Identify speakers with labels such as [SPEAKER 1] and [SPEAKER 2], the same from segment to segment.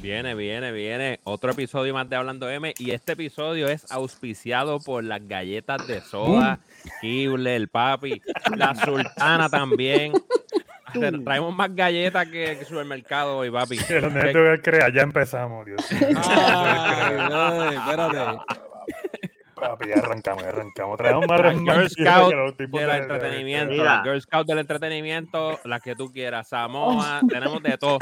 [SPEAKER 1] viene, viene, viene. Otro episodio más de Hablando M. Y este episodio es auspiciado por las galletas de soda, Kible, el papi, la sultana también. Traemos más galletas que, que supermercado hoy, papi.
[SPEAKER 2] Pero no te voy a creer, ya empezamos, Dios mío. Ah,
[SPEAKER 1] Ah,
[SPEAKER 3] Ay, espérate.
[SPEAKER 2] Papi, ya arrancamos, ya arrancamos. Traemos más
[SPEAKER 1] Las
[SPEAKER 2] más
[SPEAKER 1] Girl
[SPEAKER 2] mierda
[SPEAKER 1] Scout
[SPEAKER 2] que los tipos
[SPEAKER 1] del
[SPEAKER 2] de- de- de-
[SPEAKER 1] entretenimiento,
[SPEAKER 4] Mira.
[SPEAKER 1] las Girl Scout del entretenimiento, las que tú quieras, Samoa,
[SPEAKER 3] Oh.
[SPEAKER 1] tenemos de todo.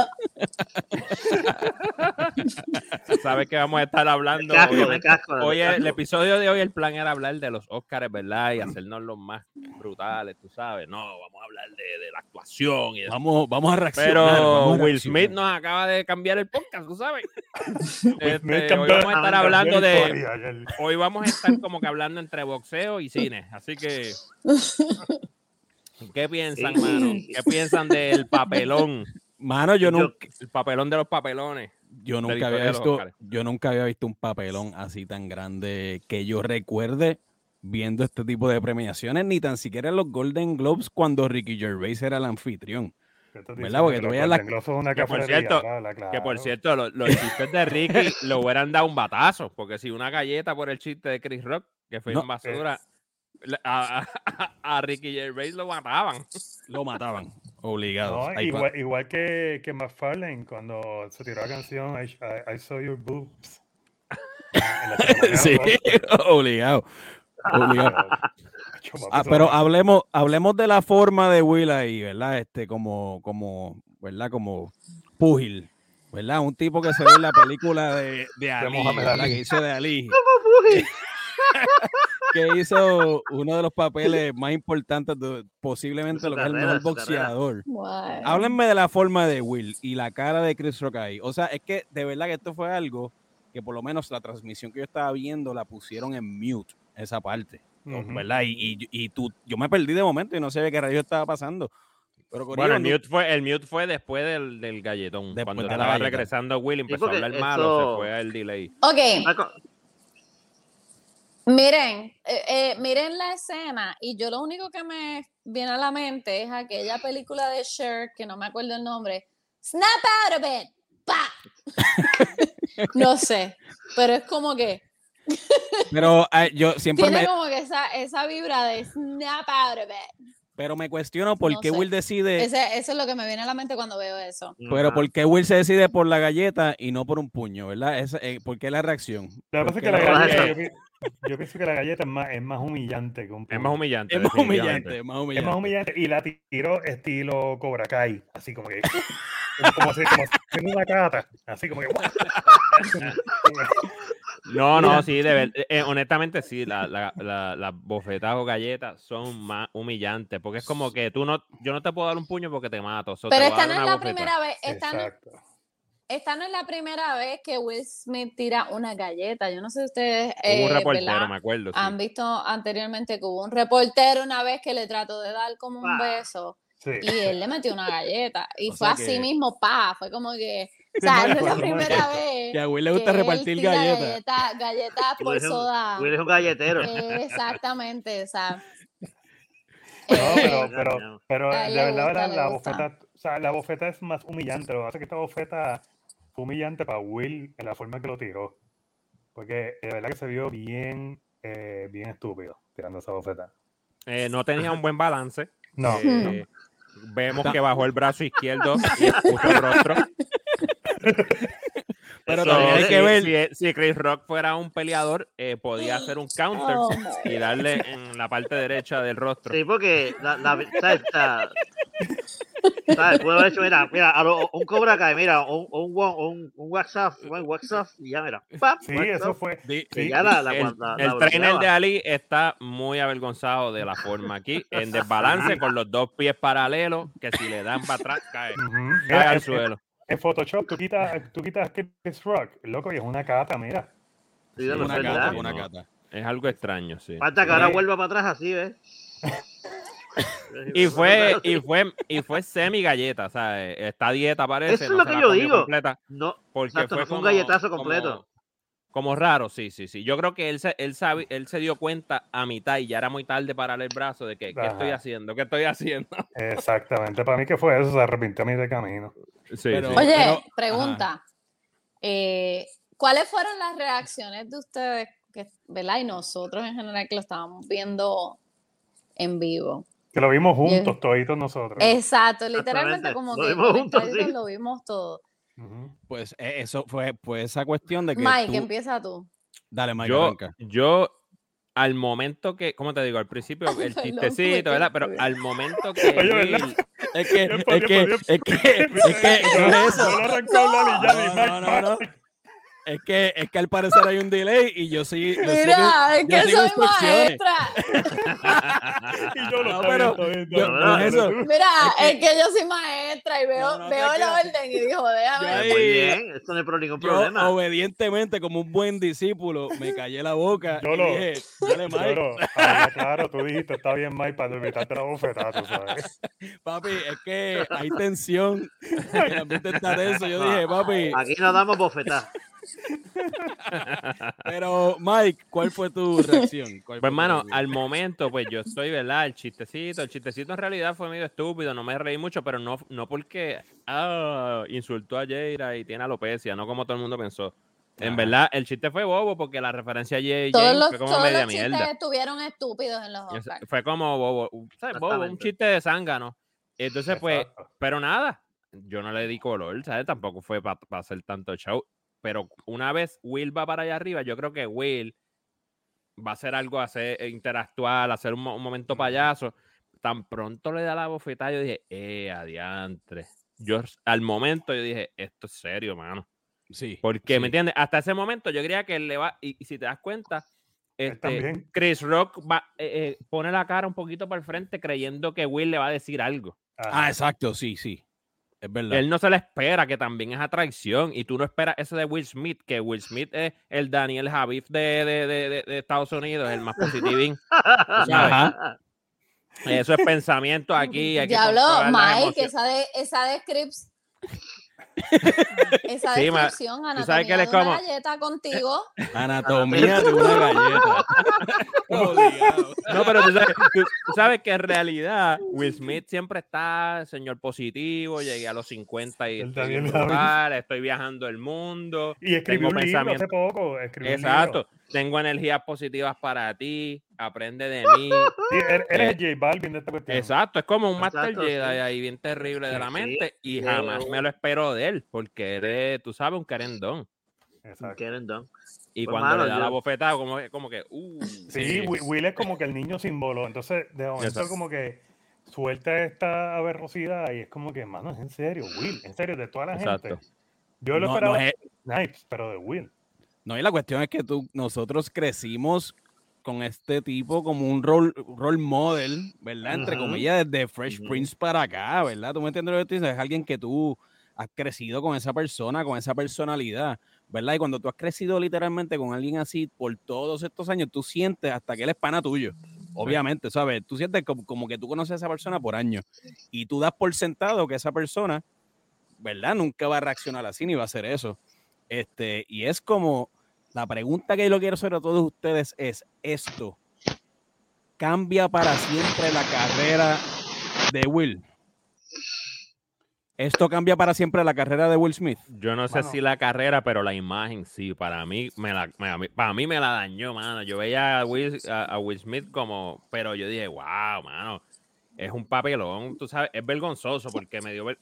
[SPEAKER 1] Sabes que vamos a estar hablando.
[SPEAKER 4] Casco,
[SPEAKER 1] hoy?
[SPEAKER 4] me casco, me
[SPEAKER 1] Oye, el
[SPEAKER 4] casco.
[SPEAKER 1] episodio de hoy, el plan era hablar de los Oscars, ¿verdad? Y hacernos los más brutales, tú sabes. No, vamos a hablar de, de la actuación y de
[SPEAKER 3] Vamos, vamos a reaccionar.
[SPEAKER 1] pero
[SPEAKER 3] vamos a
[SPEAKER 1] Will
[SPEAKER 3] reaccionar.
[SPEAKER 1] Smith nos acaba de cambiar el podcast, tú sabes.
[SPEAKER 2] Me
[SPEAKER 1] Este, hoy
[SPEAKER 2] cambió
[SPEAKER 1] vamos a estar
[SPEAKER 2] la
[SPEAKER 1] hablando de.
[SPEAKER 2] historia, el-
[SPEAKER 1] Hoy vamos a estar como que hablando entre boxeo y cine. Así que. ¿Qué piensan,
[SPEAKER 4] Sí.
[SPEAKER 1] mano? ¿Qué piensan del papelón?
[SPEAKER 3] Mano,
[SPEAKER 4] Yo-
[SPEAKER 3] yo, nunca,
[SPEAKER 1] El papelón de los papelones.
[SPEAKER 3] yo nunca
[SPEAKER 1] victoria
[SPEAKER 3] había
[SPEAKER 1] de los
[SPEAKER 3] visto,
[SPEAKER 1] Óscares.
[SPEAKER 3] yo nunca había visto un papelón así tan grande que yo recuerde viendo este tipo de premiaciones, ni tan siquiera en los Golden Globes cuando Ricky Gervais era el anfitrión.
[SPEAKER 2] ¿Qué te dicen?
[SPEAKER 3] ¿Verdad? Porque
[SPEAKER 2] Que
[SPEAKER 3] tú
[SPEAKER 2] los
[SPEAKER 3] veías la-
[SPEAKER 2] Golden Globes son una
[SPEAKER 1] Que por
[SPEAKER 2] cafetería,
[SPEAKER 1] cierto-
[SPEAKER 2] claro, claro.
[SPEAKER 1] Que por cierto, lo- los chistes de Ricky le hubieran dado un batazo. Porque si una galleta por el chiste de Chris Rock, que fue
[SPEAKER 3] No,
[SPEAKER 1] en basura, le- a, a- a Ricky Gervais lo mataban.
[SPEAKER 3] Lo mataban, obligado.
[SPEAKER 2] No,
[SPEAKER 3] Ahí pa-
[SPEAKER 2] igual, igual que, que McFarlane cuando se tiró la canción I, I- I Saw Your Boobs. En la ceremonia
[SPEAKER 3] sí,
[SPEAKER 2] de los
[SPEAKER 3] obligado. obligado.
[SPEAKER 2] Oscars. Macho, papi,
[SPEAKER 3] Ah,
[SPEAKER 2] eso-
[SPEAKER 3] pero hablemos, hablemos de la forma de Will ahí, ¿verdad? Este, como, como, ¿verdad? Como púgil, ¿verdad? Un tipo que se ve en la película de, de Ali,
[SPEAKER 2] Mohamed
[SPEAKER 3] ¿verdad?
[SPEAKER 2] Ali.
[SPEAKER 3] Que hizo de Ali. que hizo uno de los papeles más importantes, de- posiblemente
[SPEAKER 4] De su
[SPEAKER 3] lo que es el
[SPEAKER 4] carrera,
[SPEAKER 3] mejor
[SPEAKER 4] de su carrera.
[SPEAKER 3] boxeador.
[SPEAKER 5] Guay.
[SPEAKER 1] Ah,
[SPEAKER 3] Háblenme de la forma de Will y la cara de Chris Rock ahí. O sea, es que de verdad que esto fue algo que por lo menos la transmisión que yo estaba viendo la pusieron en mute, esa parte.
[SPEAKER 2] Ujú.
[SPEAKER 3] ah, ¿verdad? Y, y, y tú, yo me perdí de momento y no sabía qué rayos estaba pasando. Pero Corillo,
[SPEAKER 1] Bueno, el
[SPEAKER 3] no-
[SPEAKER 1] mute fue, el mute fue después del, del galletón.
[SPEAKER 3] Después
[SPEAKER 1] Cuando
[SPEAKER 3] de la
[SPEAKER 1] estaba
[SPEAKER 3] galleta.
[SPEAKER 1] regresando Will empezó a
[SPEAKER 4] porque
[SPEAKER 1] hablar malo, se
[SPEAKER 4] eso-
[SPEAKER 1] fue al delay. ah.
[SPEAKER 5] Ok,
[SPEAKER 4] Marco,
[SPEAKER 5] miren, eh, eh, miren la escena y yo lo único que me viene a la mente es aquella película de Cher, que no me acuerdo el nombre, Snap Out of It, ¡Pa! no sé, pero es como que,
[SPEAKER 3] Pero eh, yo
[SPEAKER 1] Pues
[SPEAKER 3] siempre
[SPEAKER 5] tiene
[SPEAKER 3] me,
[SPEAKER 5] como que esa, esa vibra de Snap Out of It.
[SPEAKER 3] pero me cuestiono por
[SPEAKER 5] No
[SPEAKER 3] qué
[SPEAKER 5] sé.
[SPEAKER 3] Will
[SPEAKER 1] Eh.
[SPEAKER 3] decide,
[SPEAKER 5] Ese- eso es lo que me viene a la mente cuando veo eso.
[SPEAKER 3] pero
[SPEAKER 4] ajá.
[SPEAKER 3] por qué Will se decide por la galleta y no por un puño, ¿verdad? Esa, eh, ¿Por qué la reacción?
[SPEAKER 2] Lo que
[SPEAKER 3] ¿Por
[SPEAKER 2] pasa es
[SPEAKER 3] qué
[SPEAKER 2] que la
[SPEAKER 4] no?
[SPEAKER 2] galleta, yo, pi- yo pienso que la galleta es más, es más humillante que un
[SPEAKER 1] Es
[SPEAKER 2] puño.
[SPEAKER 1] más humillante.
[SPEAKER 3] Es más humillante,
[SPEAKER 1] definitivamente.
[SPEAKER 3] es más
[SPEAKER 2] Es
[SPEAKER 3] humillante.
[SPEAKER 2] más humillante y la tiró estilo Cobra Kai, así como que como- como si como si fuera una cata, así como que
[SPEAKER 1] No, no, sí, de ver- eh, honestamente sí, la- la- la- las bofetadas o galletas son más humillantes. Porque es como que tú no, yo no te puedo dar un puño porque te mato. so te
[SPEAKER 5] Pero
[SPEAKER 1] voy a dar
[SPEAKER 5] esta no es
[SPEAKER 1] una
[SPEAKER 5] la
[SPEAKER 1] bofetada.
[SPEAKER 5] primera vez, esta no,
[SPEAKER 2] Exacto.
[SPEAKER 5] esta no es la primera vez que Will Smith tira una galleta. Yo no sé si ustedes
[SPEAKER 1] Hubo
[SPEAKER 5] eh,
[SPEAKER 1] un reportero,
[SPEAKER 5] ¿verdad?
[SPEAKER 1] me acuerdo. sí.
[SPEAKER 5] han visto anteriormente que hubo un reportero una vez que le trató de dar como un
[SPEAKER 4] Pa.
[SPEAKER 5] beso
[SPEAKER 2] Sí.
[SPEAKER 5] y él le metió una galleta y
[SPEAKER 3] O
[SPEAKER 5] fue
[SPEAKER 3] sea
[SPEAKER 5] así
[SPEAKER 3] que-
[SPEAKER 5] mismo, pa, fue como que, o sea, no es la primera vez
[SPEAKER 3] Que a Will le
[SPEAKER 5] que
[SPEAKER 3] gusta
[SPEAKER 5] él
[SPEAKER 3] repartir
[SPEAKER 5] tira
[SPEAKER 3] galletas.
[SPEAKER 5] galleta- galletas
[SPEAKER 4] Will
[SPEAKER 5] por
[SPEAKER 4] es un-
[SPEAKER 5] soda.
[SPEAKER 4] ah. Will es un galletero.
[SPEAKER 5] Eh, Exactamente, o sea.
[SPEAKER 2] No,
[SPEAKER 5] eh,
[SPEAKER 2] pero,
[SPEAKER 4] Ay,
[SPEAKER 2] pero,
[SPEAKER 4] no.
[SPEAKER 2] pero eh,
[SPEAKER 5] A él
[SPEAKER 2] de
[SPEAKER 5] le
[SPEAKER 2] verdad,
[SPEAKER 5] gusta,
[SPEAKER 2] verdad,
[SPEAKER 5] le
[SPEAKER 2] la
[SPEAKER 5] gusta.
[SPEAKER 2] bofeta, o sea, la bofeta es más humillante. Lo que pasa es que esta bofeta fue humillante para Will en la forma que lo tiró. Porque de verdad que se vio bien, eh, bien estúpido tirando esa bofeta.
[SPEAKER 1] Eh, no tenía un buen balance.
[SPEAKER 2] No,
[SPEAKER 1] Eh, Vemos
[SPEAKER 3] Ta-
[SPEAKER 1] que bajó el brazo izquierdo y puso el rostro.
[SPEAKER 3] Pero
[SPEAKER 1] So,
[SPEAKER 3] también hay
[SPEAKER 1] si-
[SPEAKER 3] que ver,
[SPEAKER 1] Si, si Chris Rock fuera un peleador, eh, podía hacer un counter
[SPEAKER 5] Oh, my
[SPEAKER 1] y darle en la parte derecha del rostro.
[SPEAKER 4] Sí, porque la, la, ¿sabes? La- ¿sabes? Puedo haber hecho, mira, mira, a lo- un Cobra Kai, mira, un, un, wa- un, un WhatsApp, un WhatsApp, y ya, mira, ¡pap!
[SPEAKER 2] sí,
[SPEAKER 4] WhatsApp,
[SPEAKER 2] eso fue.
[SPEAKER 3] di-
[SPEAKER 4] y
[SPEAKER 2] sí.
[SPEAKER 4] ya la, la,
[SPEAKER 1] el,
[SPEAKER 4] la- la
[SPEAKER 1] el trainer
[SPEAKER 4] bloqueaba.
[SPEAKER 1] de Ali está muy avergonzado de la forma aquí, en desbalance con los dos pies paralelos, que si le dan para atrás cae,
[SPEAKER 2] Ujú.
[SPEAKER 1] cae
[SPEAKER 2] Mira,
[SPEAKER 1] al
[SPEAKER 2] en- en,
[SPEAKER 1] suelo.
[SPEAKER 2] en Photoshop tú quitas, tú quitas Chris Rock, loco, y es una cata, mira.
[SPEAKER 4] Sí, de los
[SPEAKER 3] una
[SPEAKER 1] Sí,
[SPEAKER 4] verdad.
[SPEAKER 3] cata,
[SPEAKER 1] no.
[SPEAKER 3] una cata.
[SPEAKER 1] Es algo extraño, sí.
[SPEAKER 4] Falta que ahora
[SPEAKER 2] Sí.
[SPEAKER 4] vuelva para atrás así, ¿ves?
[SPEAKER 1] Y fue, y fue, y fue semi galleta, o sea, eh, esta dieta parece.
[SPEAKER 4] Eso es
[SPEAKER 1] no
[SPEAKER 4] lo
[SPEAKER 1] se
[SPEAKER 4] que
[SPEAKER 1] la
[SPEAKER 4] yo
[SPEAKER 1] comió
[SPEAKER 4] digo.
[SPEAKER 1] completa.
[SPEAKER 4] No,
[SPEAKER 1] Porque
[SPEAKER 4] Exacto,
[SPEAKER 1] fue,
[SPEAKER 4] no fue un
[SPEAKER 1] como-
[SPEAKER 4] galletazo completo.
[SPEAKER 1] Como, como raro, sí, sí, sí. Yo creo que él se, él, sabe- él se dio cuenta a mitad y ya era muy tarde para darle el brazo de que, ¿qué
[SPEAKER 2] Ajá.
[SPEAKER 1] estoy haciendo? ¿Qué estoy haciendo?
[SPEAKER 2] Exactamente, para mí que fue eso, se arrepintió a mí de camino.
[SPEAKER 1] Sí,
[SPEAKER 3] Pero-
[SPEAKER 1] sí.
[SPEAKER 5] Oye,
[SPEAKER 3] pero-
[SPEAKER 5] pregunta. Eh, ¿Cuáles fueron las reacciones de ustedes, que, ¿verdad? Y nosotros en general que lo estábamos viendo en vivo.
[SPEAKER 2] Que lo vimos juntos, toditos nosotros.
[SPEAKER 5] Exacto, literalmente
[SPEAKER 4] Exactamente.
[SPEAKER 5] como
[SPEAKER 4] Lo
[SPEAKER 5] que
[SPEAKER 4] vimos
[SPEAKER 5] en
[SPEAKER 4] juntos,
[SPEAKER 5] Instagram
[SPEAKER 4] sí.
[SPEAKER 5] lo vimos todo.
[SPEAKER 2] Ujú.
[SPEAKER 3] Pues eh, eso fue, fue esa cuestión de que.
[SPEAKER 5] Mike,
[SPEAKER 3] tú-
[SPEAKER 5] empieza tú.
[SPEAKER 3] Dale, Mike,
[SPEAKER 1] yo,
[SPEAKER 3] arranca.
[SPEAKER 1] yo, al momento que, ¿cómo te digo? Al principio el
[SPEAKER 5] Perdón,
[SPEAKER 1] chistecito,
[SPEAKER 5] me
[SPEAKER 1] ¿verdad? Pero
[SPEAKER 5] confundí.
[SPEAKER 1] al momento que
[SPEAKER 2] Oye,
[SPEAKER 1] vi-
[SPEAKER 2] ¿verdad?
[SPEAKER 3] Es que,
[SPEAKER 2] Yo
[SPEAKER 3] es
[SPEAKER 2] podía-
[SPEAKER 3] que,
[SPEAKER 2] podía-
[SPEAKER 3] es que, es que,
[SPEAKER 2] Yo-
[SPEAKER 3] no es eso.
[SPEAKER 2] yo lo arranqué a hablar y ya
[SPEAKER 3] No,
[SPEAKER 2] ni Mike,
[SPEAKER 3] no, no, no.
[SPEAKER 2] Mike.
[SPEAKER 3] Es que, es que al parecer hay un delay y yo sí. yo sigo-
[SPEAKER 5] Mira, es
[SPEAKER 3] yo
[SPEAKER 5] que
[SPEAKER 3] sigo
[SPEAKER 5] soy
[SPEAKER 3] instrucciones.
[SPEAKER 5] maestra.
[SPEAKER 2] Y yo lo
[SPEAKER 3] No,
[SPEAKER 2] estaba
[SPEAKER 3] pero-
[SPEAKER 2] viendo, viendo,
[SPEAKER 3] yo-
[SPEAKER 2] viendo,
[SPEAKER 3] no es eso.
[SPEAKER 2] viendo.
[SPEAKER 5] Mira, es que yo soy maestra y veo,
[SPEAKER 3] No, no te
[SPEAKER 5] veo la
[SPEAKER 3] creas.
[SPEAKER 5] orden y dijo, déjame.
[SPEAKER 3] Yo ahí-
[SPEAKER 4] pues, Muy bien, esto no es pro- ningún
[SPEAKER 3] Yo, oh,
[SPEAKER 4] problema.
[SPEAKER 3] obedientemente, como un buen discípulo, me callé la boca.
[SPEAKER 2] Yo
[SPEAKER 3] y
[SPEAKER 2] lo-
[SPEAKER 3] dije, dale, Mike.
[SPEAKER 2] Claro, ah, claro, tú dijiste, está bien, Mike, para evitarte la bofetada, tú sabes.
[SPEAKER 3] Papi, es que hay tensión. El ambiente está tenso. Yo dije, papi.
[SPEAKER 2] Ah,
[SPEAKER 4] Aquí nos damos bofetadas.
[SPEAKER 2] ah.
[SPEAKER 3] Pero, Mike, ¿cuál fue tu reacción? ¿Cuál fue tu
[SPEAKER 1] Pues, hermano,
[SPEAKER 3] reacción?
[SPEAKER 1] al momento, pues yo estoy, ¿verdad? El chistecito, el chistecito en realidad fue medio estúpido, no me reí mucho, pero no, no porque ah, insultó a Jaira y tiene alopecia, no como todo el mundo pensó. En
[SPEAKER 3] Ajá.
[SPEAKER 1] verdad, el chiste fue bobo porque la referencia a Jay
[SPEAKER 5] Todos los,
[SPEAKER 1] fue como
[SPEAKER 5] todos
[SPEAKER 1] media
[SPEAKER 5] los chistes
[SPEAKER 1] mierda.
[SPEAKER 5] estuvieron estúpidos en los
[SPEAKER 1] Es-
[SPEAKER 5] Oscars.
[SPEAKER 1] Fue como bobo, u- ¿sabes? bobo, un
[SPEAKER 4] Exactamente.
[SPEAKER 1] chiste de zángano. Entonces, pues,
[SPEAKER 2] Exacto.
[SPEAKER 1] pero nada, yo no le di color, ¿sabes? Tampoco fue para hacer tanto show. Pero una vez Will va para allá arriba, yo creo que Will va a hacer algo, hacer eh, interactuar, hacer un, mo- un momento payaso. Tan pronto le da la bofetada, yo dije, eh, adiantre. Yo s- al momento yo dije, esto es serio, mano.
[SPEAKER 3] Sí.
[SPEAKER 1] Porque,
[SPEAKER 3] sí.
[SPEAKER 1] ¿me entiendes? Hasta ese momento yo creía que él le va, y, y si te das cuenta, este,
[SPEAKER 2] También.
[SPEAKER 1] Chris Rock va, eh, eh, pone la cara un poquito para el frente creyendo que Will le va a decir algo.
[SPEAKER 2] Ajá.
[SPEAKER 3] Ah, exacto, sí, sí. Es verdad.
[SPEAKER 1] Él no se la espera, que también es atracción. Y tú no esperas eso de Will Smith, que Will Smith es el Daniel Javif de, de- de- de- de Estados Unidos, el más positivín.
[SPEAKER 3] Ajá.
[SPEAKER 1] Eso es pensamiento aquí. hay que
[SPEAKER 5] Diablo,
[SPEAKER 1] controlar las
[SPEAKER 5] Mike,
[SPEAKER 1] emociones.
[SPEAKER 5] esa, de, esa descripción. esa
[SPEAKER 1] Sí, ma-
[SPEAKER 5] descripción, Ana,
[SPEAKER 1] tú sabes que él es como-
[SPEAKER 5] galleta contigo.
[SPEAKER 3] Anatomía de una galleta. Obligado.
[SPEAKER 1] No, pero tú sabes, tú- tú sabes que en realidad Will Smith siempre está, señor positivo, llegué a los 50 y
[SPEAKER 2] El
[SPEAKER 1] estoy,
[SPEAKER 2] Daniel
[SPEAKER 1] brutal,
[SPEAKER 2] Javif.
[SPEAKER 1] estoy viajando el mundo.
[SPEAKER 2] Y escribió
[SPEAKER 1] Tengo
[SPEAKER 2] un libro hace
[SPEAKER 1] pensamiento.
[SPEAKER 2] poco. Escribió un libro.
[SPEAKER 1] Exacto. Tengo energías positivas para ti, aprende de mí.
[SPEAKER 2] Sí, él, él es
[SPEAKER 3] Eh,
[SPEAKER 2] J Balvin de esta cuestión.
[SPEAKER 1] Exacto, es como un Master
[SPEAKER 4] Exacto, sí.
[SPEAKER 1] Jedi ahí bien terrible de la
[SPEAKER 4] Sí,
[SPEAKER 1] mente y
[SPEAKER 4] sí.
[SPEAKER 1] jamás me lo espero de él porque él es, tú sabes, un querendón.
[SPEAKER 2] Exacto.
[SPEAKER 4] Quieren don.
[SPEAKER 1] Y
[SPEAKER 4] Pues,
[SPEAKER 1] cuando
[SPEAKER 4] mano,
[SPEAKER 1] le da la
[SPEAKER 4] yo-
[SPEAKER 1] bofetada, como, como que, uh,
[SPEAKER 2] Sí, Wi- Will es como que el niño símbolo. Entonces, de momento,
[SPEAKER 1] Exacto.
[SPEAKER 2] como que suelta esta aberrosidad y es como que, mano, es en serio, Will, en serio, de toda la
[SPEAKER 1] Exacto.
[SPEAKER 2] gente. Yo lo
[SPEAKER 3] No,
[SPEAKER 2] esperaba
[SPEAKER 3] no es-
[SPEAKER 2] de Snipes, pero de Will.
[SPEAKER 3] No, y la cuestión es que tú, nosotros crecimos con este tipo como un rol, role model, ¿verdad? Entre
[SPEAKER 4] Ujú.
[SPEAKER 3] comillas, desde Fresh
[SPEAKER 4] Ujú.
[SPEAKER 3] Prince para acá, ¿verdad? Tú me entiendes lo que te dices, es alguien que tú has crecido con esa persona, con esa personalidad, ¿verdad? Y cuando tú has crecido literalmente con alguien así por todos estos años, tú sientes hasta que él es pana tuyo, obviamente, ¿sabes? Tú sientes como, como que tú conoces a esa persona por años y tú das por sentado que esa persona, ¿verdad? Nunca va a reaccionar así ni va a hacer eso. Este, y es como, la pregunta que yo quiero hacer a todos ustedes es esto. ¿Cambia para siempre la carrera de Will? ¿Esto cambia para siempre la carrera de Will Smith?
[SPEAKER 1] Yo no sé
[SPEAKER 2] Mano.
[SPEAKER 1] si la carrera, pero la imagen sí, para mí me la, me- a mí- para mí me la dañó, mano. Yo veía a Will, a, a Will Smith como, pero yo dije, wow, mano, es un papelón, tú sabes, es vergonzoso porque me dio, ver-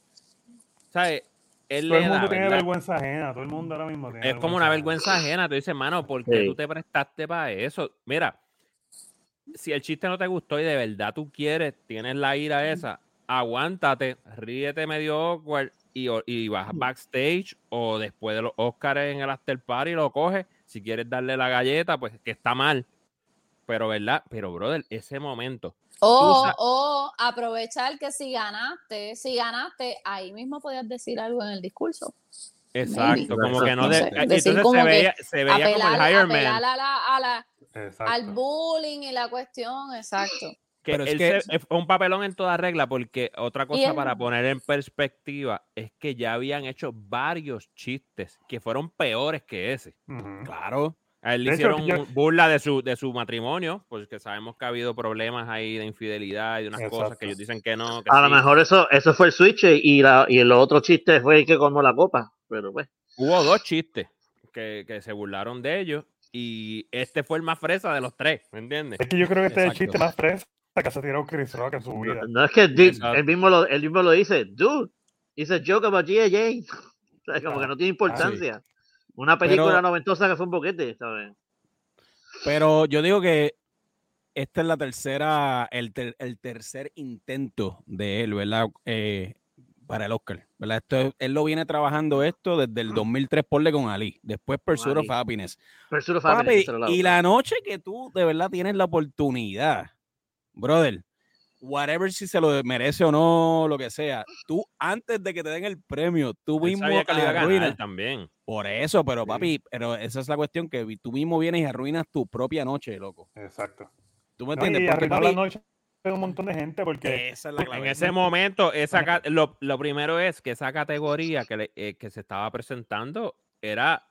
[SPEAKER 1] ¿sabes? Él
[SPEAKER 2] Todo el
[SPEAKER 1] le da,
[SPEAKER 2] mundo tiene
[SPEAKER 1] ¿verdad?
[SPEAKER 2] vergüenza ajena, todo el mundo ahora mismo tiene
[SPEAKER 1] Es
[SPEAKER 5] pues,
[SPEAKER 1] como una
[SPEAKER 2] vergüenza
[SPEAKER 1] vergüenza ajena. Tú dices, mano, ¿por qué
[SPEAKER 4] Sí.
[SPEAKER 1] tú te prestaste para eso? Mira, si el chiste no te gustó y de verdad tú quieres, tienes la ira esa, aguántate, ríete medio awkward y, o- y vas backstage o después de los Oscars en el after party lo coges. Si quieres darle la galleta, pues que está mal. Pero, ¿verdad? Pero, brother, ese momento.
[SPEAKER 5] O,
[SPEAKER 1] sa-
[SPEAKER 5] o aprovechar que si ganaste, si ganaste, ahí mismo podías decir algo en el discurso.
[SPEAKER 1] Exacto. Como que no.
[SPEAKER 5] No
[SPEAKER 1] de-
[SPEAKER 5] sé,
[SPEAKER 1] entonces
[SPEAKER 5] decir
[SPEAKER 1] se
[SPEAKER 5] como que
[SPEAKER 1] veía, se veía como el
[SPEAKER 5] Apelar,
[SPEAKER 1] higher
[SPEAKER 5] apelar
[SPEAKER 1] man.
[SPEAKER 5] a la- a la-
[SPEAKER 2] ajena. Exacto.
[SPEAKER 5] al bullying y la cuestión, exacto.
[SPEAKER 1] Que
[SPEAKER 3] Pero es
[SPEAKER 1] él
[SPEAKER 3] que-
[SPEAKER 1] se- es un papelón en toda regla, porque otra cosa
[SPEAKER 5] él-
[SPEAKER 1] para poner en perspectiva es que ya habían hecho varios chistes que fueron peores que ese.
[SPEAKER 2] Ujú.
[SPEAKER 3] Claro.
[SPEAKER 1] A él le
[SPEAKER 2] De hecho,
[SPEAKER 1] hicieron
[SPEAKER 2] yo-
[SPEAKER 1] burla de su, de su matrimonio, porque sabemos que ha habido problemas ahí de infidelidad y de unas cosas
[SPEAKER 2] Exacto.
[SPEAKER 1] que ellos dicen que no. que
[SPEAKER 4] A lo
[SPEAKER 1] sí.
[SPEAKER 4] mejor eso, eso fue el switch y, la, y el otro chiste fue el que colmó la copa. Pero pues,
[SPEAKER 1] Hubo dos chistes que, que se burlaron de ellos y este fue el más fresa de los tres, ¿me entiendes?
[SPEAKER 2] Es que yo creo que este es el
[SPEAKER 3] Exacto.
[SPEAKER 2] chiste más fresa que se tiró Chris Rock en su vida.
[SPEAKER 4] No, no, es que el, dude-
[SPEAKER 1] Exacto.
[SPEAKER 4] él mismo lo, él mismo lo dice, dude, it's a joke about G.A. Jane. O sea, como que no tiene importancia. Una película
[SPEAKER 3] Ah, Pero-
[SPEAKER 4] noventosa que fue un boquete, ¿sabes?
[SPEAKER 3] Pero yo digo que esta es la tercera, el, ter- el tercer intento de él, ¿verdad? Eh, para el Oscar, ¿verdad? Esto es- él lo viene trabajando esto desde el 2003, ponle con Ali, después Pursuit of
[SPEAKER 4] Ali.
[SPEAKER 3] Happiness.
[SPEAKER 4] Pursuit of
[SPEAKER 3] Papi,
[SPEAKER 4] Happiness, esa era la
[SPEAKER 3] y
[SPEAKER 4] otra.
[SPEAKER 3] la noche que tú de verdad tienes la oportunidad, brother, whatever si se lo merece o no, lo que sea, tú antes de que te den el premio, tú
[SPEAKER 1] Él
[SPEAKER 3] mismo ah,
[SPEAKER 1] sabía que le iba a ganar
[SPEAKER 3] arruinas-
[SPEAKER 1] también.
[SPEAKER 3] Por eso, pero
[SPEAKER 2] Sí.
[SPEAKER 3] papi, pero esa es la cuestión que vi- tú mismo vienes y arruinas tu propia noche, loco.
[SPEAKER 2] Exacto.
[SPEAKER 3] ¿Tú me
[SPEAKER 2] No,
[SPEAKER 3] entiendes?
[SPEAKER 2] y
[SPEAKER 3] Porque,
[SPEAKER 2] arruinó
[SPEAKER 3] papi,
[SPEAKER 2] la noche de un montón de gente porque
[SPEAKER 1] Eh,
[SPEAKER 3] esa es la
[SPEAKER 1] En
[SPEAKER 3] clave.
[SPEAKER 1] ese momento, esa ca- lo, lo primero es que esa categoría que, le- eh, que se estaba presentando era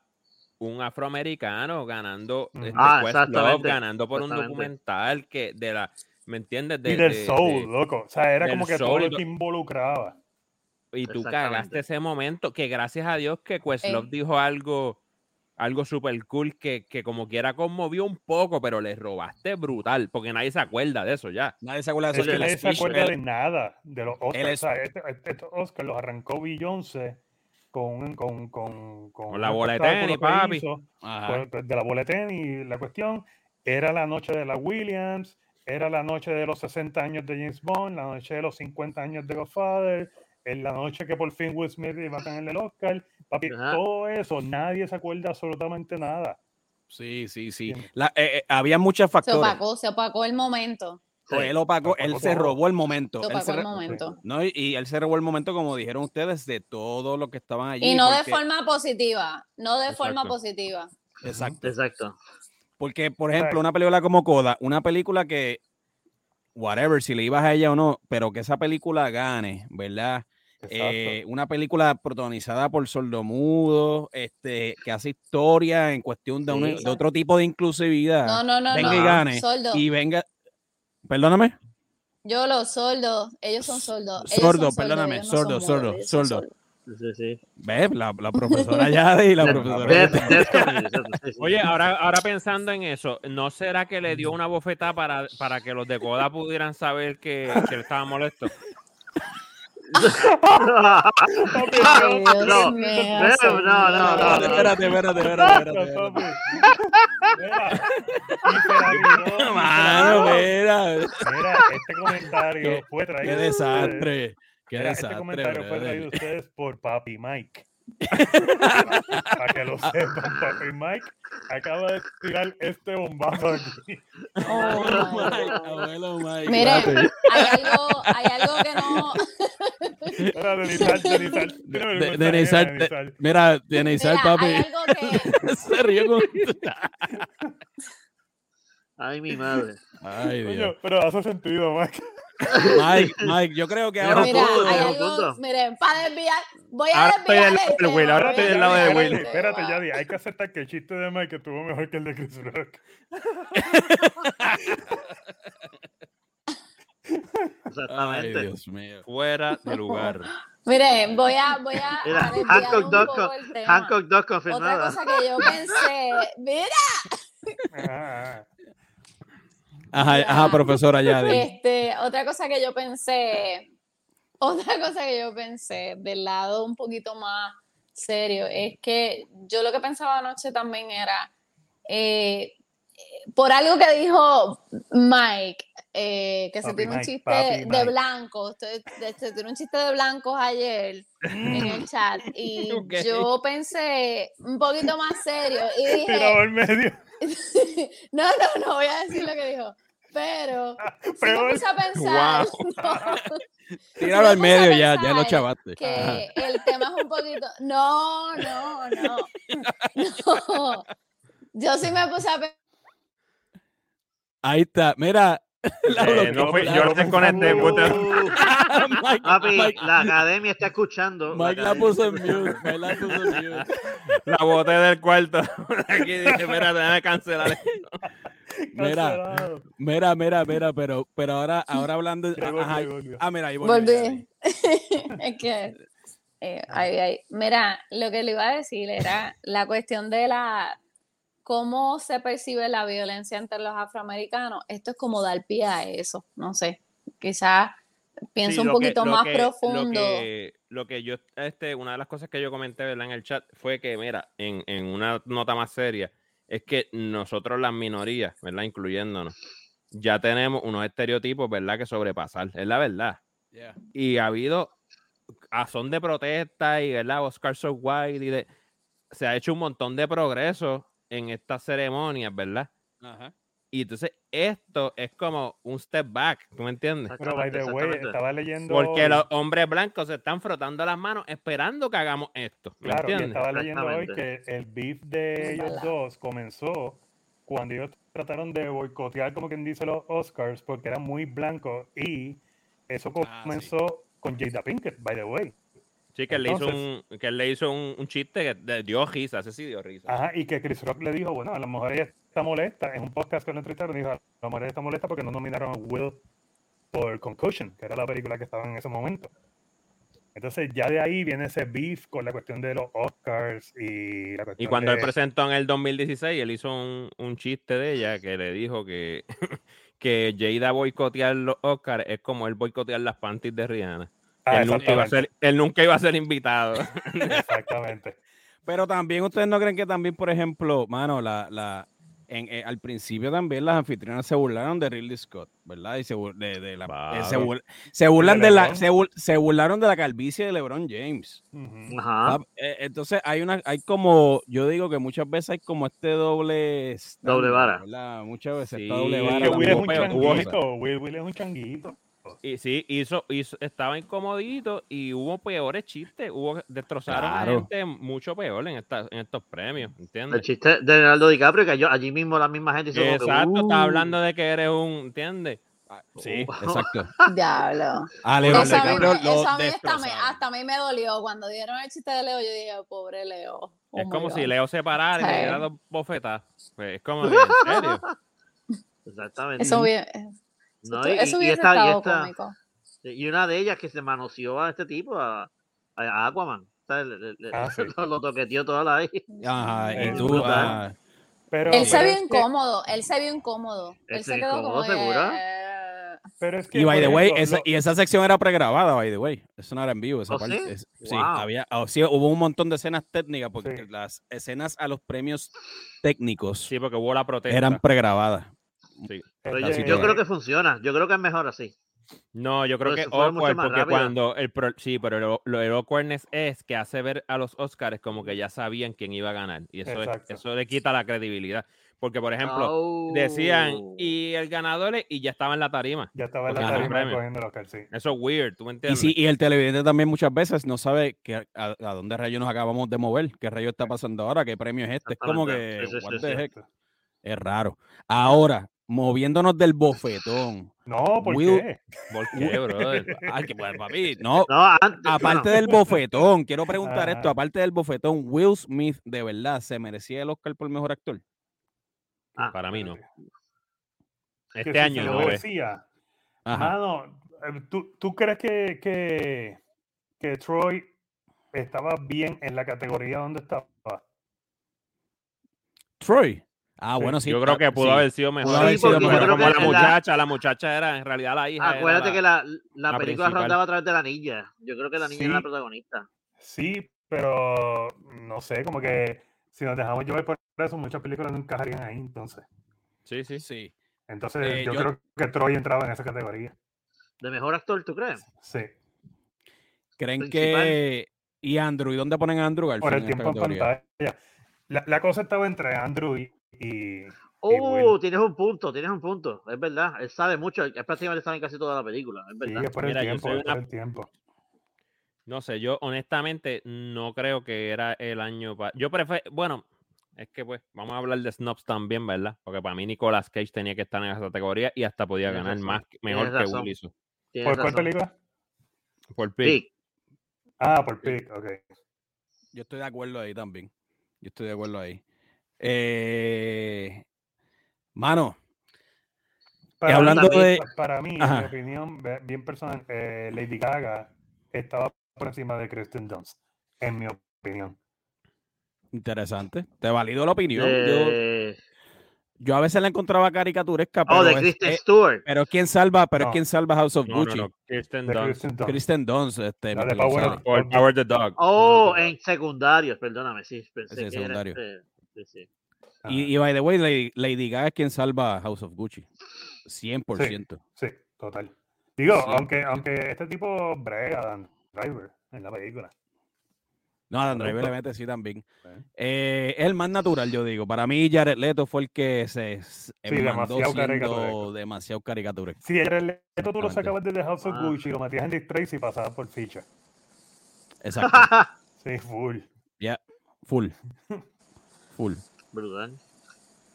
[SPEAKER 1] un afroamericano ganando,
[SPEAKER 2] Ujú.
[SPEAKER 1] este,
[SPEAKER 4] Ah,
[SPEAKER 1] Questlove
[SPEAKER 4] exactamente,
[SPEAKER 1] ganando por un
[SPEAKER 4] exactamente.
[SPEAKER 1] documental que de la, ¿me entiendes? De,
[SPEAKER 2] y del
[SPEAKER 1] de-
[SPEAKER 2] soul,
[SPEAKER 1] de-
[SPEAKER 2] loco. O sea, era
[SPEAKER 1] del
[SPEAKER 2] como que todo
[SPEAKER 1] soul,
[SPEAKER 2] lo que involucraba.
[SPEAKER 1] y tú
[SPEAKER 4] Exactamente.
[SPEAKER 1] cagaste ese momento que gracias a Dios que Questlove
[SPEAKER 5] Ey.
[SPEAKER 1] dijo algo algo super cool que, que como quiera conmovió un poco, pero le robaste brutal, porque nadie se acuerda de eso ya.
[SPEAKER 3] Nadie se acuerda de
[SPEAKER 4] Es
[SPEAKER 3] eso.
[SPEAKER 4] que
[SPEAKER 3] el
[SPEAKER 2] Nadie se
[SPEAKER 3] speech
[SPEAKER 2] acuerda
[SPEAKER 3] que
[SPEAKER 2] de
[SPEAKER 3] él-
[SPEAKER 2] nada de los Oscars.
[SPEAKER 3] Él es-
[SPEAKER 2] O sea, este- este- estos Oscars los arrancó Bill Johnson con, con, con,
[SPEAKER 1] Con la
[SPEAKER 2] un
[SPEAKER 1] bola de
[SPEAKER 2] espectáculo
[SPEAKER 1] tenis,
[SPEAKER 2] que
[SPEAKER 1] papi. Ah.
[SPEAKER 2] hizo,
[SPEAKER 3] Ajá.
[SPEAKER 2] con- de la bola de tenis. La cuestión era la noche de la Williams, era la noche de los 60 años de James Bond, la noche de los 50 años de Godfather, en la noche que por fin Will Smith iba a ganar el Oscar. Papi,
[SPEAKER 4] Ajá.
[SPEAKER 2] todo eso, nadie se acuerda absolutamente nada.
[SPEAKER 3] Sí, sí, sí.
[SPEAKER 2] Bien.
[SPEAKER 3] La- eh, eh, había muchas
[SPEAKER 5] Se
[SPEAKER 3] factores.
[SPEAKER 5] opacó, se opacó el momento.
[SPEAKER 4] Sí.
[SPEAKER 3] Él opacó,
[SPEAKER 2] Opacó
[SPEAKER 3] él se
[SPEAKER 2] todo.
[SPEAKER 3] robó el momento.
[SPEAKER 5] Se
[SPEAKER 3] Él
[SPEAKER 5] opacó
[SPEAKER 3] se
[SPEAKER 5] el
[SPEAKER 3] re-
[SPEAKER 5] momento.
[SPEAKER 3] no, y- y él se robó el momento, como dijeron ustedes, de todos los que estaban allí.
[SPEAKER 5] Y no de
[SPEAKER 3] porque-
[SPEAKER 5] forma positiva, no de forma
[SPEAKER 1] Exacto.
[SPEAKER 5] positiva.
[SPEAKER 3] Exacto.
[SPEAKER 4] Exacto.
[SPEAKER 3] Porque, por
[SPEAKER 2] sea,
[SPEAKER 3] ejemplo, una película como Coda, una película que, whatever, si le ibas a ella o no, pero que esa película gane, ¿verdad? Eh, una película protagonizada por sordomudos, este, que hace historia en cuestión de, un-
[SPEAKER 4] Sí.
[SPEAKER 3] de otro tipo de inclusividad.
[SPEAKER 5] No, no, no,
[SPEAKER 3] Ah. venga
[SPEAKER 5] no.
[SPEAKER 3] y gane.
[SPEAKER 5] Sordo.
[SPEAKER 3] Y venga, perdóname.
[SPEAKER 5] Yo los sordos, ellos son sordos. ellos son
[SPEAKER 3] Sordo,
[SPEAKER 5] sordos,
[SPEAKER 3] perdóname,
[SPEAKER 5] ellos no son
[SPEAKER 3] sordo,
[SPEAKER 5] mudos,
[SPEAKER 3] sordo,
[SPEAKER 5] ellos son
[SPEAKER 3] sordo.
[SPEAKER 5] sordos.
[SPEAKER 4] Sí, sí.
[SPEAKER 3] Ve, la, la profesora Yade y la
[SPEAKER 4] Death-
[SPEAKER 3] profesora.
[SPEAKER 4] Death-
[SPEAKER 3] Yade.
[SPEAKER 4] Death Comedy, exacto, sí, sí.
[SPEAKER 1] Oye, ahora, ahora pensando en eso, ¿no será que le dio una bofetada para, para que los de Coda pudieran saber que, que él estaba molesto?
[SPEAKER 2] Papi,
[SPEAKER 5] Ay,
[SPEAKER 2] no,
[SPEAKER 5] Dios
[SPEAKER 4] No,
[SPEAKER 5] mío,
[SPEAKER 4] no,
[SPEAKER 5] señor.
[SPEAKER 4] no, no, no, no.
[SPEAKER 3] Espérate, espérate, espérate, espérate, espérate.
[SPEAKER 2] papi. Mira, y se la viró, y se la
[SPEAKER 3] Mano, mira,
[SPEAKER 2] Mira, este comentario
[SPEAKER 3] Qué-
[SPEAKER 2] fue traído.
[SPEAKER 3] qué
[SPEAKER 2] de ustedes.
[SPEAKER 3] desastre. Qué
[SPEAKER 2] Mira,
[SPEAKER 3] desastre.
[SPEAKER 2] este comentario fue
[SPEAKER 3] brother.
[SPEAKER 2] traído de ustedes por Papi Mike. Para que lo sepan, Papi Mike acaba de tirar este bombazo aquí.
[SPEAKER 5] Oh,
[SPEAKER 3] Abuelo
[SPEAKER 5] my
[SPEAKER 3] Mike,
[SPEAKER 5] God.
[SPEAKER 3] abuelo Mike,
[SPEAKER 5] Mire,
[SPEAKER 3] espérate.
[SPEAKER 5] hay algo, hay algo que no.
[SPEAKER 2] Mira, Denizal, Denizal. tírame el
[SPEAKER 3] De-
[SPEAKER 2] mensaje,
[SPEAKER 3] Denizal, te-
[SPEAKER 2] Denizal.
[SPEAKER 3] Mira, Denizal,
[SPEAKER 5] Mira,
[SPEAKER 3] papi,
[SPEAKER 5] hay algo que.
[SPEAKER 3] se rió con...
[SPEAKER 4] Ay, mi madre.
[SPEAKER 3] Ay, Dios.
[SPEAKER 2] Coño, pero hace sentido, Mike.
[SPEAKER 3] Mike, Mike, yo creo que
[SPEAKER 4] Mira,
[SPEAKER 3] ahora...
[SPEAKER 5] Mira,
[SPEAKER 4] todo,
[SPEAKER 5] hay
[SPEAKER 4] todo,
[SPEAKER 5] algo.
[SPEAKER 4] todo.
[SPEAKER 5] Miren, para desviar. Voy a
[SPEAKER 1] Ahora estoy
[SPEAKER 5] desviar.
[SPEAKER 1] del lado del Will, ahora
[SPEAKER 5] el tema, voy
[SPEAKER 1] estoy
[SPEAKER 5] a
[SPEAKER 1] del lado de
[SPEAKER 5] desviar
[SPEAKER 1] Will.
[SPEAKER 5] el
[SPEAKER 2] Espérate,
[SPEAKER 5] tema.
[SPEAKER 2] Yadi, hay que aceptar que el chiste de Mike estuvo mejor que el de Chris Rock.
[SPEAKER 3] Ay,
[SPEAKER 4] Exactamente.
[SPEAKER 3] Dios mío.
[SPEAKER 1] Fuera de lugar.
[SPEAKER 5] Miren, voy a, voy a,
[SPEAKER 4] Mira,
[SPEAKER 5] a desviar
[SPEAKER 4] Hancock
[SPEAKER 5] un
[SPEAKER 4] Duck
[SPEAKER 5] poco
[SPEAKER 4] con-
[SPEAKER 5] el tema.
[SPEAKER 4] Hancock Dog
[SPEAKER 5] Otra
[SPEAKER 4] confirmada.
[SPEAKER 5] cosa que yo pensé, mira,
[SPEAKER 2] Ah,
[SPEAKER 3] Ajá, ajá, profesora Yadi.
[SPEAKER 5] este, otra cosa que yo pensé, otra cosa que yo pensé del lado un poquito más serio, es que yo lo que pensaba anoche también era, eh, por algo que dijo Mike, eh, que se
[SPEAKER 2] Papi
[SPEAKER 5] tiene un
[SPEAKER 2] Mike,
[SPEAKER 5] chiste
[SPEAKER 2] papi
[SPEAKER 5] de
[SPEAKER 2] Mike.
[SPEAKER 5] blancos, se, este, se tiene un chiste de blancos ayer en el chat y
[SPEAKER 1] Ok.
[SPEAKER 5] yo pensé un poquito más serio y dije...
[SPEAKER 2] tirado al medio.
[SPEAKER 5] no, no, no voy a decir lo que dijo. Pero sí me
[SPEAKER 2] Peor.
[SPEAKER 5] puse a pensar no,
[SPEAKER 3] Tíralo al
[SPEAKER 5] me puse a
[SPEAKER 3] medio ya, ya
[SPEAKER 5] pensar
[SPEAKER 3] lo chavaste.
[SPEAKER 5] que
[SPEAKER 3] Ajá.
[SPEAKER 5] el tema es un poquito. No, no, no. No. Yo sí me puse a pensar.
[SPEAKER 3] Ahí está, mira. la
[SPEAKER 1] Eh,
[SPEAKER 3] bloqueó,
[SPEAKER 1] no fui-
[SPEAKER 3] la
[SPEAKER 1] yo la
[SPEAKER 3] bloqueó.
[SPEAKER 1] desconecté, puta.
[SPEAKER 3] Mike,
[SPEAKER 4] Papi,
[SPEAKER 3] Mike,
[SPEAKER 4] la academia está escuchando.
[SPEAKER 3] Mike la
[SPEAKER 4] academia
[SPEAKER 3] puso en
[SPEAKER 4] está
[SPEAKER 3] mute. Mike la puso en mute.
[SPEAKER 1] La boté del cuarto. Aquí dije, espérate, déjame cancelar. esto".
[SPEAKER 3] Mira,
[SPEAKER 2] Cancelado.
[SPEAKER 3] mira, mira, mira, pero, pero ahora, ahora hablando.
[SPEAKER 2] Llegó,
[SPEAKER 3] ajá,
[SPEAKER 2] llegó, llegó.
[SPEAKER 3] ah, mira, ahí volvió
[SPEAKER 5] Volví.
[SPEAKER 3] Yadi.
[SPEAKER 5] es que Eh, ahí, ahí. Mira, lo que le iba a decir era la cuestión de la cómo se percibe la violencia entre los afroamericanos. Esto es como dar pie a eso, no sé. Quizás
[SPEAKER 1] Sí,
[SPEAKER 5] pienso un
[SPEAKER 1] lo que-
[SPEAKER 5] poquito
[SPEAKER 1] lo
[SPEAKER 5] más
[SPEAKER 1] que-
[SPEAKER 5] profundo.
[SPEAKER 1] Lo que, lo que yo, este, una de las cosas que yo comenté ¿verdad? en el chat fue que, mira, en, en una nota más seria, es que nosotros las minorías, ¿verdad? Incluyéndonos, ya tenemos unos estereotipos, ¿verdad? Que sobrepasar, es la verdad.
[SPEAKER 3] Yeah.
[SPEAKER 1] Y ha habido a son de protesta y, ¿verdad? Oscar So White y de- se ha hecho un montón de progreso en estas ceremonias, ¿verdad?
[SPEAKER 3] Ajá.
[SPEAKER 1] Y entonces esto es como un step back, ¿tú me entiendes?
[SPEAKER 2] Pero, by the way,
[SPEAKER 4] Exactamente.
[SPEAKER 2] estaba leyendo.
[SPEAKER 1] Porque los hombres blancos se están frotando las manos esperando que hagamos esto. ¿Me
[SPEAKER 2] Claro, y
[SPEAKER 1] entiendes?
[SPEAKER 2] estaba leyendo hoy que
[SPEAKER 4] Exactamente.
[SPEAKER 2] el beef de ellos
[SPEAKER 5] Ojalá.
[SPEAKER 2] dos comenzó cuando ellos trataron de boicotear, como quien dice, los Oscars porque eran muy blancos y eso
[SPEAKER 3] Ah,
[SPEAKER 2] comenzó con Jada Pinkett, by the way.
[SPEAKER 1] Sí, que él le hizo,
[SPEAKER 2] entonces-
[SPEAKER 1] un, que él le hizo un, un chiste que de- dio risa, ese sí dio risa.
[SPEAKER 2] Ajá, y que Chris Rock le dijo, bueno, a lo mejor ella está molesta, en un podcast que lo entrevistaron, dijo, a lo mejor ella está molesta porque no nominaron a Will por Concussion, que era la película que estaba en ese momento. Entonces ya de ahí viene ese beef con la cuestión de los Oscars y la
[SPEAKER 1] Y
[SPEAKER 2] cuestión
[SPEAKER 1] cuando él
[SPEAKER 2] de-
[SPEAKER 1] presentó en el 2016, él hizo un, un chiste de ella que le dijo que, que Jada boicotear los Oscars es como él boicotear las panties de Rihanna.
[SPEAKER 2] Ah,
[SPEAKER 1] él, nunca iba a ser, él nunca iba a ser invitado.
[SPEAKER 2] Exactamente.
[SPEAKER 3] Pero también ustedes no creen que también, por ejemplo, mano, la, la, en- eh, al principio también las anfitrionas se burlaron de Ridley Scott, ¿verdad? Y se, bur- de, de la, eh, se,
[SPEAKER 1] Claro.
[SPEAKER 3] bur- se burlan
[SPEAKER 2] De
[SPEAKER 3] de la,
[SPEAKER 2] LeBron.
[SPEAKER 3] se, bur- se burlaron de la calvicie de LeBron James.
[SPEAKER 2] Ujú.
[SPEAKER 4] Ajá.
[SPEAKER 3] Ah, eh, Entonces hay una, hay como, yo digo que muchas veces hay como este doble estándar,
[SPEAKER 4] Doble vara.
[SPEAKER 3] ¿verdad? Muchas veces
[SPEAKER 1] Sí,
[SPEAKER 3] esta doble
[SPEAKER 1] es
[SPEAKER 3] vara.
[SPEAKER 2] Que Will es un
[SPEAKER 1] Hubo- hubo-
[SPEAKER 2] changuito. Will, Will es un changuito.
[SPEAKER 1] Y sí, hizo, hizo, estaba incomodito y hubo peores chistes. Hubo, destrozaron a
[SPEAKER 3] Claro.
[SPEAKER 1] gente mucho peor en, esta- en estos premios,
[SPEAKER 4] El
[SPEAKER 1] ¿entiendes?
[SPEAKER 4] chiste de Leonardo DiCaprio que yo- allí mismo la misma gente hizo como que,
[SPEAKER 1] Exacto,
[SPEAKER 4] "Uh". Oh.
[SPEAKER 1] está hablando de que eres un, ¿entiendes? Ah,
[SPEAKER 3] Sí, exacto.
[SPEAKER 5] Diablo.
[SPEAKER 3] A
[SPEAKER 5] Eso
[SPEAKER 3] Leonardo
[SPEAKER 5] a mí,
[SPEAKER 3] DiCaprio
[SPEAKER 5] me-
[SPEAKER 3] lo
[SPEAKER 5] eso a mí hasta, me,
[SPEAKER 3] destrozaron.
[SPEAKER 5] hasta a mí me dolió. Cuando dieron el chiste de Leo, yo dije, pobre Leo. Oh
[SPEAKER 1] es
[SPEAKER 5] my
[SPEAKER 1] como
[SPEAKER 5] God.
[SPEAKER 1] si Leo se parara y
[SPEAKER 5] Sí.
[SPEAKER 1] le diera dos bofetadas. Pues, es como, de, ¿en serio?
[SPEAKER 4] "Uh". Exactamente.
[SPEAKER 5] Eso, hubie-
[SPEAKER 4] No, y, y-
[SPEAKER 5] eso
[SPEAKER 4] y
[SPEAKER 5] hubiese
[SPEAKER 4] esta- y
[SPEAKER 5] estado
[SPEAKER 4] esta-
[SPEAKER 5] cómico.
[SPEAKER 4] y una de ellas que se manoseó a este tipo, a, a- a Aquaman. O sea, le- le- le-
[SPEAKER 2] Ah, sí.
[SPEAKER 4] lo, lo toqueteó toda la ahí.
[SPEAKER 3] Ajá, y
[SPEAKER 2] Es
[SPEAKER 3] tú,
[SPEAKER 4] brutal.
[SPEAKER 3] ah,
[SPEAKER 2] Pero,
[SPEAKER 5] Él se
[SPEAKER 2] pero
[SPEAKER 5] vio
[SPEAKER 2] es que-
[SPEAKER 5] incómodo, él se vio incómodo.
[SPEAKER 4] Él
[SPEAKER 5] Él
[SPEAKER 4] se
[SPEAKER 5] se quedó
[SPEAKER 4] incomodó,
[SPEAKER 5] como que,
[SPEAKER 4] ¿segura?
[SPEAKER 2] pero es que,
[SPEAKER 3] Y by
[SPEAKER 2] por
[SPEAKER 3] the way,
[SPEAKER 2] ejemplo,
[SPEAKER 3] esa,
[SPEAKER 2] lo- este,
[SPEAKER 3] y esa sección era pregrabada, by the way. Eso no era en vivo, esa
[SPEAKER 4] ¿Oh,
[SPEAKER 3] parte.
[SPEAKER 4] sí?
[SPEAKER 3] es- sí,
[SPEAKER 4] Wow.
[SPEAKER 3] había, ah, sí, hubo un montón de escenas técnicas, porque
[SPEAKER 2] Sí.
[SPEAKER 3] las escenas a los premios técnicos
[SPEAKER 1] Sí, porque hubo la protesta.
[SPEAKER 3] eran pregrabadas.
[SPEAKER 1] Sí.
[SPEAKER 4] Pero
[SPEAKER 3] Así
[SPEAKER 4] yo,
[SPEAKER 3] que-
[SPEAKER 4] yo creo que funciona. Yo creo que es mejor así.
[SPEAKER 1] No, yo creo
[SPEAKER 4] Pero
[SPEAKER 1] que
[SPEAKER 4] se fueron mucho
[SPEAKER 1] awkward,
[SPEAKER 4] más
[SPEAKER 1] porque
[SPEAKER 4] rápido.
[SPEAKER 1] cuando el pro- sí, pero lo, lo del awkwardness es que hace ver a los Oscars como que ya sabían quién iba a ganar. Y eso, es-
[SPEAKER 2] Exacto.
[SPEAKER 1] eso le quita la credibilidad. Porque, por ejemplo, decían
[SPEAKER 4] Oh.
[SPEAKER 1] y el ganador es- y ya estaba en la tarima.
[SPEAKER 2] ya estaba en la
[SPEAKER 1] Ajá.
[SPEAKER 2] tarima
[SPEAKER 1] Premio.
[SPEAKER 2] cogiendo los Oscar, sí.
[SPEAKER 1] Eso es weird, ¿tú me
[SPEAKER 3] Y,
[SPEAKER 1] entiendes?
[SPEAKER 3] sí, y el televidente también muchas veces no sabe que, a, a dónde rayo nos acabamos de mover, qué rayo está pasando ahora, qué premio es este. Es como que
[SPEAKER 4] Exactamente. Sí, sí,
[SPEAKER 3] what
[SPEAKER 4] sí,
[SPEAKER 3] the
[SPEAKER 4] sí.
[SPEAKER 3] heck, es raro. Ahora, moviéndonos del bofetón.
[SPEAKER 2] No, ¿por
[SPEAKER 3] Will-
[SPEAKER 2] qué?
[SPEAKER 1] ¿Por qué, brother?
[SPEAKER 3] Ay, que, bueno, papi, no,
[SPEAKER 4] No, antes,
[SPEAKER 3] Aparte
[SPEAKER 4] bueno,
[SPEAKER 3] del bofetón, quiero preguntar esto,
[SPEAKER 2] Ajá.
[SPEAKER 3] aparte del bofetón, Will Smith, ¿de verdad se merecía el Oscar por mejor actor?
[SPEAKER 4] Ah,
[SPEAKER 1] Para mí no.
[SPEAKER 2] Que
[SPEAKER 1] Este
[SPEAKER 2] si
[SPEAKER 1] año
[SPEAKER 2] se
[SPEAKER 1] no,
[SPEAKER 2] lo
[SPEAKER 1] güey.
[SPEAKER 2] decía,
[SPEAKER 3] Ajá.
[SPEAKER 2] Mano, eh, ¿tú, tú crees que, que, que Troy estaba bien en la categoría donde estaba?
[SPEAKER 3] Troy. Ah,
[SPEAKER 2] Sí,
[SPEAKER 3] bueno, sí.
[SPEAKER 1] yo creo
[SPEAKER 3] está-
[SPEAKER 1] que pudo
[SPEAKER 3] sí.
[SPEAKER 1] haber sido mejor.
[SPEAKER 3] haber
[SPEAKER 1] Sí,
[SPEAKER 3] sido
[SPEAKER 1] porque
[SPEAKER 3] mejor.
[SPEAKER 1] pero como
[SPEAKER 4] Yo
[SPEAKER 1] la
[SPEAKER 4] creo que la-
[SPEAKER 1] muchacha, la muchacha era en realidad la hija. era
[SPEAKER 4] acuérdate
[SPEAKER 1] la-
[SPEAKER 4] que la, la
[SPEAKER 1] la
[SPEAKER 4] película
[SPEAKER 1] principal.
[SPEAKER 4] rondaba a través de la niña. Yo creo que la niña
[SPEAKER 2] Sí.
[SPEAKER 4] era la protagonista.
[SPEAKER 2] Sí, pero no sé, como que si nos dejamos llevar por eso, muchas películas no encajarían ahí entonces.
[SPEAKER 1] Sí, sí.
[SPEAKER 3] Sí.
[SPEAKER 2] Entonces
[SPEAKER 3] Eh,
[SPEAKER 2] yo,
[SPEAKER 3] yo-
[SPEAKER 2] creo que Troy entraba en esa categoría.
[SPEAKER 4] ¿De mejor actor, tú crees?
[SPEAKER 2] Sí,
[SPEAKER 3] ¿Creen
[SPEAKER 4] Principal.
[SPEAKER 3] que... ¿Y Andrew? ¿Y dónde ponen a Andrew Garfield
[SPEAKER 2] por el
[SPEAKER 3] en esta
[SPEAKER 2] tiempo en
[SPEAKER 3] categoría?
[SPEAKER 2] pantalla. La, la cosa estaba entre Andrew y... y-
[SPEAKER 4] Oh,
[SPEAKER 2] Will.
[SPEAKER 4] tienes un punto, tienes un punto. Es verdad, él sabe mucho. Él prácticamente sabe en casi toda la película. Es
[SPEAKER 2] y
[SPEAKER 4] verdad.
[SPEAKER 2] es por el
[SPEAKER 1] Mira, yo
[SPEAKER 2] tiempo,
[SPEAKER 1] soy
[SPEAKER 2] es
[SPEAKER 1] una-
[SPEAKER 2] por el tiempo.
[SPEAKER 1] No sé, yo honestamente no creo que era el año para. Yo prefiero. Bueno, es que pues vamos a hablar de Snobs también, ¿verdad? Porque para mí Nicolas Cage tenía que estar en esa categoría y hasta podía
[SPEAKER 4] Tienes
[SPEAKER 1] ganar
[SPEAKER 4] razón,
[SPEAKER 1] más, mejor
[SPEAKER 4] tienes
[SPEAKER 1] que
[SPEAKER 4] razón.
[SPEAKER 1] Will hizo.
[SPEAKER 4] Tienes
[SPEAKER 2] ¿Por cuál
[SPEAKER 4] razón.
[SPEAKER 2] película?
[SPEAKER 1] Por Pig.
[SPEAKER 4] Sí,
[SPEAKER 2] Ah, por Pig, ok.
[SPEAKER 3] Yo estoy de acuerdo ahí también. Yo estoy de acuerdo ahí. Eh, Mano,
[SPEAKER 2] Para
[SPEAKER 3] hablando
[SPEAKER 2] mí,
[SPEAKER 3] de-
[SPEAKER 2] pa- para mí, en
[SPEAKER 3] Ajá.
[SPEAKER 2] mi opinión, ve- bien personal, eh, Lady Gaga estaba por encima de Kristen Dunst, en mi opinión.
[SPEAKER 3] Interesante. Te valido la opinión. Yo,
[SPEAKER 4] Eh,
[SPEAKER 3] yo a veces la encontraba caricaturesca, pero,
[SPEAKER 4] oh, de
[SPEAKER 3] es-
[SPEAKER 4] Kristen
[SPEAKER 3] eh,
[SPEAKER 4] Stewart.
[SPEAKER 3] pero es quien salva, pero
[SPEAKER 2] No.
[SPEAKER 3] es quien salva House of
[SPEAKER 1] No, no,
[SPEAKER 3] Gucci.
[SPEAKER 1] no. Kirsten
[SPEAKER 2] De
[SPEAKER 1] Dunst.
[SPEAKER 2] Kristen Dunst.
[SPEAKER 3] Kristen Dunst, este,
[SPEAKER 2] La de
[SPEAKER 3] Mr.
[SPEAKER 2] Power
[SPEAKER 3] Lozano.
[SPEAKER 1] Or Power the Dog.
[SPEAKER 4] Oh, en secundarios, perdóname, sí, pensé
[SPEAKER 3] Sí,
[SPEAKER 4] que era,
[SPEAKER 3] secundario.
[SPEAKER 4] eh, sí, sí.
[SPEAKER 2] Ah,
[SPEAKER 3] y, y by the way, Lady, Lady Gaga es quien salva House of Gucci. 100%.
[SPEAKER 2] Sí, total. Digo,
[SPEAKER 3] Sí.
[SPEAKER 2] aunque, aunque este tipo brega a Dan Driver en la película.
[SPEAKER 3] No, Adam Driver le mete sí también.
[SPEAKER 2] Ok.
[SPEAKER 3] Eh, es el más natural, yo digo. Para mí, Jared Leto fue el que se se mandó
[SPEAKER 2] demasiado
[SPEAKER 3] siendo
[SPEAKER 2] caricaturesco.
[SPEAKER 3] demasiado caricaturesco.
[SPEAKER 2] Si eres leto, tú lo
[SPEAKER 3] Exactamente.
[SPEAKER 2] sacabas de The House of
[SPEAKER 4] Ah.
[SPEAKER 2] Gucci, lo metías en Dick Tracy y pasabas por ficha.
[SPEAKER 3] Exacto.
[SPEAKER 2] Sí, full.
[SPEAKER 3] Full. Full.
[SPEAKER 4] Brutal.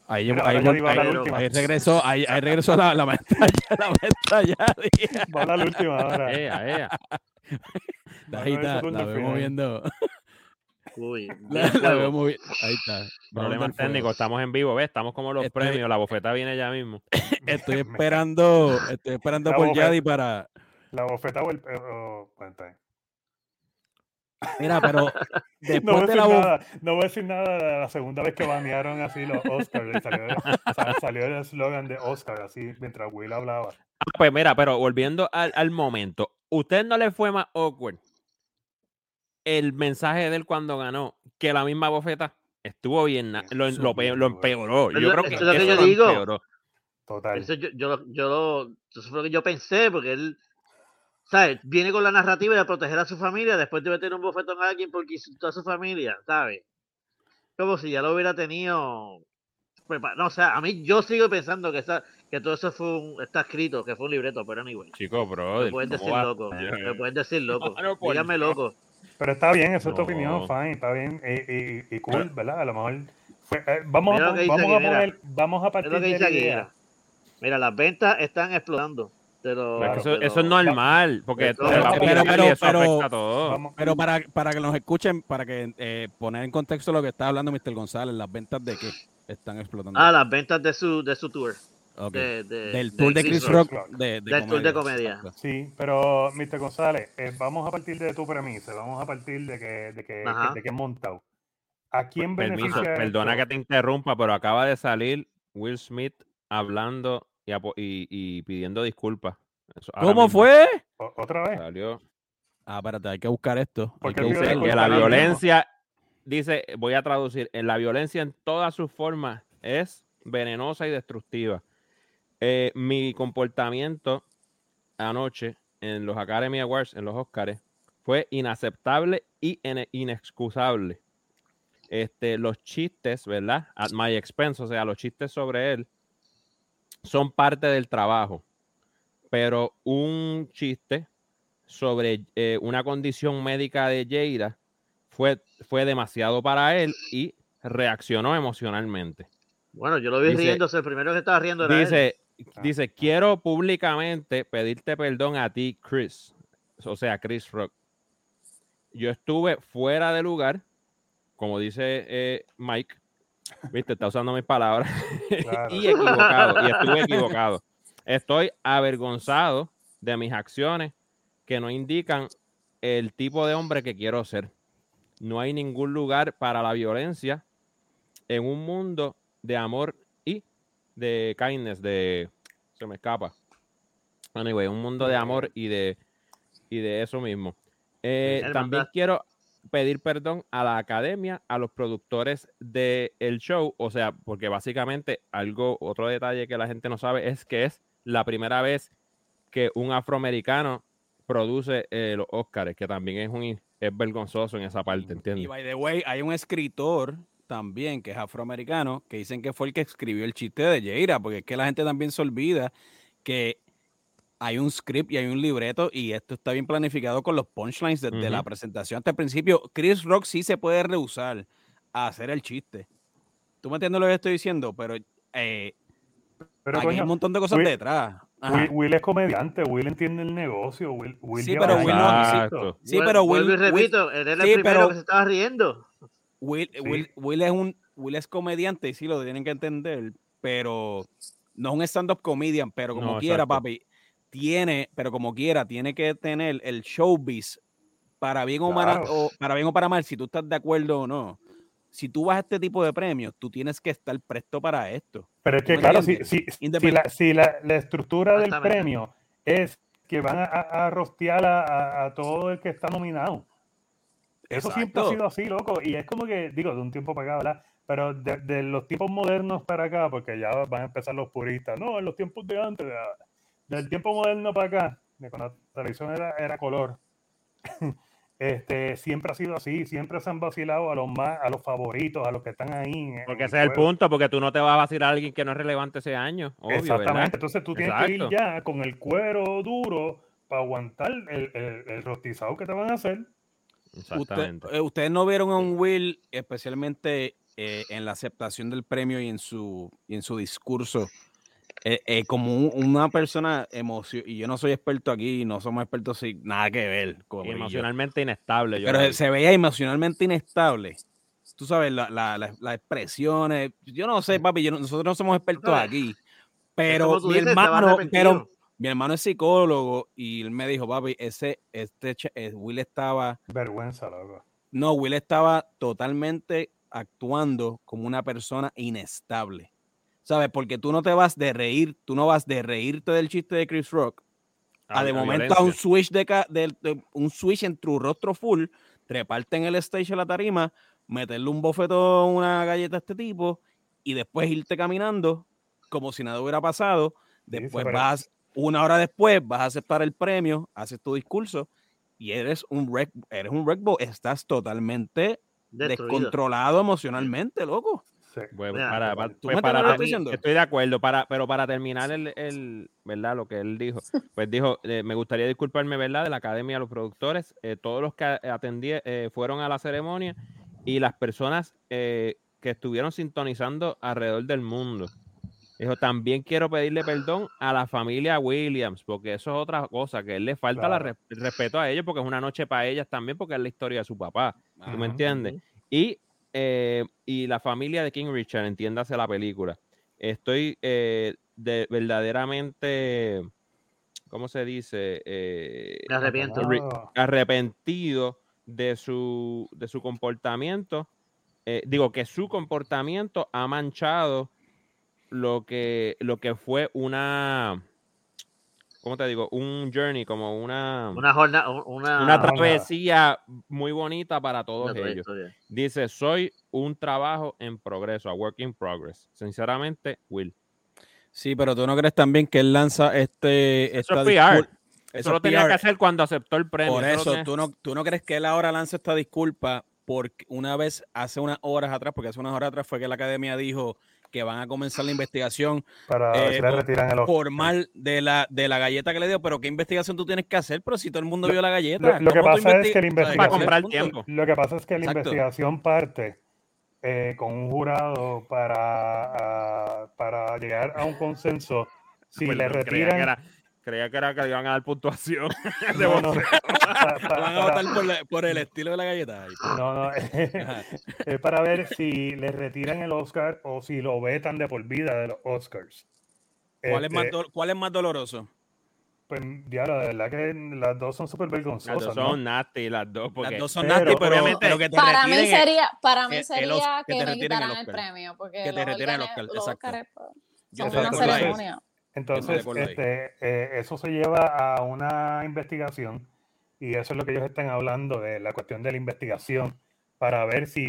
[SPEAKER 3] Ahí,
[SPEAKER 2] Mira,
[SPEAKER 3] llevo-
[SPEAKER 2] ahora
[SPEAKER 3] ahí,
[SPEAKER 2] ya
[SPEAKER 3] vol-
[SPEAKER 2] iba a la
[SPEAKER 3] ahí-
[SPEAKER 2] última.
[SPEAKER 3] ahí regresó, ahí, ahí regresó la, la pantalla, la pantalla.
[SPEAKER 2] Va a la última ahora.
[SPEAKER 3] Eh.
[SPEAKER 1] Ea, ea.
[SPEAKER 3] Ahí está,
[SPEAKER 2] Regresó
[SPEAKER 3] la
[SPEAKER 2] Golden
[SPEAKER 3] vemos
[SPEAKER 2] Fry.
[SPEAKER 3] viendo.
[SPEAKER 4] Uy,
[SPEAKER 3] La,
[SPEAKER 4] bien
[SPEAKER 3] la
[SPEAKER 4] fuego.
[SPEAKER 3] vemos bien. Ahí está. Vamos al
[SPEAKER 1] Problemas
[SPEAKER 3] fuego.
[SPEAKER 1] técnicos, estamos en vivo, ¿ves? Estamos como los
[SPEAKER 3] Este-
[SPEAKER 1] premios, la bofeta viene ya mismo.
[SPEAKER 3] Estoy esperando, estoy esperando
[SPEAKER 2] La
[SPEAKER 3] por
[SPEAKER 2] boca.
[SPEAKER 3] Yadi para.
[SPEAKER 2] La bofeta o el. eh, o- bueno, está bien.
[SPEAKER 3] Mira, pero
[SPEAKER 2] No voy, a
[SPEAKER 3] después de
[SPEAKER 2] decir
[SPEAKER 3] la bo-
[SPEAKER 2] nada, no voy a decir nada de la segunda vez que banearon así los Oscars. y Salió, sa- salió el eslogan de Oscar así mientras Will hablaba.
[SPEAKER 1] Ah, Pues mira, pero volviendo al, al momento, ¿usted no le fue más awkward el mensaje de él cuando ganó que la misma bofeta? Estuvo bien, na- lo,
[SPEAKER 2] Eso
[SPEAKER 1] lo, pe-
[SPEAKER 2] bien
[SPEAKER 1] lo
[SPEAKER 2] duro.
[SPEAKER 1] empeoró.
[SPEAKER 4] Es
[SPEAKER 1] Yo
[SPEAKER 4] lo-
[SPEAKER 1] creo que
[SPEAKER 4] es lo que
[SPEAKER 1] eso
[SPEAKER 4] yo
[SPEAKER 1] lo
[SPEAKER 4] digo.
[SPEAKER 1] empeoró.
[SPEAKER 2] Total.
[SPEAKER 4] Eso yo, yo, lo- yo lo, eso fue lo que yo pensé, porque él, ¿sabes? Viene con la narrativa de proteger a su familia después de meter un bofetón a alguien porque insultó a su familia, ¿sabes? Como si ya lo hubiera tenido. prepa- No, o sea, a mí yo sigo pensando que, esa, que todo eso fue un, está escrito, que fue un libreto, pero anyway.
[SPEAKER 1] Chico,
[SPEAKER 4] Me
[SPEAKER 1] brother.
[SPEAKER 4] pueden
[SPEAKER 1] ¿cómo
[SPEAKER 4] decir
[SPEAKER 1] va?
[SPEAKER 4] loco, me pueden decir loco.
[SPEAKER 1] Claro, por
[SPEAKER 4] Díganme
[SPEAKER 1] Dios.
[SPEAKER 4] loco.
[SPEAKER 2] Pero está bien, eso es tu
[SPEAKER 1] No.
[SPEAKER 2] opinión, fine, está bien y, y- y cool, ¿verdad? A lo mejor. fue- eh, vamos,
[SPEAKER 4] Mira
[SPEAKER 2] a,
[SPEAKER 4] lo que
[SPEAKER 2] pon-
[SPEAKER 4] dice
[SPEAKER 2] vamos, a
[SPEAKER 4] aquí, mira.
[SPEAKER 2] poner, vamos a
[SPEAKER 4] Es
[SPEAKER 2] partir
[SPEAKER 4] lo que
[SPEAKER 2] de
[SPEAKER 4] dice
[SPEAKER 2] la
[SPEAKER 4] aquí.
[SPEAKER 2] idea.
[SPEAKER 4] Mira, Mira, las ventas están explotando. Te lo-
[SPEAKER 1] Pero es que eso,
[SPEAKER 4] te
[SPEAKER 1] eso es
[SPEAKER 4] lo-
[SPEAKER 1] normal, porque
[SPEAKER 4] Pero-
[SPEAKER 1] te va a
[SPEAKER 3] pero-
[SPEAKER 1] pillar
[SPEAKER 3] pero-
[SPEAKER 1] y eso
[SPEAKER 3] pero-
[SPEAKER 1] afecta a todo.
[SPEAKER 2] Vamos-
[SPEAKER 3] Pero para, para que nos escuchen, para que eh, poner en contexto lo que está hablando Mr. González, las ventas de qué están explotando.
[SPEAKER 4] Ah, las ventas de su, de su tour.
[SPEAKER 3] Ok.
[SPEAKER 4] de- de-
[SPEAKER 3] Del tour de Chris Rock. de- de
[SPEAKER 4] Del tour de comedia.
[SPEAKER 3] exacto.
[SPEAKER 2] Sí, pero Mr. González, eh, vamos a partir de tu premisa, vamos a partir de que, de que,
[SPEAKER 4] Ajá.
[SPEAKER 2] de que es montado. ¿A quién
[SPEAKER 1] Permiso,
[SPEAKER 2] beneficia?
[SPEAKER 1] perdona que
[SPEAKER 2] esto?
[SPEAKER 1] te interrumpa, pero acaba de salir Will Smith hablando y, apo- y- y pidiendo disculpas. Eso ahora
[SPEAKER 3] ¿Cómo
[SPEAKER 1] mismo
[SPEAKER 3] fue?
[SPEAKER 2] O- ¿Otra vez?
[SPEAKER 1] Salió.
[SPEAKER 3] Ah, espérate, hay que buscar esto.
[SPEAKER 2] ¿Por
[SPEAKER 3] hay
[SPEAKER 2] qué
[SPEAKER 3] que
[SPEAKER 2] pidió
[SPEAKER 3] buscar-
[SPEAKER 1] Dice que
[SPEAKER 2] disculpas
[SPEAKER 1] la
[SPEAKER 2] ahora mismo?
[SPEAKER 1] violencia, dice, voy a traducir, eh, la violencia en todas sus formas es venenosa y destructiva. Eh, mi comportamiento anoche en los Academy Awards, en los Oscars, fue inaceptable y ine- inexcusable. Este, los chistes, ¿verdad? At my expense, o sea, los chistes sobre él son parte del trabajo. Pero un chiste sobre eh, una condición médica de Jaira fue, fue demasiado para él y reaccionó emocionalmente.
[SPEAKER 4] Bueno, yo lo vi
[SPEAKER 1] Dice-
[SPEAKER 4] riéndose. El primero que estaba riendo era él.
[SPEAKER 1] Dice,
[SPEAKER 2] Ah.
[SPEAKER 1] dice, quiero públicamente pedirte perdón a ti, Chris. O sea, Chris Rock. Yo estuve fuera de lugar, como dice eh, Mike. Viste, está usando mis palabras.
[SPEAKER 2] Claro.
[SPEAKER 1] y equivocado, y estuve equivocado. Estoy avergonzado de mis acciones que no indican el tipo de hombre que quiero ser. No hay ningún lugar para la violencia en un mundo de amor y de kindness, de se me escapa. Anyway, un mundo de amor y de y de eso mismo. Eh,
[SPEAKER 4] Hermandad.
[SPEAKER 1] también quiero pedir perdón a la academia, a los productores del show, o sea, porque básicamente algo, otro detalle que la gente no sabe es que es la primera vez que un afroamericano produce eh, los Óscares, que también es un es vergonzoso en esa parte,
[SPEAKER 3] Y
[SPEAKER 1] ¿entiendes?
[SPEAKER 3] by the way, hay un escritor también que es afroamericano que dicen que fue el que escribió el chiste de Jaira, porque es que la gente también se olvida que hay un script y hay un libreto y esto está bien planificado con los punchlines desde la
[SPEAKER 1] Ujú.
[SPEAKER 3] presentación hasta el principio. Chris Rock sí se puede rehusar a hacer el chiste. ¿Tú me entiendes lo que estoy diciendo? Pero, eh,
[SPEAKER 2] Pero
[SPEAKER 3] aquí hay un
[SPEAKER 2] coño,
[SPEAKER 3] montón de cosas
[SPEAKER 2] Will-
[SPEAKER 3] detrás. Ajá.
[SPEAKER 2] Will, Will es comediante, Will entiende el negocio, Will, Will
[SPEAKER 3] Sí,
[SPEAKER 2] lleva
[SPEAKER 3] pero Will no-
[SPEAKER 2] años en
[SPEAKER 1] Exacto.
[SPEAKER 2] esto.
[SPEAKER 3] Sí,
[SPEAKER 4] Vuel-
[SPEAKER 3] pero Will,
[SPEAKER 4] vuelvo y
[SPEAKER 3] Will-
[SPEAKER 4] repito, él era el
[SPEAKER 3] sí,
[SPEAKER 4] primero
[SPEAKER 3] pero-
[SPEAKER 4] que se estaba riendo.
[SPEAKER 3] Will,
[SPEAKER 2] Sí.
[SPEAKER 3] Will- Will es un Will es comediante y sí lo tienen que entender, pero no es un stand-up comedian, pero como
[SPEAKER 1] No,
[SPEAKER 3] quiera,
[SPEAKER 1] exacto.
[SPEAKER 3] papi, tiene, pero como quiera, tiene que tener el showbiz para bien o, para,
[SPEAKER 2] Claro.
[SPEAKER 3] o- para bien o para mal, si tú estás de acuerdo o no, si tú vas a este tipo de premios, tú tienes que estar presto para esto.
[SPEAKER 2] Pero es que,
[SPEAKER 3] ¿Me
[SPEAKER 2] claro, si,
[SPEAKER 3] entiendes?
[SPEAKER 2] si, si
[SPEAKER 3] Independ-
[SPEAKER 2] la, si la, la estructura del
[SPEAKER 4] Exactamente.
[SPEAKER 2] premio es que van a, a- a rostear a, a- a todo el que está nominado. Eso siempre ha
[SPEAKER 3] Exacto.
[SPEAKER 2] sido así, loco. Y es como que, digo, de un tiempo para acá, ¿verdad? Pero de, de los tiempos modernos para acá, porque ya van a empezar los puristas. No, en los tiempos de antes, de- del tiempo moderno para acá, de cuando la televisión era, era color. Este, siempre ha sido así, siempre se han vacilado a los más, a los favoritos, a los que están ahí. en- en
[SPEAKER 1] Porque ese es el
[SPEAKER 2] juego.
[SPEAKER 1] punto, porque tú no te vas a vacilar a alguien que no es relevante ese año. Obvio,
[SPEAKER 2] Exactamente.
[SPEAKER 1] ¿verdad?
[SPEAKER 2] Entonces tú tienes que ir
[SPEAKER 1] Exacto.
[SPEAKER 2] ya con el cuero duro para aguantar el, el, el rostizado que te van a hacer.
[SPEAKER 1] Exactamente.
[SPEAKER 3] Usted- eh, ustedes no vieron a un Will, especialmente eh, en la aceptación del premio y en su, y en su discurso, eh, eh, como un- una persona emocional, y yo no soy experto aquí, no somos expertos sin nada que ver. con
[SPEAKER 1] Emocionalmente inestable. yo
[SPEAKER 3] pero
[SPEAKER 1] lo
[SPEAKER 3] se-
[SPEAKER 1] vi.
[SPEAKER 3] se veía emocionalmente inestable. Tú sabes, la- la- la- las expresiones. Yo no sé, papi, yo no- nosotros no somos expertos
[SPEAKER 4] sabes,
[SPEAKER 3] aquí.
[SPEAKER 4] Es
[SPEAKER 3] Pero
[SPEAKER 4] como tú
[SPEAKER 3] mi
[SPEAKER 4] dices, estaba
[SPEAKER 3] hermano, pero
[SPEAKER 4] arrepentido.
[SPEAKER 3] mi hermano es psicólogo y él me dijo, papi, ese, este, ch- eh, Will estaba,
[SPEAKER 2] Vergüenza, loco.
[SPEAKER 3] no, Will estaba totalmente actuando como una persona inestable. ¿Sabes? Porque tú no te vas de reír, tú no vas de reírte del chiste de Chris Rock
[SPEAKER 1] A-
[SPEAKER 3] Ah, de
[SPEAKER 1] a
[SPEAKER 3] momento a un
[SPEAKER 1] violencia.
[SPEAKER 3] switch de, ca- del- de- un switch en tu rostro full, treparte en el stage de la tarima, meterle un bofetón, una galleta a este tipo y después irte caminando como si nada hubiera pasado.
[SPEAKER 2] Sí,
[SPEAKER 3] Después
[SPEAKER 2] pero-
[SPEAKER 3] vas, una hora después, vas a aceptar el premio, haces tu discurso y eres un wreck, eres un wreck ball, estás totalmente
[SPEAKER 4] Destruido.
[SPEAKER 3] descontrolado emocionalmente, loco.
[SPEAKER 2] Sí.
[SPEAKER 1] Pues,
[SPEAKER 4] Mira,
[SPEAKER 1] para- para-
[SPEAKER 2] ¿tú
[SPEAKER 1] pues,
[SPEAKER 3] me
[SPEAKER 1] para
[SPEAKER 3] entiendes lo que
[SPEAKER 1] termi-
[SPEAKER 3] estoy diciendo?
[SPEAKER 1] estoy de acuerdo, para, pero para terminar el, el- ¿verdad? Lo que él dijo, pues dijo, eh, me gustaría disculparme, ¿verdad? De la academia, los productores, eh, todos los que atendí eh, fueron a la ceremonia y las personas eh, que estuvieron sintonizando alrededor del mundo. Dijo, también quiero pedirle perdón a la familia Williams, porque eso es otra cosa, que él le falta la
[SPEAKER 2] Claro.
[SPEAKER 1] res- el respeto a ellos, porque es una noche para ellas también, porque es la historia de su papá. ¿Tú
[SPEAKER 2] Ajá.
[SPEAKER 1] me entiendes? Y, eh, y la familia de King Richard, entiéndase la película. Estoy eh, de, verdaderamente, ¿cómo se dice? Eh,
[SPEAKER 4] Me arrepiento.
[SPEAKER 1] Re-
[SPEAKER 2] Ah,
[SPEAKER 1] arrepentido de su, de su comportamiento. eh, digo que su comportamiento ha manchado lo que, lo que fue una, ¿cómo te digo? Un journey, como una, una,
[SPEAKER 4] Una jornada, una,
[SPEAKER 1] travesía muy bonita para todos
[SPEAKER 4] una
[SPEAKER 1] ellos.
[SPEAKER 4] trayectoria.
[SPEAKER 1] Dice, soy un trabajo en progreso, a work in progress. Sinceramente, Will.
[SPEAKER 3] Sí, pero tú no crees también que él lanza este...
[SPEAKER 1] Eso
[SPEAKER 3] esta
[SPEAKER 1] es PR.
[SPEAKER 3] discul-
[SPEAKER 1] Eso
[SPEAKER 3] es
[SPEAKER 1] lo tenía
[SPEAKER 3] PR.
[SPEAKER 1] que hacer cuando aceptó el premio.
[SPEAKER 3] Por
[SPEAKER 1] lo
[SPEAKER 3] eso,
[SPEAKER 1] tenía-
[SPEAKER 3] ¿tú no, tú no crees que él ahora lanza esta disculpa porque una vez, hace unas horas atrás, porque hace unas horas atrás fue que la academia dijo que van a comenzar la investigación
[SPEAKER 2] para
[SPEAKER 3] Eh,
[SPEAKER 2] ver si le
[SPEAKER 3] por-
[SPEAKER 2] retiran el Oscar.
[SPEAKER 3] formal de la, de la galleta que le dio, pero ¿qué investigación tú tienes que hacer? Pero si todo el mundo
[SPEAKER 2] Lo-
[SPEAKER 3] vio la galleta.
[SPEAKER 2] lo- lo que
[SPEAKER 3] ¿cómo tú
[SPEAKER 2] pasa es
[SPEAKER 3] investi-
[SPEAKER 2] que la
[SPEAKER 3] o sea,
[SPEAKER 2] investigación-
[SPEAKER 1] Para
[SPEAKER 3] ¿cuál es el
[SPEAKER 1] comprar
[SPEAKER 3] punto?
[SPEAKER 1] tiempo.
[SPEAKER 2] Lo que pasa es que la
[SPEAKER 3] Exacto.
[SPEAKER 2] investigación parte eh, con un jurado para, a- para llegar a un consenso. Si
[SPEAKER 1] Pues,
[SPEAKER 2] le
[SPEAKER 1] creía
[SPEAKER 2] retiran.
[SPEAKER 1] que era- Creía que era que le iban a dar puntuación. de
[SPEAKER 2] no,
[SPEAKER 1] voz.
[SPEAKER 2] no, pa- pa-
[SPEAKER 3] Van a
[SPEAKER 2] para-
[SPEAKER 3] votar por, la- por el estilo de la galleta. Ay,
[SPEAKER 2] no, no,
[SPEAKER 3] ajá.
[SPEAKER 2] es para ver si le retiran el Oscar o si lo vetan de por vida de los Oscars.
[SPEAKER 3] ¿Cuál, es más
[SPEAKER 2] Este,
[SPEAKER 3] do- cuál es más doloroso?
[SPEAKER 2] Pues, ya, la verdad que las dos son súper
[SPEAKER 1] Las dos
[SPEAKER 2] vergonzosas. ¿no?
[SPEAKER 1] son nasty, las dos. Porque
[SPEAKER 3] Las dos son
[SPEAKER 2] pero-
[SPEAKER 3] nasty, pero,
[SPEAKER 1] obviamente-
[SPEAKER 3] pero que te
[SPEAKER 5] Para mí
[SPEAKER 3] retiren el-
[SPEAKER 5] sería, para mí
[SPEAKER 3] el- el
[SPEAKER 5] sería
[SPEAKER 3] Oscar- que te
[SPEAKER 5] que, me
[SPEAKER 3] retiren el
[SPEAKER 5] quitaran el
[SPEAKER 3] Oscar.
[SPEAKER 5] premio, porque
[SPEAKER 3] Que te
[SPEAKER 5] los
[SPEAKER 3] retiren el
[SPEAKER 5] Oscars-
[SPEAKER 3] Oscar,
[SPEAKER 5] los
[SPEAKER 3] exacto.
[SPEAKER 5] Oscars, pues,
[SPEAKER 3] Yo
[SPEAKER 5] son
[SPEAKER 3] estoy de
[SPEAKER 5] una
[SPEAKER 2] Exacto,
[SPEAKER 3] acuerdo ahí.
[SPEAKER 5] ceremonia.
[SPEAKER 3] Estoy de
[SPEAKER 2] Entonces,
[SPEAKER 3] acuerdo ahí.
[SPEAKER 2] este, eh, eso se lleva a una investigación y eso es lo que ellos están hablando de la cuestión de la investigación para ver si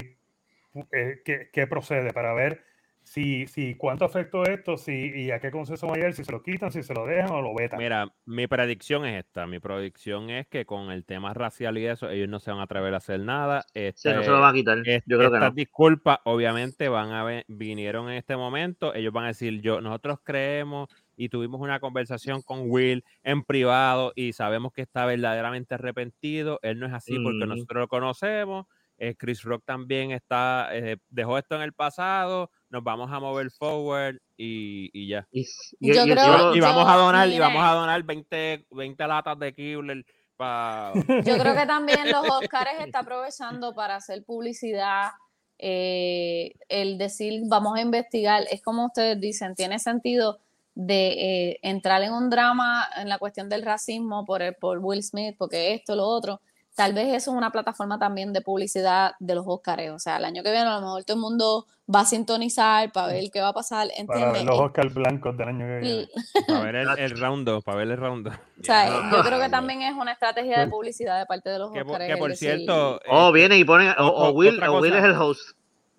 [SPEAKER 2] eh, qué, qué procede, para ver si, si cuánto afectó esto, si y a qué consenso va a llegar, si se lo quitan, si se lo dejan o lo vetan.
[SPEAKER 1] Mira, mi predicción es esta. Mi predicción es que con el tema racial y eso, ellos no se van a atrever a hacer nada.
[SPEAKER 4] Sí, no
[SPEAKER 1] Este,
[SPEAKER 4] se lo van a quitar.
[SPEAKER 1] Es-
[SPEAKER 4] Yo creo que
[SPEAKER 1] estas
[SPEAKER 4] no.
[SPEAKER 1] disculpas obviamente van a ve- vinieron en este momento ellos van a decir yo nosotros creemos y tuvimos una conversación con Will en privado y sabemos que está verdaderamente arrepentido él no es así porque
[SPEAKER 4] Ujú.
[SPEAKER 1] nosotros lo conocemos eh, Chris Rock también está eh, dejó esto en el pasado nos vamos a mover forward y, y ya
[SPEAKER 4] Y,
[SPEAKER 5] Yo
[SPEAKER 4] el
[SPEAKER 5] creo-
[SPEAKER 4] solo-
[SPEAKER 1] y vamos a donar y
[SPEAKER 5] mira.
[SPEAKER 1] vamos a donar 20, 20 latas de Kibler para
[SPEAKER 5] Yo creo que también los Oscars está aprovechando para hacer publicidad, eh, el decir vamos a investigar, es como ustedes dicen, tiene sentido de eh, entrar en un drama en la cuestión del racismo por, el, por Will Smith, porque esto, lo otro, tal vez eso es una plataforma también de publicidad de los Óscares. O sea, el año que viene a lo mejor todo el mundo va a sintonizar para ver qué va a pasar.
[SPEAKER 2] Para ver
[SPEAKER 5] ¿entiendes?
[SPEAKER 2] los Oscar blancos del año que
[SPEAKER 5] Y-
[SPEAKER 2] viene.
[SPEAKER 1] Para ver el, el round 2, para ver el round 2.
[SPEAKER 5] o sea, yo creo que también es una estrategia de publicidad de parte de los
[SPEAKER 1] Que por,
[SPEAKER 5] Óscares,
[SPEAKER 1] que
[SPEAKER 5] el
[SPEAKER 1] por
[SPEAKER 5] decir,
[SPEAKER 1] cierto.
[SPEAKER 4] Oh,
[SPEAKER 1] eh,
[SPEAKER 4] vienen y ponen. O, o
[SPEAKER 1] o-
[SPEAKER 4] Will,
[SPEAKER 1] otra
[SPEAKER 4] o Will
[SPEAKER 1] cosa.
[SPEAKER 4] es el host.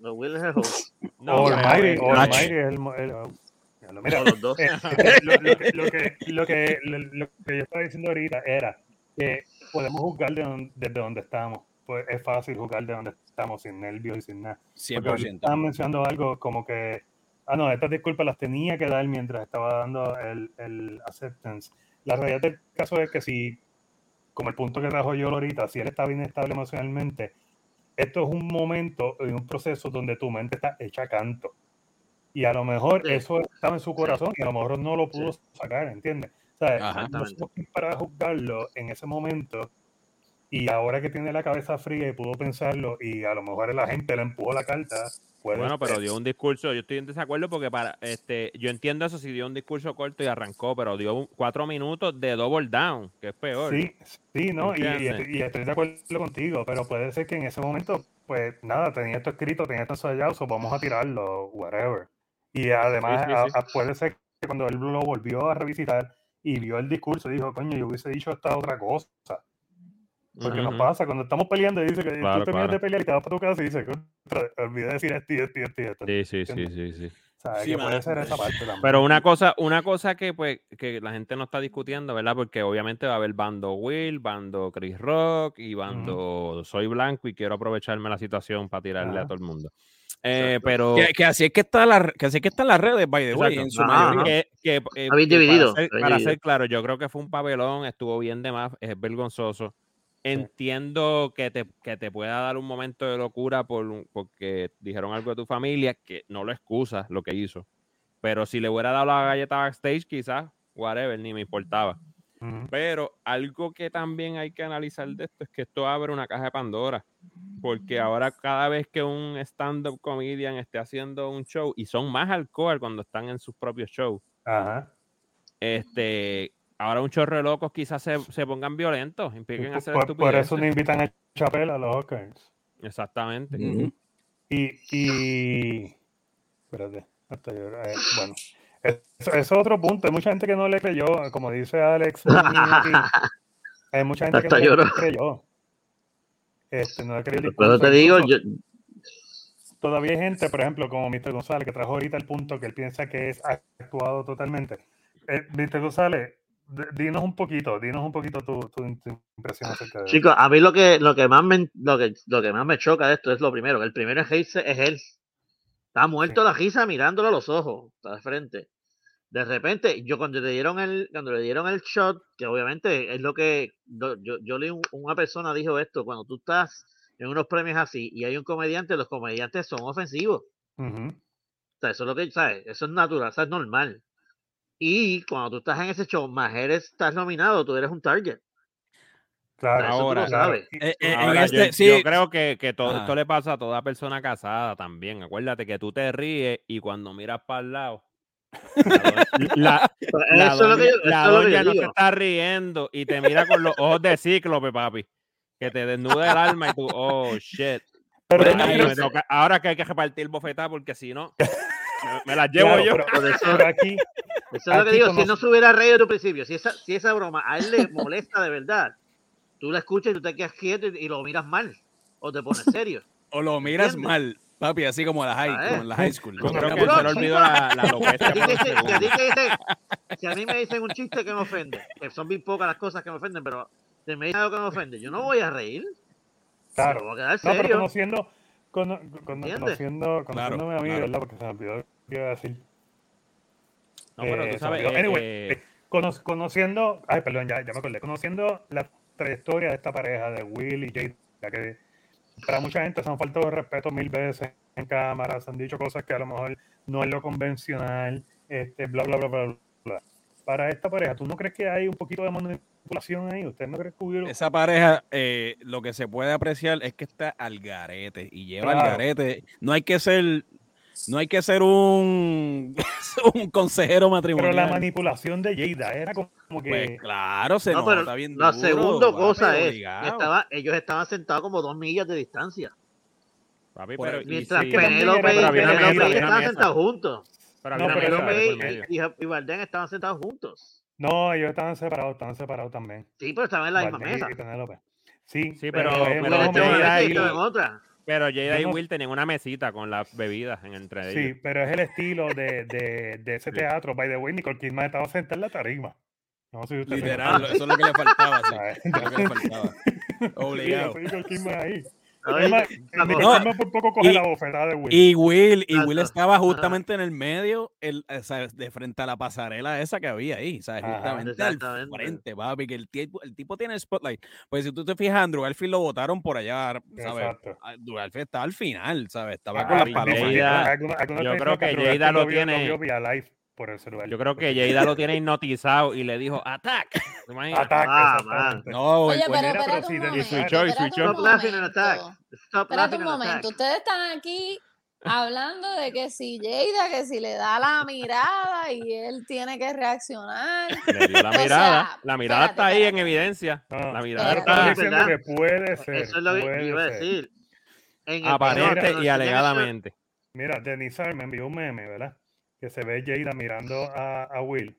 [SPEAKER 4] O Will es el host.
[SPEAKER 1] no,
[SPEAKER 2] o
[SPEAKER 1] pero-
[SPEAKER 2] Almighty, o
[SPEAKER 1] no,
[SPEAKER 3] Nacho.
[SPEAKER 2] Almighty es el. mo- el- oh, ya lo- Mira,
[SPEAKER 4] O los dos.
[SPEAKER 2] Eh, eh, lo, lo que, lo, que, lo, que, lo, lo que yo estaba diciendo ahorita era que podemos jugar de don- desde donde estamos. Pues es fácil jugar de donde estamos, sin nervios y sin nada. Porque ahorita
[SPEAKER 3] 100%.
[SPEAKER 2] Estaban mencionando algo como que. Ah, no, estas disculpas las tenía que dar mientras estaba dando el, el acceptance. La realidad del caso es que si, como el punto que trajo yo ahorita, si él está bien estable emocionalmente, esto es un momento y un proceso donde tu mente está hecha canto. Y a lo mejor
[SPEAKER 4] Sí.
[SPEAKER 2] eso estaba en su corazón y a lo mejor no lo pudo sacar, ¿entiendes? O sea,
[SPEAKER 3] Ajá.
[SPEAKER 2] no somos quien para juzgarlo en ese momento y ahora que tiene la cabeza fría y pudo pensarlo y a lo mejor la gente le empujó la carta. puede
[SPEAKER 1] Bueno, pero
[SPEAKER 2] ser.
[SPEAKER 1] dio un discurso. Yo estoy en desacuerdo porque para este, yo entiendo eso si dio un discurso corto y arrancó, pero dio un- cuatro minutos de double down, que es peor.
[SPEAKER 2] Sí, sí, ¿no? Y, y
[SPEAKER 1] ¿Entiendes?
[SPEAKER 2] estoy- y estoy de acuerdo contigo, pero puede ser que en ese momento, pues nada, tenía esto escrito, tenía esto ensayado, so vamos a tirarlo, whatever. Y además,
[SPEAKER 1] sí,
[SPEAKER 2] a-
[SPEAKER 1] sí.
[SPEAKER 2] a- puede ser que cuando él lo volvió a revisitar y vio el discurso, dijo, coño, yo hubiese dicho esta otra cosa. Porque nos
[SPEAKER 1] Ujú.
[SPEAKER 2] pasa cuando estamos peleando y dice que
[SPEAKER 1] Claro,
[SPEAKER 2] tú terminas
[SPEAKER 1] claro.
[SPEAKER 2] de pelear y te vas para tu casa y dice, "Contra, olvidé decir esto y esto y esto y esto.
[SPEAKER 1] Sí, sí, sí, sí, sí.
[SPEAKER 2] O sea,
[SPEAKER 3] Sí,
[SPEAKER 2] que puede
[SPEAKER 3] mano.
[SPEAKER 2] ser esa parte también.
[SPEAKER 1] Pero una cosa, una cosa que pues que la gente no está discutiendo, ¿verdad? Porque obviamente va a haber bando Will, bando Chris Rock y bando Soy Blanco y quiero aprovecharme la situación para tirarle a
[SPEAKER 2] Ajá.
[SPEAKER 1] todo el mundo. Eh,
[SPEAKER 4] Exacto.
[SPEAKER 1] pero
[SPEAKER 3] Que, que así es que está la, que así es que están las redes, by the way,
[SPEAKER 1] Exacto.
[SPEAKER 3] en su
[SPEAKER 4] Ajá,
[SPEAKER 3] mayoría.
[SPEAKER 4] ajá.
[SPEAKER 1] que, que, eh, que
[SPEAKER 4] Habéis dividido,
[SPEAKER 1] Para, ser,
[SPEAKER 4] habéis
[SPEAKER 1] para
[SPEAKER 4] dividido.
[SPEAKER 1] ser claro, yo creo que fue un papelón, estuvo bien de más, es vergonzoso. Entiendo que te, que te pueda dar un momento de locura por, un- porque dijeron algo de tu familia, que no lo excusas lo que hizo. Pero si le hubiera dado la galleta backstage, quizás, whatever, ni me importaba.
[SPEAKER 2] Ujú.
[SPEAKER 1] Pero algo que también hay que analizar de esto es que esto abre una caja de Pandora. Porque ahora cada vez que un stand-up comedian esté haciendo un show, y son más alcohol cuando están en sus propios shows,
[SPEAKER 2] Ajá.
[SPEAKER 1] este, ahora un chorro de locos quizás se, se pongan violentos,
[SPEAKER 2] Y
[SPEAKER 1] empiecen a
[SPEAKER 2] Por,
[SPEAKER 1] hacer
[SPEAKER 2] por- por
[SPEAKER 1] estupideces.
[SPEAKER 2] eso no invitan a Chapel a los Oscars.
[SPEAKER 1] Exactamente.
[SPEAKER 3] Ujú.
[SPEAKER 2] Y, y... Espérate, hasta yo- eh, bueno. Eso, eso es otro punto. Hay mucha gente que no le creyó, como dice Alex. Muñoz aquí, Hay mucha gente que
[SPEAKER 4] Hasta
[SPEAKER 2] no le
[SPEAKER 4] lloró.
[SPEAKER 2] creyó. Este, no le creyó el
[SPEAKER 4] Pero
[SPEAKER 2] discurso.
[SPEAKER 4] te digo,
[SPEAKER 2] Incluso
[SPEAKER 4] yo,
[SPEAKER 2] Todavía hay gente, por ejemplo, como Mr. González, que trajo ahorita el punto que él piensa que es actuado totalmente. Eh, Mr. González, d- dinos un poquito, dinos un poquito tu, tu- tu impresión acerca de eso.
[SPEAKER 4] chicos, a mí lo que, lo, que más me, lo, que, lo que más me choca de esto es lo primero. que El primero es, reírse, es él. Está muerto la risa mirándolo a los ojos, está de frente. De repente, yo cuando le dieron el, cuando le dieron el shot, que obviamente es lo que yo, yo- yo leí un- una persona dijo esto, cuando tú estás en unos premios así y hay un comediante, los comediantes son ofensivos.
[SPEAKER 2] Ujú.
[SPEAKER 4] O sea, eso es lo que, ¿sabes? Eso es natural, eso es normal. Y cuando tú estás en ese show, más eres, estás nominado, tú eres un target. O sea,
[SPEAKER 2] Claro,
[SPEAKER 4] eso tú lo
[SPEAKER 1] Ahora,
[SPEAKER 4] sabes.
[SPEAKER 3] Eh, eh, en
[SPEAKER 1] Ahora, yo,
[SPEAKER 3] este- sí,
[SPEAKER 1] yo creo que, que todo
[SPEAKER 3] Ajá.
[SPEAKER 1] esto le pasa a toda persona casada también. Acuérdate que tú te ríes y cuando miras para el lado. La,
[SPEAKER 4] Pero
[SPEAKER 1] la
[SPEAKER 4] eso es lo que
[SPEAKER 1] doña,
[SPEAKER 4] yo,
[SPEAKER 1] la
[SPEAKER 4] eso es lo que
[SPEAKER 1] doña
[SPEAKER 4] yo
[SPEAKER 1] no se
[SPEAKER 4] digo.
[SPEAKER 1] está riendo y te mira con los ojos de cíclope, papi. Que te desnuda el alma y tú, oh shit.
[SPEAKER 2] Pero
[SPEAKER 1] Ay,
[SPEAKER 2] tú no
[SPEAKER 1] me
[SPEAKER 2] crees-
[SPEAKER 1] toca- ahora que hay que repartir bofetada porque si no, me, me las llevo
[SPEAKER 2] claro,
[SPEAKER 1] yo.
[SPEAKER 2] pero-
[SPEAKER 4] Por eso-
[SPEAKER 2] pero aquí,
[SPEAKER 4] Eso es lo que
[SPEAKER 2] Aquí
[SPEAKER 4] digo, si él
[SPEAKER 2] conoce-
[SPEAKER 4] no se hubiera reído desde un principio, si esa, si esa broma a él le molesta de verdad, tú la escuchas y tú te quedas quieto y, y lo miras mal, o te pones serio.
[SPEAKER 3] o lo miras
[SPEAKER 4] ¿Entiendes?
[SPEAKER 3] mal, papi, así como la high,
[SPEAKER 4] Ah, eh.
[SPEAKER 3] como en la high school.
[SPEAKER 1] Yo
[SPEAKER 3] ¿no?
[SPEAKER 1] creo que
[SPEAKER 4] Cabrón,
[SPEAKER 1] se le olvidó la, la
[SPEAKER 4] Si a
[SPEAKER 1] alopecia
[SPEAKER 4] ti
[SPEAKER 1] por
[SPEAKER 4] te
[SPEAKER 1] un
[SPEAKER 4] dicen- si a ti
[SPEAKER 1] segundo.
[SPEAKER 4] te dicen- si a mí me dicen un chiste que me ofende, que son bien pocas las cosas que me ofenden, pero si me dicen algo que me ofende, yo no voy a reír, me
[SPEAKER 2] claro,
[SPEAKER 4] voy a quedar
[SPEAKER 2] No, pero
[SPEAKER 4] serio.
[SPEAKER 2] conociendo, cono- cono-
[SPEAKER 4] ¿Entiendes?
[SPEAKER 2] conociendo, conociéndome a mí,
[SPEAKER 3] claro.
[SPEAKER 2] ¿verdad? Porque se me olvidó lo que iba a decir.
[SPEAKER 1] No, pero
[SPEAKER 2] Eh,
[SPEAKER 1] tú
[SPEAKER 2] se
[SPEAKER 1] sabes.
[SPEAKER 2] me olvidó.
[SPEAKER 1] eh,
[SPEAKER 2] Anyway,
[SPEAKER 1] eh,
[SPEAKER 2] eh, cono- conociendo, ay, perdón, ya, ya me acordé. Conociendo la trayectoria de esta pareja de Will y Jade, ya que para mucha gente se han faltado de respeto mil veces en cámara, se han dicho cosas que a lo mejor no es lo convencional, este, bla, bla, bla, bla, bla. Para esta pareja, ¿tú no crees que hay un poquito de manipulación ahí? ¿Usted no cree que hubiera
[SPEAKER 3] Esa pareja, eh, lo que se puede apreciar es que está al garete y lleva al
[SPEAKER 2] Claro.
[SPEAKER 3] garete. No hay que ser, No hay que ser un, un consejero
[SPEAKER 2] Pero
[SPEAKER 3] matrimonial.
[SPEAKER 2] la manipulación de Jada era como que.
[SPEAKER 3] Pues claro, se
[SPEAKER 4] No,
[SPEAKER 3] nota
[SPEAKER 4] pero
[SPEAKER 3] bien
[SPEAKER 4] la
[SPEAKER 3] duro,
[SPEAKER 4] segunda
[SPEAKER 3] papi,
[SPEAKER 4] cosa es,
[SPEAKER 3] obligado.
[SPEAKER 4] estaba- ellos estaban sentados como dos millas de distancia.
[SPEAKER 1] Papi,
[SPEAKER 3] Por
[SPEAKER 1] pero,
[SPEAKER 3] el-
[SPEAKER 1] y
[SPEAKER 4] Mientras
[SPEAKER 1] si-
[SPEAKER 2] que también era-
[SPEAKER 4] Penélope y
[SPEAKER 1] pero había una
[SPEAKER 4] Penélope
[SPEAKER 1] mesa, había una
[SPEAKER 4] estaban
[SPEAKER 1] mesa.
[SPEAKER 4] sentados juntos.
[SPEAKER 1] Pero había
[SPEAKER 2] No,
[SPEAKER 1] una
[SPEAKER 2] pero
[SPEAKER 1] mesa de por
[SPEAKER 4] Penélope
[SPEAKER 1] medio.
[SPEAKER 4] y, y, y Bardem estaban sentados juntos.
[SPEAKER 2] No, ellos estaban separados, estaban separados también.
[SPEAKER 4] Sí, pero estaban en la misma
[SPEAKER 2] Valdés
[SPEAKER 4] mesa.
[SPEAKER 2] y Penélope. Sí,
[SPEAKER 1] Sí, pero-
[SPEAKER 2] es
[SPEAKER 1] pero
[SPEAKER 2] más o
[SPEAKER 4] Uno
[SPEAKER 1] este
[SPEAKER 4] estaba en
[SPEAKER 2] menos
[SPEAKER 4] una
[SPEAKER 1] era
[SPEAKER 4] mesa y
[SPEAKER 2] el
[SPEAKER 1] ahí-
[SPEAKER 4] otro en
[SPEAKER 2] estilo-
[SPEAKER 4] otra.
[SPEAKER 1] Pero Jada
[SPEAKER 2] Yo
[SPEAKER 1] y
[SPEAKER 2] no-
[SPEAKER 1] Will tenían una mesita con las bebidas en- entre
[SPEAKER 2] Sí,
[SPEAKER 1] ellos.
[SPEAKER 2] pero es el estilo de, de, de ese teatro. By the way, Nicole Kidman estaba sentada en la tarima. No sé si usted se
[SPEAKER 3] Literal, eso es lo que le faltaba. sí,
[SPEAKER 2] notaba.
[SPEAKER 3] eso es lo que le faltaba.
[SPEAKER 2] Sí,
[SPEAKER 3] Obligado.
[SPEAKER 2] eso Nicole Kidman ahí.
[SPEAKER 4] Oye,
[SPEAKER 2] Además,
[SPEAKER 4] la
[SPEAKER 2] Nicole
[SPEAKER 4] cosa-
[SPEAKER 3] No,
[SPEAKER 2] Kidman por poco coge
[SPEAKER 3] y-
[SPEAKER 2] la bofetada de Will.
[SPEAKER 3] Y Will, y
[SPEAKER 4] Exacto.
[SPEAKER 3] Will estaba justamente en el medio, el, o sea, de frente a la pasarela esa que había ahí, ¿sabes?
[SPEAKER 2] Ajá.
[SPEAKER 3] Justamente al
[SPEAKER 4] Exactamente.
[SPEAKER 3] frente, papi, que el tipo, el tipo tiene el spotlight. Pues si tú te fijas, Andrew Garfield lo votaron por allá, ¿sabes? Ah,
[SPEAKER 2] Exacto.
[SPEAKER 3] Andrew Garfield estaba al final, ¿sabes? Estaba
[SPEAKER 2] Ah,
[SPEAKER 3] con las
[SPEAKER 1] papi,
[SPEAKER 3] palomas.
[SPEAKER 1] Jada-
[SPEAKER 2] algunos- algunos
[SPEAKER 1] yo
[SPEAKER 2] dicen
[SPEAKER 1] creo que
[SPEAKER 2] Andrew
[SPEAKER 1] Jada lo
[SPEAKER 2] Garfield vio-
[SPEAKER 1] tiene-
[SPEAKER 2] vio vía live por el celular.
[SPEAKER 1] Yo creo que Jada lo tiene hipnotizado y le dijo, ¡Attack! ¿Te imaginas?
[SPEAKER 2] Ataque,
[SPEAKER 4] Ah,
[SPEAKER 2] exactamente.
[SPEAKER 3] No,
[SPEAKER 5] Oye,
[SPEAKER 3] pues,
[SPEAKER 2] era,
[SPEAKER 5] pero
[SPEAKER 2] pero
[SPEAKER 5] espérate
[SPEAKER 2] sí,
[SPEAKER 5] un
[SPEAKER 2] de-
[SPEAKER 5] momento.
[SPEAKER 1] switchó, y
[SPEAKER 5] espérate
[SPEAKER 1] switchó.
[SPEAKER 5] un
[SPEAKER 4] Stop laughing and
[SPEAKER 5] momento.
[SPEAKER 4] attack. Stop
[SPEAKER 5] Espérate
[SPEAKER 4] laughing
[SPEAKER 5] un
[SPEAKER 4] and attack.
[SPEAKER 5] momento, ustedes están aquí hablando de que si Jada, que si le da la mirada y él tiene que reaccionar.
[SPEAKER 1] Le dio la
[SPEAKER 5] O sea,
[SPEAKER 1] mirada. la mirada
[SPEAKER 5] espérate,
[SPEAKER 1] está ahí en
[SPEAKER 5] espérate.
[SPEAKER 1] evidencia.
[SPEAKER 2] No,
[SPEAKER 1] la mirada
[SPEAKER 2] Ahora
[SPEAKER 1] está
[SPEAKER 5] Pero-
[SPEAKER 2] estamos
[SPEAKER 4] Ah,
[SPEAKER 2] diciendo
[SPEAKER 4] ¿verdad?
[SPEAKER 2] que puede ser.
[SPEAKER 4] Eso es lo que
[SPEAKER 2] puede
[SPEAKER 4] iba a
[SPEAKER 2] ser.
[SPEAKER 4] decir. En el-
[SPEAKER 1] aparente
[SPEAKER 4] no,
[SPEAKER 1] y
[SPEAKER 4] no,
[SPEAKER 1] alegadamente.
[SPEAKER 2] Mira, Denise Arm me envió un meme, ¿verdad? Que se ve Jada mirando a, a Will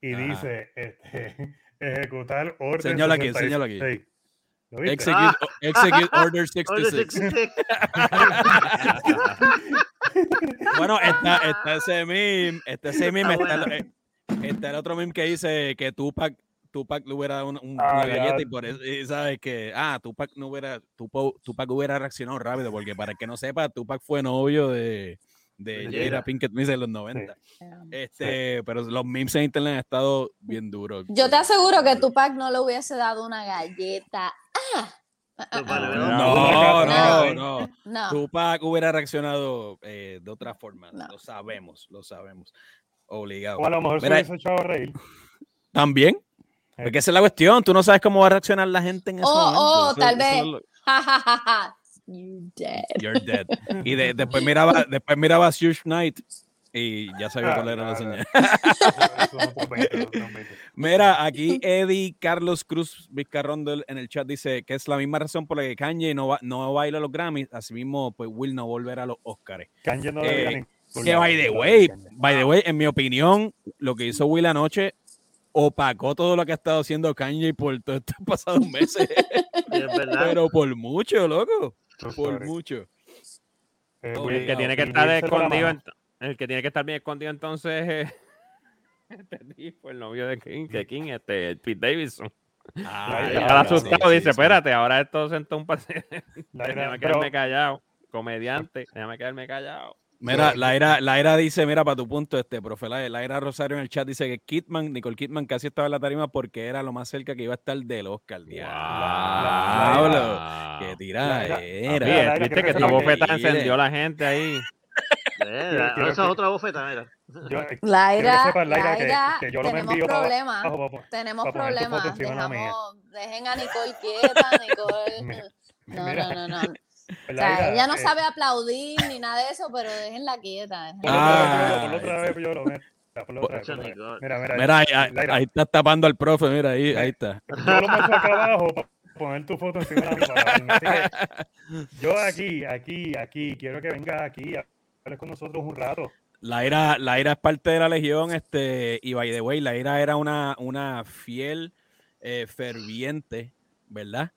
[SPEAKER 2] y
[SPEAKER 3] Ajá.
[SPEAKER 2] dice, este, ejecutar orden.
[SPEAKER 3] Señala aquí, señala aquí.
[SPEAKER 2] 66. ¿Lo viste?
[SPEAKER 4] Ah.
[SPEAKER 3] Execute, execute Order
[SPEAKER 4] Oye,
[SPEAKER 3] 66.
[SPEAKER 4] sí, sí, sí.
[SPEAKER 3] Bueno, está, está ese meme, está ese meme,
[SPEAKER 4] Está
[SPEAKER 3] está,
[SPEAKER 4] buena.
[SPEAKER 3] el- eh, está el otro meme que dice que Tupac, Tupac le hubiera dado un, un-
[SPEAKER 2] Ah,
[SPEAKER 3] una galleta y
[SPEAKER 2] ya.
[SPEAKER 3] por eso, y sabes que, ah, Tupac no hubiera, Tupac, Tupac hubiera reaccionado rápido, porque para el que no sepa, Tupac fue novio de, de
[SPEAKER 4] De
[SPEAKER 3] Jada
[SPEAKER 4] Jada.
[SPEAKER 3] Pinkett Smith en los 90. Este, pero los memes en internet han estado bien duros.
[SPEAKER 5] Yo te aseguro que Tupac no le hubiese dado una galleta. Ah, ah, ah,
[SPEAKER 4] Pero
[SPEAKER 5] ah,
[SPEAKER 4] para ver,
[SPEAKER 3] No, no,
[SPEAKER 5] No.
[SPEAKER 3] no.
[SPEAKER 5] no.
[SPEAKER 3] Tupac hubiera reaccionado eh, de otra forma.
[SPEAKER 5] No.
[SPEAKER 3] Lo sabemos, lo sabemos. Obligado.
[SPEAKER 2] O a lo mejor
[SPEAKER 3] Mira,
[SPEAKER 2] se hubiese echado a reír.
[SPEAKER 3] También. Porque esa es la cuestión. Tú no sabes cómo va a reaccionar la gente en ese
[SPEAKER 5] Oh,
[SPEAKER 3] momento.
[SPEAKER 5] oh,
[SPEAKER 3] Eso-
[SPEAKER 5] tal
[SPEAKER 3] eso
[SPEAKER 5] vez.
[SPEAKER 3] es lo-
[SPEAKER 5] Ja, ja, ja, ja. You dead.
[SPEAKER 3] You're dead. Y de- después miraba, después miraba Suge Knight y ya sabía
[SPEAKER 2] Ah,
[SPEAKER 3] cuál era
[SPEAKER 2] claro.
[SPEAKER 3] la señal.
[SPEAKER 2] Eso no compete, eso no compete.
[SPEAKER 3] Mira, aquí Eddie Carlos Cruz Vizcarrondo en el chat dice que es la misma razón por la que Kanye no, va, no baila los Grammys. Asimismo, pues Will no volverá a los Oscars.
[SPEAKER 2] Kanye no
[SPEAKER 3] Eh,
[SPEAKER 2] le gana ningún
[SPEAKER 3] Que
[SPEAKER 2] lado,
[SPEAKER 3] by the
[SPEAKER 2] ¿sabes?
[SPEAKER 3] way,
[SPEAKER 2] Kanye.
[SPEAKER 3] by the way, en mi opinión, lo que hizo Will anoche opacó todo lo que ha estado haciendo Kanye por todos estos pasados meses.
[SPEAKER 4] Es verdad.
[SPEAKER 3] Pero por mucho, loco.
[SPEAKER 2] True
[SPEAKER 3] Por
[SPEAKER 2] story.
[SPEAKER 3] mucho.
[SPEAKER 2] Eh,
[SPEAKER 3] El
[SPEAKER 1] El
[SPEAKER 2] Will-
[SPEAKER 1] que tiene que
[SPEAKER 2] Will
[SPEAKER 1] estar
[SPEAKER 2] Gates se lo la
[SPEAKER 1] escondido.
[SPEAKER 2] mano.
[SPEAKER 1] ent- El que tiene que estar bien escondido entonces es este tipo, el novio de King, de King este, el Pete Davidson.
[SPEAKER 2] Ah,
[SPEAKER 1] Ahí
[SPEAKER 2] ya,
[SPEAKER 1] estaba
[SPEAKER 2] ya, sí,
[SPEAKER 1] asustado, dice, espérate, ahora esto sentó un paseo.
[SPEAKER 2] La
[SPEAKER 1] Déjame
[SPEAKER 2] gran-
[SPEAKER 1] quedarme
[SPEAKER 2] pero-
[SPEAKER 1] callado. Comediante, déjame quedarme callado.
[SPEAKER 3] Mira, Laira, Laira dice, mira, para tu punto, este, profe, Laira, Laira Rosario en el chat dice que Kidman, Nicole Kidman casi estaba en la tarima porque era lo más cerca que iba a estar del Oscar.
[SPEAKER 2] la-
[SPEAKER 3] Diablo, qué
[SPEAKER 2] Laira,
[SPEAKER 3] tiradera.
[SPEAKER 2] papi,
[SPEAKER 1] Bien,
[SPEAKER 2] Laira,
[SPEAKER 1] viste
[SPEAKER 2] creo
[SPEAKER 1] que
[SPEAKER 2] que
[SPEAKER 1] tu
[SPEAKER 2] se lo
[SPEAKER 1] bofeta
[SPEAKER 3] olvidé.
[SPEAKER 1] encendió la gente ahí.
[SPEAKER 4] Mira,
[SPEAKER 2] Quiero-
[SPEAKER 4] Esa
[SPEAKER 2] quiero-
[SPEAKER 4] es otra bofeta, mira.
[SPEAKER 2] yo-
[SPEAKER 5] Laira,
[SPEAKER 2] sepas, Laira, que-
[SPEAKER 5] Laira,
[SPEAKER 2] que yo no me
[SPEAKER 5] tenemos
[SPEAKER 2] envío para
[SPEAKER 5] problemas.
[SPEAKER 2] abajo, papá.
[SPEAKER 5] Tenemos
[SPEAKER 2] pa poner tu foto
[SPEAKER 5] problemas.
[SPEAKER 2] encima de la mía.
[SPEAKER 5] Dejamos, dejen a Nicole quieta, Nicole.
[SPEAKER 2] Mira,
[SPEAKER 5] No,
[SPEAKER 2] mira,
[SPEAKER 5] no, no, no. O sea,
[SPEAKER 2] Laira,
[SPEAKER 5] ella no
[SPEAKER 2] eh,
[SPEAKER 5] sabe aplaudir ni nada de eso, pero déjenla quieta. déjenla
[SPEAKER 2] ponlo otra vez,
[SPEAKER 3] Ah,
[SPEAKER 2] ponlo otra vez, yo lo veo. Ponlo otra vez,
[SPEAKER 4] Chacho,
[SPEAKER 2] ponlo otra vez.
[SPEAKER 4] Nicole.
[SPEAKER 2] Mira, mira,
[SPEAKER 3] Mira, ahí, ahí-
[SPEAKER 2] Laira.
[SPEAKER 3] ahí estás tapando al profe, mira, ahí, ahí está.
[SPEAKER 2] Yo lo paso acá abajo para poner tu foto encima de la mía. Así que Yo aquí, aquí, aquí, quiero que vengas aquí a hables con nosotros un rato.
[SPEAKER 3] Laira, Laira es parte de la Legión, este, y by the way, Laira era una, una fiel eh, ferviente, ¿verdad?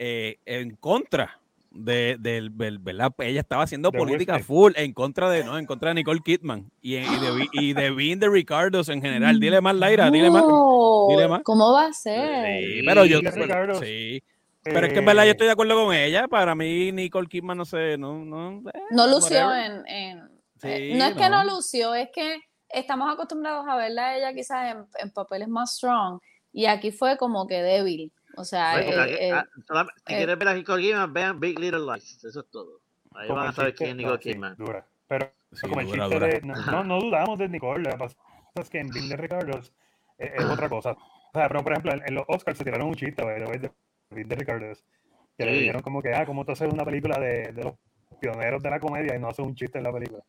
[SPEAKER 3] Eh, en contra de, del- del- ¿verdad? Ella estaba haciendo
[SPEAKER 2] De
[SPEAKER 3] política
[SPEAKER 2] Wesley.
[SPEAKER 3] full, en contra de, no, en contra de Nicole Kidman y, y de, Vi- y de Vin de Ricardos en general. Dile más, Laira, dile más.
[SPEAKER 5] No,
[SPEAKER 3] dile más.
[SPEAKER 5] ¿Cómo va a ser?
[SPEAKER 3] Sí, pero yo,
[SPEAKER 2] Vin de Ricardos.
[SPEAKER 3] sí, pero es que en
[SPEAKER 2] Eh,
[SPEAKER 3] verdad yo estoy de acuerdo con ella. Para mí, Nicole Kidman, no sé, no, no. eh,
[SPEAKER 5] No lució
[SPEAKER 3] whatever.
[SPEAKER 5] en, en-
[SPEAKER 3] Sí,
[SPEAKER 5] eh, no es que no lució, es que estamos acostumbrados a verla a ella quizás en, en papeles más strong y aquí fue como que débil. O sea,
[SPEAKER 4] Oye,
[SPEAKER 5] eh,
[SPEAKER 4] porque aquí-
[SPEAKER 5] eh,
[SPEAKER 4] ah, solam- Si
[SPEAKER 5] eh.
[SPEAKER 4] quieres ver a Nicole Kidman, vean Big Little Lies. Eso es todo. Ahí
[SPEAKER 2] como
[SPEAKER 4] van a
[SPEAKER 2] el
[SPEAKER 4] saber
[SPEAKER 2] chiste-
[SPEAKER 4] quién es
[SPEAKER 2] no,
[SPEAKER 4] Nicole
[SPEAKER 2] sí,
[SPEAKER 4] Kidman.
[SPEAKER 2] dura. Pero
[SPEAKER 3] Sí,
[SPEAKER 2] como el
[SPEAKER 3] dura,
[SPEAKER 2] chiste
[SPEAKER 3] dura.
[SPEAKER 2] de- no, no, no dudamos de Nicole, lo que pasa es que en Bill de Ricardos es, es otra cosa. O sea, pero por ejemplo, en, en los Oscars se tiraron un chiste by the way, de Bill de Ricardos que le
[SPEAKER 4] Sí.
[SPEAKER 2] dijeron como que, ah, ¿cómo tú haces una película de, de los pioneros de la comedia y no haces un chiste en la película?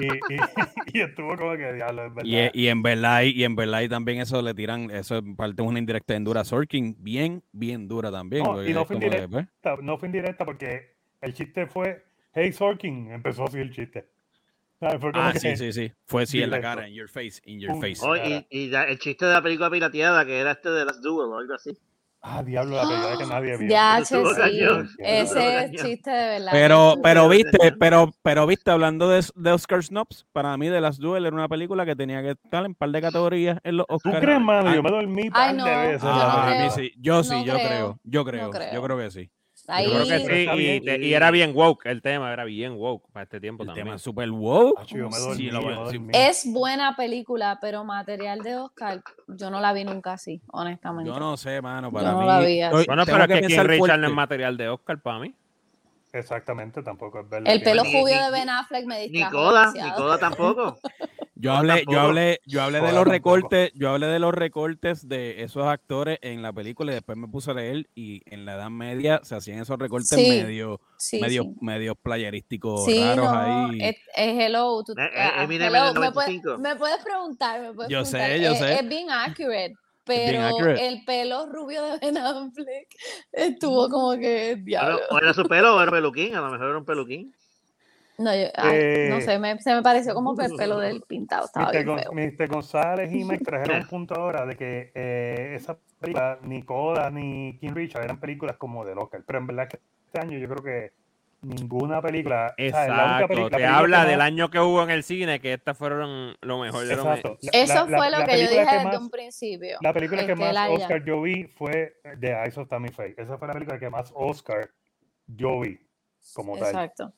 [SPEAKER 2] Y, y, y estuvo como que diablo, es verdad.
[SPEAKER 3] Y, e, y en verdad, y en verdad también eso le tiran, eso es parte de una indirecta en dura Sorkin, bien, bien dura también.
[SPEAKER 2] No,
[SPEAKER 3] porque
[SPEAKER 2] y no
[SPEAKER 3] es
[SPEAKER 2] fue
[SPEAKER 3] como que,
[SPEAKER 2] indirecta.
[SPEAKER 3] pues,
[SPEAKER 2] Ta- no fue indirecta porque el chiste fue, hey Sorkin, empezó así el chiste. ¿Sabes? Fue como
[SPEAKER 3] Ah,
[SPEAKER 2] que-
[SPEAKER 3] sí, sí, sí. Fue así en la
[SPEAKER 2] Directo.
[SPEAKER 3] cara, in your face, in your
[SPEAKER 2] Pum.
[SPEAKER 3] face.
[SPEAKER 4] Oh, y, y la- el chiste de la película pirateada, que era este de las Duel o algo así.
[SPEAKER 2] Ah, diablo, la película que nadie vio.
[SPEAKER 5] Ya,
[SPEAKER 4] Estuvo
[SPEAKER 5] che, sí.
[SPEAKER 4] cañón.
[SPEAKER 5] Ese es chiste de verdad.
[SPEAKER 3] Pero, pero
[SPEAKER 4] Pero-
[SPEAKER 3] viste, pero, pero viste, hablando de, de Oscar Snobs, para mí The Last Duel era una película que tenía que estar en un par de categorías en los
[SPEAKER 2] ¿Tú
[SPEAKER 3] Oscars.
[SPEAKER 2] crees, mano?
[SPEAKER 3] Ah,
[SPEAKER 2] Yo me dormí par
[SPEAKER 5] no,
[SPEAKER 2] de veces.
[SPEAKER 5] yo no
[SPEAKER 3] ah, a
[SPEAKER 5] creo.
[SPEAKER 3] mí sí. Yo sí,
[SPEAKER 5] No
[SPEAKER 3] yo
[SPEAKER 5] creo.
[SPEAKER 3] creo. Yo creo.
[SPEAKER 5] creo.
[SPEAKER 3] Yo creo que sí.
[SPEAKER 5] Ahí,
[SPEAKER 1] Yo creo que
[SPEAKER 2] Pero está
[SPEAKER 1] sí, y,
[SPEAKER 2] bien,
[SPEAKER 1] te- y
[SPEAKER 2] sí.
[SPEAKER 1] era bien woke el tema, era bien woke para este tiempo
[SPEAKER 3] El
[SPEAKER 1] también.
[SPEAKER 3] tema es super wow.
[SPEAKER 2] Acho, yo me
[SPEAKER 5] Sí,
[SPEAKER 2] dormí,
[SPEAKER 3] lo
[SPEAKER 2] yo
[SPEAKER 3] voy
[SPEAKER 2] me
[SPEAKER 3] a decir.
[SPEAKER 2] dormí.
[SPEAKER 5] Es buena película, pero material de Oscar, yo no la vi nunca así, honestamente.
[SPEAKER 3] Yo no sé, mano. Para
[SPEAKER 5] no
[SPEAKER 3] mí.
[SPEAKER 5] la vi así.
[SPEAKER 1] Bueno,
[SPEAKER 3] tengo
[SPEAKER 1] pero es que aquí
[SPEAKER 3] pensar
[SPEAKER 1] en Richard no
[SPEAKER 3] fuerte.
[SPEAKER 1] es material de Oscar para mí.
[SPEAKER 2] Exactamente, tampoco es verdad.
[SPEAKER 5] El pelo
[SPEAKER 4] Ni-
[SPEAKER 5] jubio
[SPEAKER 4] ni-
[SPEAKER 5] de Ben Affleck me distrajo
[SPEAKER 4] Nicola,
[SPEAKER 5] demasiado.
[SPEAKER 4] Nicola tampoco.
[SPEAKER 3] Yo hablé, yo
[SPEAKER 4] tampoco.
[SPEAKER 3] hablé, yo hablé de
[SPEAKER 2] Joder,
[SPEAKER 3] los
[SPEAKER 2] tampoco.
[SPEAKER 3] recortes, yo hablé de los recortes de esos actores en la película y después me puse a leer y en la Edad Media se hacían esos recortes
[SPEAKER 5] Sí,
[SPEAKER 3] medio,
[SPEAKER 5] Sí,
[SPEAKER 3] medio,
[SPEAKER 5] sí.
[SPEAKER 3] medio playerísticos
[SPEAKER 5] Sí,
[SPEAKER 3] raros
[SPEAKER 5] no,
[SPEAKER 3] ahí.
[SPEAKER 5] Es, es hello. tú-
[SPEAKER 4] Eh, eh,
[SPEAKER 5] ah,
[SPEAKER 4] Eminem en
[SPEAKER 5] hello,
[SPEAKER 4] el
[SPEAKER 5] me, puedes-
[SPEAKER 4] 95.
[SPEAKER 5] me puedes preguntar, me puedes
[SPEAKER 3] Yo sé,
[SPEAKER 5] preguntar.
[SPEAKER 3] yo
[SPEAKER 5] es,
[SPEAKER 3] sé.
[SPEAKER 5] Es bien accurate,
[SPEAKER 3] bien
[SPEAKER 5] pero
[SPEAKER 3] accurate.
[SPEAKER 5] el pelo rubio de Ben Affleck estuvo como que diablo.
[SPEAKER 4] Pero, o era su pelo o era peluquín, a lo mejor era un peluquín.
[SPEAKER 5] No, yo- ay,
[SPEAKER 2] Eh.
[SPEAKER 5] no sé, me- se me pareció como que el pelo del pintado estaba
[SPEAKER 2] Mr.
[SPEAKER 5] bien
[SPEAKER 2] Gon-
[SPEAKER 5] feo.
[SPEAKER 2] Mr. González y Mike
[SPEAKER 4] Eh.
[SPEAKER 2] trajeron un punto ahora de que eh, esa película, ni Coda ni King Richard eran películas como de local, pero en verdad que este año yo creo que ninguna película. o sea, es la única
[SPEAKER 1] Exacto,
[SPEAKER 2] película- la
[SPEAKER 1] te
[SPEAKER 2] película
[SPEAKER 1] habla
[SPEAKER 2] que
[SPEAKER 1] del
[SPEAKER 2] más-
[SPEAKER 1] año que hubo en el cine, que estas fueron lo mejor de lo mejor.
[SPEAKER 2] Exacto. La-
[SPEAKER 5] Eso
[SPEAKER 2] la- la-
[SPEAKER 5] fue lo
[SPEAKER 2] la
[SPEAKER 5] que
[SPEAKER 2] película
[SPEAKER 5] yo dije
[SPEAKER 2] que
[SPEAKER 5] desde
[SPEAKER 2] más-
[SPEAKER 5] un principio.
[SPEAKER 2] La película que más
[SPEAKER 5] Estela ya.
[SPEAKER 2] Oscar yo vi fue eh, The Eyes of Tammy Faye. Esa fue la película que más Oscar yo vi como tal.
[SPEAKER 5] Exacto.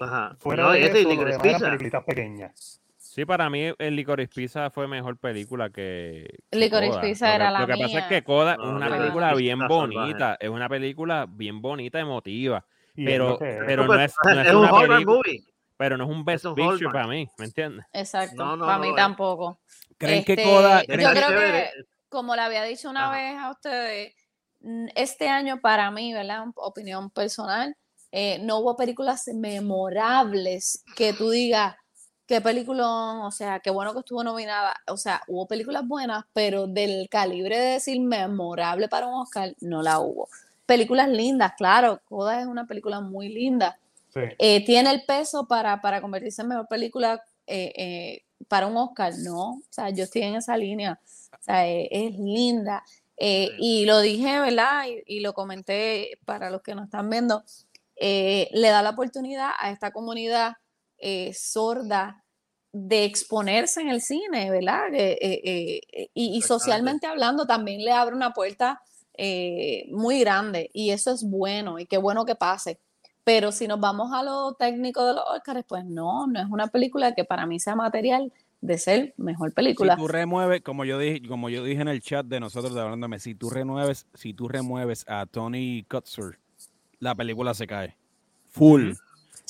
[SPEAKER 4] Ajá.
[SPEAKER 2] Fuera
[SPEAKER 4] no,
[SPEAKER 2] de
[SPEAKER 4] ese y
[SPEAKER 2] eso, lo
[SPEAKER 4] Licorice
[SPEAKER 2] demás eran
[SPEAKER 4] Pizza.
[SPEAKER 2] peliculitas pequeñas.
[SPEAKER 1] Sí, para mí el Licorice Pizza fue mejor película que que
[SPEAKER 5] Licorice
[SPEAKER 1] Coda.
[SPEAKER 5] Pizza
[SPEAKER 1] Lo que-
[SPEAKER 5] era la
[SPEAKER 1] Lo que pasa es
[SPEAKER 5] mía.
[SPEAKER 1] que Coda
[SPEAKER 4] No,
[SPEAKER 1] es una
[SPEAKER 5] Licorice
[SPEAKER 1] película
[SPEAKER 4] Pizza
[SPEAKER 1] bien
[SPEAKER 4] está
[SPEAKER 1] bonita,
[SPEAKER 4] salvaje.
[SPEAKER 1] es una película bien bonita, emotiva,
[SPEAKER 2] Y es
[SPEAKER 1] pero
[SPEAKER 2] lo que es.
[SPEAKER 1] pero no es no es
[SPEAKER 4] un
[SPEAKER 1] una
[SPEAKER 4] horror
[SPEAKER 1] película,
[SPEAKER 4] movie.
[SPEAKER 1] pero no es un best
[SPEAKER 4] un
[SPEAKER 1] picture
[SPEAKER 4] Hallmark.
[SPEAKER 1] para mí, ¿me entiendes?
[SPEAKER 5] Exacto.
[SPEAKER 4] No, no,
[SPEAKER 5] Para
[SPEAKER 4] no,
[SPEAKER 5] mí
[SPEAKER 4] eh.
[SPEAKER 5] tampoco.
[SPEAKER 3] ¿Creen que
[SPEAKER 5] Este,
[SPEAKER 3] Coda?
[SPEAKER 5] yo
[SPEAKER 3] creen
[SPEAKER 4] Está
[SPEAKER 3] que-
[SPEAKER 5] creo
[SPEAKER 4] chévere,
[SPEAKER 5] que- Como le había dicho una
[SPEAKER 4] Ajá.
[SPEAKER 5] vez a ustedes, mm, este año para mí, ¿verdad? Un- Opinión personal, eh, no hubo películas memorables que tú digas, qué peliculón, o sea, qué bueno que estuvo nominada. O sea, hubo películas buenas, pero del calibre de decir memorable para un Oscar, no la hubo. Películas lindas, claro, Coda es una película muy linda,
[SPEAKER 2] Sí.
[SPEAKER 5] eh, tiene el peso para, para convertirse en mejor película eh, eh, para un Oscar. No, o sea, yo estoy en esa línea. O sea, eh, es linda. Eh, y lo dije, ¿verdad? Y, y lo comenté para los que nos están viendo. eh, le da la oportunidad a esta comunidad eh, sorda de exponerse en el cine, ¿verdad? Eh, eh, eh, eh, y, y
[SPEAKER 4] Exactamente.
[SPEAKER 5] socialmente hablando también le abre una puerta eh, muy grande y eso es bueno y qué bueno que pase. Pero si nos vamos a lo técnico de los Oscars, pues no, no es una película que para mí sea material de ser mejor película.
[SPEAKER 3] Si tú remueves, como yo dije, como yo dije en el chat de nosotros de hablándome, si tú renueves, si tú remueves a Tony Kutzer, la película se cae. Full.
[SPEAKER 5] Sí.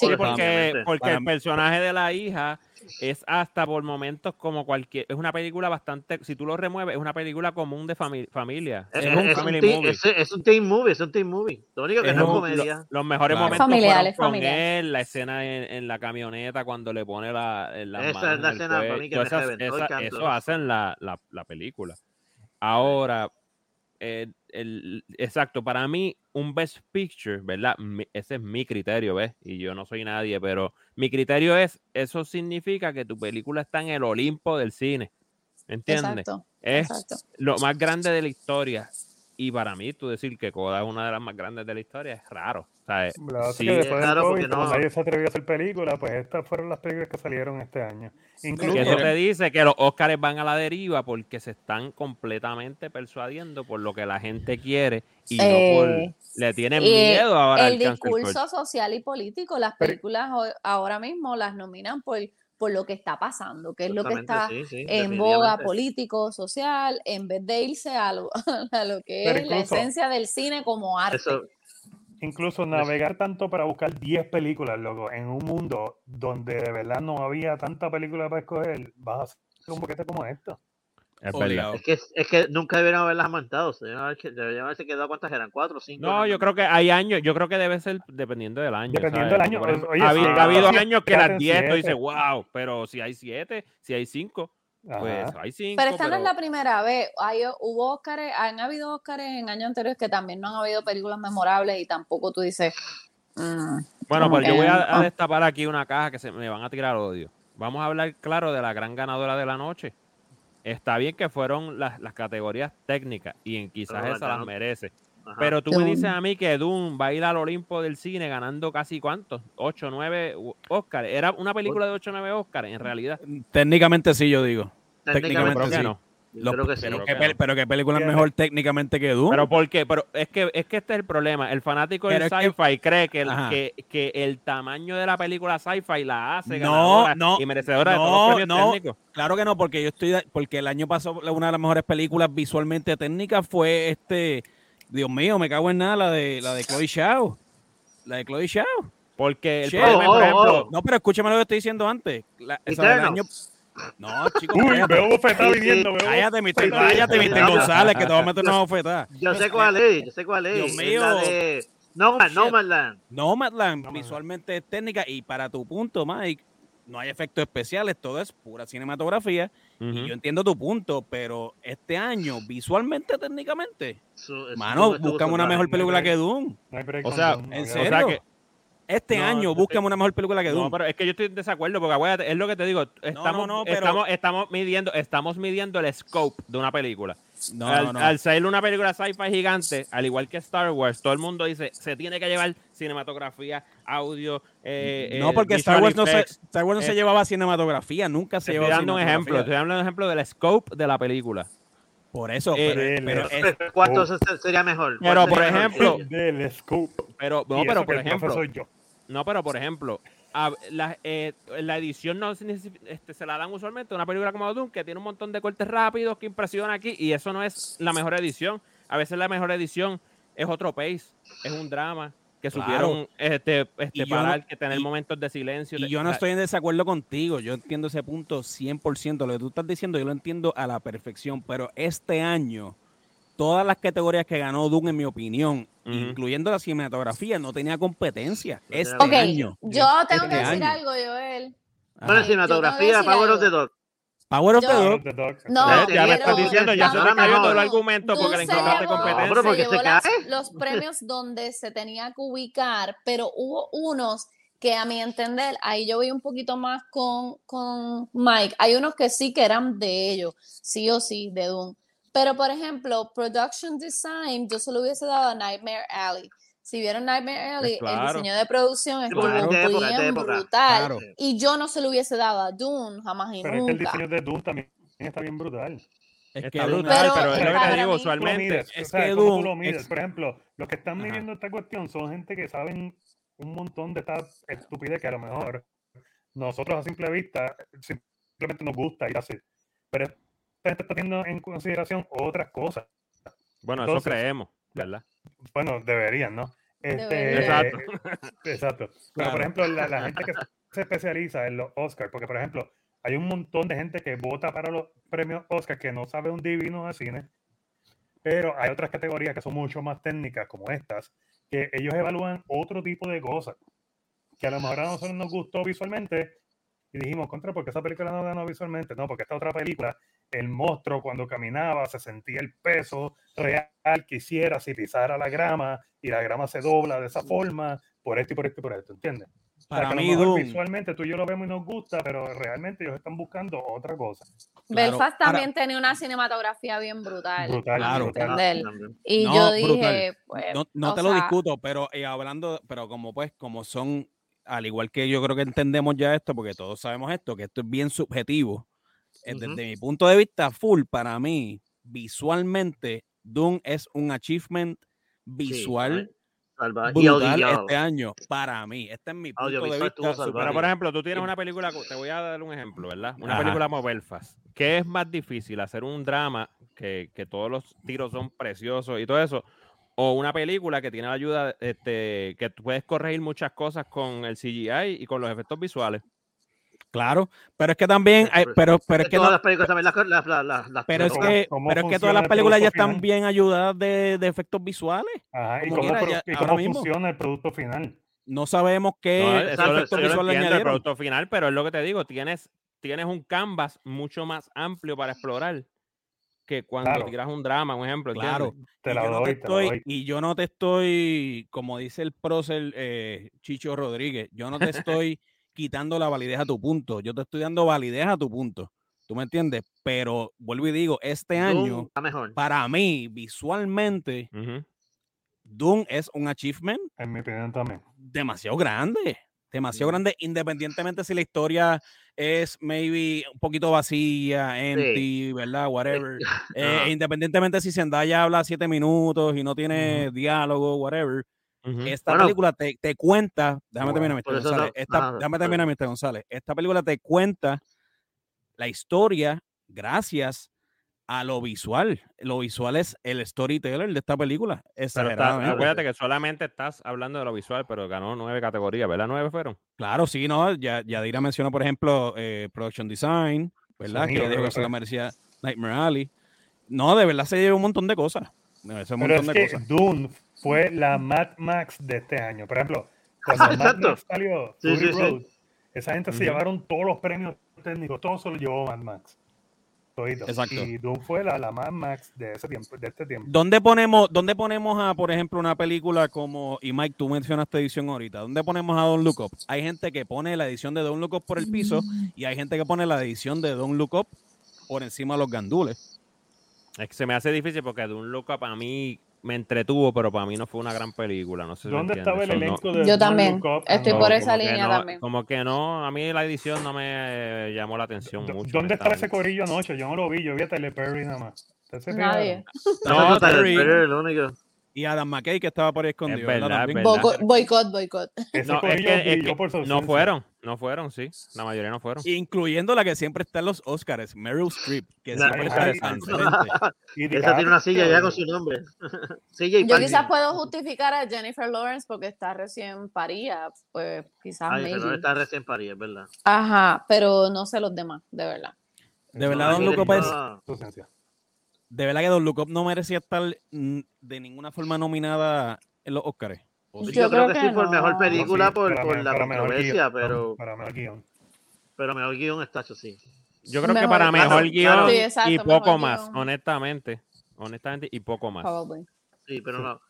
[SPEAKER 1] Sí,
[SPEAKER 4] Para mí,
[SPEAKER 1] porque,
[SPEAKER 4] obviamente.
[SPEAKER 1] porque
[SPEAKER 3] Para
[SPEAKER 1] el
[SPEAKER 3] mí.
[SPEAKER 1] personaje de la hija es hasta por momentos como cualquier. Es una película bastante. Si tú lo remueves, es una película común de fami- familia.
[SPEAKER 4] Es,
[SPEAKER 1] Es,
[SPEAKER 4] es-
[SPEAKER 1] un
[SPEAKER 4] es
[SPEAKER 1] family
[SPEAKER 4] un teen,
[SPEAKER 1] movie.
[SPEAKER 4] es, es un teen movie, es un teen movie. Lo único que
[SPEAKER 1] Es
[SPEAKER 4] no es
[SPEAKER 1] un-
[SPEAKER 4] comedia.
[SPEAKER 1] los mejores
[SPEAKER 3] Claro.
[SPEAKER 1] momentos
[SPEAKER 5] Familiares,
[SPEAKER 1] fueron con
[SPEAKER 5] familiares.
[SPEAKER 1] él, la escena en, en la camioneta cuando le pone la, en las
[SPEAKER 4] Esa
[SPEAKER 1] manos
[SPEAKER 4] es la
[SPEAKER 1] en el
[SPEAKER 4] escena para
[SPEAKER 1] cuello.
[SPEAKER 4] mí que
[SPEAKER 1] Todas
[SPEAKER 4] me
[SPEAKER 1] esas-
[SPEAKER 4] reventó el
[SPEAKER 1] esa-
[SPEAKER 4] canto.
[SPEAKER 1] Eso hacen la, la- la película. Ahora, eh, el- exacto, para mí un Best Picture, ¿verdad? Mi- ese es mi criterio, ¿ves? Y yo no soy nadie, pero mi criterio es, eso significa que tu película está en el Olimpo del cine. ¿Entiendes?
[SPEAKER 5] Exacto,
[SPEAKER 1] Es
[SPEAKER 5] exacto.
[SPEAKER 1] lo más grande de la historia. Y para mí, tú decir que Coda es una de las más grandes de la historia es raro. O sea, eh,
[SPEAKER 2] La verdad es
[SPEAKER 1] sí,
[SPEAKER 2] que después
[SPEAKER 4] claro,
[SPEAKER 2] del
[SPEAKER 4] porque
[SPEAKER 2] COVID, como
[SPEAKER 4] no-
[SPEAKER 2] nadie se atrevió a hacer películas, pues estas fueron las películas que salieron este año.
[SPEAKER 1] que
[SPEAKER 2] Incluso,
[SPEAKER 1] eso te dice que los Óscares van a la deriva porque se están completamente persuadiendo por lo que la gente quiere y no
[SPEAKER 5] Eh,
[SPEAKER 1] por... Le tienen
[SPEAKER 5] eh,
[SPEAKER 1] miedo ahora al
[SPEAKER 5] El
[SPEAKER 1] cancel culture.
[SPEAKER 5] discurso social y político, las
[SPEAKER 2] Pero-
[SPEAKER 5] películas hoy- ahora mismo las nominan por, por lo que está pasando, que es lo que
[SPEAKER 4] Exactamente,
[SPEAKER 5] está
[SPEAKER 4] sí, sí,
[SPEAKER 5] en boga
[SPEAKER 4] definitivamente.
[SPEAKER 5] político, social, en vez de irse a lo, a lo que
[SPEAKER 2] Pero
[SPEAKER 5] es la
[SPEAKER 2] incluso-
[SPEAKER 5] esencia del cine como arte.
[SPEAKER 4] Eso,
[SPEAKER 2] incluso navegar tanto para buscar 10 películas, loco, en un mundo donde de verdad no había tanta película para escoger, vas a hacer un boquete como esto.
[SPEAKER 1] Es verdad.
[SPEAKER 3] Obligado.
[SPEAKER 4] Es que, es que nunca debieron haberlas amantado. Deberían haberse, deberían haberse quedado cuántas eran, cuatro, cinco.
[SPEAKER 1] No, yo creo que hay años, yo creo que debe ser dependiendo del año.
[SPEAKER 2] Dependiendo
[SPEAKER 1] ¿sabes?
[SPEAKER 2] del año,
[SPEAKER 1] Por ejemplo,
[SPEAKER 2] oye,
[SPEAKER 1] ha,
[SPEAKER 2] sí,
[SPEAKER 1] habido- ha
[SPEAKER 2] claro,
[SPEAKER 1] habido
[SPEAKER 2] sí,
[SPEAKER 1] años que las
[SPEAKER 2] fíjate,
[SPEAKER 1] 10 tú
[SPEAKER 2] siete.
[SPEAKER 1] dices, wow, pero si hay 7, si hay 5,
[SPEAKER 2] Ajá.
[SPEAKER 1] pues hay 5.
[SPEAKER 5] Pero esta no es la primera vez. Hay, hubo Óscares, han habido Óscares en años anteriores que también no han habido películas memorables y tampoco tú dices. mm,
[SPEAKER 1] Bueno, pero yo voy
[SPEAKER 5] Ok.
[SPEAKER 1] a, a destapar aquí una caja que se me van a tirar odio. Vamos a hablar, claro, de la gran ganadora de la noche. Está bien que fueron las, las categorías técnicas y en quizás
[SPEAKER 4] Pero la
[SPEAKER 1] esas las
[SPEAKER 4] ganó-
[SPEAKER 1] merece.
[SPEAKER 4] Ajá.
[SPEAKER 1] Pero tú
[SPEAKER 5] Qué
[SPEAKER 1] me
[SPEAKER 5] bueno.
[SPEAKER 1] dices a mí que Doom va a ir al Olimpo del cine ganando casi cuántos, 8, 9 Oscar. Era una película de 8, 9 Oscar en realidad.
[SPEAKER 3] Técnicamente sí, yo digo.
[SPEAKER 1] Yo
[SPEAKER 3] Técnicamente
[SPEAKER 1] creo que
[SPEAKER 3] sí.
[SPEAKER 1] no.
[SPEAKER 4] Yo
[SPEAKER 3] Los-
[SPEAKER 4] creo que sí.
[SPEAKER 1] pero-
[SPEAKER 3] Pero qué pel- pero qué película es
[SPEAKER 2] Fíjate.
[SPEAKER 3] mejor técnicamente que Doom.
[SPEAKER 1] Pero porque, pero es que es que este es el problema. El fanático del
[SPEAKER 3] Pero es que-
[SPEAKER 1] sci-fi cree que el,
[SPEAKER 3] Ajá.
[SPEAKER 1] que, que el tamaño de la película sci-fi la hace
[SPEAKER 3] No,
[SPEAKER 1] ganadora
[SPEAKER 3] no,
[SPEAKER 1] y merecedora
[SPEAKER 3] no,
[SPEAKER 1] de todos los premios
[SPEAKER 3] no.
[SPEAKER 1] técnicos.
[SPEAKER 3] Claro que no, porque yo estoy de- porque el año pasado la- una de las mejores películas visualmente técnicas fue este Dios mío, me cago en nada la de la de Chloe Zhao. La de Chloe Zhao.
[SPEAKER 1] Porque el
[SPEAKER 3] Che,
[SPEAKER 1] problema,
[SPEAKER 4] oh,
[SPEAKER 1] por
[SPEAKER 4] oh,
[SPEAKER 1] ejemplo,
[SPEAKER 4] oh.
[SPEAKER 3] No, pero escúchame lo que estoy diciendo antes. La- esa del año-
[SPEAKER 4] Eternals.
[SPEAKER 3] No, chicos,
[SPEAKER 2] Uy,
[SPEAKER 3] cállate.
[SPEAKER 2] veo bofetada viniendo, veo.
[SPEAKER 3] Cállate, Mr. Cállate, Mr. González, que te va a meter una bofetada.
[SPEAKER 4] Yo sé cuál es, yo sé cuál es.
[SPEAKER 3] Dios
[SPEAKER 4] Es
[SPEAKER 3] mío.
[SPEAKER 4] la de No Man, No
[SPEAKER 3] Shit.
[SPEAKER 4] Man Land.
[SPEAKER 3] No, Matlan,
[SPEAKER 2] Nomadland.
[SPEAKER 3] visualmente es técnica y para tu punto, Mike, no hay efectos especiales, todo es pura cinematografía.
[SPEAKER 1] ujú.
[SPEAKER 3] Y yo entiendo tu punto, pero este año, visualmente, técnicamente,
[SPEAKER 4] Su- su-
[SPEAKER 3] mano,
[SPEAKER 4] estuvo
[SPEAKER 3] buscame
[SPEAKER 4] súper
[SPEAKER 3] una mejor
[SPEAKER 2] no hay
[SPEAKER 3] película
[SPEAKER 2] break.
[SPEAKER 3] que Doom.
[SPEAKER 2] No hay break
[SPEAKER 1] O
[SPEAKER 2] con
[SPEAKER 1] sea,
[SPEAKER 2] Doom, no
[SPEAKER 3] ¿en
[SPEAKER 2] hay break.
[SPEAKER 1] o
[SPEAKER 3] serio?
[SPEAKER 1] sea que,
[SPEAKER 3] Este
[SPEAKER 1] No, yo
[SPEAKER 3] año,
[SPEAKER 1] te-
[SPEAKER 3] búscame una mejor película que
[SPEAKER 1] no,
[SPEAKER 3] Doom.
[SPEAKER 1] pero es que yo estoy en desacuerdo porque acuérdate, es lo que te digo, estamos,
[SPEAKER 3] no, pero-
[SPEAKER 1] estamos, estamos midiendo, estamos midiendo el scope de una película.
[SPEAKER 3] No,
[SPEAKER 1] al,
[SPEAKER 3] no, no.
[SPEAKER 1] al salir una película sci-fi gigante, al igual que Star Wars, todo el mundo dice se tiene que llevar cinematografía, audio. eh,
[SPEAKER 3] No,
[SPEAKER 1] eh,
[SPEAKER 3] porque Star
[SPEAKER 1] visual
[SPEAKER 3] Wars no, se,
[SPEAKER 1] effects.
[SPEAKER 3] Star Wars no se
[SPEAKER 1] eh,
[SPEAKER 3] llevaba cinematografía, nunca se
[SPEAKER 1] Te
[SPEAKER 3] llevaba
[SPEAKER 1] Estoy dando un ejemplo,
[SPEAKER 3] cinematografía.
[SPEAKER 1] estoy dando un ejemplo del scope de la película.
[SPEAKER 3] Por eso,
[SPEAKER 1] Eh,
[SPEAKER 2] Dele,
[SPEAKER 3] pero, pero es-
[SPEAKER 4] buena.
[SPEAKER 1] Oh.
[SPEAKER 4] ¿Cuánto se- sería mejor?
[SPEAKER 1] Pero,
[SPEAKER 4] ¿Cuánto
[SPEAKER 1] por
[SPEAKER 4] sería mejor?
[SPEAKER 1] ejemplo,
[SPEAKER 2] Del scoop.
[SPEAKER 1] Pero,
[SPEAKER 2] Y
[SPEAKER 1] no,
[SPEAKER 2] eso
[SPEAKER 1] pero
[SPEAKER 2] que
[SPEAKER 1] por
[SPEAKER 2] el profe
[SPEAKER 1] ejemplo,
[SPEAKER 2] soy yo.
[SPEAKER 1] No, pero por ejemplo, a- la, eh, la edición no se neces- este, se la dan usualmente a una película como Doom que tiene un montón de cortes rápidos que impresionan aquí y eso no es la mejor edición. A veces la mejor edición es otro pace, es un drama que
[SPEAKER 3] Claro.
[SPEAKER 1] supieron este,
[SPEAKER 3] Y yo
[SPEAKER 1] este
[SPEAKER 3] no-
[SPEAKER 1] parar, que tener
[SPEAKER 3] y-
[SPEAKER 1] momentos de silencio.
[SPEAKER 3] y yo no estoy en desacuerdo contigo, yo entiendo ese punto 100%, lo que tú estás diciendo yo lo entiendo a la perfección, pero este año todas las categorías que ganó Doom, en mi opinión,
[SPEAKER 1] Ujú.
[SPEAKER 3] incluyendo la cinematografía, no tenía competencia.
[SPEAKER 4] No
[SPEAKER 3] este
[SPEAKER 4] tenía
[SPEAKER 5] Ok,
[SPEAKER 3] año.
[SPEAKER 5] yo tengo
[SPEAKER 3] Este
[SPEAKER 5] que decir
[SPEAKER 3] año.
[SPEAKER 5] algo, Joel.
[SPEAKER 4] Bueno,
[SPEAKER 3] Ajá.
[SPEAKER 5] Yo
[SPEAKER 4] cinematografía,
[SPEAKER 5] tengo que
[SPEAKER 4] Power of
[SPEAKER 5] decir
[SPEAKER 4] the Dog.
[SPEAKER 3] Power of the
[SPEAKER 5] Yo-
[SPEAKER 3] Dog.
[SPEAKER 2] The Dog,
[SPEAKER 5] No,
[SPEAKER 2] exacto.
[SPEAKER 1] ya me estás
[SPEAKER 5] pero-
[SPEAKER 1] diciendo, ya se
[SPEAKER 4] Ahora
[SPEAKER 1] te cayó
[SPEAKER 4] mejor.
[SPEAKER 1] todo el argumento porque le
[SPEAKER 5] Doom se
[SPEAKER 1] encontraste
[SPEAKER 5] llevó-
[SPEAKER 1] competencia.
[SPEAKER 4] Hombre, porque
[SPEAKER 5] se
[SPEAKER 4] se
[SPEAKER 5] llevó las-
[SPEAKER 4] cae.
[SPEAKER 5] los premios donde se tenía que ubicar, pero hubo unos que a mi entender, ahí yo voy un poquito más con, con Mike, hay unos que sí que eran de ellos, sí o sí, de Doom. Pero por ejemplo, Production Design, yo se lo hubiese dado a Nightmare Alley. Si vieron Nightmare Alley, el
[SPEAKER 1] Pues claro.
[SPEAKER 5] diseño de producción estuvo
[SPEAKER 4] Época, de época, de
[SPEAKER 5] bien
[SPEAKER 4] época.
[SPEAKER 5] brutal.
[SPEAKER 3] Claro.
[SPEAKER 5] Y yo no se lo hubiese dado a Doom, jamás y
[SPEAKER 2] Pero es que el
[SPEAKER 5] nunca.
[SPEAKER 2] diseño de Doom también está bien brutal.
[SPEAKER 3] Es que
[SPEAKER 1] Está
[SPEAKER 3] Doom-
[SPEAKER 1] brutal,
[SPEAKER 5] Pero-
[SPEAKER 1] pero, es lo que
[SPEAKER 5] para
[SPEAKER 1] te digo,
[SPEAKER 5] mí-
[SPEAKER 2] Tú lo
[SPEAKER 1] usualmente.
[SPEAKER 2] mides,
[SPEAKER 3] es
[SPEAKER 2] pues o sea,
[SPEAKER 3] que
[SPEAKER 2] cómo tú
[SPEAKER 3] Doom
[SPEAKER 2] lo mides.
[SPEAKER 3] es-
[SPEAKER 2] Por ejemplo, los que están
[SPEAKER 3] Ajá.
[SPEAKER 2] midiendo esta cuestión son gente que saben un montón de estas estupidez que a lo mejor nosotros a simple vista simplemente nos gusta y así. Pero esta gente está teniendo en consideración otras cosas.
[SPEAKER 1] Bueno, eso
[SPEAKER 2] Entonces-
[SPEAKER 1] creemos, ¿verdad?
[SPEAKER 2] Bueno, deberían, ¿no? Este,
[SPEAKER 5] Deberían.
[SPEAKER 2] exacto. Pero, por ejemplo, la, la gente que se especializa en los Oscars, porque, por ejemplo, hay un montón de gente que vota para los premios Oscar que no sabe un divino de cine, pero hay otras categorías que son mucho más técnicas, como estas, que ellos evalúan otro tipo de cosas, que a lo mejor a nosotros nos gustó visualmente y dijimos, contra, porque esa película no ganó visualmente, no, porque esta otra película, el monstruo cuando caminaba se sentía el peso real que hiciera si pisara la grama y la grama se dobla de esa forma, por esto y por esto y por esto, ¿entiendes? O sea,
[SPEAKER 3] Para
[SPEAKER 2] que a lo
[SPEAKER 3] mí,
[SPEAKER 2] mejor
[SPEAKER 3] Doom.
[SPEAKER 2] Visualmente tú y yo lo vemos y nos gusta, pero realmente ellos están buscando otra cosa.
[SPEAKER 3] Claro.
[SPEAKER 5] Belfast
[SPEAKER 3] Ahora-
[SPEAKER 5] también tenía una cinematografía bien brutal.
[SPEAKER 2] Brutal,
[SPEAKER 5] a mi
[SPEAKER 3] Claro.
[SPEAKER 4] Ah,
[SPEAKER 5] entender.
[SPEAKER 4] también.
[SPEAKER 5] Y
[SPEAKER 3] No,
[SPEAKER 5] yo dije,
[SPEAKER 3] brutal.
[SPEAKER 5] pues,
[SPEAKER 3] No, no
[SPEAKER 5] o
[SPEAKER 3] te lo
[SPEAKER 5] sea,
[SPEAKER 3] discuto, pero eh, hablando, pero como pues, como son, al igual que yo creo que entendemos ya esto, porque todos sabemos esto, que esto es bien subjetivo. eh,
[SPEAKER 4] Ujú.
[SPEAKER 3] Desde mi punto de vista, full para mí, visualmente, Doom es un achievement
[SPEAKER 4] Sí,
[SPEAKER 2] eh,
[SPEAKER 3] visual
[SPEAKER 2] ah,
[SPEAKER 4] salva- Y
[SPEAKER 3] brutal
[SPEAKER 4] audiovisual.
[SPEAKER 3] este año para mí. Este es mi punto de
[SPEAKER 4] Audiovisual
[SPEAKER 3] vista.
[SPEAKER 4] estuvo
[SPEAKER 3] super-
[SPEAKER 4] salvaje.
[SPEAKER 1] Pero, por
[SPEAKER 4] Vale.
[SPEAKER 1] ejemplo, tú tienes una película, te voy a dar un ejemplo, ¿verdad? Una
[SPEAKER 3] Ajá.
[SPEAKER 1] película como Belfast. ¿Qué es más difícil, hacer un drama que, que todos los tiros son preciosos y todo eso? O una película que tiene la ayuda, este, que tú puedes corregir muchas cosas con el CGI y con los efectos visuales.
[SPEAKER 3] Claro, pero es que también, hay- pero, pero es que
[SPEAKER 4] todas
[SPEAKER 3] no-
[SPEAKER 4] las películas también las, las, las, las- las-
[SPEAKER 3] pero es
[SPEAKER 4] las-
[SPEAKER 3] que,
[SPEAKER 2] cómo
[SPEAKER 3] pero es que todas
[SPEAKER 2] funciona
[SPEAKER 3] las
[SPEAKER 2] el
[SPEAKER 3] películas ya
[SPEAKER 2] producto
[SPEAKER 3] están
[SPEAKER 2] final.
[SPEAKER 3] bien ayudadas de, de efectos visuales.
[SPEAKER 2] Ajá, y
[SPEAKER 3] Como
[SPEAKER 2] cómo,
[SPEAKER 3] quiera,
[SPEAKER 2] pro-
[SPEAKER 3] ya-
[SPEAKER 2] y
[SPEAKER 3] ahora
[SPEAKER 2] cómo
[SPEAKER 3] mismo.
[SPEAKER 2] funciona el producto final.
[SPEAKER 3] No sabemos qué
[SPEAKER 1] No, eso,
[SPEAKER 4] exacto,
[SPEAKER 1] lo-
[SPEAKER 3] efectos
[SPEAKER 1] eso Eh, yo lo
[SPEAKER 3] visuales le
[SPEAKER 1] entiendo, el
[SPEAKER 3] añadieron.
[SPEAKER 1] producto final, pero es lo que te digo, tienes, tienes un canvas mucho más amplio para explorar que cuando
[SPEAKER 2] Claro.
[SPEAKER 1] tiras un drama, un ejemplo. ¿entiendes?
[SPEAKER 3] Claro.
[SPEAKER 2] Te
[SPEAKER 3] y
[SPEAKER 2] la
[SPEAKER 3] yo no
[SPEAKER 2] doy, te
[SPEAKER 3] te
[SPEAKER 2] la
[SPEAKER 3] estoy-
[SPEAKER 2] doy.
[SPEAKER 3] Y yo no te estoy, como dice el prócer eh, Chicho Rodríguez, yo no te estoy quitando la validez a tu punto, yo te estoy dando validez a tu punto. ¿Tú me entiendes? Pero vuelvo y digo, este
[SPEAKER 4] Doom
[SPEAKER 3] año,
[SPEAKER 4] está mejor.
[SPEAKER 3] para mí, visualmente,
[SPEAKER 1] Ujú.
[SPEAKER 3] Doom es un achievement
[SPEAKER 2] En mi opinión también.
[SPEAKER 3] demasiado grande, demasiado grande, independientemente si la historia es maybe un poquito vacía, empty, ¿verdad? Whatever. Eh,
[SPEAKER 4] Ajá.
[SPEAKER 3] independientemente si Zendaya habla siete minutos y no tiene diálogo, whatever,
[SPEAKER 1] Ujú.
[SPEAKER 3] esta
[SPEAKER 4] Bueno.
[SPEAKER 3] película te, te cuenta, déjame
[SPEAKER 2] Bueno,
[SPEAKER 3] terminar, Mr.
[SPEAKER 4] por eso
[SPEAKER 3] González,
[SPEAKER 4] no-
[SPEAKER 3] esta,
[SPEAKER 4] ajá,
[SPEAKER 3] déjame
[SPEAKER 4] está
[SPEAKER 3] terminar, Mr. González, esta película te cuenta la historia gracias a lo visual. Lo visual es el storyteller de esta película.
[SPEAKER 1] Pero está-
[SPEAKER 2] Ah,
[SPEAKER 3] exageradamente.
[SPEAKER 1] acuérdate
[SPEAKER 2] pues.
[SPEAKER 1] que solamente estás hablando de lo visual, pero ganó nueve categorías, ¿verdad? Nueve fueron.
[SPEAKER 3] Claro, sí, no. Ya, Yadira mencionó, por ejemplo, eh, Production Design, ¿verdad?
[SPEAKER 2] Sonido,
[SPEAKER 3] que dijo
[SPEAKER 2] creo
[SPEAKER 1] eh,
[SPEAKER 3] que se la
[SPEAKER 2] que-
[SPEAKER 3] merecía Nightmare Alley. No, de verdad se lleva un montón de cosas. Se lleva un
[SPEAKER 2] Pero
[SPEAKER 3] montón
[SPEAKER 2] es
[SPEAKER 3] de
[SPEAKER 2] que
[SPEAKER 3] cosas.
[SPEAKER 2] Dune fue la Mad Max de este año. Por ejemplo, cuando Mad
[SPEAKER 4] Exacto.
[SPEAKER 2] Max salió,
[SPEAKER 4] Sí,
[SPEAKER 2] Fury
[SPEAKER 4] sí, sí.
[SPEAKER 2] Road, esa gente se
[SPEAKER 1] Ujú.
[SPEAKER 2] llevaron todos los premios técnicos, todo se lo llevó Mad Max. Todito.
[SPEAKER 3] Exacto.
[SPEAKER 2] Y Dune fue la, la Mad Max de ese tiempo, de este tiempo.
[SPEAKER 3] ¿Dónde ponemos, ¿Dónde ponemos a, por ejemplo, una película como, y Mike, tú mencionaste edición ahorita, ¿dónde ponemos a Don Look Up? Hay gente que pone la edición de Don Look Up por el piso y hay gente que pone la edición de Don Look Up por encima de los gandules.
[SPEAKER 1] Es que se me hace difícil porque de un loco para mí me entretuvo, pero para mí no fue una gran película. No sé si me
[SPEAKER 2] ¿Dónde
[SPEAKER 1] entiendes,
[SPEAKER 2] estaba el
[SPEAKER 1] so, no-
[SPEAKER 2] elenco de
[SPEAKER 5] Yo
[SPEAKER 2] Don't
[SPEAKER 5] también.
[SPEAKER 2] Look Up?
[SPEAKER 5] Estoy
[SPEAKER 2] Ah,
[SPEAKER 5] por
[SPEAKER 2] no,
[SPEAKER 5] esa
[SPEAKER 1] como que
[SPEAKER 5] línea
[SPEAKER 1] no-
[SPEAKER 5] también.
[SPEAKER 1] Como que no, a mí la edición no me llamó la atención
[SPEAKER 2] ¿dó-
[SPEAKER 1] mucho.
[SPEAKER 2] ¿Dónde estaba ese
[SPEAKER 1] honestamente.
[SPEAKER 2] corillo anoche? Yo no lo vi, yo vi a Teleperry nada más. ¿Ustedes se
[SPEAKER 5] Nadie.
[SPEAKER 2] fijaron?
[SPEAKER 1] No,
[SPEAKER 4] Ese
[SPEAKER 3] Terry.
[SPEAKER 4] Terry era el único.
[SPEAKER 3] Y Adam McKay que estaba por ahí escondido.
[SPEAKER 1] verdad, es
[SPEAKER 3] También.
[SPEAKER 1] verdad.
[SPEAKER 5] Boico- Boicot, boicot.
[SPEAKER 2] Ese
[SPEAKER 1] No, es
[SPEAKER 2] corillo
[SPEAKER 1] que- es
[SPEAKER 2] brilló
[SPEAKER 1] que
[SPEAKER 2] por su
[SPEAKER 1] no
[SPEAKER 2] ausencia.
[SPEAKER 1] fueron, no fueron, sí. La mayoría no fueron.
[SPEAKER 3] Incluyendo la que siempre está en los Oscars, Meryl Streep, que
[SPEAKER 4] La-
[SPEAKER 3] siempre está al
[SPEAKER 1] interesante.
[SPEAKER 3] frente.
[SPEAKER 2] Y
[SPEAKER 4] Esa tiene una silla ya
[SPEAKER 2] DiCaprio,
[SPEAKER 4] con su nombre. silla y
[SPEAKER 5] Yo
[SPEAKER 4] pan.
[SPEAKER 5] quizás puedo justificar a Jennifer Lawrence porque está recién parida, pues quizás
[SPEAKER 4] Ay, pero
[SPEAKER 5] maybe.
[SPEAKER 4] está recién parida, es verdad.
[SPEAKER 5] Ajá, pero no sé los demás, de verdad.
[SPEAKER 3] De verdad, Don
[SPEAKER 4] Ay,
[SPEAKER 3] Loco Pérez,
[SPEAKER 4] está-
[SPEAKER 2] su ausencia.
[SPEAKER 3] de verdad que Don Look Up no merecía estar mm, de ninguna forma nominada en los Oscars.
[SPEAKER 4] Yo,
[SPEAKER 5] Yo
[SPEAKER 4] creo
[SPEAKER 5] creo
[SPEAKER 4] que,
[SPEAKER 5] que
[SPEAKER 4] sí, por mejor
[SPEAKER 5] no.
[SPEAKER 4] película,
[SPEAKER 2] No, sí,
[SPEAKER 4] por,
[SPEAKER 2] para
[SPEAKER 4] por
[SPEAKER 2] me-
[SPEAKER 4] la
[SPEAKER 2] para mejor
[SPEAKER 4] controversia,
[SPEAKER 2] guión,
[SPEAKER 4] pero,
[SPEAKER 2] Para mejor guión.
[SPEAKER 4] pero mejor guión está hecho, sí.
[SPEAKER 1] Yo creo que
[SPEAKER 5] Mejor-
[SPEAKER 1] para
[SPEAKER 4] claro,
[SPEAKER 1] mejor guión
[SPEAKER 4] claro.
[SPEAKER 5] Sí, exacto,
[SPEAKER 1] y
[SPEAKER 5] mejor
[SPEAKER 1] poco más,
[SPEAKER 5] guión.
[SPEAKER 1] honestamente. Honestamente, y poco más.
[SPEAKER 5] Probably.
[SPEAKER 4] Sí, pero no.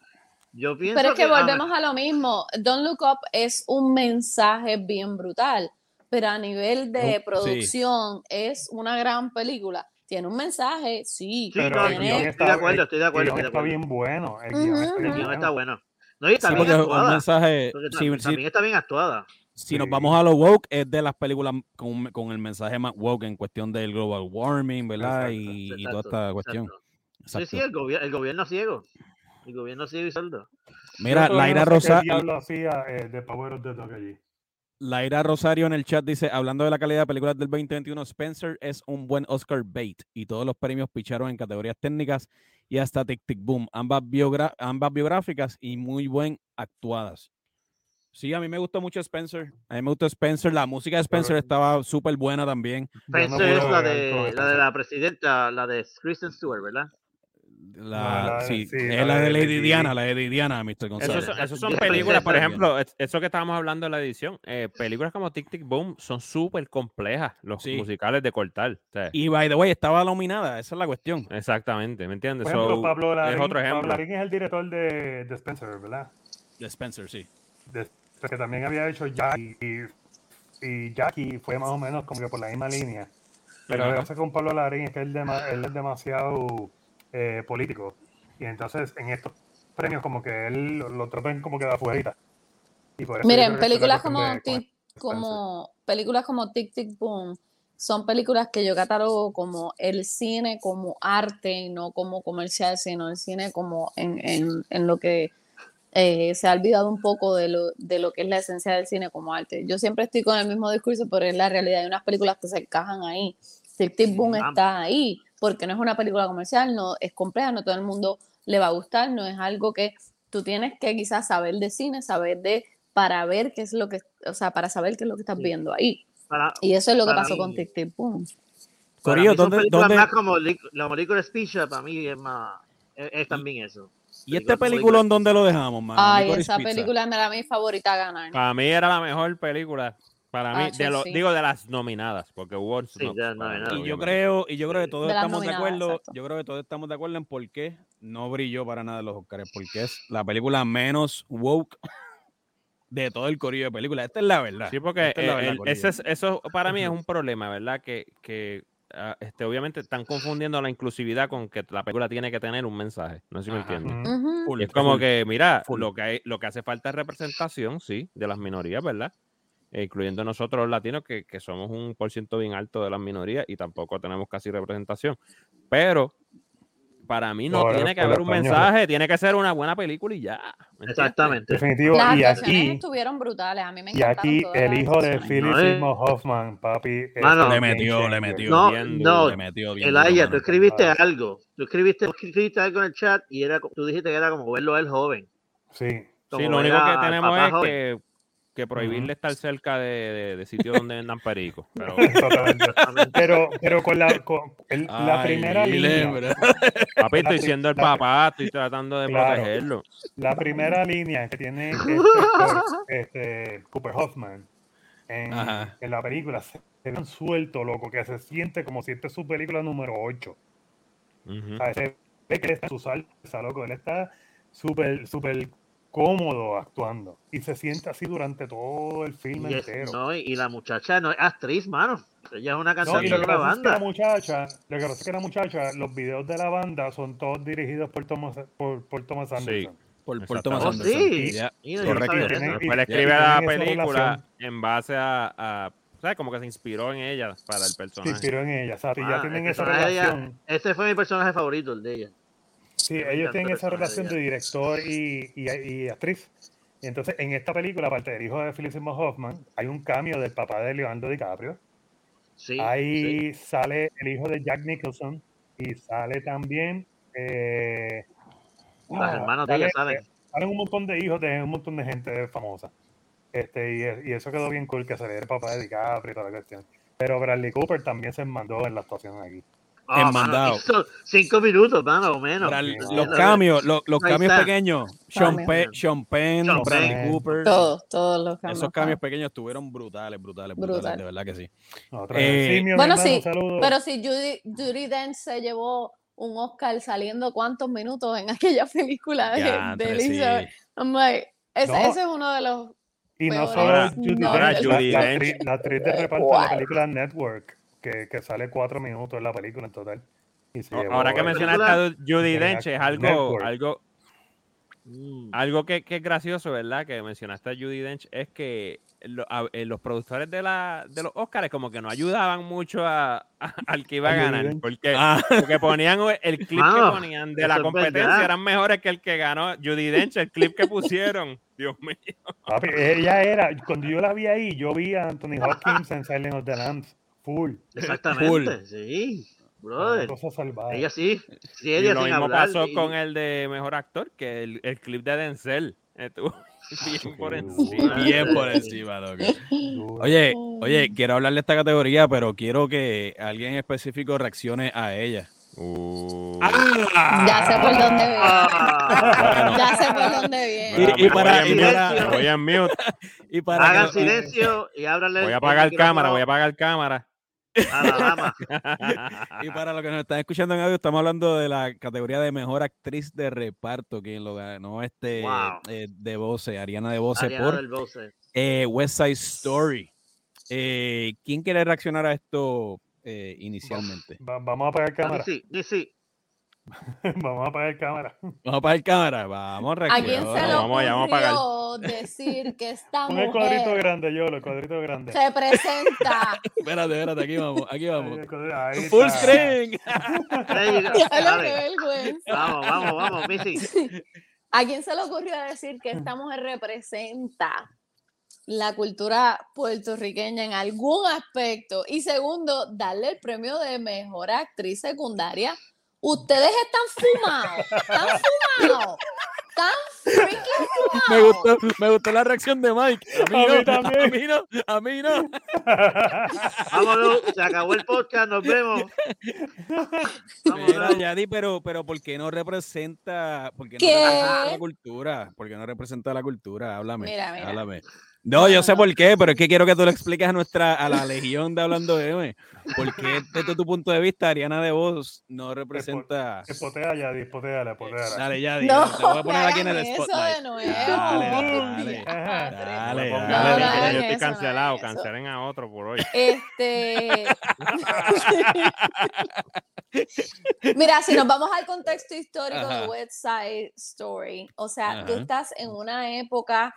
[SPEAKER 4] Yo pienso
[SPEAKER 5] Pero es que
[SPEAKER 4] ah,
[SPEAKER 5] volvemos a lo mismo. Don't Look Up es un mensaje bien brutal, pero a nivel
[SPEAKER 3] Es un-
[SPEAKER 5] de
[SPEAKER 3] sí.
[SPEAKER 5] producción es una gran película. Tiene un mensaje, sí.
[SPEAKER 4] Sí,
[SPEAKER 2] Pero
[SPEAKER 4] no,
[SPEAKER 2] el
[SPEAKER 5] tiene-
[SPEAKER 2] guión
[SPEAKER 4] estoy de
[SPEAKER 2] está-
[SPEAKER 4] acuerdo, estoy de
[SPEAKER 2] el
[SPEAKER 4] acuerdo,
[SPEAKER 2] guión
[SPEAKER 4] estoy de
[SPEAKER 2] está
[SPEAKER 4] acuerdo.
[SPEAKER 2] bien bueno. El guión está
[SPEAKER 5] Ujú,
[SPEAKER 2] bien
[SPEAKER 5] ujú.
[SPEAKER 4] El guión
[SPEAKER 2] bueno.
[SPEAKER 4] está bueno. No, y
[SPEAKER 3] Sí,
[SPEAKER 4] está bien
[SPEAKER 3] porque es un
[SPEAKER 4] actuada.
[SPEAKER 3] mensaje.
[SPEAKER 4] Porque
[SPEAKER 3] si-
[SPEAKER 4] tam-
[SPEAKER 3] si-
[SPEAKER 4] también está bien actuada.
[SPEAKER 3] si nos
[SPEAKER 2] Sí.
[SPEAKER 3] vamos a lo woke, es de las películas con, con el mensaje más woke en cuestión del global warming, ¿verdad?
[SPEAKER 2] Exacto,
[SPEAKER 3] Y, y toda
[SPEAKER 4] Exacto,
[SPEAKER 3] esta cuestión.
[SPEAKER 4] exacto. Sí,
[SPEAKER 3] Exacto.
[SPEAKER 4] sí, el, gobier- el gobierno ciego. El gobierno ciego y soldo.
[SPEAKER 3] Mira,
[SPEAKER 2] Yo todavía
[SPEAKER 3] Laira,
[SPEAKER 2] no sé qué
[SPEAKER 3] Rosa-
[SPEAKER 2] diablo hacía eh, de Power of the Dog allí.
[SPEAKER 3] Laira Rosario en el chat dice, hablando de la calidad de películas del 2021, Spencer es un buen Oscar bait y todos los premios picharon en categorías técnicas y hasta Tic Tic Boom, ambas, biogra- ambas biográficas y muy buen actuadas. Sí, a mí me gustó mucho Spencer. A mí me gustó Spencer. La música de Spencer estaba súper buena también.
[SPEAKER 2] Yo no
[SPEAKER 4] Spencer
[SPEAKER 2] puedo
[SPEAKER 4] es la
[SPEAKER 2] bregar con
[SPEAKER 4] de,
[SPEAKER 2] eso.
[SPEAKER 4] la de la presidenta, la de Kristen Stewart, ¿verdad?
[SPEAKER 3] La,
[SPEAKER 2] la-
[SPEAKER 3] sí,
[SPEAKER 2] sí,
[SPEAKER 3] es
[SPEAKER 2] la
[SPEAKER 3] la
[SPEAKER 2] de
[SPEAKER 3] de Lady
[SPEAKER 2] Lady
[SPEAKER 3] Diana, la de Lady Diana, Mr.
[SPEAKER 1] Eso
[SPEAKER 3] González.
[SPEAKER 1] son, eso son
[SPEAKER 4] Yo pensé
[SPEAKER 1] películas, por
[SPEAKER 3] también.
[SPEAKER 1] ejemplo, es- eso que estábamos hablando en la edición, eh, películas como Tic Tic Boom son súper complejas, los
[SPEAKER 3] Sí.
[SPEAKER 1] musicales de cortar. o sea,
[SPEAKER 3] Y by the way, estaba nominada, esa es la cuestión.
[SPEAKER 1] exactamente, ¿me entiendes?
[SPEAKER 2] Por ejemplo,
[SPEAKER 1] So,
[SPEAKER 2] Pablo Larín,
[SPEAKER 1] es otro
[SPEAKER 2] Pablo
[SPEAKER 1] ejemplo.
[SPEAKER 2] Larín es el director de, de Spencer, ¿verdad?
[SPEAKER 3] De Spencer, sí.
[SPEAKER 2] De- que también había hecho Jackie. y- Y Jackie fue más o menos como que por la misma línea. Pero lo que pasa con Pablo Larín es que él, dema- él es demasiado eh, político. Y entonces en estos premios como que él lo, lo tratan como que de afuerita. Y por eso yo creo
[SPEAKER 5] Miren,
[SPEAKER 2] que es la
[SPEAKER 5] películas
[SPEAKER 2] cuestión
[SPEAKER 5] como,
[SPEAKER 2] de- con
[SPEAKER 5] Tic, como películas como Tic Tic Boom son películas que yo catalogo como el cine como arte y no como comercial, sino el cine como en, en- en lo que eh, se ha olvidado un poco de lo, de lo que es la esencia del cine como arte. Yo siempre estoy con el mismo discurso, pero es la realidad. Hay unas películas que se encajan ahí. Tic Tic Boom
[SPEAKER 4] Ah.
[SPEAKER 5] está ahí porque no es una película comercial, no es compleja, no todo el mundo le va a gustar, no es algo que tú tienes que quizás saber de cine, saber de para ver qué es lo que, o sea, para saber qué es lo que estás
[SPEAKER 4] Sí.
[SPEAKER 5] viendo ahí.
[SPEAKER 4] Para,
[SPEAKER 5] Y eso es lo que
[SPEAKER 4] Para
[SPEAKER 5] pasó
[SPEAKER 4] mí.
[SPEAKER 5] con Tic Tic Boom.
[SPEAKER 4] para
[SPEAKER 3] Corillo,
[SPEAKER 4] mí son
[SPEAKER 3] ¿dónde-
[SPEAKER 4] películas
[SPEAKER 3] dónde-
[SPEAKER 4] más como Lic- la película Speech para mí es más e, es, es también eso.
[SPEAKER 3] ¿Y este película en dónde lo dejamos, mano?
[SPEAKER 5] Ay,
[SPEAKER 3] Licorice
[SPEAKER 5] esa
[SPEAKER 3] Pizza.
[SPEAKER 5] película me era mi favorita a ganar.
[SPEAKER 1] Para mí era la mejor película. Para mí,
[SPEAKER 5] Ah,
[SPEAKER 1] de
[SPEAKER 5] sí,
[SPEAKER 1] lo-
[SPEAKER 5] sí.
[SPEAKER 1] digo de las nominadas, porque hubo.
[SPEAKER 4] Sí, de las
[SPEAKER 1] Ah,
[SPEAKER 4] nominadas.
[SPEAKER 3] Y yo creo, y yo creo que todos
[SPEAKER 5] De las
[SPEAKER 3] estamos de
[SPEAKER 5] nominadas,
[SPEAKER 3] acuerdo,
[SPEAKER 5] exacto.
[SPEAKER 3] yo creo que todos estamos de acuerdo en por qué no brilló para nada en los Oscars, porque es la película menos woke de todo el corillo de películas. Esta es la verdad.
[SPEAKER 1] Sí, porque
[SPEAKER 3] Esta es la
[SPEAKER 1] eh,
[SPEAKER 3] verdad,
[SPEAKER 1] el-
[SPEAKER 3] corillo.
[SPEAKER 1] ese es- eso para mí es un problema, ¿verdad? Que, que ah, este, obviamente están confundiendo la inclusividad con que la película tiene que tener un mensaje. No sé si me
[SPEAKER 3] Ajá.
[SPEAKER 1] entiendes.
[SPEAKER 5] Ujú.
[SPEAKER 3] Full,
[SPEAKER 1] Y es como
[SPEAKER 3] full.
[SPEAKER 1] que, mira,
[SPEAKER 3] full.
[SPEAKER 1] lo que, hay- lo que hace falta es representación, sí, de las minorías, ¿verdad? E incluyendo nosotros los latinos, que, que somos un por ciento bien alto de las minorías y tampoco tenemos casi representación. Pero para mí no
[SPEAKER 2] Por-
[SPEAKER 1] tiene que
[SPEAKER 2] por
[SPEAKER 1] haber un
[SPEAKER 2] español.
[SPEAKER 1] mensaje, tiene que ser una buena película y ya. ¿me entiendes?
[SPEAKER 4] Exactamente.
[SPEAKER 2] Definitivo.
[SPEAKER 5] Las
[SPEAKER 2] Y
[SPEAKER 5] actuaciones
[SPEAKER 2] aquí,
[SPEAKER 5] estuvieron brutales. A mí me
[SPEAKER 2] y
[SPEAKER 5] encantaron
[SPEAKER 2] aquí
[SPEAKER 5] todas
[SPEAKER 2] el
[SPEAKER 5] las
[SPEAKER 2] hijo de
[SPEAKER 5] actuaciones.
[SPEAKER 2] Philip
[SPEAKER 4] No, eh.
[SPEAKER 2] Seymour Hoffman, papi. es
[SPEAKER 4] Mano,
[SPEAKER 2] un
[SPEAKER 3] le
[SPEAKER 2] game
[SPEAKER 3] metió, le
[SPEAKER 2] changer.
[SPEAKER 3] metió.
[SPEAKER 4] No,
[SPEAKER 1] bien
[SPEAKER 4] no,
[SPEAKER 1] duro,
[SPEAKER 3] le metió bien. duro,
[SPEAKER 4] Elaya, tú
[SPEAKER 3] mano.
[SPEAKER 4] escribiste
[SPEAKER 2] Vale.
[SPEAKER 4] algo. Tú escribiste, tú escribiste algo en el chat y era, co- tú dijiste que era como verlo a él joven.
[SPEAKER 2] Sí.
[SPEAKER 4] como
[SPEAKER 1] Sí, lo
[SPEAKER 4] ver
[SPEAKER 1] único
[SPEAKER 4] a-
[SPEAKER 1] que
[SPEAKER 4] al
[SPEAKER 1] tenemos
[SPEAKER 4] papá
[SPEAKER 1] es
[SPEAKER 4] joven.
[SPEAKER 1] que, que prohibirle estar cerca de, de- de sitios donde vendan perico. Pero
[SPEAKER 2] Totalmente.
[SPEAKER 4] Exactamente.
[SPEAKER 2] Pero, pero con la, con el- la
[SPEAKER 3] Ay,
[SPEAKER 2] primera
[SPEAKER 3] dile,
[SPEAKER 2] línea.
[SPEAKER 3] bro.
[SPEAKER 1] papi, estoy
[SPEAKER 2] pri-
[SPEAKER 1] siendo el
[SPEAKER 2] la-
[SPEAKER 1] papá, estoy tratando de
[SPEAKER 2] Claro.
[SPEAKER 1] protegerlo.
[SPEAKER 2] la primera línea que tiene este, actor, este, Cooper Hoffman en,
[SPEAKER 3] Ajá.
[SPEAKER 2] en la película se se ve tan suelto, loco, que se siente como si esta es su película número 8.
[SPEAKER 1] Ujú.
[SPEAKER 2] O sea, se ve que él está en su salsa, loco. Él está súper, súper cómodo actuando. Y se siente así durante todo el film
[SPEAKER 4] Y es-
[SPEAKER 2] entero.
[SPEAKER 4] no, y, y la muchacha no es actriz, mano. Ella es una
[SPEAKER 2] No,
[SPEAKER 4] cantante
[SPEAKER 2] y
[SPEAKER 4] de
[SPEAKER 2] lo que
[SPEAKER 4] una
[SPEAKER 2] pasa es que la
[SPEAKER 4] banda.
[SPEAKER 2] muchacha, lo que pasa es que la muchacha, los videos de la banda son todos dirigidos por Thomas, por, por Thomas Anderson.
[SPEAKER 3] Por, por
[SPEAKER 1] Exacto.
[SPEAKER 3] Thomas
[SPEAKER 4] Oh,
[SPEAKER 3] Anderson.
[SPEAKER 4] sí.
[SPEAKER 3] Ya.
[SPEAKER 4] Mira, yo no
[SPEAKER 3] Correcto.
[SPEAKER 4] sabía
[SPEAKER 2] Tiene-
[SPEAKER 4] eso.
[SPEAKER 1] Después
[SPEAKER 2] y-
[SPEAKER 1] pues, le
[SPEAKER 2] y
[SPEAKER 1] escribe
[SPEAKER 2] tienen
[SPEAKER 1] la
[SPEAKER 2] esa
[SPEAKER 1] película
[SPEAKER 2] relación.
[SPEAKER 1] en base a, a- ¿Sabes? Como que se inspiró en ella para el
[SPEAKER 2] Se
[SPEAKER 1] personaje.
[SPEAKER 2] inspiró en ella, exacto. Y
[SPEAKER 4] Ah,
[SPEAKER 2] ya tienen
[SPEAKER 4] el
[SPEAKER 2] esa
[SPEAKER 4] personaje de ella-
[SPEAKER 2] relación.
[SPEAKER 4] Ese fue mi personaje favorito, el de ella.
[SPEAKER 2] Sí,
[SPEAKER 4] Me
[SPEAKER 2] ellos
[SPEAKER 4] encantó
[SPEAKER 2] tienen
[SPEAKER 4] el
[SPEAKER 2] esa
[SPEAKER 4] personaje
[SPEAKER 2] relación
[SPEAKER 4] de
[SPEAKER 2] de director y, y, y actriz. Y entonces, en esta película, aparte del hijo de Philip Seymour Hoffman, hay un cambio del papá de Leonardo DiCaprio.
[SPEAKER 4] Sí, sí.
[SPEAKER 2] Ahí sale el hijo de Jack Nicholson y sale también. eh,
[SPEAKER 4] Las
[SPEAKER 2] ah,
[SPEAKER 4] hermanas de
[SPEAKER 2] sale-
[SPEAKER 4] ella salen.
[SPEAKER 2] Salen un montón de hijos de un montón de gente famosa. Este, y, e- y eso quedó bien cool que saliera el papá de DiCaprio y toda la cuestión. Pero Bradley Cooper también se mandó en la actuación aquí.
[SPEAKER 4] Ah, mano,
[SPEAKER 3] mandado.
[SPEAKER 4] hizo cinco minutos, mano, o menos.
[SPEAKER 3] Para el-
[SPEAKER 2] no,
[SPEAKER 3] los
[SPEAKER 4] no,
[SPEAKER 3] cambios, los, los
[SPEAKER 4] pues, Ahí
[SPEAKER 3] cambios
[SPEAKER 4] está.
[SPEAKER 3] pequeños. Sean,
[SPEAKER 5] Cambios.
[SPEAKER 3] Pe- Sean Penn,
[SPEAKER 4] Sean
[SPEAKER 3] Bradley
[SPEAKER 2] Penn.
[SPEAKER 3] Cooper.
[SPEAKER 5] Todos, todos los cambios.
[SPEAKER 3] Esos cambios pequeños estuvieron brutales, brutales, brutales,
[SPEAKER 5] Brutal.
[SPEAKER 3] de verdad que sí.
[SPEAKER 2] Otra vez.
[SPEAKER 3] Eh,
[SPEAKER 2] Sí, mi
[SPEAKER 5] Bueno,
[SPEAKER 2] hermano,
[SPEAKER 5] sí,
[SPEAKER 2] un saludo.
[SPEAKER 5] Pero si Judy, Judy Dench se llevó un Oscar saliendo cuántos minutos en aquella película de,
[SPEAKER 3] Ya,
[SPEAKER 5] de
[SPEAKER 3] entre sí.
[SPEAKER 5] Elizabeth. I'm like, ese,
[SPEAKER 2] No.
[SPEAKER 5] ese es uno de los.
[SPEAKER 2] Y no
[SPEAKER 5] Peores
[SPEAKER 2] solo
[SPEAKER 1] Ahora-
[SPEAKER 2] Judy
[SPEAKER 5] ahora
[SPEAKER 2] Dench,
[SPEAKER 1] Judy
[SPEAKER 2] la, la
[SPEAKER 1] Dench.
[SPEAKER 2] actriz- la actriz de reparto de
[SPEAKER 5] Wow.
[SPEAKER 2] la película Network, que, que sale cuatro minutos en la película en total. Y se
[SPEAKER 1] No,
[SPEAKER 2] llevó
[SPEAKER 1] Ahora que
[SPEAKER 2] el-
[SPEAKER 1] mencionaste
[SPEAKER 4] película-
[SPEAKER 1] a Judy
[SPEAKER 2] de
[SPEAKER 1] Dench, es
[SPEAKER 2] Act-
[SPEAKER 1] algo,
[SPEAKER 2] Network.
[SPEAKER 1] algo,
[SPEAKER 4] Mm.
[SPEAKER 1] algo que, que es gracioso, ¿verdad? Que mencionaste a Judy Dench, es que lo- a- eh, los productores de, la, de los Oscars como que no ayudaban mucho a, a- al que iba a
[SPEAKER 2] A Judy
[SPEAKER 1] ganar.
[SPEAKER 2] Dench.
[SPEAKER 1] Porque,
[SPEAKER 3] Ah,
[SPEAKER 1] porque ponían el clip
[SPEAKER 4] Mano,
[SPEAKER 1] que ponían de la
[SPEAKER 4] eso es
[SPEAKER 1] competencia,
[SPEAKER 4] verdad.
[SPEAKER 1] eran mejores que el que ganó Judy Dench, el clip que pusieron. Dios mío.
[SPEAKER 2] Papi, ella era, cuando yo la vi ahí, yo vi a Anthony Hopkins en Silent of the Lambs, full.
[SPEAKER 4] Exactamente,
[SPEAKER 3] Full.
[SPEAKER 4] sí.
[SPEAKER 2] Una
[SPEAKER 4] Brother.
[SPEAKER 2] cosa salvada.
[SPEAKER 4] Ella sí. Sí,
[SPEAKER 1] Y
[SPEAKER 4] ella
[SPEAKER 1] lo
[SPEAKER 4] sin
[SPEAKER 1] mismo
[SPEAKER 4] hablar.
[SPEAKER 1] pasó
[SPEAKER 4] y-
[SPEAKER 1] con el de mejor actor, que el, el clip de Denzel estuvo bien por
[SPEAKER 2] Qué
[SPEAKER 1] encima.
[SPEAKER 4] duro.
[SPEAKER 3] bien por encima, loco.
[SPEAKER 2] Duro.
[SPEAKER 3] Oye, oye, quiero hablar de esta categoría, pero quiero que alguien en específico reaccione a ella. Uh,
[SPEAKER 2] Ah.
[SPEAKER 5] Ya sé por dónde viene.
[SPEAKER 4] Ah,
[SPEAKER 5] Ya sé por dónde viene.
[SPEAKER 3] Y- y
[SPEAKER 1] Me
[SPEAKER 3] para-
[SPEAKER 1] voy
[SPEAKER 4] y
[SPEAKER 1] en
[SPEAKER 4] para-
[SPEAKER 1] mute, me voy en mute,
[SPEAKER 3] Y para
[SPEAKER 4] hagan
[SPEAKER 3] que-
[SPEAKER 4] silencio y ábrale.
[SPEAKER 1] voy a
[SPEAKER 4] el
[SPEAKER 1] apagar
[SPEAKER 4] micrófono
[SPEAKER 1] cámara, voy a apagar cámara.
[SPEAKER 4] A la dama.
[SPEAKER 3] Y para los que nos están escuchando en audio, estamos hablando de la categoría de mejor actriz de reparto, quien lo ganó este
[SPEAKER 4] Wow.
[SPEAKER 3] eh, de voce, Ariana de voce
[SPEAKER 4] Ariana
[SPEAKER 3] por
[SPEAKER 4] del Bose.
[SPEAKER 3] eh, West Side Story. Eh, ¿Quién quiere reaccionar a esto eh, inicialmente?
[SPEAKER 2] Va- vamos a apagar
[SPEAKER 4] Ah,
[SPEAKER 2] cámara.
[SPEAKER 4] Sí, sí, sí.
[SPEAKER 2] vamos a apagar cámara.
[SPEAKER 3] Vamos para el cámara, vamos
[SPEAKER 5] ¿A quién se
[SPEAKER 1] Vamos,
[SPEAKER 5] le
[SPEAKER 3] reacciona.
[SPEAKER 1] vamos allá, vamos a pagar.
[SPEAKER 5] ocurrió decir que esta
[SPEAKER 2] Pon el cuadrito
[SPEAKER 5] mujer
[SPEAKER 2] grande, yo, el cuadrito grande.
[SPEAKER 5] se presenta?
[SPEAKER 3] Espérate, espérate, aquí vamos, aquí vamos.
[SPEAKER 2] Ahí, ahí está.
[SPEAKER 3] Full screen.
[SPEAKER 4] Ahí llega.
[SPEAKER 5] Ya lo que
[SPEAKER 4] Dale.
[SPEAKER 5] vergüenza.
[SPEAKER 4] Vamos, vamos, vamos, Missy.
[SPEAKER 5] ¿A quién se le ocurrió decir
[SPEAKER 3] Mm.
[SPEAKER 5] que esta mujer representa la cultura puertorriqueña en algún aspecto? Y segundo, darle el premio de mejor actriz secundaria. Ustedes están fumados, están fumados, están freaking
[SPEAKER 3] me, gustó, me gustó la reacción de Mike. A mí,
[SPEAKER 2] A mí
[SPEAKER 3] no,
[SPEAKER 2] también.
[SPEAKER 3] a mí no, a mí no.
[SPEAKER 4] Vámonos, se acabó el podcast, nos vemos.
[SPEAKER 3] Mira,
[SPEAKER 4] Vámonos.
[SPEAKER 3] Yadi, pero, pero ¿por qué no representa, por qué no
[SPEAKER 5] ¿Qué?
[SPEAKER 3] representa la cultura? ¿Por qué no representa la cultura? Háblame,
[SPEAKER 5] Mira, mira.
[SPEAKER 3] háblame. No, yo
[SPEAKER 5] No,
[SPEAKER 3] sé
[SPEAKER 5] no.
[SPEAKER 3] por qué, pero es que quiero que tú le expliques a nuestra, a la legión de Hablando M, por qué desde tu punto de vista Ariana de Vos no representa...
[SPEAKER 2] Espotea ya, dispoteala, espoteala.
[SPEAKER 3] Dale, Yadi,
[SPEAKER 5] No,
[SPEAKER 3] te voy a
[SPEAKER 5] me
[SPEAKER 3] poner aquí en
[SPEAKER 5] hagan
[SPEAKER 3] el
[SPEAKER 5] eso
[SPEAKER 3] spotlight.
[SPEAKER 5] de nuevo.
[SPEAKER 3] Dale, dale,
[SPEAKER 2] Ajá.
[SPEAKER 3] Dale,
[SPEAKER 1] No, no
[SPEAKER 3] dale,
[SPEAKER 1] hagan
[SPEAKER 3] dale.
[SPEAKER 1] eso, yo estoy
[SPEAKER 5] eso, no
[SPEAKER 1] cancelado,
[SPEAKER 5] hagan eso.
[SPEAKER 1] cancelen a otro por hoy.
[SPEAKER 5] Este. Mira, si nos vamos al contexto histórico
[SPEAKER 3] Ajá.
[SPEAKER 5] de West Side Story, o sea, tú
[SPEAKER 3] Ajá.
[SPEAKER 5] estás en una época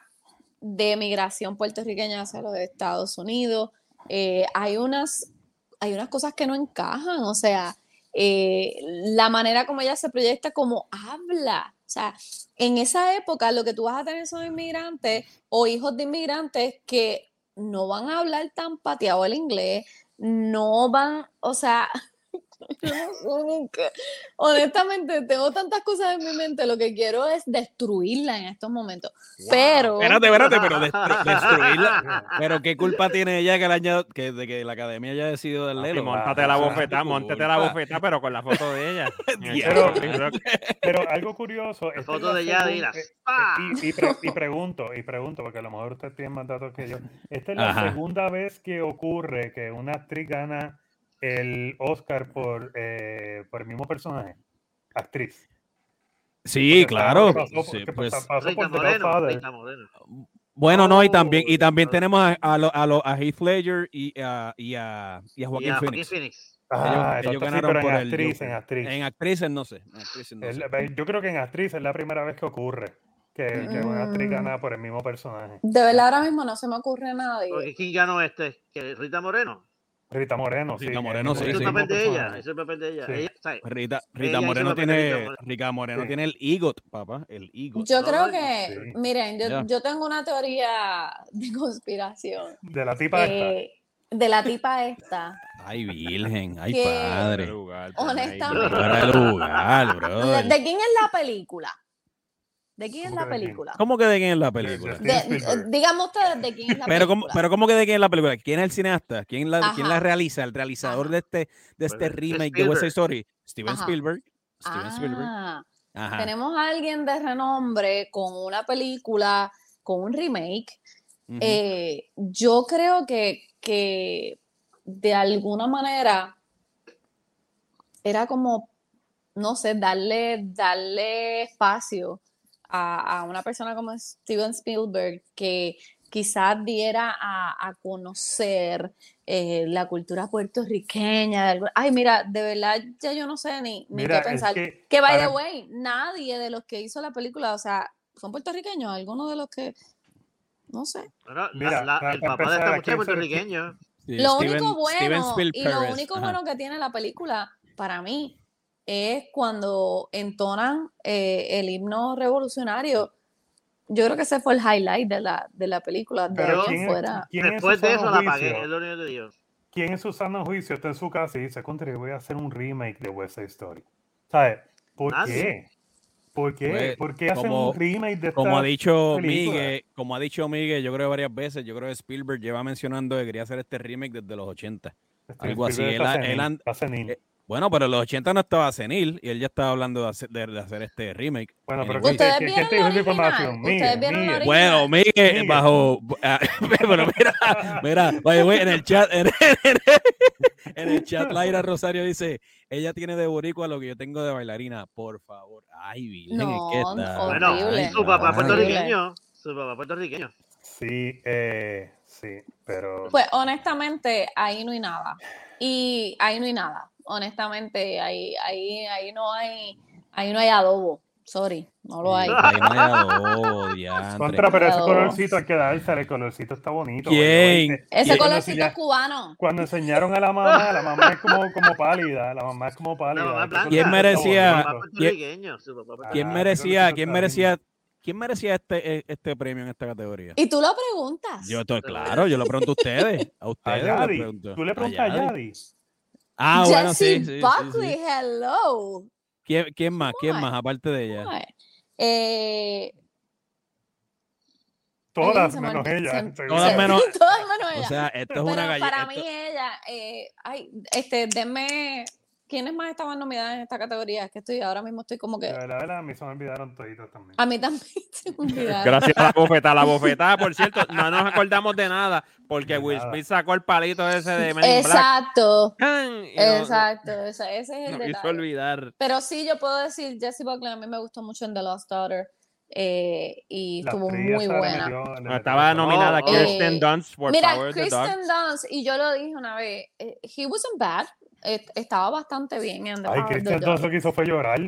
[SPEAKER 5] de migración puertorriqueña hacia los Estados Unidos. eh, hay, unas, hay unas cosas que no encajan, o sea, eh, la manera como ella se proyecta, como habla. O sea, en esa época lo que tú vas a tener son inmigrantes o hijos de inmigrantes que no van a hablar tan pateado el inglés, no van, o sea, yo no sé ni qué. honestamente tengo tantas cosas en mi mente, lo que quiero es destruirla en estos momentos. Pero,
[SPEAKER 3] Espérate, espérate, pero destru- destruirla. Pero qué culpa tiene ella que la, haya- que, de que la academia haya decidido
[SPEAKER 1] Papi,
[SPEAKER 3] darle
[SPEAKER 1] montate la
[SPEAKER 2] Ah,
[SPEAKER 1] bofetada, montate la bofetada, pero con la foto de ella. En el
[SPEAKER 3] Diablo.
[SPEAKER 1] TikTok.
[SPEAKER 2] Pero algo curioso.
[SPEAKER 4] La
[SPEAKER 2] esta
[SPEAKER 4] foto
[SPEAKER 2] es la
[SPEAKER 4] de Yadi,
[SPEAKER 2] segunda-
[SPEAKER 4] la- ¡Pa!
[SPEAKER 2] Y, y pre- y pregunto, y pregunto, porque a lo mejor usted tiene más datos que yo. Esta es la
[SPEAKER 3] Ajá.
[SPEAKER 2] segunda vez que ocurre que una actriz gana el Oscar por, eh, por el mismo personaje. Actriz.
[SPEAKER 3] Sí,
[SPEAKER 2] Porque
[SPEAKER 3] claro.
[SPEAKER 2] Pasó,
[SPEAKER 3] sí,
[SPEAKER 2] que
[SPEAKER 3] pues,
[SPEAKER 2] pasó- pasó
[SPEAKER 4] Rita
[SPEAKER 2] por The
[SPEAKER 4] Moreno,
[SPEAKER 2] Godfather.
[SPEAKER 4] Rita Moreno.
[SPEAKER 3] bueno, no, y también, y
[SPEAKER 4] Oh,
[SPEAKER 3] también
[SPEAKER 4] claro.
[SPEAKER 3] tenemos a, a, lo- a, lo- a Heath Ledger y a, y a, y
[SPEAKER 4] Y
[SPEAKER 3] a Joaquín
[SPEAKER 4] a Joaquín
[SPEAKER 3] Phoenix.
[SPEAKER 4] Phoenix.
[SPEAKER 2] Ah,
[SPEAKER 3] Ellos- ellos
[SPEAKER 2] exacto, sí,
[SPEAKER 3] ganaron
[SPEAKER 2] pero en
[SPEAKER 3] por el
[SPEAKER 2] actriz,
[SPEAKER 3] Joker.
[SPEAKER 2] en actriz.
[SPEAKER 3] En actrices, no sé. en actrices no
[SPEAKER 2] Es
[SPEAKER 3] sé.
[SPEAKER 2] la- ve- yo creo que en actriz es la primera vez que ocurre que, que una actriz
[SPEAKER 5] Mm.
[SPEAKER 2] gana por el mismo personaje.
[SPEAKER 5] de verdad ahora mismo no se me ocurre nada.
[SPEAKER 4] Porque ¿quién ganó este? ¿Que Rita Moreno.
[SPEAKER 2] Rita Moreno, sí.
[SPEAKER 3] Rita
[SPEAKER 2] el
[SPEAKER 3] Moreno,
[SPEAKER 2] mismo-
[SPEAKER 3] sí,
[SPEAKER 4] Ese es el
[SPEAKER 3] sí.
[SPEAKER 2] mismo
[SPEAKER 4] papel de ella.
[SPEAKER 2] personaje.
[SPEAKER 4] ese es el papel de ella.
[SPEAKER 2] Sí.
[SPEAKER 4] Ella, ¿sabes?
[SPEAKER 3] Pues Rita,
[SPEAKER 4] Ella
[SPEAKER 3] Rita
[SPEAKER 4] hizo
[SPEAKER 3] Moreno
[SPEAKER 4] la película
[SPEAKER 3] tiene,
[SPEAKER 4] Moreno.
[SPEAKER 3] Rita Moreno
[SPEAKER 2] Sí.
[SPEAKER 3] tiene el EGOT, papá, el EGOT.
[SPEAKER 5] Yo
[SPEAKER 4] No,
[SPEAKER 5] creo
[SPEAKER 4] bueno,
[SPEAKER 5] que,
[SPEAKER 2] sí.
[SPEAKER 5] miren, yo,
[SPEAKER 3] Ya.
[SPEAKER 5] yo tengo una teoría de conspiración
[SPEAKER 2] De la tipa esta.
[SPEAKER 5] eh, de la tipa esta.
[SPEAKER 3] Ay, virgen, ay,
[SPEAKER 5] Que-
[SPEAKER 1] Fuera de
[SPEAKER 3] padre.
[SPEAKER 1] lugar, por ahí.
[SPEAKER 5] Honestamente.
[SPEAKER 3] Fuera de lugar,
[SPEAKER 5] ¿De,
[SPEAKER 3] bro.
[SPEAKER 5] de quién es la película? ¿De quién es
[SPEAKER 2] ¿Cómo
[SPEAKER 5] la
[SPEAKER 2] que de quién?
[SPEAKER 5] película?
[SPEAKER 3] ¿Cómo que de quién es la película?
[SPEAKER 2] Sí,
[SPEAKER 5] De-
[SPEAKER 2] Spielberg.
[SPEAKER 5] eh, díganme ustedes de quién es la
[SPEAKER 3] Pero ¿cómo,
[SPEAKER 5] película.
[SPEAKER 3] pero ¿cómo que de quién es la película? ¿Quién es el cineasta? ¿Quién la, ¿quién la
[SPEAKER 5] Ajá.
[SPEAKER 3] realiza? El realizador
[SPEAKER 5] Ajá.
[SPEAKER 3] de este, de
[SPEAKER 2] Pues
[SPEAKER 3] este
[SPEAKER 4] Bueno,
[SPEAKER 3] remake de West Side
[SPEAKER 4] Spielberg.
[SPEAKER 3] Story. Steven
[SPEAKER 5] Ajá.
[SPEAKER 3] Spielberg. Steven Spielberg.
[SPEAKER 5] Ah,
[SPEAKER 3] Ajá.
[SPEAKER 5] tenemos a alguien de renombre con una película, con un remake.
[SPEAKER 3] Ujú.
[SPEAKER 5] Eh, yo creo que, que de alguna manera era como, no sé, darle, darle espacio a, a una persona como Steven Spielberg que quizás diera a, a conocer eh, la cultura puertorriqueña. de alguna- Ay, mira, de verdad ya yo no sé ni, ni
[SPEAKER 2] Mira,
[SPEAKER 5] qué
[SPEAKER 2] es
[SPEAKER 5] pensar. Que,
[SPEAKER 2] que
[SPEAKER 5] by the
[SPEAKER 2] para-
[SPEAKER 5] way, nadie de los que hizo la película, o sea, son puertorriqueños, algunos de los que, no sé.
[SPEAKER 4] Bueno, la-
[SPEAKER 2] Mira,
[SPEAKER 4] la-
[SPEAKER 2] para-
[SPEAKER 4] el
[SPEAKER 2] para
[SPEAKER 4] papá de
[SPEAKER 2] empezar,
[SPEAKER 4] esta
[SPEAKER 2] aquí
[SPEAKER 4] muchacha
[SPEAKER 2] en Puerto Rico-
[SPEAKER 4] puertorriqueño.
[SPEAKER 3] Sí,
[SPEAKER 5] Lo
[SPEAKER 3] Steven-
[SPEAKER 5] único
[SPEAKER 3] Steven
[SPEAKER 5] bueno y lo
[SPEAKER 3] Spielberg,
[SPEAKER 5] único
[SPEAKER 3] ajá.
[SPEAKER 5] bueno que tiene la película para mí es cuando entonan eh, el himno revolucionario. Yo creo que ese fue el highlight de la, de la película. De
[SPEAKER 2] Pero
[SPEAKER 5] ahí
[SPEAKER 4] ¿quién
[SPEAKER 5] en
[SPEAKER 4] es-
[SPEAKER 5] fuera.
[SPEAKER 2] ¿Quién en
[SPEAKER 4] Después
[SPEAKER 2] su
[SPEAKER 4] de
[SPEAKER 2] sano
[SPEAKER 4] eso la apagué,
[SPEAKER 2] juicio-
[SPEAKER 4] es lo único que digo.
[SPEAKER 2] ¿Quién en su sano juicio está en su casa y dice, contra, yo voy a hacer un remake de West Side Story? ¿Sabes? ¿Por
[SPEAKER 4] Nadie.
[SPEAKER 2] qué? ¿Por qué?
[SPEAKER 3] Pues,
[SPEAKER 2] ¿Por qué hacen
[SPEAKER 3] como-
[SPEAKER 2] un remake de esta?
[SPEAKER 3] Como ha dicho
[SPEAKER 2] película.
[SPEAKER 3] Miguel, como ha dicho Miguel, yo creo varias veces, yo creo que Spielberg lleva mencionando que quería hacer este remake desde los 80.
[SPEAKER 2] Steven
[SPEAKER 3] algo así,
[SPEAKER 2] Spielberg está
[SPEAKER 3] él- él
[SPEAKER 2] senil,
[SPEAKER 3] and-
[SPEAKER 2] está senil.
[SPEAKER 3] eh, Bueno, pero en los 80 no estaba senil y él ya estaba hablando de hacer, de- de hacer este remake.
[SPEAKER 2] Bueno, pero
[SPEAKER 3] Anyway.
[SPEAKER 2] ¿quién te-
[SPEAKER 5] ¿Ustedes
[SPEAKER 2] quién- quién
[SPEAKER 5] vieron
[SPEAKER 2] te dijo
[SPEAKER 5] la
[SPEAKER 2] esa información?
[SPEAKER 5] original? ¿Ustedes
[SPEAKER 2] Miguel,
[SPEAKER 5] vieron la
[SPEAKER 2] Miguel.
[SPEAKER 5] original?
[SPEAKER 3] Bueno, Miguel,
[SPEAKER 2] Miguel.
[SPEAKER 3] bajo. ah, pero mira, mira, by the way, en el chat, en, en- en- en el chat, Laira Rosario dice: Ella tiene de boricua lo que yo tengo de bailarina, por favor. Ay, virgen, es
[SPEAKER 5] No,
[SPEAKER 3] que está-
[SPEAKER 4] Bueno,
[SPEAKER 5] Horrible.
[SPEAKER 4] su papá
[SPEAKER 3] ay,
[SPEAKER 4] puertorriqueño. Su papá puertorriqueño.
[SPEAKER 2] Sí, eh, sí, pero...
[SPEAKER 5] Pues honestamente, ahí no hay nada. Y ahí no hay nada. Honestamente, ahí, ahí, ahí no hay, ahí no hay adobo. Sorry, no lo hay.
[SPEAKER 3] Sí, ahí no hay adobo, diantre.
[SPEAKER 2] Contra, pero ese
[SPEAKER 5] Cuidado.
[SPEAKER 2] colorcito hay que darse, el colorcito está bonito. by the way.
[SPEAKER 3] ¿Quién?
[SPEAKER 5] Ese
[SPEAKER 3] ¿Quién?
[SPEAKER 2] color-
[SPEAKER 5] colorcito es cubano.
[SPEAKER 2] Cuando enseñaron a la mamá, la mamá es como, como pálida, la mamá es como
[SPEAKER 4] La
[SPEAKER 2] pálida.
[SPEAKER 4] mamá
[SPEAKER 2] Ese
[SPEAKER 4] blanca.
[SPEAKER 2] colorcito está
[SPEAKER 3] merecía-
[SPEAKER 4] Su
[SPEAKER 2] bonito.
[SPEAKER 4] papá puertorriqueño. Su papá puertorriqueño.
[SPEAKER 3] ¿Quién
[SPEAKER 2] Ah,
[SPEAKER 3] merecía,
[SPEAKER 2] creo que eso
[SPEAKER 3] quién
[SPEAKER 2] está
[SPEAKER 3] merecía, quién merecía este, eh, este premio en esta categoría?
[SPEAKER 5] Y tú lo preguntas.
[SPEAKER 3] Yo estoy claro, yo lo pregunto a ustedes, a
[SPEAKER 2] A
[SPEAKER 3] ustedes. les
[SPEAKER 2] Yadi.
[SPEAKER 3] pregunto.
[SPEAKER 2] Tú le
[SPEAKER 3] A
[SPEAKER 2] preguntas a
[SPEAKER 3] Yadi.
[SPEAKER 2] Yadi.
[SPEAKER 3] Ah, bueno, sí,
[SPEAKER 5] Jessie
[SPEAKER 3] sí, sí, sí.
[SPEAKER 5] Buckley, hello.
[SPEAKER 3] ¿Quién, quién más? ¿Quién
[SPEAKER 5] Ay.
[SPEAKER 3] más aparte de ella?
[SPEAKER 5] Ay, eh,
[SPEAKER 2] Todas
[SPEAKER 5] se me-
[SPEAKER 2] menos
[SPEAKER 5] se-
[SPEAKER 2] ella. seguro.
[SPEAKER 3] Todas menos-
[SPEAKER 5] Todas menos
[SPEAKER 3] O
[SPEAKER 5] ella.
[SPEAKER 3] sea, esto es
[SPEAKER 5] Pero
[SPEAKER 3] una galleta.
[SPEAKER 5] para mí ella, eh, ay, este, denme, ¿quiénes más estaban nominadas en esta categoría? Es que estoy, ahora mismo estoy como
[SPEAKER 2] De
[SPEAKER 5] que,
[SPEAKER 2] verdad, de verdad, a mí se me olvidaron toditas también.
[SPEAKER 5] a mí también se me olvidaron.
[SPEAKER 1] Gracias a la bofetada. La bofetada, por cierto, no nos acordamos de nada porque
[SPEAKER 2] De
[SPEAKER 1] Will
[SPEAKER 2] nada.
[SPEAKER 1] Smith sacó el palito ese de Men in Black.
[SPEAKER 5] Exacto,
[SPEAKER 1] ¡Can! Y no- no-
[SPEAKER 5] exacto, esa- ese es el
[SPEAKER 1] nos hizo
[SPEAKER 5] detalle.
[SPEAKER 1] olvidar.
[SPEAKER 5] Pero sí, yo puedo decir, Jessie Buckley a mí me gustó mucho en The Lost Daughter eh, y
[SPEAKER 2] La
[SPEAKER 5] estuvo
[SPEAKER 2] actriz
[SPEAKER 5] muy
[SPEAKER 2] esa le
[SPEAKER 5] buena.
[SPEAKER 2] metió- le
[SPEAKER 1] No,
[SPEAKER 2] metió
[SPEAKER 1] Estaba
[SPEAKER 2] la-
[SPEAKER 1] nominada
[SPEAKER 4] oh.
[SPEAKER 1] Kirsten Dunst por
[SPEAKER 5] Mira,
[SPEAKER 1] Power of the Dog.
[SPEAKER 5] Kristen Dunst, y yo lo dije una vez, eh, he wasn't bad, eh, estaba bastante bien en The
[SPEAKER 2] Ay,
[SPEAKER 5] Power of the
[SPEAKER 2] Cristian,
[SPEAKER 5] Dog.
[SPEAKER 2] entonces lo que hizo fue llorar.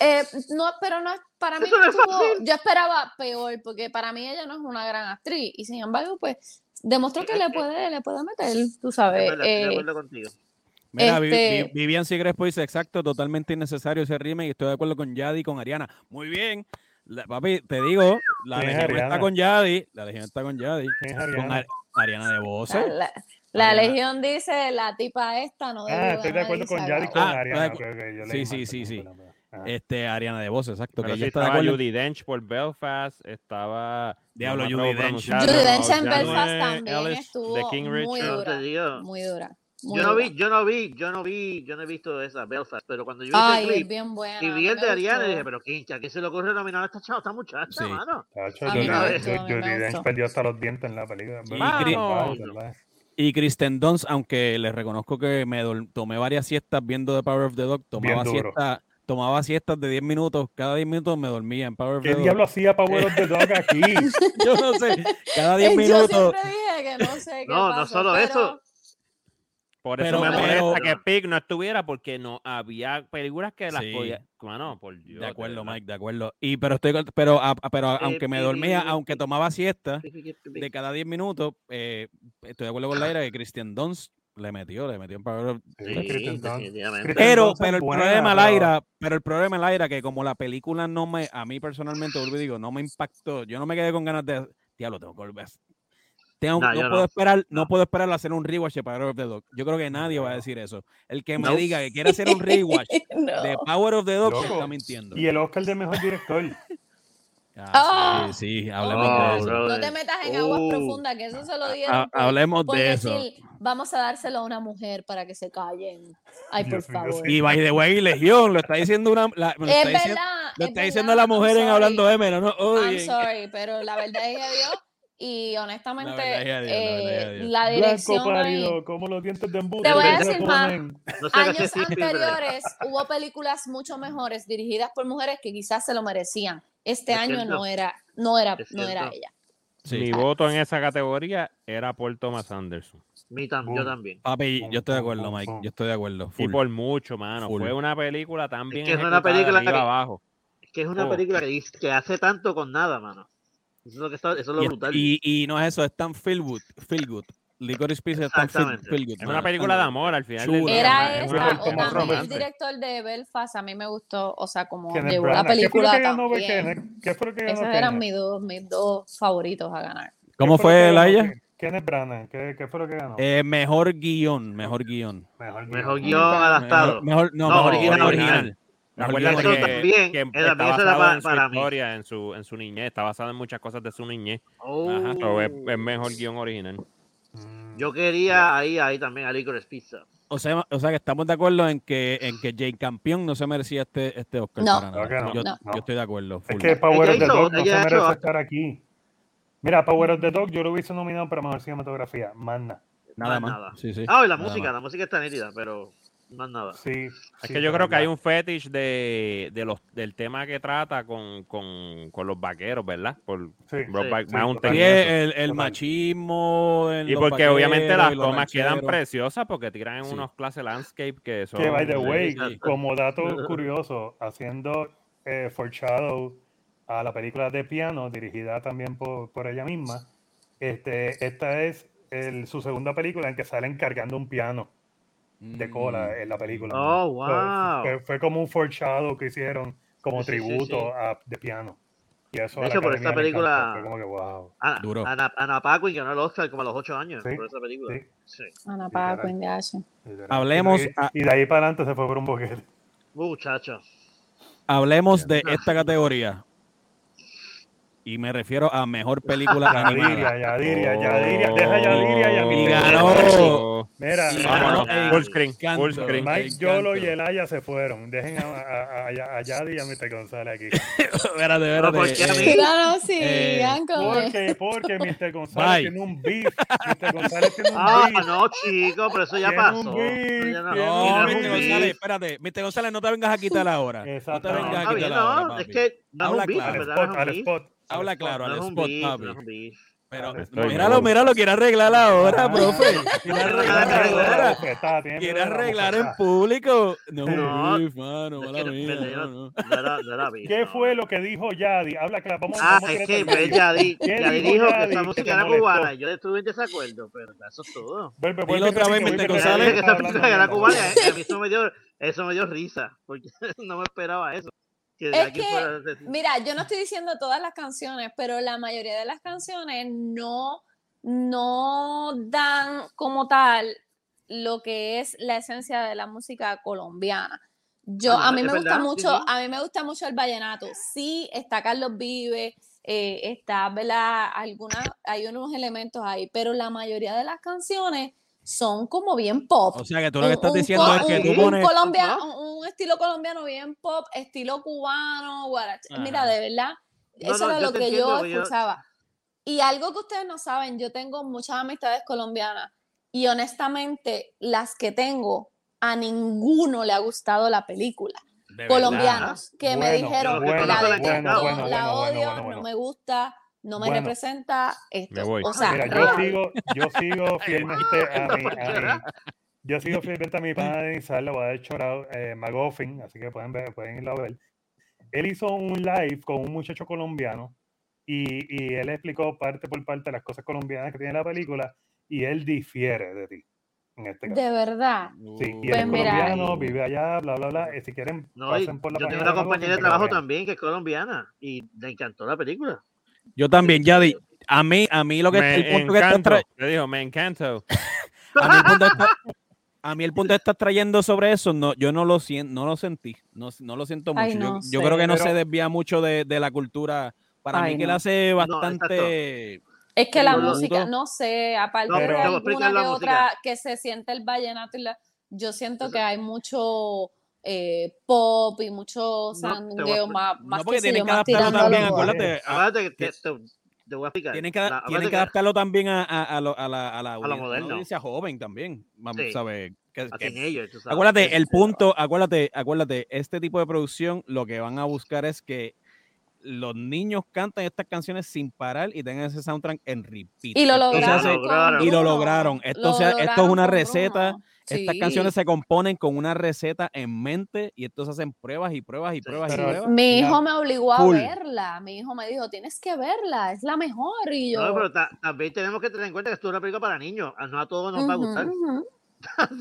[SPEAKER 5] Eh, no, pero no es para mí.
[SPEAKER 4] Eso no es
[SPEAKER 5] estuvo-
[SPEAKER 4] fácil.
[SPEAKER 5] yo esperaba peor, porque para mí ella no es una gran actriz. Y sin embargo, pues demostró que le puede, le puede meter, tú sabes.
[SPEAKER 4] Es verdad, estoy de
[SPEAKER 5] eh,
[SPEAKER 4] acuerdo contigo.
[SPEAKER 3] Mira, Vi-
[SPEAKER 5] Este-
[SPEAKER 3] Vi- Vivian Sigrespo dice, exacto, totalmente innecesario ese remake. Estoy de acuerdo con Yadi y con Ariana. Muy bien. La- papi, te digo, la
[SPEAKER 2] ¿Quién es
[SPEAKER 3] legión está
[SPEAKER 2] Ariana?
[SPEAKER 3] con Yadi. La legión está con Yadi.
[SPEAKER 2] ¿Quién es
[SPEAKER 3] Con
[SPEAKER 2] Ariana?
[SPEAKER 3] Ar- Ariana de Voces.
[SPEAKER 5] la, la- la
[SPEAKER 3] Ariana.
[SPEAKER 5] Legión dice, la tipa esta no debe
[SPEAKER 2] Ah, estoy de acuerdo con Yari y con
[SPEAKER 3] Ah,
[SPEAKER 2] Ariana.
[SPEAKER 3] estoy
[SPEAKER 2] ok, ok, yo
[SPEAKER 3] Sí,
[SPEAKER 2] leí
[SPEAKER 3] sí,
[SPEAKER 2] mal,
[SPEAKER 3] sí, sí.
[SPEAKER 2] perdón, perdón, perdón. Ajá.
[SPEAKER 3] Este, Ariana de Voces, exacto.
[SPEAKER 1] Pero
[SPEAKER 3] que
[SPEAKER 1] sí
[SPEAKER 3] ella está de
[SPEAKER 1] estaba
[SPEAKER 3] acuerdo.
[SPEAKER 1] Judy Dench por Belfast, estaba... me
[SPEAKER 3] Diablo, Judi
[SPEAKER 1] atrevo a
[SPEAKER 3] Dench.
[SPEAKER 1] pronunciarlo,
[SPEAKER 5] Judi
[SPEAKER 1] no,
[SPEAKER 5] Dench en
[SPEAKER 1] Janue
[SPEAKER 5] Belfast también
[SPEAKER 1] Ellis,
[SPEAKER 5] estuvo
[SPEAKER 1] de King
[SPEAKER 5] muy
[SPEAKER 1] Richard.
[SPEAKER 4] Yo
[SPEAKER 5] dura,
[SPEAKER 4] te digo,
[SPEAKER 5] muy dura. muy
[SPEAKER 4] yo no vi,
[SPEAKER 5] dura.
[SPEAKER 4] yo no vi, yo no vi, yo no he visto esa Belfast, pero cuando yo vi ese
[SPEAKER 5] Ay, es
[SPEAKER 4] clip
[SPEAKER 5] bien buena.
[SPEAKER 4] y
[SPEAKER 5] a
[SPEAKER 4] vi
[SPEAKER 5] mí
[SPEAKER 4] el
[SPEAKER 5] me
[SPEAKER 4] de Ariana,
[SPEAKER 5] gustó.
[SPEAKER 4] dije, pero ¿quién, ¿a qué se le ocurre nominar a esta chava, esta muchacha,
[SPEAKER 3] Sí.
[SPEAKER 4] mano?
[SPEAKER 2] Tacho,
[SPEAKER 5] A
[SPEAKER 4] mí
[SPEAKER 2] Judi
[SPEAKER 4] me
[SPEAKER 2] Dench-
[SPEAKER 4] gustó,
[SPEAKER 5] a mí me
[SPEAKER 2] Judi Dench
[SPEAKER 5] gustó.
[SPEAKER 2] perdió hasta los dientes en la película.
[SPEAKER 3] Y
[SPEAKER 2] ¿verdad?
[SPEAKER 1] Cri-
[SPEAKER 2] Vamos, ¿verdad?
[SPEAKER 3] Y Kristen Dunst, aunque les reconozco que me dol- tomé varias siestas viendo The Power of the Dog, tomaba
[SPEAKER 2] Bien duro.
[SPEAKER 3] siestas, tomaba siestas de 10 minutos, cada 10 minutos me dormía en Power of
[SPEAKER 2] ¿Qué
[SPEAKER 3] the Dog.
[SPEAKER 2] diablo hacía Power of the Dog aquí?
[SPEAKER 3] Yo no sé, cada 10
[SPEAKER 5] Eh, Yo
[SPEAKER 3] minutos.
[SPEAKER 5] siempre dije que no sé qué
[SPEAKER 4] No, no
[SPEAKER 5] pasó,
[SPEAKER 4] solo
[SPEAKER 5] pero-
[SPEAKER 4] eso.
[SPEAKER 1] Por
[SPEAKER 3] Pero-
[SPEAKER 1] eso me
[SPEAKER 3] pero-
[SPEAKER 1] molesta que Pig no estuviera porque no había películas que las
[SPEAKER 3] Sí.
[SPEAKER 1] podía... Mano, por Dios.
[SPEAKER 3] De acuerdo,
[SPEAKER 1] verdad.
[SPEAKER 3] Mike, de acuerdo. Y pero estoy con- pero, a- a- pero aunque me
[SPEAKER 4] pi,
[SPEAKER 3] dormía,
[SPEAKER 4] pi,
[SPEAKER 3] aunque
[SPEAKER 4] pi.
[SPEAKER 3] tomaba siesta de cada 10 minutos, eh, estoy de acuerdo con Laira que Christian Dunst le metió, le metió en Power of-
[SPEAKER 2] Sí,
[SPEAKER 4] Sí,
[SPEAKER 2] Kristen Dunst.
[SPEAKER 4] definitivamente.
[SPEAKER 2] Kristen
[SPEAKER 3] Pero,
[SPEAKER 2] Dunst es
[SPEAKER 3] pero el
[SPEAKER 2] buena,
[SPEAKER 3] problema,
[SPEAKER 2] pero-
[SPEAKER 3] Laira, pero el problema, Laira, que como la película no me, a mí personalmente, vuelvo y digo, no me impactó, yo no me quedé con ganas de, diablo, tengo que volver a hacer- tengo-
[SPEAKER 4] No,
[SPEAKER 3] no,
[SPEAKER 4] yo no.
[SPEAKER 3] puedo esperar, no,
[SPEAKER 4] No.
[SPEAKER 3] puedo esperar a hacer un rewatch de Power of the Dog. Yo creo que nadie va a decir eso. El que me
[SPEAKER 1] No.
[SPEAKER 3] diga que quiere hacer un rewatch
[SPEAKER 5] No.
[SPEAKER 3] de Power of the Dog
[SPEAKER 2] Loco.
[SPEAKER 3] está mintiendo.
[SPEAKER 2] Y el Oscar de mejor director.
[SPEAKER 3] Ah, sí, sí, hablemos
[SPEAKER 5] Oh,
[SPEAKER 3] de eso.
[SPEAKER 4] bro.
[SPEAKER 5] No te metas en aguas
[SPEAKER 4] Oh.
[SPEAKER 5] profundas, que eso se lo dieron.
[SPEAKER 3] Ha-
[SPEAKER 5] por-
[SPEAKER 3] hablemos
[SPEAKER 5] por
[SPEAKER 3] de eso.
[SPEAKER 5] decir, Vamos a dárselo a una mujer para que se callen. Ay, por
[SPEAKER 2] Dios mío,
[SPEAKER 5] favor.
[SPEAKER 2] sí.
[SPEAKER 3] Y by the way, Legión, lo está diciendo una. la- lo
[SPEAKER 5] Es
[SPEAKER 3] está
[SPEAKER 5] verdad.
[SPEAKER 3] diciendo, lo
[SPEAKER 5] es
[SPEAKER 3] está diciendo
[SPEAKER 5] verdad,
[SPEAKER 3] la mujer
[SPEAKER 5] I'm
[SPEAKER 3] en
[SPEAKER 5] sorry,
[SPEAKER 3] hablando de menos, no
[SPEAKER 5] I'm
[SPEAKER 3] odien.
[SPEAKER 5] sorry, pero la verdad es que Dios. Y honestamente,
[SPEAKER 3] La verdad es a Dios, la
[SPEAKER 5] eh,
[SPEAKER 3] verdad es a Dios.
[SPEAKER 5] la dirección.
[SPEAKER 2] Blanco pálido, como los dientes de embudo.
[SPEAKER 5] Te
[SPEAKER 4] a
[SPEAKER 5] voy
[SPEAKER 2] ¿dónde
[SPEAKER 5] decir
[SPEAKER 2] se
[SPEAKER 5] más.
[SPEAKER 2] ponen?
[SPEAKER 4] No sé qué
[SPEAKER 5] Años
[SPEAKER 4] hacer, sí, pero-
[SPEAKER 5] anteriores hubo películas mucho mejores dirigidas por mujeres que quizás se lo merecían. Este
[SPEAKER 4] Es
[SPEAKER 5] año
[SPEAKER 4] cierto.
[SPEAKER 5] no era, no era,
[SPEAKER 4] Es
[SPEAKER 5] no era
[SPEAKER 4] cierto.
[SPEAKER 5] ella.
[SPEAKER 3] Sí.
[SPEAKER 1] Mi voto en esa categoría era por Thomas Anderson.
[SPEAKER 4] Mi tam- yo
[SPEAKER 2] Boom.
[SPEAKER 4] también.
[SPEAKER 3] Papi, yo estoy de acuerdo,
[SPEAKER 2] Pum,
[SPEAKER 3] Mike.
[SPEAKER 2] pum.
[SPEAKER 3] Yo estoy de acuerdo.
[SPEAKER 1] Y
[SPEAKER 3] full.
[SPEAKER 1] por mucho, mano.
[SPEAKER 3] Full.
[SPEAKER 1] Fue una película tan bien
[SPEAKER 4] que es una
[SPEAKER 1] ejecutada de
[SPEAKER 4] película
[SPEAKER 1] arriba
[SPEAKER 4] que-
[SPEAKER 1] abajo.
[SPEAKER 4] Es que es una
[SPEAKER 1] Oh.
[SPEAKER 4] película que, dice- que hace tanto con nada, mano. Eso es lo, que está, eso es lo
[SPEAKER 3] Y-
[SPEAKER 4] brutal.
[SPEAKER 3] y, y no es eso, es tan feel good. Feel good. Licorice Pizza es tan feel,
[SPEAKER 4] Exactamente.
[SPEAKER 3] feel good.
[SPEAKER 1] Es
[SPEAKER 3] mano,
[SPEAKER 1] una película de
[SPEAKER 3] tan-
[SPEAKER 1] amor al final.
[SPEAKER 3] Chula.
[SPEAKER 1] del día,
[SPEAKER 5] Era
[SPEAKER 1] ¿no? Es una
[SPEAKER 2] una
[SPEAKER 5] esta, o
[SPEAKER 1] película
[SPEAKER 2] película
[SPEAKER 5] también el
[SPEAKER 2] romántica.
[SPEAKER 5] director de Belfast a mí me gustó, o sea, como
[SPEAKER 2] Kenneth
[SPEAKER 5] llevó la
[SPEAKER 2] Branagh. ¿Qué fue lo
[SPEAKER 5] película
[SPEAKER 2] que ganó
[SPEAKER 5] también.
[SPEAKER 2] Kenneth? ¿Qué fue lo que ganó
[SPEAKER 5] Esos
[SPEAKER 2] Kenneth?
[SPEAKER 5] eran mis dos, mis dos favoritos a ganar.
[SPEAKER 3] ¿Cómo
[SPEAKER 2] ¿Qué lo
[SPEAKER 3] fue,
[SPEAKER 2] que ganó
[SPEAKER 3] Laia?
[SPEAKER 2] Ken- Kenneth Branagh, ¿qué, qué fue lo que ganó?
[SPEAKER 3] Eh, mejor guión, mejor guión.
[SPEAKER 2] mejor
[SPEAKER 4] Mejor
[SPEAKER 2] guión.
[SPEAKER 4] guión adaptado.
[SPEAKER 3] Mejor, mejor- no,
[SPEAKER 4] No,
[SPEAKER 3] mejor guión
[SPEAKER 4] original.
[SPEAKER 3] original. Mejor guión
[SPEAKER 1] Acuérdate
[SPEAKER 4] Eso
[SPEAKER 3] original.
[SPEAKER 1] que,
[SPEAKER 4] también,
[SPEAKER 1] que
[SPEAKER 4] era-
[SPEAKER 1] está
[SPEAKER 4] eso era
[SPEAKER 1] basado
[SPEAKER 4] pa-
[SPEAKER 1] en su
[SPEAKER 4] para mí.
[SPEAKER 1] historia, en su, en su niñez, está basado en muchas cosas de su niñez.
[SPEAKER 4] Oh.
[SPEAKER 1] Ajá, so es,
[SPEAKER 3] em,
[SPEAKER 1] es mejor guión original.
[SPEAKER 2] Mm.
[SPEAKER 4] Yo quería ahí, ahí también a Licorice Pizza.
[SPEAKER 3] O sea, o sea que estamos de acuerdo en que, en que Jay Campeón no se merecía este, este Oscar
[SPEAKER 5] No.
[SPEAKER 3] para nada.
[SPEAKER 2] Claro que no,
[SPEAKER 3] Yo,
[SPEAKER 5] no.
[SPEAKER 3] yo estoy de acuerdo.
[SPEAKER 2] Es
[SPEAKER 3] full.
[SPEAKER 2] que Power
[SPEAKER 4] Ella
[SPEAKER 2] of the
[SPEAKER 4] hizo-
[SPEAKER 2] Dog no se
[SPEAKER 4] ella
[SPEAKER 2] merece
[SPEAKER 4] hizo-
[SPEAKER 2] estar aquí. Mira, Power of the Dog yo lo hubiese nominado para mejor cinematografía. Más nada.
[SPEAKER 3] nada
[SPEAKER 4] más
[SPEAKER 3] más.
[SPEAKER 4] nada.
[SPEAKER 3] Sí, sí,
[SPEAKER 4] Ah, y la
[SPEAKER 3] nada
[SPEAKER 4] música,
[SPEAKER 3] más.
[SPEAKER 4] la música está nítida, pero más nada.
[SPEAKER 2] Sí.
[SPEAKER 1] Es que yo creo que hay un fetish de, de los, del tema que trata con, con, con los vaqueros, ¿verdad? Por Brokeback
[SPEAKER 2] sí,
[SPEAKER 1] Mountain.
[SPEAKER 2] total.
[SPEAKER 1] y
[SPEAKER 3] Sí,
[SPEAKER 1] eso.
[SPEAKER 3] el, el
[SPEAKER 2] Total.
[SPEAKER 3] machismo. en
[SPEAKER 1] Y
[SPEAKER 3] los
[SPEAKER 1] porque obviamente
[SPEAKER 3] vaqueros
[SPEAKER 1] las
[SPEAKER 3] y los
[SPEAKER 1] tomas quedan
[SPEAKER 3] rancheros.
[SPEAKER 1] preciosas porque tiran en
[SPEAKER 3] Sí.
[SPEAKER 1] unos clases landscape que son...
[SPEAKER 2] Que, by the
[SPEAKER 1] de-
[SPEAKER 2] way,
[SPEAKER 4] sí.
[SPEAKER 2] como dato curioso, haciendo eh, foreshadow a la película de piano, dirigida también por, por ella misma, este, esta es el- su segunda película en que salen cargando un piano
[SPEAKER 3] Mm.
[SPEAKER 2] de
[SPEAKER 1] Mm.
[SPEAKER 2] cola eh. en la película.
[SPEAKER 4] Oh,
[SPEAKER 2] Fue-
[SPEAKER 4] wow.
[SPEAKER 2] Fue, fue como un foreshadow que hicieron como
[SPEAKER 4] Sí, sí, sí,
[SPEAKER 2] tributo
[SPEAKER 4] sí.
[SPEAKER 2] a de piano. Y eso a
[SPEAKER 4] De
[SPEAKER 2] la
[SPEAKER 4] hecho, por
[SPEAKER 2] academia
[SPEAKER 4] esta
[SPEAKER 2] le encantó,
[SPEAKER 4] película-
[SPEAKER 2] fue como que, wow.
[SPEAKER 4] Ana,
[SPEAKER 3] Duro.
[SPEAKER 4] Ana, Ana Paquin ganó el Oscar como a los 8 años
[SPEAKER 2] Sí,
[SPEAKER 4] por esa película.
[SPEAKER 2] sí.
[SPEAKER 4] Sí.
[SPEAKER 5] Ana
[SPEAKER 2] Literal.
[SPEAKER 5] Paco, Indiache.
[SPEAKER 2] literal.
[SPEAKER 3] Hablemos
[SPEAKER 2] Y, de
[SPEAKER 3] a-
[SPEAKER 2] ahí- y de ahí para adelante se fue por un boquete.
[SPEAKER 4] Muchacha.
[SPEAKER 3] Hablemos de esta categoría. Y me refiero a mejor película animada.
[SPEAKER 2] Yadiria, Yadiria,
[SPEAKER 1] Oh.
[SPEAKER 2] Yadiria, deja Yadiria y a
[SPEAKER 3] Oh, Y
[SPEAKER 2] mí.
[SPEAKER 3] ganó.
[SPEAKER 2] Mira,
[SPEAKER 3] Sí,
[SPEAKER 2] Mike,
[SPEAKER 1] Vámonos,
[SPEAKER 4] Ay,
[SPEAKER 1] full screen,
[SPEAKER 3] canto.
[SPEAKER 1] full screen.
[SPEAKER 3] Ma-
[SPEAKER 2] Mike Yolo y
[SPEAKER 3] Encanto.
[SPEAKER 2] Elaya se fueron. Dejen a, a, a, a Yadi y a Mr. González aquí.
[SPEAKER 3] Espérate, espérate.
[SPEAKER 4] ¿por qué a mí?
[SPEAKER 3] Eh,
[SPEAKER 5] Claro, no
[SPEAKER 3] Eh,
[SPEAKER 5] sigan con él.
[SPEAKER 2] Porque, porque Mr. González
[SPEAKER 3] Bye.
[SPEAKER 2] tiene un beef. Mr. González tiene un
[SPEAKER 4] Ah,
[SPEAKER 2] beef.
[SPEAKER 4] no, chico, pero eso ya
[SPEAKER 2] Tiene un
[SPEAKER 4] pasó.
[SPEAKER 2] beef,
[SPEAKER 4] Eso ya no-
[SPEAKER 2] tiene
[SPEAKER 4] eso
[SPEAKER 3] No,
[SPEAKER 4] no
[SPEAKER 2] un
[SPEAKER 4] es
[SPEAKER 2] Mr.
[SPEAKER 4] un
[SPEAKER 3] Mr.
[SPEAKER 4] beef.
[SPEAKER 3] González, espérate. Mr. González, no te vengas a quitar la hora. No
[SPEAKER 2] Exacto.
[SPEAKER 3] te
[SPEAKER 4] No,
[SPEAKER 3] vengas
[SPEAKER 4] está
[SPEAKER 3] a
[SPEAKER 4] bien,
[SPEAKER 3] quitar
[SPEAKER 4] no,
[SPEAKER 3] la hora,
[SPEAKER 4] es
[SPEAKER 3] papi.
[SPEAKER 4] que no es
[SPEAKER 3] Habla
[SPEAKER 4] un beef,
[SPEAKER 3] claro.
[SPEAKER 2] Al
[SPEAKER 4] ¿verdad? No es
[SPEAKER 2] spot,
[SPEAKER 4] un
[SPEAKER 2] al
[SPEAKER 4] beef.
[SPEAKER 2] spot.
[SPEAKER 3] Habla claro,
[SPEAKER 4] No
[SPEAKER 3] al
[SPEAKER 4] es un
[SPEAKER 3] spot,
[SPEAKER 4] beef,
[SPEAKER 3] papi.
[SPEAKER 4] no es un beef.
[SPEAKER 3] Pero,
[SPEAKER 2] Estoy
[SPEAKER 3] míralo,
[SPEAKER 1] mal.
[SPEAKER 3] míralo, quiere arreglar ahora,
[SPEAKER 2] Ah.
[SPEAKER 3] profe. Quiere
[SPEAKER 4] Arreglar,
[SPEAKER 3] arreglar
[SPEAKER 4] arreglar.
[SPEAKER 3] ahora.
[SPEAKER 2] Bofetada, tiene
[SPEAKER 3] Quiere
[SPEAKER 2] una
[SPEAKER 3] arreglar en
[SPEAKER 2] bofetada.
[SPEAKER 3] público. No,
[SPEAKER 4] No,
[SPEAKER 3] beef, mano,
[SPEAKER 4] es
[SPEAKER 3] mala
[SPEAKER 4] que-
[SPEAKER 3] mía,
[SPEAKER 4] pero yo
[SPEAKER 3] no,
[SPEAKER 4] no-
[SPEAKER 3] no.
[SPEAKER 4] No era, no era beef,
[SPEAKER 2] ¿Qué
[SPEAKER 4] no.
[SPEAKER 2] fue lo que dijo Yadi? Habla claro. Vamos,
[SPEAKER 4] Ah,
[SPEAKER 2] vamos
[SPEAKER 4] es
[SPEAKER 2] directo
[SPEAKER 4] que
[SPEAKER 2] al
[SPEAKER 4] pues,
[SPEAKER 2] medio.
[SPEAKER 4] ya, di,
[SPEAKER 2] ¿Qué
[SPEAKER 4] ya
[SPEAKER 2] dijo
[SPEAKER 4] dijo que
[SPEAKER 2] Yadi
[SPEAKER 4] esa
[SPEAKER 2] que te
[SPEAKER 4] música era
[SPEAKER 2] molestó?
[SPEAKER 4] cubana. Yo estuve en desacuerdo, pero eso es todo.
[SPEAKER 2] Vuelve,
[SPEAKER 3] Dilo
[SPEAKER 2] vuelve,
[SPEAKER 3] otra vez,
[SPEAKER 2] Enrique,
[SPEAKER 3] Mr.
[SPEAKER 2] vuelve,
[SPEAKER 4] Ya dije
[SPEAKER 3] González.
[SPEAKER 4] que
[SPEAKER 2] Enrique,
[SPEAKER 4] esa
[SPEAKER 2] está hablando
[SPEAKER 4] película era
[SPEAKER 2] mierda.
[SPEAKER 4] cubana, eh, a mí eso me dio, eso me dio risa, porque no me esperaba eso. Que de
[SPEAKER 5] Es
[SPEAKER 4] aquí
[SPEAKER 5] que-
[SPEAKER 4] fuera-
[SPEAKER 5] Mira, yo no estoy diciendo todas las canciones, pero la mayoría de las canciones no, no dan como tal lo que es la esencia de la música colombiana. Yo,
[SPEAKER 4] Ah, no,
[SPEAKER 5] a mí
[SPEAKER 4] es
[SPEAKER 5] me gusta
[SPEAKER 4] verdad, sí,
[SPEAKER 5] mucho,
[SPEAKER 4] sí.
[SPEAKER 5] a mí me gusta mucho el vallenato. Sí, está Carlos Vives, eh, está, ¿verdad? Algunas, hay unos elementos ahí, pero la mayoría de las canciones son como bien pop
[SPEAKER 3] O sea que tú lo que estás
[SPEAKER 5] un
[SPEAKER 3] diciendo
[SPEAKER 5] co-
[SPEAKER 3] es que
[SPEAKER 5] un-
[SPEAKER 3] tú
[SPEAKER 5] un
[SPEAKER 3] pones.
[SPEAKER 5] colombia-
[SPEAKER 4] Ajá.
[SPEAKER 5] un, un estilo colombiano bien pop, estilo cubano, guaracha.
[SPEAKER 3] Ajá.
[SPEAKER 5] Mira, de verdad,
[SPEAKER 4] No,
[SPEAKER 5] eso
[SPEAKER 4] no,
[SPEAKER 5] era
[SPEAKER 4] yo
[SPEAKER 5] lo
[SPEAKER 4] te
[SPEAKER 5] que
[SPEAKER 4] entiendo,
[SPEAKER 5] yo
[SPEAKER 4] porque yo-
[SPEAKER 5] escuchaba. Y algo que ustedes no saben, yo tengo muchas amistades colombianas y honestamente las que tengo a ninguno le ha gustado la película. Colombianos que me
[SPEAKER 2] Bueno,
[SPEAKER 5] dijeron
[SPEAKER 4] bueno,
[SPEAKER 5] la
[SPEAKER 4] bueno,
[SPEAKER 5] detesto,
[SPEAKER 4] bueno, bueno,
[SPEAKER 2] bueno,
[SPEAKER 5] la odio,
[SPEAKER 2] bueno, bueno.
[SPEAKER 5] no me gusta, no me
[SPEAKER 2] Bueno.
[SPEAKER 5] representa esto.
[SPEAKER 1] Me voy.
[SPEAKER 5] O sea,
[SPEAKER 2] Mira,
[SPEAKER 5] real.
[SPEAKER 2] yo sigo, yo sigo fielmente a mi, a mi- yo sigo fielmente a mi pana de Insal, voy a dar shout out, eh, Magoffin, así que pueden ver, pueden irlo a ver. Él hizo un live con un muchacho colombiano y, y él explicó parte por parte las cosas colombianas que tiene la película y él difiere de ti en este caso.
[SPEAKER 5] de verdad.
[SPEAKER 2] Sí, y
[SPEAKER 5] Pues
[SPEAKER 2] él es
[SPEAKER 5] mira.
[SPEAKER 2] colombiano, vive allá, bla, bla, bla. y si quieren,
[SPEAKER 4] No, y
[SPEAKER 2] pasen por la
[SPEAKER 4] yo tengo
[SPEAKER 2] página de
[SPEAKER 4] una
[SPEAKER 2] Magoffin
[SPEAKER 4] compañera
[SPEAKER 2] para
[SPEAKER 4] de
[SPEAKER 2] que
[SPEAKER 4] trabajo
[SPEAKER 2] lo vean.
[SPEAKER 4] también que es colombiana y le encantó la película.
[SPEAKER 3] Yo también, Yadi. A mí, a mí lo que el
[SPEAKER 1] Me
[SPEAKER 3] punto que estás
[SPEAKER 1] encanto.
[SPEAKER 3] tra-
[SPEAKER 1] Te dijo, me encanto.
[SPEAKER 3] a mí el punto que está- a mí el punto que estás trayendo sobre eso, no, yo no lo siento, no lo sentí, no, no lo siento mucho.
[SPEAKER 5] Ay,
[SPEAKER 3] yo,
[SPEAKER 5] no
[SPEAKER 3] yo
[SPEAKER 5] sé.
[SPEAKER 3] creo que no
[SPEAKER 2] Pero-
[SPEAKER 3] se desvía mucho de, de la cultura. Para
[SPEAKER 5] Ay,
[SPEAKER 3] mí que
[SPEAKER 5] no.
[SPEAKER 3] la hace
[SPEAKER 4] No, exacto.
[SPEAKER 3] bastante.
[SPEAKER 5] Es que la
[SPEAKER 4] Pero lo-
[SPEAKER 5] música, no sé, aparte
[SPEAKER 4] No,
[SPEAKER 5] de
[SPEAKER 2] pero-
[SPEAKER 4] Pero explica
[SPEAKER 5] alguna
[SPEAKER 4] la
[SPEAKER 5] que
[SPEAKER 4] música.
[SPEAKER 5] otra que se siente el vallenato y la, yo siento que
[SPEAKER 4] Exacto.
[SPEAKER 5] hay mucho eh, pop y mucho
[SPEAKER 4] te voy a
[SPEAKER 5] sangueo
[SPEAKER 4] expli-
[SPEAKER 5] más, más
[SPEAKER 3] no, porque
[SPEAKER 5] qué sé
[SPEAKER 3] tienen
[SPEAKER 5] yo,
[SPEAKER 3] que
[SPEAKER 5] más
[SPEAKER 3] adaptarlo
[SPEAKER 5] tirando a lo
[SPEAKER 3] también,
[SPEAKER 5] gospel.
[SPEAKER 3] acuérdate. a-
[SPEAKER 4] Acuérdate que te, te- te voy a explicar.
[SPEAKER 3] Tienen que,
[SPEAKER 4] La-
[SPEAKER 3] tienen
[SPEAKER 4] acuérdate
[SPEAKER 3] que adaptarlo también a, a, a lo- a la, a la audiencia, una
[SPEAKER 4] moderno.
[SPEAKER 3] audiencia joven también. Vamos
[SPEAKER 4] Sí.
[SPEAKER 3] a ver. que-
[SPEAKER 4] a
[SPEAKER 3] que-
[SPEAKER 4] teenagers, tú sabes.
[SPEAKER 3] acuérdate, eh, el punto, acuérdate, acuérdate, este tipo de producción lo que van a buscar es que los niños canten estas canciones sin parar y tengan ese soundtrack en repeat.
[SPEAKER 5] Y lo
[SPEAKER 3] Esto se
[SPEAKER 5] lograron.
[SPEAKER 3] hace-
[SPEAKER 4] Lo lograron.
[SPEAKER 5] con
[SPEAKER 3] y lo
[SPEAKER 5] Bruno,
[SPEAKER 3] lograron. Esto
[SPEAKER 5] lo
[SPEAKER 3] se- esto es
[SPEAKER 5] lograron
[SPEAKER 3] una
[SPEAKER 5] con
[SPEAKER 3] receta,
[SPEAKER 5] Bruno.
[SPEAKER 3] Estas
[SPEAKER 5] Sí.
[SPEAKER 3] canciones se componen con una receta en mente y esto se hacen pruebas y pruebas y pruebas y
[SPEAKER 2] Pero-
[SPEAKER 3] pruebas.
[SPEAKER 5] Mi
[SPEAKER 2] Ya.
[SPEAKER 5] hijo me obligó a
[SPEAKER 3] Full.
[SPEAKER 5] verla, mi hijo me dijo, tienes que verla, es la mejor, y yo...
[SPEAKER 4] No, pero ta- también tenemos que tener en cuenta que esto es una película para niños. A- No a todos nos va a
[SPEAKER 5] "Ujú,
[SPEAKER 4] gustar.
[SPEAKER 5] ujú".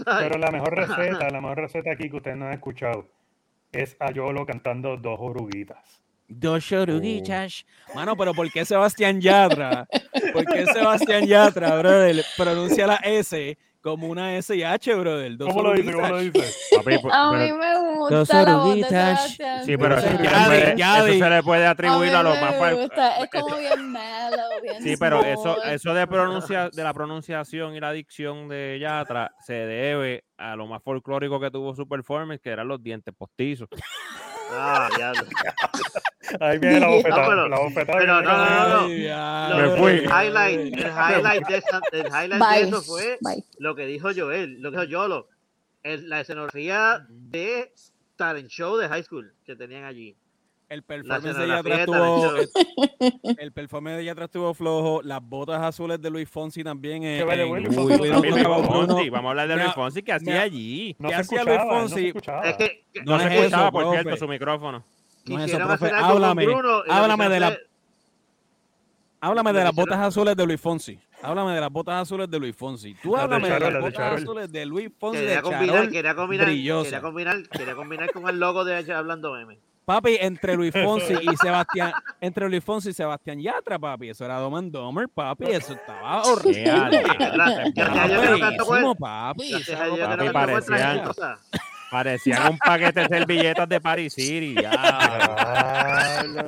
[SPEAKER 2] Pero la mejor receta, la mejor receta aquí que ustedes no han escuchado es a Yolo cantando dos oruguitas.
[SPEAKER 3] Dos oruguitas. Oh. Mano, pero ¿por qué Sebastián Yatra? ¿Por qué Sebastián Yatra, brother? Pronuncia la S como una SH, brother. Dos
[SPEAKER 2] ¿Cómo lo dice? ¿Cómo
[SPEAKER 3] oruguitas.
[SPEAKER 2] lo dice?
[SPEAKER 1] Papi, pu-
[SPEAKER 5] A mí
[SPEAKER 1] pero-
[SPEAKER 5] me gusta la voz de
[SPEAKER 3] oruguitas.
[SPEAKER 5] Sebastián
[SPEAKER 1] sí, pero eso,
[SPEAKER 5] Yatra.
[SPEAKER 1] se le
[SPEAKER 3] Yadi,
[SPEAKER 1] puede-
[SPEAKER 3] Yadi.
[SPEAKER 1] eso se le puede atribuir a,
[SPEAKER 5] mí
[SPEAKER 1] lo
[SPEAKER 5] me
[SPEAKER 1] más... fal-
[SPEAKER 5] gusta, Es como bien mellow, bien
[SPEAKER 1] Sí, pero eso,
[SPEAKER 5] smooth.
[SPEAKER 1] eso de, pronuncia, de la pronunciación y la dicción de Yatra se debe a lo más folclórico que tuvo su performance, que eran los dientes postizos.
[SPEAKER 4] Ah, ya.
[SPEAKER 2] Ahí viene la
[SPEAKER 5] No,
[SPEAKER 2] bofetada.
[SPEAKER 4] pero-
[SPEAKER 2] la bofetada
[SPEAKER 4] pero
[SPEAKER 2] que viene
[SPEAKER 4] no,
[SPEAKER 2] con-
[SPEAKER 4] no, no. Lo-
[SPEAKER 3] Ay,
[SPEAKER 1] Me
[SPEAKER 3] diablo.
[SPEAKER 1] fui.
[SPEAKER 4] El highlight, el highlight, de, esa- el highlight de
[SPEAKER 5] Bye.
[SPEAKER 4] eso fue
[SPEAKER 5] Bye.
[SPEAKER 4] lo que dijo Joel, lo que dijo Yolo. El- la escenografía de Talent Show de High School que tenían allí.
[SPEAKER 3] El
[SPEAKER 4] La
[SPEAKER 3] performance de
[SPEAKER 4] escenografía
[SPEAKER 3] Yatra
[SPEAKER 4] de
[SPEAKER 3] estuvo.
[SPEAKER 4] Talent Show.
[SPEAKER 3] El performance de Yatra estuvo flojo. Las botas azules de Luis Fonsi también. eh, en-
[SPEAKER 2] Que vale,
[SPEAKER 3] en-
[SPEAKER 2] bueno,
[SPEAKER 3] Uy,
[SPEAKER 2] Fonsi
[SPEAKER 3] cuidado
[SPEAKER 1] Papi,
[SPEAKER 2] también.
[SPEAKER 3] con
[SPEAKER 1] Luis
[SPEAKER 3] lo que Bruno-
[SPEAKER 1] Fonsi, vamos a hablar de
[SPEAKER 3] me
[SPEAKER 1] Luis
[SPEAKER 3] ha-
[SPEAKER 1] Fonsi, que
[SPEAKER 3] me
[SPEAKER 1] hacía
[SPEAKER 3] ha-
[SPEAKER 1] allí?
[SPEAKER 2] No
[SPEAKER 3] ¿Qué
[SPEAKER 2] se
[SPEAKER 3] hacía
[SPEAKER 2] escuchaba,
[SPEAKER 3] Luis
[SPEAKER 2] no
[SPEAKER 3] Fonsi?
[SPEAKER 2] se escuchaba.
[SPEAKER 4] Es que que-
[SPEAKER 1] No
[SPEAKER 3] No
[SPEAKER 1] se
[SPEAKER 3] es
[SPEAKER 4] que
[SPEAKER 3] eso,
[SPEAKER 1] escuchaba, por
[SPEAKER 3] profe.
[SPEAKER 1] cierto, su micrófono.
[SPEAKER 3] No es eso,
[SPEAKER 4] quisieron
[SPEAKER 3] profe.
[SPEAKER 4] hacer algo con
[SPEAKER 3] Háblame.
[SPEAKER 4] Bruno y lo
[SPEAKER 3] Háblame de la-
[SPEAKER 4] quisieron
[SPEAKER 3] Háblame de
[SPEAKER 4] Lo
[SPEAKER 3] las
[SPEAKER 4] hicieron-
[SPEAKER 3] botas azules de Luis Fonsi. Háblame de las botas azules de Luis Fonsi. Tú
[SPEAKER 2] Las de
[SPEAKER 3] háblame de
[SPEAKER 2] Charol, las
[SPEAKER 3] las
[SPEAKER 2] de
[SPEAKER 3] botas
[SPEAKER 2] Charol.
[SPEAKER 3] azules de Luis Fonsi. de
[SPEAKER 4] Quería combinar,
[SPEAKER 3] Charol.
[SPEAKER 4] quería combinar,
[SPEAKER 3] brillosa.
[SPEAKER 4] quería combinar, quería combinar con el logo de Hablando M.
[SPEAKER 3] Papi, entre Luis Fonsi y Sebastián, entre Luis Fonsi y Sebastián Yatra, papi, eso era Dom and Domer, papi, eso estaba horrible.
[SPEAKER 1] Ya, ya,
[SPEAKER 4] ya, ya, ya, ya, ya,
[SPEAKER 3] Buenísimo, papi, eso era algo
[SPEAKER 1] ya, ya, ya,
[SPEAKER 3] que
[SPEAKER 1] ya,
[SPEAKER 3] parecía-
[SPEAKER 1] parecían. Parecían un paquete de servilletas de Paris City. Ya.
[SPEAKER 2] Ah, no.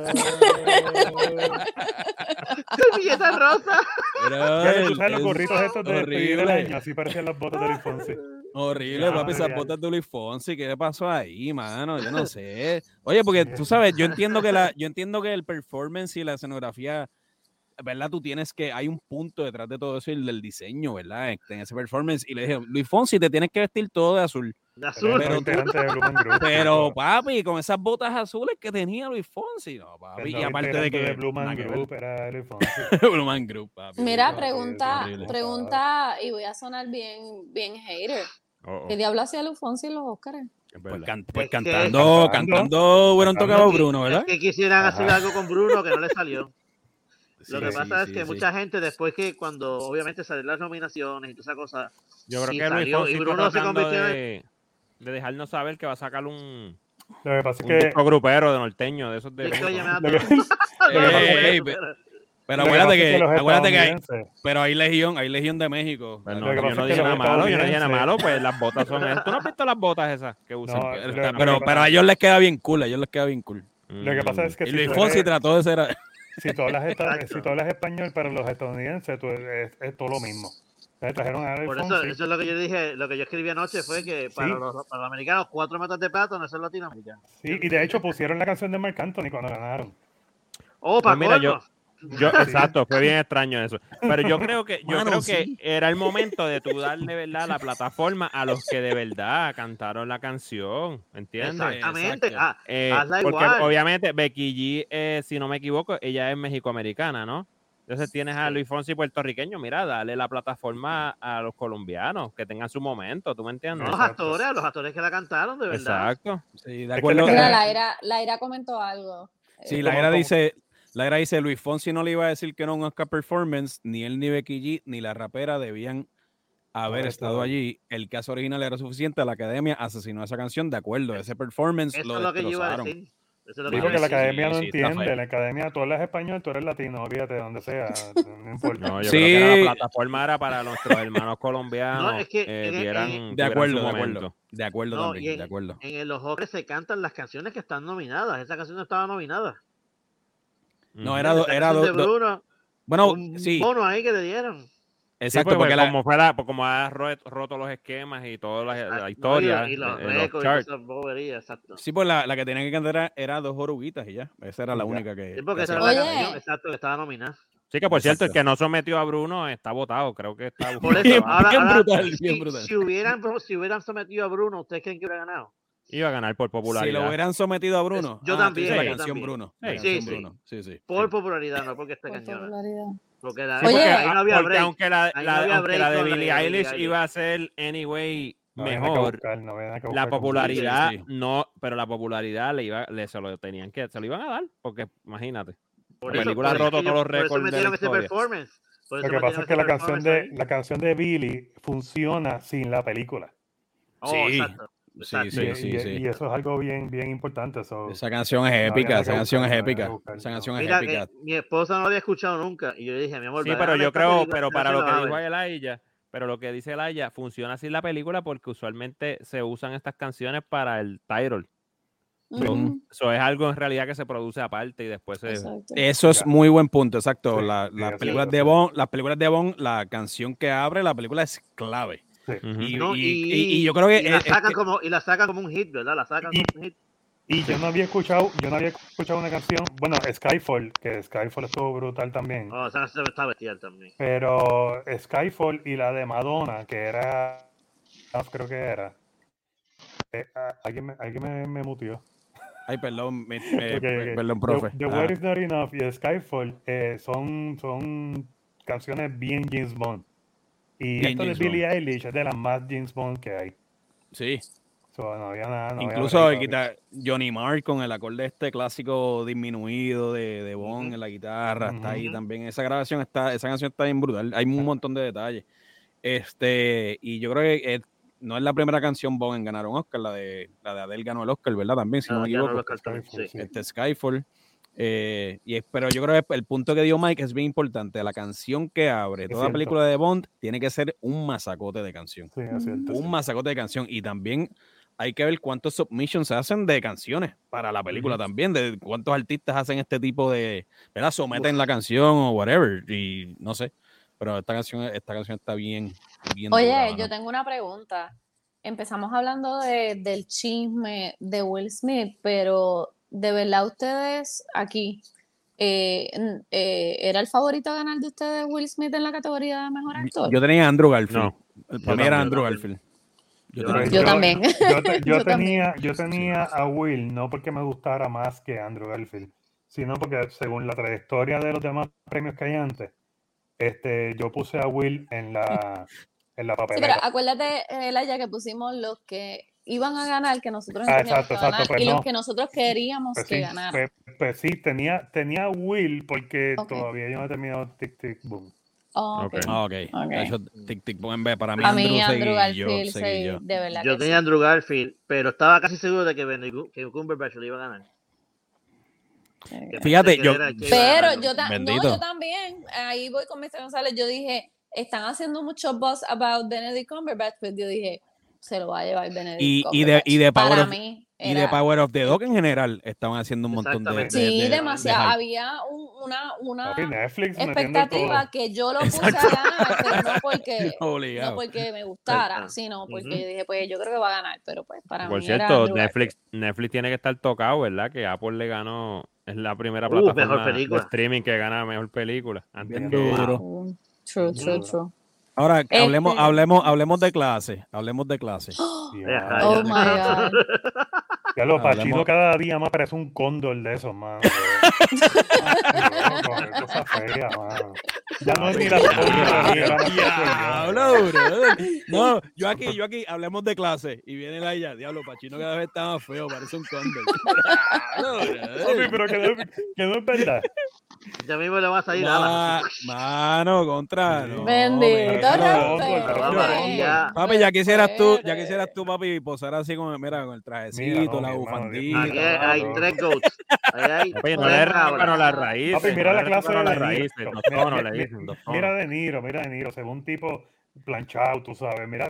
[SPEAKER 4] galleta rosa.
[SPEAKER 2] Pero tú sabes los gorritos estos de despedir el año,
[SPEAKER 3] horrible.
[SPEAKER 2] así parecían las botas de Luis Fonsi.
[SPEAKER 3] Horrible, papi, esas
[SPEAKER 2] Ay,
[SPEAKER 3] botas de Luis Fonsi, ¿qué le pasó ahí, mano? Yo no sé. Oye, porque tú sabes, yo entiendo que la, yo entiendo que el performance y la escenografía, ¿verdad? Tú tienes que, hay un punto detrás de todo eso y del diseño, ¿verdad? En ese performance. Y le dije, Luis Fonsi, te tienes que vestir todo de azul.
[SPEAKER 4] De azul.
[SPEAKER 2] Pero,
[SPEAKER 3] Pero, papi, con esas botas azules que tenía Luis Fonsi. No, papi. Y aparte de que.
[SPEAKER 2] este De Blue Man
[SPEAKER 3] nada que ver.
[SPEAKER 2] Group era Luis Fonsi.
[SPEAKER 3] Blue Man Group, papi.
[SPEAKER 5] Mira,
[SPEAKER 2] horrible,
[SPEAKER 5] pregunta,
[SPEAKER 3] horrible.
[SPEAKER 5] pregunta, y voy a sonar bien, bien hater.
[SPEAKER 1] Oh, oh,
[SPEAKER 5] ¿Qué diablo hacía Lufonsi en los Óscares?
[SPEAKER 1] es
[SPEAKER 3] Pues,
[SPEAKER 1] verdad.
[SPEAKER 3] can- pues
[SPEAKER 4] Es que-
[SPEAKER 3] cantando,
[SPEAKER 2] Cantando.
[SPEAKER 3] cantando, hubieran tocado Bruno, ¿verdad?
[SPEAKER 4] Es que quisieran
[SPEAKER 2] Ajá.
[SPEAKER 4] hacer algo con Bruno que no le salió. Lo
[SPEAKER 3] Sí,
[SPEAKER 4] que
[SPEAKER 3] sí,
[SPEAKER 4] pasa
[SPEAKER 3] sí,
[SPEAKER 4] es que
[SPEAKER 3] sí.
[SPEAKER 4] mucha gente después que cuando obviamente salieron las nominaciones y toda esa cosa,
[SPEAKER 1] Yo creo
[SPEAKER 4] Sí,
[SPEAKER 1] que Luis
[SPEAKER 4] salió,
[SPEAKER 1] Fonsi
[SPEAKER 4] y
[SPEAKER 1] está
[SPEAKER 4] Bruno se
[SPEAKER 1] tratando
[SPEAKER 4] convirtió en-
[SPEAKER 1] de, de dejarnos saber que va a sacar un,
[SPEAKER 2] Lo que pasa es
[SPEAKER 1] un
[SPEAKER 2] que
[SPEAKER 1] disco grupero de norteño, de esos de...
[SPEAKER 4] yo estoy llamando.
[SPEAKER 2] Lo que-
[SPEAKER 3] Eh, Ey, ey,
[SPEAKER 4] pues, pero-
[SPEAKER 3] Pero
[SPEAKER 2] lo que
[SPEAKER 3] acuérdate
[SPEAKER 2] pasa es
[SPEAKER 3] que,
[SPEAKER 2] los
[SPEAKER 3] acuérdate que hay,
[SPEAKER 2] estadounidenses-
[SPEAKER 3] pero hay legión, hay legión de México.
[SPEAKER 1] Pues
[SPEAKER 2] Lo
[SPEAKER 1] no,
[SPEAKER 2] que
[SPEAKER 1] yo
[SPEAKER 2] pasa
[SPEAKER 1] no
[SPEAKER 2] es que
[SPEAKER 1] dije nada
[SPEAKER 2] los
[SPEAKER 1] malo, yo no dije nada
[SPEAKER 2] estadounidenses-
[SPEAKER 1] malo, pues las botas son... esas. ¿Tú no has visto las botas esas que usan?
[SPEAKER 2] No,
[SPEAKER 1] Pero están-
[SPEAKER 2] lo-
[SPEAKER 3] pero,
[SPEAKER 2] que
[SPEAKER 3] pero a
[SPEAKER 2] pasa-
[SPEAKER 3] ellos les queda bien cool, a ellos les queda bien cool.
[SPEAKER 2] Lo que pasa es que
[SPEAKER 3] y
[SPEAKER 2] si
[SPEAKER 3] Luis
[SPEAKER 2] tú
[SPEAKER 3] Fonsi
[SPEAKER 2] eres-
[SPEAKER 3] trató de ser. a-
[SPEAKER 2] si tú hablas, esta-
[SPEAKER 4] Exacto.
[SPEAKER 2] si tú hablas español, pero los estadounidenses tú- es, es todo lo mismo. Entonces trajeron a Luis
[SPEAKER 4] Por eso,
[SPEAKER 2] Fonsi.
[SPEAKER 4] eso es lo que yo dije, lo que yo escribí anoche fue que para,
[SPEAKER 2] Sí.
[SPEAKER 4] los, para los americanos cuatro matas de plato no son latinoamericanos.
[SPEAKER 2] Sí, y de hecho pusieron la canción de Marc Anthony cuando ganaron.
[SPEAKER 4] Oh, para
[SPEAKER 1] mira, yo-
[SPEAKER 4] colmo.
[SPEAKER 1] Yo, exacto, fue bien extraño eso. Pero yo creo que, yo
[SPEAKER 3] Mano,
[SPEAKER 1] creo que
[SPEAKER 3] sí.
[SPEAKER 1] era el momento de tú darle verdad la plataforma a los que de verdad cantaron la canción. ¿Entiendes?
[SPEAKER 4] Exactamente.
[SPEAKER 3] Exacto.
[SPEAKER 4] Ah,
[SPEAKER 1] Eh,
[SPEAKER 4] Hazla
[SPEAKER 1] porque
[SPEAKER 4] igual.
[SPEAKER 1] obviamente Becky G, eh, si no me equivoco, ella es mexicoamericana, ¿no? Entonces tienes a
[SPEAKER 4] Sí.
[SPEAKER 1] Luis Fonsi puertorriqueño, mira, dale la plataforma a los colombianos, que tengan su momento, ¿tú me entiendes?
[SPEAKER 4] los
[SPEAKER 2] Exacto.
[SPEAKER 4] actores, a los actores que la cantaron, de verdad.
[SPEAKER 1] Exacto.
[SPEAKER 3] Sí, de
[SPEAKER 2] que
[SPEAKER 3] acuerdo.
[SPEAKER 2] le
[SPEAKER 5] Mira,
[SPEAKER 2] queda-
[SPEAKER 5] Laira, Laira comentó algo.
[SPEAKER 3] Sí,
[SPEAKER 5] Eh,
[SPEAKER 3] la
[SPEAKER 2] como-
[SPEAKER 3] era
[SPEAKER 2] como-
[SPEAKER 3] dice, la era dice, Luis Fonsi no le iba a decir que no a un Oscar performance, ni él ni Becky G, ni la rapera debían haber
[SPEAKER 2] Haber
[SPEAKER 3] estado
[SPEAKER 2] estado.
[SPEAKER 3] allí. El caso original era suficiente, la academia asesinó esa canción, de acuerdo, ese performance
[SPEAKER 4] Eso
[SPEAKER 3] lo
[SPEAKER 4] es lo que yo iba a
[SPEAKER 3] destrozaron.
[SPEAKER 4] decir. Eso es lo que
[SPEAKER 2] Dijo
[SPEAKER 4] yo
[SPEAKER 2] que
[SPEAKER 4] iba
[SPEAKER 2] la
[SPEAKER 4] a decir.
[SPEAKER 2] academia
[SPEAKER 3] sí,
[SPEAKER 2] no
[SPEAKER 3] sí, está
[SPEAKER 2] entiende.
[SPEAKER 3] feo.
[SPEAKER 2] La academia, tú hablas español, tú eres latino, olvídate de donde sea. No importa.
[SPEAKER 1] No, yo
[SPEAKER 3] Sí.
[SPEAKER 1] creo que la plataforma era para nuestros hermanos colombianos.
[SPEAKER 4] No, es que
[SPEAKER 1] eh,
[SPEAKER 4] en- e- en-
[SPEAKER 1] vieran-
[SPEAKER 3] De
[SPEAKER 1] tuvieran
[SPEAKER 3] acuerdo,
[SPEAKER 1] su
[SPEAKER 3] de
[SPEAKER 1] momento.
[SPEAKER 3] acuerdo. De acuerdo
[SPEAKER 4] No, y
[SPEAKER 3] también,
[SPEAKER 4] en-
[SPEAKER 3] de acuerdo.
[SPEAKER 4] En los Oscars se cantan las canciones que están nominadas. Esa canción no estaba nominada.
[SPEAKER 3] No,
[SPEAKER 1] Ujú.
[SPEAKER 3] era, do-
[SPEAKER 4] Esa
[SPEAKER 3] era
[SPEAKER 4] canción
[SPEAKER 3] do-
[SPEAKER 4] de
[SPEAKER 3] do-
[SPEAKER 4] Bruno,
[SPEAKER 3] Bueno,
[SPEAKER 4] un
[SPEAKER 3] sí,
[SPEAKER 4] bono ahí que le dieron.
[SPEAKER 1] Sí,
[SPEAKER 3] exacto,
[SPEAKER 1] pues,
[SPEAKER 3] porque
[SPEAKER 1] pues,
[SPEAKER 3] la,
[SPEAKER 1] como fuera, pues, como ha ro- roto los esquemas y toda la, la
[SPEAKER 4] Ah, no, y-
[SPEAKER 1] historia,
[SPEAKER 4] y los
[SPEAKER 1] eh, los
[SPEAKER 4] récords y
[SPEAKER 1] charts.
[SPEAKER 4] esas boberías, exacto.
[SPEAKER 3] Sí, pues la, la que tenían que cantar era, era dos oruguitas y ya. Esa era la
[SPEAKER 2] Ya.
[SPEAKER 3] única que.
[SPEAKER 4] Sí, porque
[SPEAKER 3] que
[SPEAKER 4] esa
[SPEAKER 3] hacía
[SPEAKER 4] era la
[SPEAKER 5] Oye.
[SPEAKER 4] canción, exacto, que estaba nominada.
[SPEAKER 1] Sí, que por cierto, el
[SPEAKER 3] Exacto.
[SPEAKER 1] que no sometió a Bruno está votado, creo que está
[SPEAKER 4] Por
[SPEAKER 1] buscando
[SPEAKER 4] eso,
[SPEAKER 3] Bien-
[SPEAKER 1] trabajo.
[SPEAKER 4] ahora,
[SPEAKER 3] bien
[SPEAKER 4] ahora,
[SPEAKER 3] brutal,
[SPEAKER 4] si,
[SPEAKER 3] bien brutal.
[SPEAKER 4] si hubieran, si hubieran sometido a Bruno, ¿ustedes creen que hubiera ganado?
[SPEAKER 1] iba a ganar por
[SPEAKER 3] Si
[SPEAKER 1] popularidad.
[SPEAKER 3] lo hubieran sometido a Bruno.
[SPEAKER 4] Yo
[SPEAKER 3] tú
[SPEAKER 4] también,
[SPEAKER 3] dices
[SPEAKER 1] yo
[SPEAKER 3] La canción
[SPEAKER 4] también.
[SPEAKER 3] Bruno. la
[SPEAKER 1] Sí,
[SPEAKER 3] canción
[SPEAKER 4] sí.
[SPEAKER 3] Bruno. Sí, sí.
[SPEAKER 4] Por popularidad, no porque esté
[SPEAKER 5] por
[SPEAKER 4] cañona.
[SPEAKER 5] popularidad.
[SPEAKER 4] Porque la,
[SPEAKER 1] Sí,
[SPEAKER 5] Oye,
[SPEAKER 1] porque,
[SPEAKER 4] ahí no había
[SPEAKER 1] porque
[SPEAKER 4] break.
[SPEAKER 1] aunque la,
[SPEAKER 4] Ahí no
[SPEAKER 1] la-
[SPEAKER 4] había
[SPEAKER 1] aunque
[SPEAKER 4] break
[SPEAKER 1] la de
[SPEAKER 4] con la
[SPEAKER 1] Billie
[SPEAKER 4] de Billie
[SPEAKER 1] Eilish
[SPEAKER 4] Eilish.
[SPEAKER 1] iba a ser anyway
[SPEAKER 2] No había nada que
[SPEAKER 1] mejor,
[SPEAKER 2] buscar, no había nada que
[SPEAKER 1] la
[SPEAKER 2] buscar.
[SPEAKER 1] popularidad
[SPEAKER 3] Sí, sí.
[SPEAKER 1] no, pero la popularidad le iba, le se lo tenían que, se lo iban a dar, porque imagínate.
[SPEAKER 4] Por
[SPEAKER 1] La
[SPEAKER 4] eso-
[SPEAKER 1] película ha
[SPEAKER 4] por eso
[SPEAKER 1] roto
[SPEAKER 4] es que
[SPEAKER 1] todos
[SPEAKER 4] yo-
[SPEAKER 1] los récords de
[SPEAKER 4] Por
[SPEAKER 1] la
[SPEAKER 4] eso metieron ese
[SPEAKER 1] historia.
[SPEAKER 4] performance. Por
[SPEAKER 2] Lo
[SPEAKER 4] eso
[SPEAKER 2] que pasa
[SPEAKER 4] metieron
[SPEAKER 2] es que
[SPEAKER 4] ese
[SPEAKER 2] la canción,
[SPEAKER 4] performance
[SPEAKER 2] de,
[SPEAKER 4] ahí.
[SPEAKER 2] la canción de Billy funciona sin la película.
[SPEAKER 4] Oh,
[SPEAKER 3] Sí.
[SPEAKER 4] exacto.
[SPEAKER 3] Sí,
[SPEAKER 4] Exacto.
[SPEAKER 3] sí,
[SPEAKER 2] y,
[SPEAKER 3] sí,
[SPEAKER 2] y-
[SPEAKER 3] sí.
[SPEAKER 2] y eso es algo bien, bien importante. so-
[SPEAKER 3] Esa canción es
[SPEAKER 2] No había
[SPEAKER 3] épica,
[SPEAKER 2] nada
[SPEAKER 3] esa
[SPEAKER 2] que buscar,
[SPEAKER 3] canción es
[SPEAKER 2] no había nada
[SPEAKER 3] épica.
[SPEAKER 2] que buscar,
[SPEAKER 3] Esa
[SPEAKER 2] no.
[SPEAKER 3] canción es
[SPEAKER 4] Mira, eh, que
[SPEAKER 3] épica.
[SPEAKER 4] mi esposa no lo había escuchado nunca. Y yo le dije, mi amor,
[SPEAKER 1] Sí,
[SPEAKER 4] dale,
[SPEAKER 1] pero
[SPEAKER 4] dale
[SPEAKER 1] yo
[SPEAKER 4] esta
[SPEAKER 1] creo,
[SPEAKER 4] película,
[SPEAKER 1] pero
[SPEAKER 4] no
[SPEAKER 1] para
[SPEAKER 4] se
[SPEAKER 1] lo
[SPEAKER 4] la
[SPEAKER 1] que
[SPEAKER 4] va a
[SPEAKER 1] dijo
[SPEAKER 4] ver.
[SPEAKER 1] Elaya, pero lo que dice Elaya, funciona así la película porque usualmente se usan estas canciones para el title.
[SPEAKER 5] Ujú,
[SPEAKER 1] Eso es algo en realidad que se produce aparte y después se...
[SPEAKER 5] exacto.
[SPEAKER 4] eh,
[SPEAKER 3] Eso es
[SPEAKER 2] Ya.
[SPEAKER 3] muy buen punto, exacto.
[SPEAKER 2] Sí,
[SPEAKER 3] la,
[SPEAKER 2] sí,
[SPEAKER 3] las,
[SPEAKER 2] es
[SPEAKER 3] películas
[SPEAKER 2] cierto,
[SPEAKER 3] de
[SPEAKER 2] sí.
[SPEAKER 3] Bond, las películas de Bond, la canción que abre la película es clave.
[SPEAKER 1] Ujú.
[SPEAKER 3] Y,
[SPEAKER 4] No,
[SPEAKER 3] y- y- y yo creo que.
[SPEAKER 4] y la
[SPEAKER 3] es- es
[SPEAKER 4] sacan
[SPEAKER 3] que-
[SPEAKER 4] como y la sacan como un hit, ¿verdad? La sacan
[SPEAKER 2] Y-
[SPEAKER 4] como un hit.
[SPEAKER 2] Y yo no había escuchado, yo no había escuchado una canción, bueno, Skyfall, que Skyfall estuvo brutal también.
[SPEAKER 3] Ah.
[SPEAKER 4] No, esa canción está bestial también.
[SPEAKER 2] Pero Skyfall y la de Madonna, que era. ah, Creo que era. Eh, ah, alguien me, alguien me, me mutió.
[SPEAKER 3] ay, perdón, me- me-
[SPEAKER 2] Ok, ok.
[SPEAKER 3] perdón,
[SPEAKER 2] The-
[SPEAKER 3] profe.
[SPEAKER 2] The,
[SPEAKER 3] Ah,
[SPEAKER 2] Word is Not Enough y Skyfall eh, son, son canciones bien James Bond. Y
[SPEAKER 3] Bien
[SPEAKER 2] esto
[SPEAKER 3] James
[SPEAKER 2] de Billie Eilish es de las más James Bond que hay.
[SPEAKER 3] sí.
[SPEAKER 2] So, no había nada. no había
[SPEAKER 3] Incluso
[SPEAKER 2] break, papi.
[SPEAKER 3] quita Johnny Marr con el acorde este clásico disminuido de, de Bon en la guitarra, está ahí
[SPEAKER 4] Ujú.
[SPEAKER 3] también. Esa grabación está, esa canción está bien brutal. Hay un montón de detalles. Este, y yo creo que eh, no es la primera canción Bon en ganar un Oscar, la de la de Adele ganó el Oscar, ¿verdad? También, si no,
[SPEAKER 4] Ah,
[SPEAKER 3] me
[SPEAKER 4] ya no
[SPEAKER 3] equivoco.
[SPEAKER 4] lo cantaron,
[SPEAKER 2] Skyfall,
[SPEAKER 4] sí.
[SPEAKER 2] sí.
[SPEAKER 3] Este Skyfall. eh, y es- pero yo creo que el punto que dio Mike es bien importante. La canción que abre
[SPEAKER 2] Es
[SPEAKER 3] toda
[SPEAKER 2] cierto.
[SPEAKER 3] película de Bond tiene que ser un masacote de canción
[SPEAKER 2] Sí, es cierto, sí.
[SPEAKER 3] un masacote de canción y también hay que ver cuántos submissions se hacen de canciones para la película también, de cuántos artistas hacen este tipo de, ¿verdad? Someten la canción o whatever, y no sé. Pero esta canción, esta canción está bien, bien
[SPEAKER 5] Oye,
[SPEAKER 3] dura, ¿no?
[SPEAKER 5] yo tengo una pregunta. Empezamos hablando de- del chisme de Will Smith, pero de verdad ustedes aquí, eh, n- eh, ¿era el favorito a ganar de ustedes Will Smith en la categoría de mejor actor?
[SPEAKER 3] Yo tenía a Andrew Garfield.
[SPEAKER 1] No.
[SPEAKER 3] Para mí
[SPEAKER 1] Yo
[SPEAKER 3] era
[SPEAKER 1] también,
[SPEAKER 3] Andrew
[SPEAKER 1] yo
[SPEAKER 3] Garfield. Yo
[SPEAKER 4] Yo
[SPEAKER 3] tenía-
[SPEAKER 2] Pero
[SPEAKER 5] Yo también.
[SPEAKER 2] Yo, te- yo
[SPEAKER 5] Yo también.
[SPEAKER 2] tenía, yo tenía a Will, no porque me gustara más que Andrew Garfield, sino porque según la trayectoria de los demás premios que hay antes, este, yo puse a Will en la, en la
[SPEAKER 5] Sí, pero
[SPEAKER 2] papelera.
[SPEAKER 5] acuérdate, Elaya, que pusimos los que iban a ganar, que nosotros
[SPEAKER 2] Ah,
[SPEAKER 5] entendíamos
[SPEAKER 2] exacto,
[SPEAKER 5] que
[SPEAKER 2] exacto,
[SPEAKER 5] ganar,
[SPEAKER 2] pues
[SPEAKER 5] y
[SPEAKER 2] no.
[SPEAKER 5] los que nosotros queríamos
[SPEAKER 2] Pues
[SPEAKER 5] que
[SPEAKER 2] sí,
[SPEAKER 5] ganaran.
[SPEAKER 2] pues- pues sí, tenía, tenía a Will porque
[SPEAKER 5] Ok.
[SPEAKER 2] todavía yo no he terminado Tic Tic Boom.
[SPEAKER 5] Oh, ok.
[SPEAKER 1] Ok.
[SPEAKER 3] Ah, ok.
[SPEAKER 5] Ok.
[SPEAKER 3] Eso, tic, tic, pon, en vez, para mí,
[SPEAKER 5] A mí
[SPEAKER 3] Andrew,
[SPEAKER 5] Andrew
[SPEAKER 3] Garfield,
[SPEAKER 5] Garfield, sí, de verdad
[SPEAKER 4] Yo
[SPEAKER 5] que
[SPEAKER 4] tenía a Andrew Garfield, pero estaba casi seguro de que Benedict que Cumberbatch lo iba a ganar.
[SPEAKER 5] sí.
[SPEAKER 4] Que
[SPEAKER 3] Fíjate,
[SPEAKER 4] pensé que
[SPEAKER 3] yo-
[SPEAKER 4] era el que iba
[SPEAKER 5] Pero
[SPEAKER 4] ganando.
[SPEAKER 5] yo, ta- no,
[SPEAKER 3] Bendito.
[SPEAKER 5] yo también, ahí voy con Mr. González, yo dije, están haciendo mucho buzz about Benedict Cumberbatch, pues yo dije, se lo va a llevar Benedict
[SPEAKER 3] Y- y de-
[SPEAKER 5] Cumberbatch.
[SPEAKER 3] y de Power
[SPEAKER 5] Para
[SPEAKER 3] of-
[SPEAKER 5] mí
[SPEAKER 3] Y de
[SPEAKER 5] era-
[SPEAKER 3] Power of the Dog en general estaban haciendo un montón de.
[SPEAKER 4] Exactamente.
[SPEAKER 5] Sí,
[SPEAKER 3] de- de-
[SPEAKER 5] demasiado,
[SPEAKER 3] de hype.
[SPEAKER 5] había un- una, una
[SPEAKER 2] Papi, Netflix metiendo todo.
[SPEAKER 5] expectativa que yo lo puse a ganar, pero no porque, no
[SPEAKER 3] Obligado.
[SPEAKER 5] porque me gustara,
[SPEAKER 4] Exacto.
[SPEAKER 5] sino porque
[SPEAKER 4] Ujú.
[SPEAKER 5] yo dije, pues yo creo que va a ganar, pero pues para
[SPEAKER 1] Por
[SPEAKER 5] mí era
[SPEAKER 1] cierto,
[SPEAKER 5] Andrew Garfield.
[SPEAKER 1] Netflix, Netflix tiene que estar tocado, ¿verdad? Que Apple le ganó, es la primera
[SPEAKER 4] Uh,
[SPEAKER 1] plataforma
[SPEAKER 4] mejor película.
[SPEAKER 1] de streaming que gana mejor película. Antes
[SPEAKER 3] Bien
[SPEAKER 1] que-
[SPEAKER 3] duro.
[SPEAKER 5] Mm, True, true, true.
[SPEAKER 3] Ahora,
[SPEAKER 5] Este-
[SPEAKER 3] hablemos, hablemos, hablemos de clase. Hablemos de clase.
[SPEAKER 2] Ya,
[SPEAKER 4] Oh
[SPEAKER 5] Oh
[SPEAKER 4] my
[SPEAKER 5] my God.
[SPEAKER 2] ya lo
[SPEAKER 3] Hablemos-
[SPEAKER 2] Pachino cada día más parece un cóndor de esos, mano. Loco, qué cosa fea, mano. Ya no es ni la
[SPEAKER 3] Diablo, brother. No, yo aquí, yo aquí, hablemos de clase. Y viene la ya, diablo, Pachino cada vez está más feo, parece un cóndor. Diablo, brother.
[SPEAKER 2] Pero que no, que no es verdad.
[SPEAKER 4] Ya mismo le va a salir
[SPEAKER 3] Ma-
[SPEAKER 4] ala.
[SPEAKER 3] mano, contra. no,
[SPEAKER 5] Bendito,
[SPEAKER 3] mano.
[SPEAKER 2] respeto.
[SPEAKER 3] Yo-
[SPEAKER 4] Ya.
[SPEAKER 3] Papi, ya quisieras tú, ya quisieras tú, papi, posar así con, mira, con el trajecito,
[SPEAKER 2] Mira, no,
[SPEAKER 3] la
[SPEAKER 2] mi hermano,
[SPEAKER 3] bufandita.
[SPEAKER 4] Aquí hay, hay
[SPEAKER 2] no.
[SPEAKER 4] tres goats. Ahí hay
[SPEAKER 1] Papi, no le
[SPEAKER 4] tres cabras.
[SPEAKER 1] arrancaron las raíces.
[SPEAKER 2] Papi, mira
[SPEAKER 1] no
[SPEAKER 2] la
[SPEAKER 1] le
[SPEAKER 2] clase de
[SPEAKER 1] arrancaron las
[SPEAKER 2] De Niro.
[SPEAKER 1] raíces. Dos
[SPEAKER 2] Mira,
[SPEAKER 1] tonos le
[SPEAKER 2] mira,
[SPEAKER 1] dicen, dos
[SPEAKER 2] Mira
[SPEAKER 1] tonos.
[SPEAKER 2] De Niro, mira De Niro, se ve un tipo planchado, tú sabes. Mira,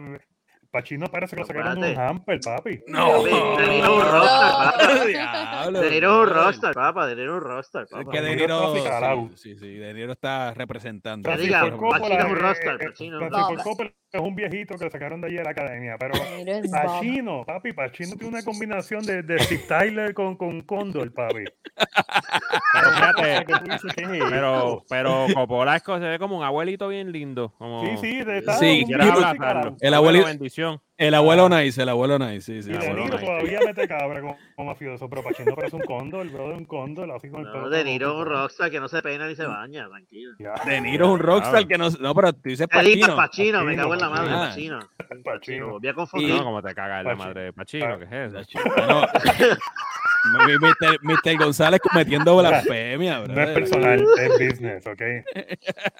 [SPEAKER 2] Pachino parece que lo sacaron de un
[SPEAKER 4] Espérate.
[SPEAKER 2] hamper, papi.
[SPEAKER 3] No,
[SPEAKER 4] De Niro es un rockstar, papá.
[SPEAKER 3] Diablo,
[SPEAKER 4] De Niro es un
[SPEAKER 3] brother.
[SPEAKER 4] rockstar, papá. De Niro es un rockstar,
[SPEAKER 3] Es
[SPEAKER 4] papá.
[SPEAKER 3] que De
[SPEAKER 2] Niro está
[SPEAKER 3] Niro,
[SPEAKER 2] aficionado.
[SPEAKER 3] sí, sí, sí, De Niro está representando.
[SPEAKER 4] Que
[SPEAKER 2] Francisco
[SPEAKER 4] diga,
[SPEAKER 2] Coppola,
[SPEAKER 4] Pachino es un
[SPEAKER 2] eh,
[SPEAKER 4] rockstar,
[SPEAKER 2] eh,
[SPEAKER 4] Pachino.
[SPEAKER 2] Francisco
[SPEAKER 5] No.
[SPEAKER 2] Coppola es un viejito que lo sacaron de allí de la academia, pero
[SPEAKER 5] Mira, es Bob.
[SPEAKER 2] Pachino, papi, Pachino tiene una combinación de, de Steve Tyler con, con Condor, papi.
[SPEAKER 1] Pero
[SPEAKER 2] O sea,
[SPEAKER 1] fíjate,
[SPEAKER 2] que tú dices, ¿qué es
[SPEAKER 1] pero,
[SPEAKER 2] esto?
[SPEAKER 1] pero Coppola es co- se ve como un abuelito bien lindo. Como...
[SPEAKER 2] Sí, sí, de tal.
[SPEAKER 3] Sí,
[SPEAKER 1] Quisiera
[SPEAKER 3] Lindo,
[SPEAKER 1] abrazarlo.
[SPEAKER 3] El abuelito-
[SPEAKER 1] Abuelo, bendición.
[SPEAKER 3] El abuelo Nice, el abuelo Nice, sí, sí.
[SPEAKER 2] Y
[SPEAKER 3] el
[SPEAKER 1] bueno,
[SPEAKER 2] De
[SPEAKER 3] abuelo
[SPEAKER 2] Niro pues,
[SPEAKER 1] nice.
[SPEAKER 2] todavía mete cabra como, como mafioso, pero Pachino parece un cóndor, bro, un cóndor, así con el
[SPEAKER 4] No, Mm.
[SPEAKER 2] pelo
[SPEAKER 4] De
[SPEAKER 2] todo
[SPEAKER 4] Niro es un
[SPEAKER 2] corto.
[SPEAKER 4] rockstar que no se peina ni se baña, tranquilo.
[SPEAKER 2] Ya,
[SPEAKER 3] Nice. De Niro es un rockstar
[SPEAKER 1] Claro.
[SPEAKER 3] que no... No, pero tú dices
[SPEAKER 4] Pachino,
[SPEAKER 3] Pachino.
[SPEAKER 4] Pachino, me
[SPEAKER 2] Pachino,
[SPEAKER 4] cago en la madre,
[SPEAKER 3] ah.
[SPEAKER 4] Pachino. Pachino,
[SPEAKER 2] Pachino.
[SPEAKER 4] volví a
[SPEAKER 3] Y-
[SPEAKER 4] confundir.
[SPEAKER 1] No, como te caga la
[SPEAKER 2] Pachi-
[SPEAKER 1] madre de Pachino, ¿qué es eso?
[SPEAKER 3] Bueno, mi- mi- Mr. Mr. González cometiendo blasfemia,
[SPEAKER 2] No es
[SPEAKER 3] brother.
[SPEAKER 2] personal, es business, ¿ok?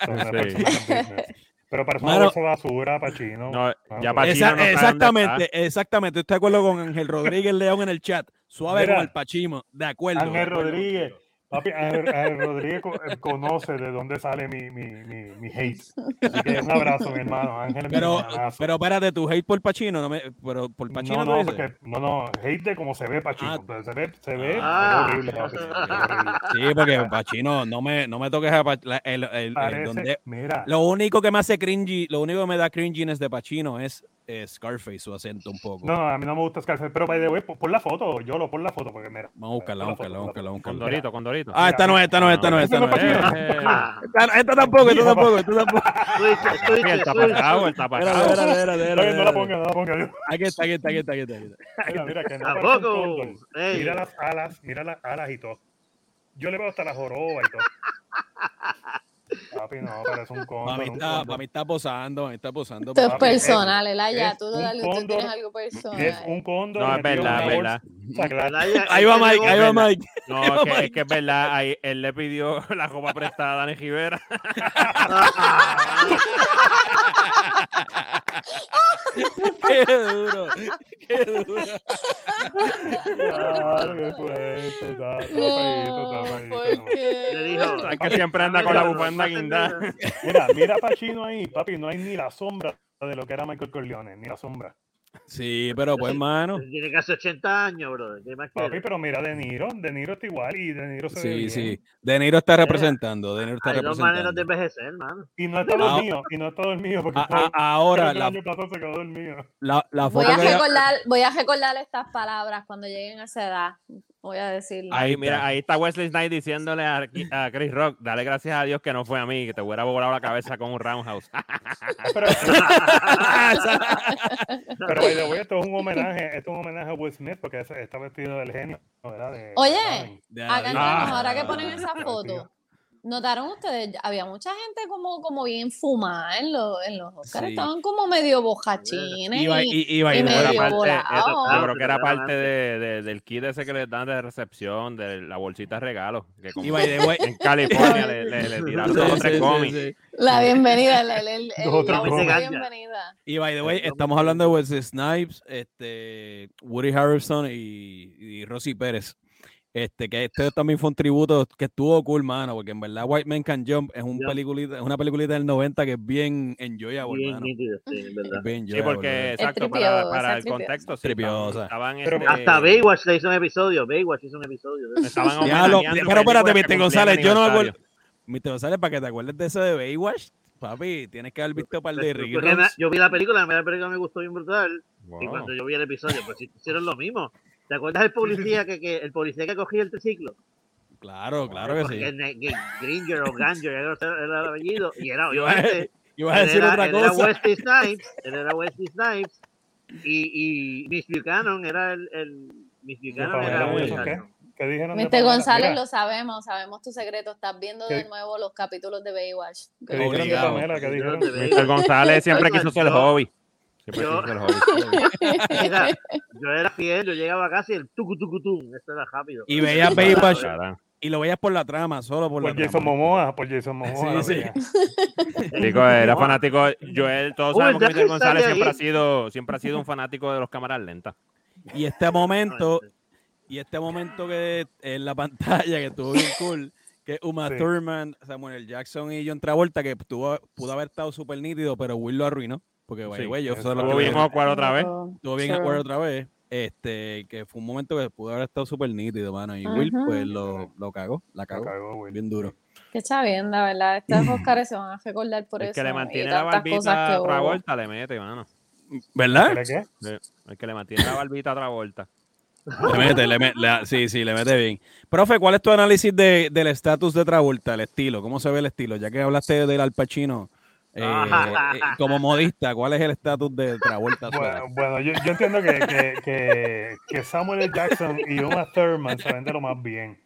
[SPEAKER 2] No es
[SPEAKER 1] Sí.
[SPEAKER 2] personal, es business. Pero parece una
[SPEAKER 3] Mano-
[SPEAKER 2] bolsa de basura, Pachino.
[SPEAKER 1] No, ya
[SPEAKER 2] Ah,
[SPEAKER 1] Pachino
[SPEAKER 3] Esa-
[SPEAKER 1] no sabe dónde
[SPEAKER 3] exactamente, exactamente. Estoy de acuerdo con Ángel Rodríguez León en el chat. Suave
[SPEAKER 2] Mira.
[SPEAKER 3] con el Pachimo. De acuerdo. de
[SPEAKER 2] Ángel
[SPEAKER 3] acuerdo
[SPEAKER 2] Rodríguez.
[SPEAKER 3] contigo.
[SPEAKER 2] Papi, Ángel, Ángel Rodríguez co- eh, conoce de dónde sale mi, mi, mi, mi hate. Así que un abrazo, mi hermano. Ángel, mi
[SPEAKER 3] Pero,
[SPEAKER 2] hermanazo.
[SPEAKER 3] pero espérate, tu hate por Pachino, no me, pero por Pachino
[SPEAKER 2] no, no,
[SPEAKER 3] tú dices.
[SPEAKER 2] porque- no, no, hate de cómo se ve Pachino.
[SPEAKER 3] Ah.
[SPEAKER 2] pero Se ve, se ve
[SPEAKER 4] Ah.
[SPEAKER 2] horrible, papi, se ve horrible.
[SPEAKER 3] Sí, porque Pachino, no me, no me toques a Pachino. El, el- el-
[SPEAKER 2] Parece,
[SPEAKER 3] donde-
[SPEAKER 2] mira,
[SPEAKER 3] Lo único que me hace cringy, lo único que me da cringiness de Pachino es eh, Scarface, su acento un poco.
[SPEAKER 2] no, no, a mí no me gusta Scarface, pero by the way, pon pon la foto, yo lo pon la foto, porque mira.
[SPEAKER 3] Vamos a buscarla,
[SPEAKER 2] Pon
[SPEAKER 3] vamos
[SPEAKER 2] la
[SPEAKER 3] a buscarla, vamos
[SPEAKER 2] foto,
[SPEAKER 3] a buscarla, vamos a
[SPEAKER 1] Con
[SPEAKER 3] buscarla.
[SPEAKER 1] Dorito, con Dorito.
[SPEAKER 3] Ah, esta no es, esta no es, esta no es, esta no es.
[SPEAKER 1] Eh,
[SPEAKER 4] Ah,
[SPEAKER 3] Esta, esta tampoco, esta
[SPEAKER 2] Mira, pa-
[SPEAKER 3] tampoco, esta tampoco.
[SPEAKER 4] switch, switch,
[SPEAKER 1] El
[SPEAKER 4] switch.
[SPEAKER 1] tapacabo, el
[SPEAKER 3] Espera,
[SPEAKER 1] tapacabo.
[SPEAKER 3] espera,
[SPEAKER 2] Está
[SPEAKER 3] espera, espera,
[SPEAKER 2] bien, No la
[SPEAKER 3] espera.
[SPEAKER 2] ponga, no la ponga.
[SPEAKER 3] Aquí está, aquí está, aquí está, aquí está. aquí está.
[SPEAKER 2] Mira, mira, que no parece un
[SPEAKER 4] Tampoco.
[SPEAKER 2] cóndor.
[SPEAKER 4] Ey,
[SPEAKER 2] Mira las alas, mira las alas y todo. Yo le veo hasta la joroba y todo. Papi, no, parece un cóndor.
[SPEAKER 3] Mami
[SPEAKER 2] un
[SPEAKER 3] está,
[SPEAKER 2] cóndor.
[SPEAKER 3] mami está posando, mami está posando.
[SPEAKER 5] Esto es
[SPEAKER 3] papi.
[SPEAKER 5] personal, Elaya,
[SPEAKER 2] es
[SPEAKER 5] tú,
[SPEAKER 2] un
[SPEAKER 5] dale, tú
[SPEAKER 2] cóndor-
[SPEAKER 5] tienes algo
[SPEAKER 2] Es
[SPEAKER 5] personal.
[SPEAKER 2] un cóndor.
[SPEAKER 1] No, es
[SPEAKER 2] metido en
[SPEAKER 1] verdad,
[SPEAKER 2] una
[SPEAKER 1] es verdad.
[SPEAKER 2] bolsa clara.
[SPEAKER 4] Elaya,
[SPEAKER 3] Ahí va
[SPEAKER 4] este
[SPEAKER 3] Mike, ahí va Mike.
[SPEAKER 1] No,
[SPEAKER 3] Oh
[SPEAKER 1] es que, es que es verdad, ahí, él le pidió la ropa prestada a Dani Rivera.
[SPEAKER 3] Qué duro, qué duro.
[SPEAKER 2] Claro, qué fuerte, está- está feíto, está feíto,
[SPEAKER 5] ¿por
[SPEAKER 2] no.
[SPEAKER 4] Le
[SPEAKER 5] qué?
[SPEAKER 4] dijo,
[SPEAKER 1] Es que siempre anda con la bufanda guindada.
[SPEAKER 2] Mira, mira a Pacino ahí, papi, no hay ni la sombra de lo que era Michael Corleone, ni la sombra.
[SPEAKER 3] Sí, pero pues, mano.
[SPEAKER 4] Tiene casi 80 años, bro. ¿Qué más
[SPEAKER 2] Papi,
[SPEAKER 4] quieres?
[SPEAKER 2] pero mira, De Niro, De Niro está igual y De Niro se ve
[SPEAKER 3] Sí,
[SPEAKER 2] bien.
[SPEAKER 3] sí. De Niro está representando. De Niro está
[SPEAKER 4] Hay dos maneras de
[SPEAKER 3] representando.
[SPEAKER 4] envejecer, mano.
[SPEAKER 2] Y no está
[SPEAKER 3] Ah.
[SPEAKER 2] dormido, y no está dormido porque
[SPEAKER 3] A- a- ahora,
[SPEAKER 2] el
[SPEAKER 3] la,
[SPEAKER 2] año pasado se quedó dormido.
[SPEAKER 3] la, la
[SPEAKER 5] Voy
[SPEAKER 3] foto
[SPEAKER 5] a,
[SPEAKER 3] que ella-
[SPEAKER 5] recordar, voy a recordar estas palabras cuando lleguen a esa edad. Voy a decirlo.
[SPEAKER 1] Ahí,
[SPEAKER 3] está.
[SPEAKER 1] mira, ahí está Wesley Snipes diciéndole a, a Chris Rock, dale gracias a Dios que no fue a mí, que te hubiera volado la cabeza con un roundhouse.
[SPEAKER 5] Ah,
[SPEAKER 2] Pero, pero by the way, esto es un homenaje, esto es un homenaje a Will Smith porque ese- está vestido del genio, ¿verdad? De-
[SPEAKER 5] Oye,
[SPEAKER 2] Robin.
[SPEAKER 3] de-
[SPEAKER 5] Hagan
[SPEAKER 1] Ah.
[SPEAKER 5] menos, ahora que ponen esa
[SPEAKER 2] Ay,
[SPEAKER 5] foto.
[SPEAKER 2] tío.
[SPEAKER 5] ¿Notaron ustedes? Había mucha gente como, como bien fumada en, los en los Oscars.
[SPEAKER 3] Sí.
[SPEAKER 5] Estaban como medio bojachines.
[SPEAKER 3] Y, ba-
[SPEAKER 5] y-
[SPEAKER 3] y, y bailó.
[SPEAKER 5] medio
[SPEAKER 1] Era parte- eh,
[SPEAKER 5] volado.
[SPEAKER 1] Yo creo que era parte de- de- del kit ese que les dan de recepción, de la bolsita de regalo. Que como
[SPEAKER 3] Y by the way-
[SPEAKER 1] en California le, le- le tiraron
[SPEAKER 3] Sí,
[SPEAKER 1] dos o
[SPEAKER 3] sí,
[SPEAKER 1] tres
[SPEAKER 3] sí,
[SPEAKER 1] cómics.
[SPEAKER 3] sí.
[SPEAKER 5] La bienvenida, el- el- el- el-
[SPEAKER 2] Dos o tres
[SPEAKER 5] la bolsa de
[SPEAKER 4] gomas.
[SPEAKER 5] bienvenida.
[SPEAKER 3] Y by the way,
[SPEAKER 4] Perdón,
[SPEAKER 3] estamos
[SPEAKER 4] perdón.
[SPEAKER 3] hablando de Wesley Snipes, este, Woody Harrelson y, y Rosy Pérez. Este, que este también fue un tributo que estuvo cool, mano, porque en verdad White Man Can Jump es, un
[SPEAKER 4] Jump.
[SPEAKER 3] peliculita, es una peliculita del 90 que es bien enjoyable,
[SPEAKER 4] Bien
[SPEAKER 3] mano.
[SPEAKER 4] nítido, sí, es verdad.
[SPEAKER 3] Es bien
[SPEAKER 1] Sí,
[SPEAKER 3] enjoyable,
[SPEAKER 1] porque
[SPEAKER 3] mano.
[SPEAKER 1] exacto, para,
[SPEAKER 5] tripiosa,
[SPEAKER 1] para
[SPEAKER 5] es
[SPEAKER 1] el
[SPEAKER 5] tripiosa.
[SPEAKER 1] contexto, sí,
[SPEAKER 3] Tripiosa.
[SPEAKER 1] estaban,
[SPEAKER 2] Pero-
[SPEAKER 1] este,
[SPEAKER 3] Eh,
[SPEAKER 4] Hasta Baywatch le hizo un episodio. Baywatch hizo un episodio. de eso.
[SPEAKER 1] estaban
[SPEAKER 3] Ya lo-
[SPEAKER 1] homenajeando
[SPEAKER 3] pero espérate,
[SPEAKER 1] películas que
[SPEAKER 3] Mr.
[SPEAKER 1] cumplían
[SPEAKER 3] González, yo no me acuerdo.
[SPEAKER 1] aniversario.
[SPEAKER 3] Mr. González, para que te acuerdes de eso de Baywatch, papi, tienes que haber visto para el de
[SPEAKER 4] Porque me-
[SPEAKER 3] reruns.
[SPEAKER 4] Yo vi la película, la película me gustó bien brutal. Y
[SPEAKER 1] Wow.
[SPEAKER 4] cuando yo vi el episodio, pues hicieron lo mismo. ¿Te acuerdas del policía que, que- el policía que cogía el triciclo?
[SPEAKER 3] Claro, claro que sí.
[SPEAKER 4] El, el- el Gringer o Ganger era, era el apellido. Y era, obviamente,
[SPEAKER 3] Yo a decir
[SPEAKER 4] era,
[SPEAKER 3] otra
[SPEAKER 4] él era
[SPEAKER 3] cosa.
[SPEAKER 4] Wesley Snipes, él era Wesley Snipes. Y, y Miss Buchanan era el, el Miss Buchanan
[SPEAKER 2] Pamela
[SPEAKER 4] era Wesley
[SPEAKER 2] Wilson, ¿qué?
[SPEAKER 4] Snipes.
[SPEAKER 2] ¿Qué dijeron de
[SPEAKER 5] Mr.
[SPEAKER 2] Pamela?
[SPEAKER 5] González,
[SPEAKER 2] Mira,
[SPEAKER 5] lo sabemos, sabemos tu secreto. Estás viendo de
[SPEAKER 2] ¿Qué?
[SPEAKER 5] nuevo los capítulos de Baywatch.
[SPEAKER 2] ¿Qué dijeron de
[SPEAKER 3] Obligado.
[SPEAKER 2] Pamela? ¿Qué dijeron?
[SPEAKER 4] Yo no te veo.
[SPEAKER 1] Mr. González siempre
[SPEAKER 4] Oigan,
[SPEAKER 1] quiso ser el
[SPEAKER 4] yo-
[SPEAKER 1] hobby. Siempre
[SPEAKER 4] yo-
[SPEAKER 1] quiso ser el hobby.
[SPEAKER 4] Mira, yo era fiel, yo llegaba casi el tucu tucu tum, esto era rápido.
[SPEAKER 3] Y veía Baywatch.
[SPEAKER 2] pues,
[SPEAKER 4] Baywatch
[SPEAKER 1] Caramba.
[SPEAKER 3] Y lo veías por la trama, solo por la
[SPEAKER 2] Por Jason
[SPEAKER 3] trama.
[SPEAKER 2] Momoa, por Jason Momoa.
[SPEAKER 3] Sí,
[SPEAKER 2] la
[SPEAKER 3] sí.
[SPEAKER 2] veía.
[SPEAKER 1] Chico, era fanático, Joel, todos
[SPEAKER 4] Uy,
[SPEAKER 1] sabemos que
[SPEAKER 4] Jackson
[SPEAKER 1] Mr. González
[SPEAKER 4] sale
[SPEAKER 1] siempre
[SPEAKER 4] ahí.
[SPEAKER 1] ha, sido, siempre ha sido un fanático de los cámaras lentas.
[SPEAKER 3] Y este momento, y este momento que en la pantalla que estuvo bien cool, que Uma
[SPEAKER 2] Sí.
[SPEAKER 3] Thurman, Samuel L. Jackson y John Travolta, que estuvo- pudo haber estado súper nítido, pero Will lo arruinó. Porque, by the
[SPEAKER 1] Sí,
[SPEAKER 3] way, yo solo
[SPEAKER 1] Estuvo bien awkward otra vez.
[SPEAKER 3] estuvo bien
[SPEAKER 5] Sure.
[SPEAKER 3] awkward otra vez. Este, que fue un momento que pudo haber estado súper nítido, mano. Y Will,
[SPEAKER 5] Ajá.
[SPEAKER 3] pues lo, lo cagó, la
[SPEAKER 2] Lo
[SPEAKER 3] cagó.
[SPEAKER 2] cagó, güey.
[SPEAKER 3] Bien duro.
[SPEAKER 5] Qué chavienda, ¿verdad? Estos Oscars se van a recordar por
[SPEAKER 1] El
[SPEAKER 5] eso.
[SPEAKER 1] que le mantiene
[SPEAKER 5] y
[SPEAKER 1] la
[SPEAKER 5] tantas cosas
[SPEAKER 1] barbita
[SPEAKER 5] que
[SPEAKER 1] a
[SPEAKER 5] hubo.
[SPEAKER 1] otra vuelta le mete, mano.
[SPEAKER 3] ¿Verdad?
[SPEAKER 2] ¿Era qué?
[SPEAKER 1] El que le mantiene la barbita a otra vuelta.
[SPEAKER 3] Le mete, le mete, sí, sí, le mete bien. Profe, ¿cuál es tu análisis de, del estatus de Travolta, el estilo? ¿Cómo se ve el estilo? Ya que hablaste del Al Pacino eh, eh, como modista, ¿cuál es el estatus de Travolta?
[SPEAKER 2] Bueno,
[SPEAKER 3] Suárez?
[SPEAKER 2] bueno, yo, yo entiendo que, que, que, que Samuel L. Jackson y Uma Thurman se venden lo más bien.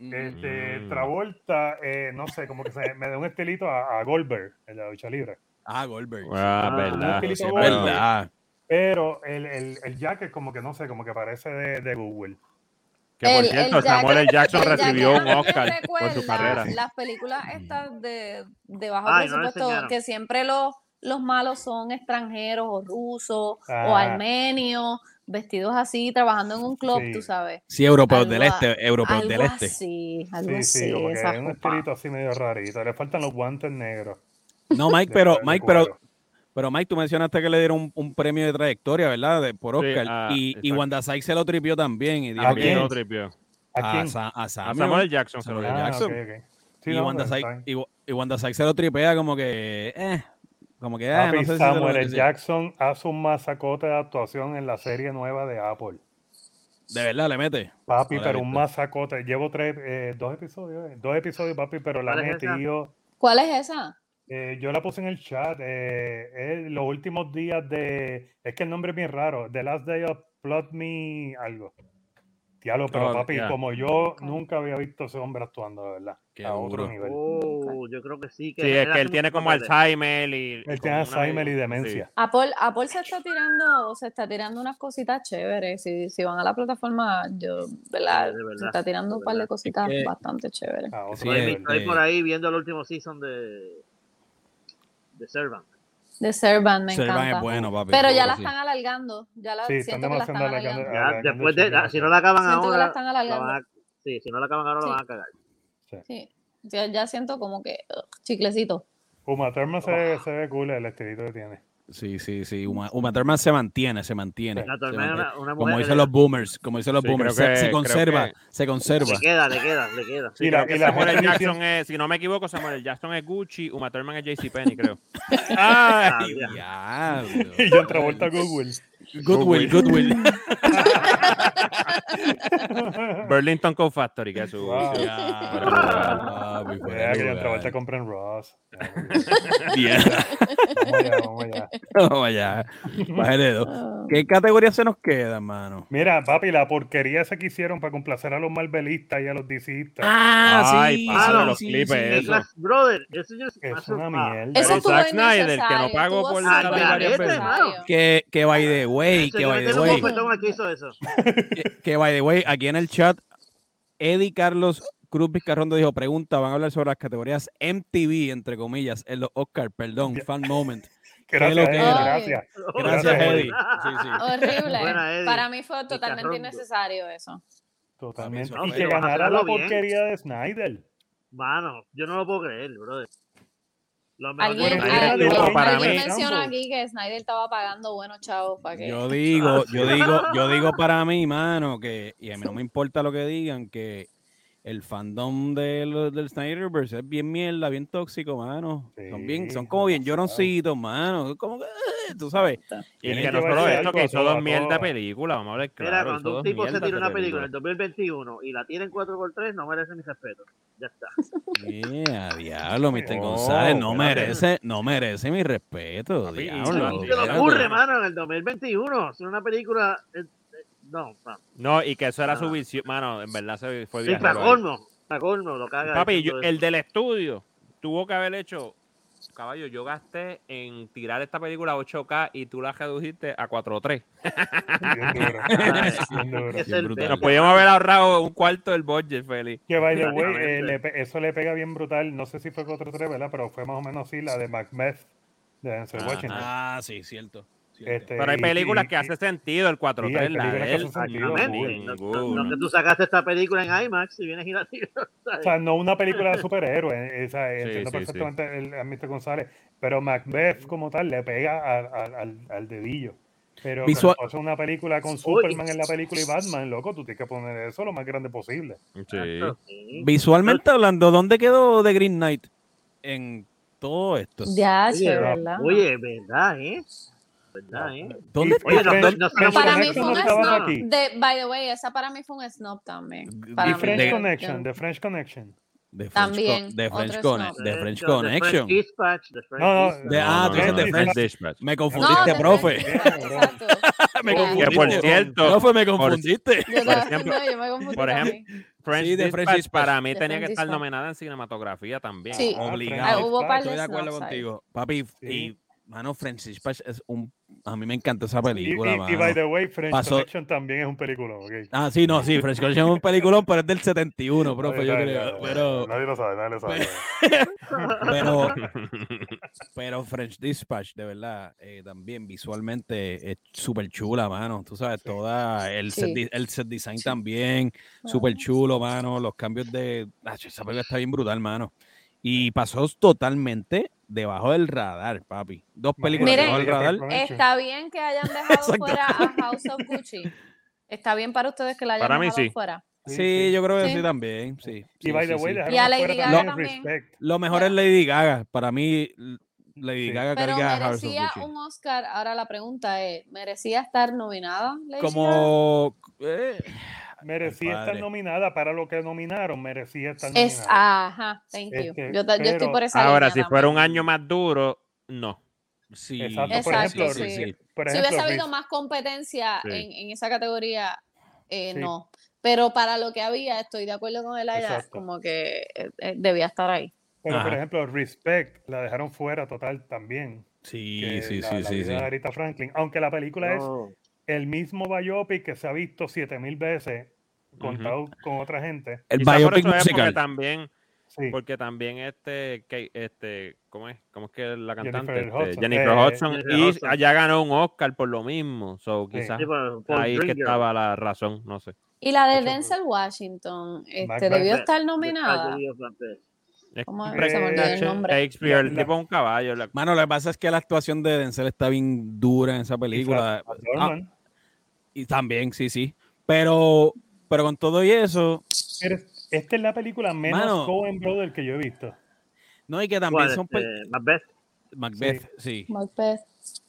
[SPEAKER 2] Este,
[SPEAKER 1] Mm.
[SPEAKER 2] Travolta, eh, no sé, como que se, me da un estilito a, a Goldberg, el de la lucha libre.
[SPEAKER 3] Ah, Goldberg.
[SPEAKER 1] Ah,
[SPEAKER 3] Ah,
[SPEAKER 1] verdad.
[SPEAKER 3] sí, es
[SPEAKER 2] Felipe Goldberg.
[SPEAKER 3] verdad.
[SPEAKER 2] Pero el, el, el jacket como que no sé, como que parece de, de Google.
[SPEAKER 1] Que por
[SPEAKER 5] El-
[SPEAKER 1] cierto,
[SPEAKER 5] el
[SPEAKER 1] Samuel L. Jackson
[SPEAKER 5] el Jack
[SPEAKER 1] recibió un
[SPEAKER 5] Nicholson
[SPEAKER 1] Oscar por
[SPEAKER 5] recuerda
[SPEAKER 1] su carrera.
[SPEAKER 5] Las películas estas de, de bajo
[SPEAKER 4] Ay, no le
[SPEAKER 5] presupuesto,
[SPEAKER 4] enseñaron.
[SPEAKER 5] que siempre los, los malos son extranjeros o rusos o
[SPEAKER 2] Ah.
[SPEAKER 5] armenios, vestidos así, trabajando en un club,
[SPEAKER 2] Sí.
[SPEAKER 5] tú sabes.
[SPEAKER 3] Sí, europeos
[SPEAKER 5] Algo
[SPEAKER 3] del
[SPEAKER 5] a-
[SPEAKER 3] este, europeos
[SPEAKER 5] algo
[SPEAKER 3] del este.
[SPEAKER 5] así, algo
[SPEAKER 2] Sí,
[SPEAKER 5] así.
[SPEAKER 2] sí, como que
[SPEAKER 5] esa
[SPEAKER 2] es un
[SPEAKER 5] ropa.
[SPEAKER 2] estilito así medio rarito. Le faltan los guantes negros.
[SPEAKER 3] No, Mike,
[SPEAKER 2] de-
[SPEAKER 3] pero,
[SPEAKER 2] de
[SPEAKER 3] Mike, pero,
[SPEAKER 2] cuero.
[SPEAKER 3] pero Mike, tú mencionaste que le dieron un, un premio de trayectoria, ¿verdad? De- por
[SPEAKER 1] Sí,
[SPEAKER 3] Oscar.
[SPEAKER 1] ah,
[SPEAKER 3] y, y
[SPEAKER 1] exacto.
[SPEAKER 3] Wanda Sykes se lo tripió también. Y dijo
[SPEAKER 2] ¿A
[SPEAKER 1] También
[SPEAKER 2] quién?
[SPEAKER 1] lo
[SPEAKER 3] que
[SPEAKER 1] tripió.
[SPEAKER 2] ¿A
[SPEAKER 3] a,
[SPEAKER 2] quién?
[SPEAKER 3] Sa- a
[SPEAKER 1] A
[SPEAKER 3] Ah, Samuel.
[SPEAKER 1] Samuel L. Jackson se lo dio.
[SPEAKER 3] Samuel L.
[SPEAKER 2] Ah,
[SPEAKER 3] Jackson.
[SPEAKER 2] ok, ok. Sí,
[SPEAKER 3] y,
[SPEAKER 2] no,
[SPEAKER 3] Wanda
[SPEAKER 2] está
[SPEAKER 3] Sykes-
[SPEAKER 2] bien.
[SPEAKER 3] y, Wa- y Wanda Sykes se lo tripea como que. Eh, como que. eh,
[SPEAKER 2] Papi,
[SPEAKER 3] no sé si se lo
[SPEAKER 2] Samuel L.
[SPEAKER 3] merece.
[SPEAKER 2] Jackson hace un masacote de actuación en la serie nueva de Apple.
[SPEAKER 3] De verdad, le mete.
[SPEAKER 2] Papi,
[SPEAKER 3] No la he
[SPEAKER 2] pero un
[SPEAKER 3] visto.
[SPEAKER 2] masacote. Llevo tres, eh, dos episodios, eh. dos episodios, papi, pero la
[SPEAKER 4] ¿Cuál es esa?
[SPEAKER 2] metido.
[SPEAKER 5] ¿Cuál es esa?
[SPEAKER 2] Eh, yo la puse en el chat. eh, eh, los últimos días de. Es que el nombre es bien raro. The Last Day of Plot Me algo. Diablo, pero
[SPEAKER 3] Oh,
[SPEAKER 2] papi,
[SPEAKER 3] ya.
[SPEAKER 2] como yo
[SPEAKER 5] Ok.
[SPEAKER 2] nunca había visto a ese hombre actuando, de verdad.
[SPEAKER 3] Qué
[SPEAKER 2] a otro
[SPEAKER 3] duro.
[SPEAKER 2] nivel.
[SPEAKER 4] Oh, yo creo que sí.
[SPEAKER 1] Sí, es
[SPEAKER 4] era
[SPEAKER 1] que él
[SPEAKER 4] así
[SPEAKER 1] tiene
[SPEAKER 4] mucho
[SPEAKER 1] como
[SPEAKER 4] papel.
[SPEAKER 1] Alzheimer y.
[SPEAKER 2] Él tiene
[SPEAKER 1] como una-
[SPEAKER 2] Alzheimer y
[SPEAKER 1] sí.
[SPEAKER 2] demencia.
[SPEAKER 5] Apple, Apple se está tirando, se está tirando unas cositas chéveres. Si, si van a la plataforma, yo, ¿verdad?
[SPEAKER 4] Sí, de verdad,
[SPEAKER 5] se está tirando
[SPEAKER 4] de
[SPEAKER 5] un par de
[SPEAKER 4] verdad.
[SPEAKER 5] cositas
[SPEAKER 3] que-
[SPEAKER 5] bastante chéveres.
[SPEAKER 2] A otro
[SPEAKER 3] Sí,
[SPEAKER 4] Estoy,
[SPEAKER 2] nivel.
[SPEAKER 3] el-
[SPEAKER 4] estoy
[SPEAKER 3] de-
[SPEAKER 4] por ahí viendo el último season de, de Servant.
[SPEAKER 5] De Servant me
[SPEAKER 3] Servan
[SPEAKER 5] encanta.
[SPEAKER 3] es bueno, papi.
[SPEAKER 5] Pero ya
[SPEAKER 3] seguro
[SPEAKER 5] la
[SPEAKER 3] sí.
[SPEAKER 5] están alargando. Ya la,
[SPEAKER 2] Sí, están
[SPEAKER 5] siento que la están
[SPEAKER 2] demasiado alargando.
[SPEAKER 5] alargando.
[SPEAKER 4] Ya,
[SPEAKER 2] Alargando
[SPEAKER 4] después
[SPEAKER 2] el
[SPEAKER 4] de,
[SPEAKER 2] chingazo.
[SPEAKER 4] si no la acaban
[SPEAKER 5] Siento que la
[SPEAKER 4] ahora,
[SPEAKER 5] están
[SPEAKER 4] la van
[SPEAKER 5] alargando.
[SPEAKER 4] a- sí, si no la acaban ahora,
[SPEAKER 5] Sí.
[SPEAKER 4] la van a cagar.
[SPEAKER 5] Sí. Ya, ya siento como que ugh, uh, chiclecito.
[SPEAKER 3] Oh.
[SPEAKER 2] Uma Thurman se, se ve cool el estilito que tiene.
[SPEAKER 3] Sí, sí, sí. Uma, Uma Thurman se mantiene, se mantiene.
[SPEAKER 4] Uma
[SPEAKER 3] se
[SPEAKER 4] Thurman
[SPEAKER 3] mantiene.
[SPEAKER 4] era una
[SPEAKER 3] como
[SPEAKER 4] mujer
[SPEAKER 3] dicen los boomers, como dicen los
[SPEAKER 1] Sí,
[SPEAKER 3] boomers.
[SPEAKER 1] creo
[SPEAKER 3] Se,
[SPEAKER 1] que-
[SPEAKER 3] se
[SPEAKER 1] creo
[SPEAKER 3] conserva,
[SPEAKER 1] que-
[SPEAKER 3] se conserva.
[SPEAKER 4] Le queda, le queda, le queda.
[SPEAKER 1] Sí,
[SPEAKER 2] Y la-
[SPEAKER 1] creo que
[SPEAKER 2] y la
[SPEAKER 1] Samuel
[SPEAKER 2] gente
[SPEAKER 1] L.
[SPEAKER 2] dice-
[SPEAKER 1] Jackson es, si no me equivoco, Samuel L. Jackson es Gucci, Uma Thurman es JCPenney, creo. ¡Ah!
[SPEAKER 4] Ah, ya.
[SPEAKER 3] Diablo.
[SPEAKER 2] Y yo vuelta a Google.
[SPEAKER 3] Goodwill, Goodwill.
[SPEAKER 1] Burlington Co Factory, que es su...
[SPEAKER 2] Wow.
[SPEAKER 1] su-
[SPEAKER 3] Ah, mi fuera
[SPEAKER 2] Vea que
[SPEAKER 3] lugar.
[SPEAKER 2] John Travolta compra en Ross.
[SPEAKER 3] Diablo.
[SPEAKER 2] Vamos allá, vamos allá.
[SPEAKER 3] Vamos allá. Bájale dos.
[SPEAKER 5] Ah.
[SPEAKER 3] ¿Qué categoría se nos queda, mano?
[SPEAKER 2] Mira, papi, la porquería esa que hicieron para complacer a los marvelistas y a los DCistas.
[SPEAKER 3] Ah,
[SPEAKER 1] Ay, pájalo,
[SPEAKER 4] sí,
[SPEAKER 1] los
[SPEAKER 3] sí,
[SPEAKER 1] clipes,
[SPEAKER 3] sí.
[SPEAKER 1] eso.
[SPEAKER 4] Nicholas Brother, eso yo
[SPEAKER 2] es
[SPEAKER 4] eso-
[SPEAKER 2] una
[SPEAKER 4] ah,
[SPEAKER 2] mierda.
[SPEAKER 5] Eso
[SPEAKER 1] Pero
[SPEAKER 5] estuvo
[SPEAKER 1] Zack Snyder, que no
[SPEAKER 5] innecesario,
[SPEAKER 1] pagó
[SPEAKER 5] estuvo
[SPEAKER 1] por
[SPEAKER 5] súper
[SPEAKER 1] la ley varias
[SPEAKER 5] innecesario.
[SPEAKER 4] veces.
[SPEAKER 3] Que, que by the way,
[SPEAKER 4] se le
[SPEAKER 3] que by the
[SPEAKER 4] meten un
[SPEAKER 3] way,
[SPEAKER 4] bofetón al que hizo eso.
[SPEAKER 3] que- que by the way, aquí en el chat, Eddie Carlos Cruz Vizcarrondo dijo, pregunta, van a hablar sobre las categorías MTV, entre comillas, en los Oscar, perdón, fan moment.
[SPEAKER 2] Gracias,
[SPEAKER 3] lo que
[SPEAKER 2] Eddie,
[SPEAKER 5] era.
[SPEAKER 2] gracias.
[SPEAKER 3] Gracias, Eddie. Sí, sí.
[SPEAKER 5] Horrible.
[SPEAKER 4] Buena, Eddie.
[SPEAKER 5] Para mí fue totalmente
[SPEAKER 4] Chicharrón.
[SPEAKER 5] innecesario eso.
[SPEAKER 2] Totalmente.
[SPEAKER 3] No,
[SPEAKER 2] Y
[SPEAKER 3] pero
[SPEAKER 2] que
[SPEAKER 4] vas a
[SPEAKER 2] ganara la
[SPEAKER 4] hacerlo bien.
[SPEAKER 2] porquería de Snyder.
[SPEAKER 4] Mano, yo no lo puedo creer, brother. Lo mejor
[SPEAKER 5] Alguien,
[SPEAKER 4] que-
[SPEAKER 1] Snyder
[SPEAKER 5] alguien-
[SPEAKER 1] estuvo para
[SPEAKER 5] alguien
[SPEAKER 1] mí.
[SPEAKER 5] menciona aquí que Snyder estaba pagando buenos chavos para que.
[SPEAKER 3] Yo digo, yo digo, yo digo para mí, mano, que, y a mí no me importa lo que digan, que el fandom de los- del Snyderverse es bien mierda, bien tóxico, mano. son bien,
[SPEAKER 2] Sí,
[SPEAKER 3] son como bien
[SPEAKER 2] demasiado.
[SPEAKER 3] lloroncitos, mano. Como que, eh, tú sabes.
[SPEAKER 1] Y
[SPEAKER 2] Tienen
[SPEAKER 1] que
[SPEAKER 2] que
[SPEAKER 1] no solo
[SPEAKER 2] llevarse
[SPEAKER 1] esto,
[SPEAKER 2] algo
[SPEAKER 1] que
[SPEAKER 2] a
[SPEAKER 1] hizo
[SPEAKER 2] toda,
[SPEAKER 1] dos mierda
[SPEAKER 2] toda.
[SPEAKER 1] películas, vamos a hablar
[SPEAKER 4] Mira,
[SPEAKER 1] claro. hizo
[SPEAKER 4] cuando
[SPEAKER 1] dos
[SPEAKER 4] un tipo se
[SPEAKER 1] mierdas
[SPEAKER 4] tira
[SPEAKER 1] de
[SPEAKER 4] una película en
[SPEAKER 1] películas.
[SPEAKER 4] el 2021 y la tiene en 4x3, no merece mi respeto. Ya está.
[SPEAKER 3] Yeah, diablo, Mr.
[SPEAKER 2] Oh,
[SPEAKER 3] González, no
[SPEAKER 2] espérate.
[SPEAKER 3] merece, no merece mi respeto,
[SPEAKER 1] Papi,
[SPEAKER 3] diablo.
[SPEAKER 1] ¿qué
[SPEAKER 4] ¿Qué le
[SPEAKER 1] Espérate.
[SPEAKER 4] ocurre, mano, en el 2021? Hacer una película. eh, eh, no, no.
[SPEAKER 1] No, y que eso era
[SPEAKER 4] Ah.
[SPEAKER 1] su visión. Mano, en verdad se fue
[SPEAKER 4] Sí,
[SPEAKER 1] bien.
[SPEAKER 4] para colmo. Para colmo, lo caga.
[SPEAKER 1] Papi, yo-
[SPEAKER 4] diciendo
[SPEAKER 1] el del estudio tuvo que haber hecho. Caballo, yo gasté en tirar esta película a 8K y tú la redujiste a 4.3.
[SPEAKER 2] Bien duro.
[SPEAKER 4] eso.
[SPEAKER 2] Bien duro.
[SPEAKER 4] Es el
[SPEAKER 3] brutal.
[SPEAKER 1] Nos podíamos haber ahorrado un cuarto del budget, Feli.
[SPEAKER 2] Que by the way,
[SPEAKER 4] Exactamente.
[SPEAKER 2] eh, le pe- eso le pega bien brutal. No sé si fue 4-3, ¿verdad? Pero fue más o menos así la de Macbeth de Denzel Washington.
[SPEAKER 3] Ah, sí, cierto. cierto.
[SPEAKER 2] Este,
[SPEAKER 1] Pero hay
[SPEAKER 2] y-
[SPEAKER 1] películas
[SPEAKER 2] y-
[SPEAKER 1] que hace
[SPEAKER 2] y-
[SPEAKER 1] sentido el 4.3,
[SPEAKER 2] hay
[SPEAKER 1] la
[SPEAKER 2] películas
[SPEAKER 1] de
[SPEAKER 2] que
[SPEAKER 1] él.
[SPEAKER 2] hacen sentido,
[SPEAKER 4] Exactamente.
[SPEAKER 1] Ninguna.
[SPEAKER 4] No, no, no que tú sacaste esta película en IMAX y vienes y la tiras.
[SPEAKER 2] O sea, no una película de superhéroes. eh, o sea, entiendo
[SPEAKER 1] sí, sí.
[SPEAKER 2] perfectamente el- a Mr. González. Pero Macbeth, como tal, le pega al- al- al, al dedillo. Pero
[SPEAKER 3] Visual-
[SPEAKER 2] cuando haces una película con Superman en la película y Batman, loco, tú tienes que poner eso lo más grande posible.
[SPEAKER 1] Sí.
[SPEAKER 4] Sí.
[SPEAKER 3] Visualmente hablando, ¿dónde quedó The Green Knight en todo esto?
[SPEAKER 5] Ya,
[SPEAKER 4] Oye,
[SPEAKER 5] che, ¿verdad?
[SPEAKER 4] Oye, ¿verdad, eh? ¿Verdad, eh?
[SPEAKER 3] ¿Dónde
[SPEAKER 2] Y- oye,
[SPEAKER 3] está?
[SPEAKER 2] French-
[SPEAKER 4] no, no,
[SPEAKER 2] French
[SPEAKER 5] para mí
[SPEAKER 2] Connection
[SPEAKER 5] fue un
[SPEAKER 2] no estaba
[SPEAKER 4] snob.
[SPEAKER 5] snob.
[SPEAKER 2] aquí.
[SPEAKER 5] De, by the way, esa para mí fue un snob también. Para
[SPEAKER 2] The
[SPEAKER 5] mí,
[SPEAKER 2] French
[SPEAKER 5] yo-
[SPEAKER 2] Connection,
[SPEAKER 5] yo-
[SPEAKER 2] The French Connection.
[SPEAKER 3] The French
[SPEAKER 5] También,
[SPEAKER 3] Con- The
[SPEAKER 5] otro
[SPEAKER 3] French
[SPEAKER 5] es
[SPEAKER 3] Conne-
[SPEAKER 5] no.
[SPEAKER 3] The French
[SPEAKER 4] Connection.
[SPEAKER 3] Connection.
[SPEAKER 2] No, no,
[SPEAKER 3] De- ah, tú
[SPEAKER 2] no,
[SPEAKER 3] dices
[SPEAKER 2] no,
[SPEAKER 3] The
[SPEAKER 2] no,
[SPEAKER 3] French.
[SPEAKER 1] Dispatch.
[SPEAKER 3] Me
[SPEAKER 5] No,
[SPEAKER 3] confundiste,
[SPEAKER 5] The
[SPEAKER 3] profe.
[SPEAKER 5] French Dispatch, exacto.
[SPEAKER 3] Me
[SPEAKER 5] Que
[SPEAKER 1] Que
[SPEAKER 5] por
[SPEAKER 3] confundiste.
[SPEAKER 1] por cierto,
[SPEAKER 3] Profe, me confundiste.
[SPEAKER 5] Yo,
[SPEAKER 1] Por
[SPEAKER 5] te-
[SPEAKER 1] ejemplo-
[SPEAKER 5] no, yo me confundí
[SPEAKER 1] por ejemplo,
[SPEAKER 5] también.
[SPEAKER 1] French
[SPEAKER 3] Sí, de French
[SPEAKER 1] Dispatch,
[SPEAKER 3] Dispatch.
[SPEAKER 1] para mí
[SPEAKER 5] De
[SPEAKER 1] tenía que
[SPEAKER 5] French
[SPEAKER 1] estar
[SPEAKER 5] Dispatch.
[SPEAKER 1] nominada en cinematografía también.
[SPEAKER 5] Sí.
[SPEAKER 2] Ah,
[SPEAKER 3] Obligado.
[SPEAKER 2] French
[SPEAKER 5] Ah, hubo
[SPEAKER 2] Dispatch.
[SPEAKER 5] par
[SPEAKER 3] Estoy de acuerdo
[SPEAKER 5] Snobs ahí.
[SPEAKER 3] contigo. Papi, y,
[SPEAKER 2] Sí.
[SPEAKER 3] mano, French Dispatch es un... A mí me encanta esa
[SPEAKER 2] Y,
[SPEAKER 3] película,
[SPEAKER 2] y- y
[SPEAKER 3] mano.
[SPEAKER 2] by the way, French
[SPEAKER 3] Pasó-
[SPEAKER 2] Connection también es un película. ok.
[SPEAKER 3] Ah, sí, no, sí, French Connection es un peliculón, pero es del 71, profe,
[SPEAKER 2] Nadie
[SPEAKER 3] yo
[SPEAKER 2] sabe,
[SPEAKER 3] creo.
[SPEAKER 2] nadie-
[SPEAKER 3] Pero,
[SPEAKER 2] Nadie lo sabe, nadie lo sabe.
[SPEAKER 3] pero, pero French Dispatch, de verdad, eh, también visualmente es súper chula, mano. Tú sabes, toda el, set,
[SPEAKER 5] Sí.
[SPEAKER 3] di- el set design también, súper chulo, mano. Los cambios de... Ah, esa película está bien brutal, mano. Y pasó totalmente debajo del radar, papi. Dos películas
[SPEAKER 5] Miren,
[SPEAKER 3] debajo del radar.
[SPEAKER 5] Está bien que hayan dejado
[SPEAKER 3] Exacto.
[SPEAKER 5] fuera a House of Gucci. Está bien para ustedes que la hayan
[SPEAKER 1] Para mí
[SPEAKER 5] dejado
[SPEAKER 1] sí.
[SPEAKER 5] fuera.
[SPEAKER 2] Sí,
[SPEAKER 3] Sí, yo creo que sí,
[SPEAKER 5] Sí.
[SPEAKER 3] también. Sí.
[SPEAKER 2] Y
[SPEAKER 3] sí,
[SPEAKER 2] by
[SPEAKER 3] sí,
[SPEAKER 2] the way,
[SPEAKER 3] sí.
[SPEAKER 2] dejaron
[SPEAKER 5] Y a
[SPEAKER 2] afuera
[SPEAKER 5] Lady
[SPEAKER 2] también
[SPEAKER 5] Gaga también.
[SPEAKER 2] Respect.
[SPEAKER 3] Lo mejor
[SPEAKER 5] Ya.
[SPEAKER 3] es Lady Gaga. Para mí, l- Lady
[SPEAKER 2] Sí.
[SPEAKER 3] Gaga
[SPEAKER 5] Pero
[SPEAKER 3] carga a House of
[SPEAKER 5] merecía
[SPEAKER 3] Gucci.
[SPEAKER 5] un Oscar. Ahora la pregunta es, ¿merecía estar nominada? Lady Gaga?
[SPEAKER 3] Como. eh,
[SPEAKER 2] Merecía estar
[SPEAKER 3] padre.
[SPEAKER 2] nominada para lo que nominaron, merecía estar nominada.
[SPEAKER 5] Es, ah, ajá, thank you.
[SPEAKER 2] Este,
[SPEAKER 5] yo, ta- yo estoy
[SPEAKER 2] pero-
[SPEAKER 5] por esa
[SPEAKER 1] Ahora,
[SPEAKER 5] línea
[SPEAKER 1] si
[SPEAKER 5] también.
[SPEAKER 1] fuera un año más duro, no.
[SPEAKER 3] sí,
[SPEAKER 2] Exacto,
[SPEAKER 5] por Exacto, ejemplo, sí.
[SPEAKER 2] Por
[SPEAKER 5] Si
[SPEAKER 2] ejemplo,
[SPEAKER 5] hubiese habido
[SPEAKER 2] Reese-
[SPEAKER 5] más competencia
[SPEAKER 1] Sí.
[SPEAKER 5] en, en esa categoría, eh,
[SPEAKER 2] Sí.
[SPEAKER 5] no. Pero para lo que había, estoy de acuerdo con el
[SPEAKER 2] Exacto.
[SPEAKER 5] como que eh, eh, debía estar ahí.
[SPEAKER 2] pero, por
[SPEAKER 3] Ajá.
[SPEAKER 2] ejemplo, Respect la dejaron fuera total también.
[SPEAKER 3] Sí,
[SPEAKER 2] que
[SPEAKER 3] sí,
[SPEAKER 2] la-
[SPEAKER 3] sí,
[SPEAKER 2] la
[SPEAKER 3] sí,
[SPEAKER 2] vida
[SPEAKER 3] sí.
[SPEAKER 2] de Aretha Franklin. Aunque la película es
[SPEAKER 4] No.
[SPEAKER 2] el mismo biopic que se ha visto 7000 veces, contado con otra gente.
[SPEAKER 3] El
[SPEAKER 1] Quizá por
[SPEAKER 3] biopic
[SPEAKER 1] eso es,
[SPEAKER 3] musical.
[SPEAKER 1] Porque también,
[SPEAKER 2] Sí.
[SPEAKER 1] porque también este, que- este, ¿cómo es? ¿Cómo es que la
[SPEAKER 2] Jennifer
[SPEAKER 1] cantante? Este, Jennifer
[SPEAKER 2] Hudson.
[SPEAKER 1] Hudson.
[SPEAKER 2] Eh,
[SPEAKER 4] Jennifer
[SPEAKER 1] y
[SPEAKER 4] Hudson.
[SPEAKER 1] allá ganó un Oscar por lo mismo. So,
[SPEAKER 2] Sí.
[SPEAKER 1] quizás
[SPEAKER 4] Sí, por- por
[SPEAKER 1] ahí es que
[SPEAKER 4] Dringer.
[SPEAKER 1] estaba la razón, no sé.
[SPEAKER 5] Y la de
[SPEAKER 2] Eso fue-
[SPEAKER 5] Denzel Washington, este,
[SPEAKER 2] Macbeth.
[SPEAKER 5] debió estar
[SPEAKER 4] Ah,
[SPEAKER 5] nominada.
[SPEAKER 4] yo digo, Frances.
[SPEAKER 5] ¿Cómo se
[SPEAKER 2] Eh,
[SPEAKER 5] me olvidó el nombre?
[SPEAKER 1] Shakespeare,
[SPEAKER 2] La-
[SPEAKER 1] el tipo es un caballo. la-
[SPEAKER 3] Mano, lo que pasa es que la actuación de Denzel está bien dura en esa película.
[SPEAKER 2] Fat
[SPEAKER 3] Ah,
[SPEAKER 2] Dorman,
[SPEAKER 3] y también, sí, sí. Pero, pero con todo y eso,
[SPEAKER 2] eres- Esta es la película menos
[SPEAKER 3] Mano. Eh,
[SPEAKER 2] Coen Brother que yo he visto.
[SPEAKER 3] no, y que también
[SPEAKER 4] ¿Cuál,
[SPEAKER 3] son...
[SPEAKER 4] este,
[SPEAKER 3] pel-
[SPEAKER 4] Macbeth?
[SPEAKER 3] Macbeth, sí.
[SPEAKER 5] Macbeth.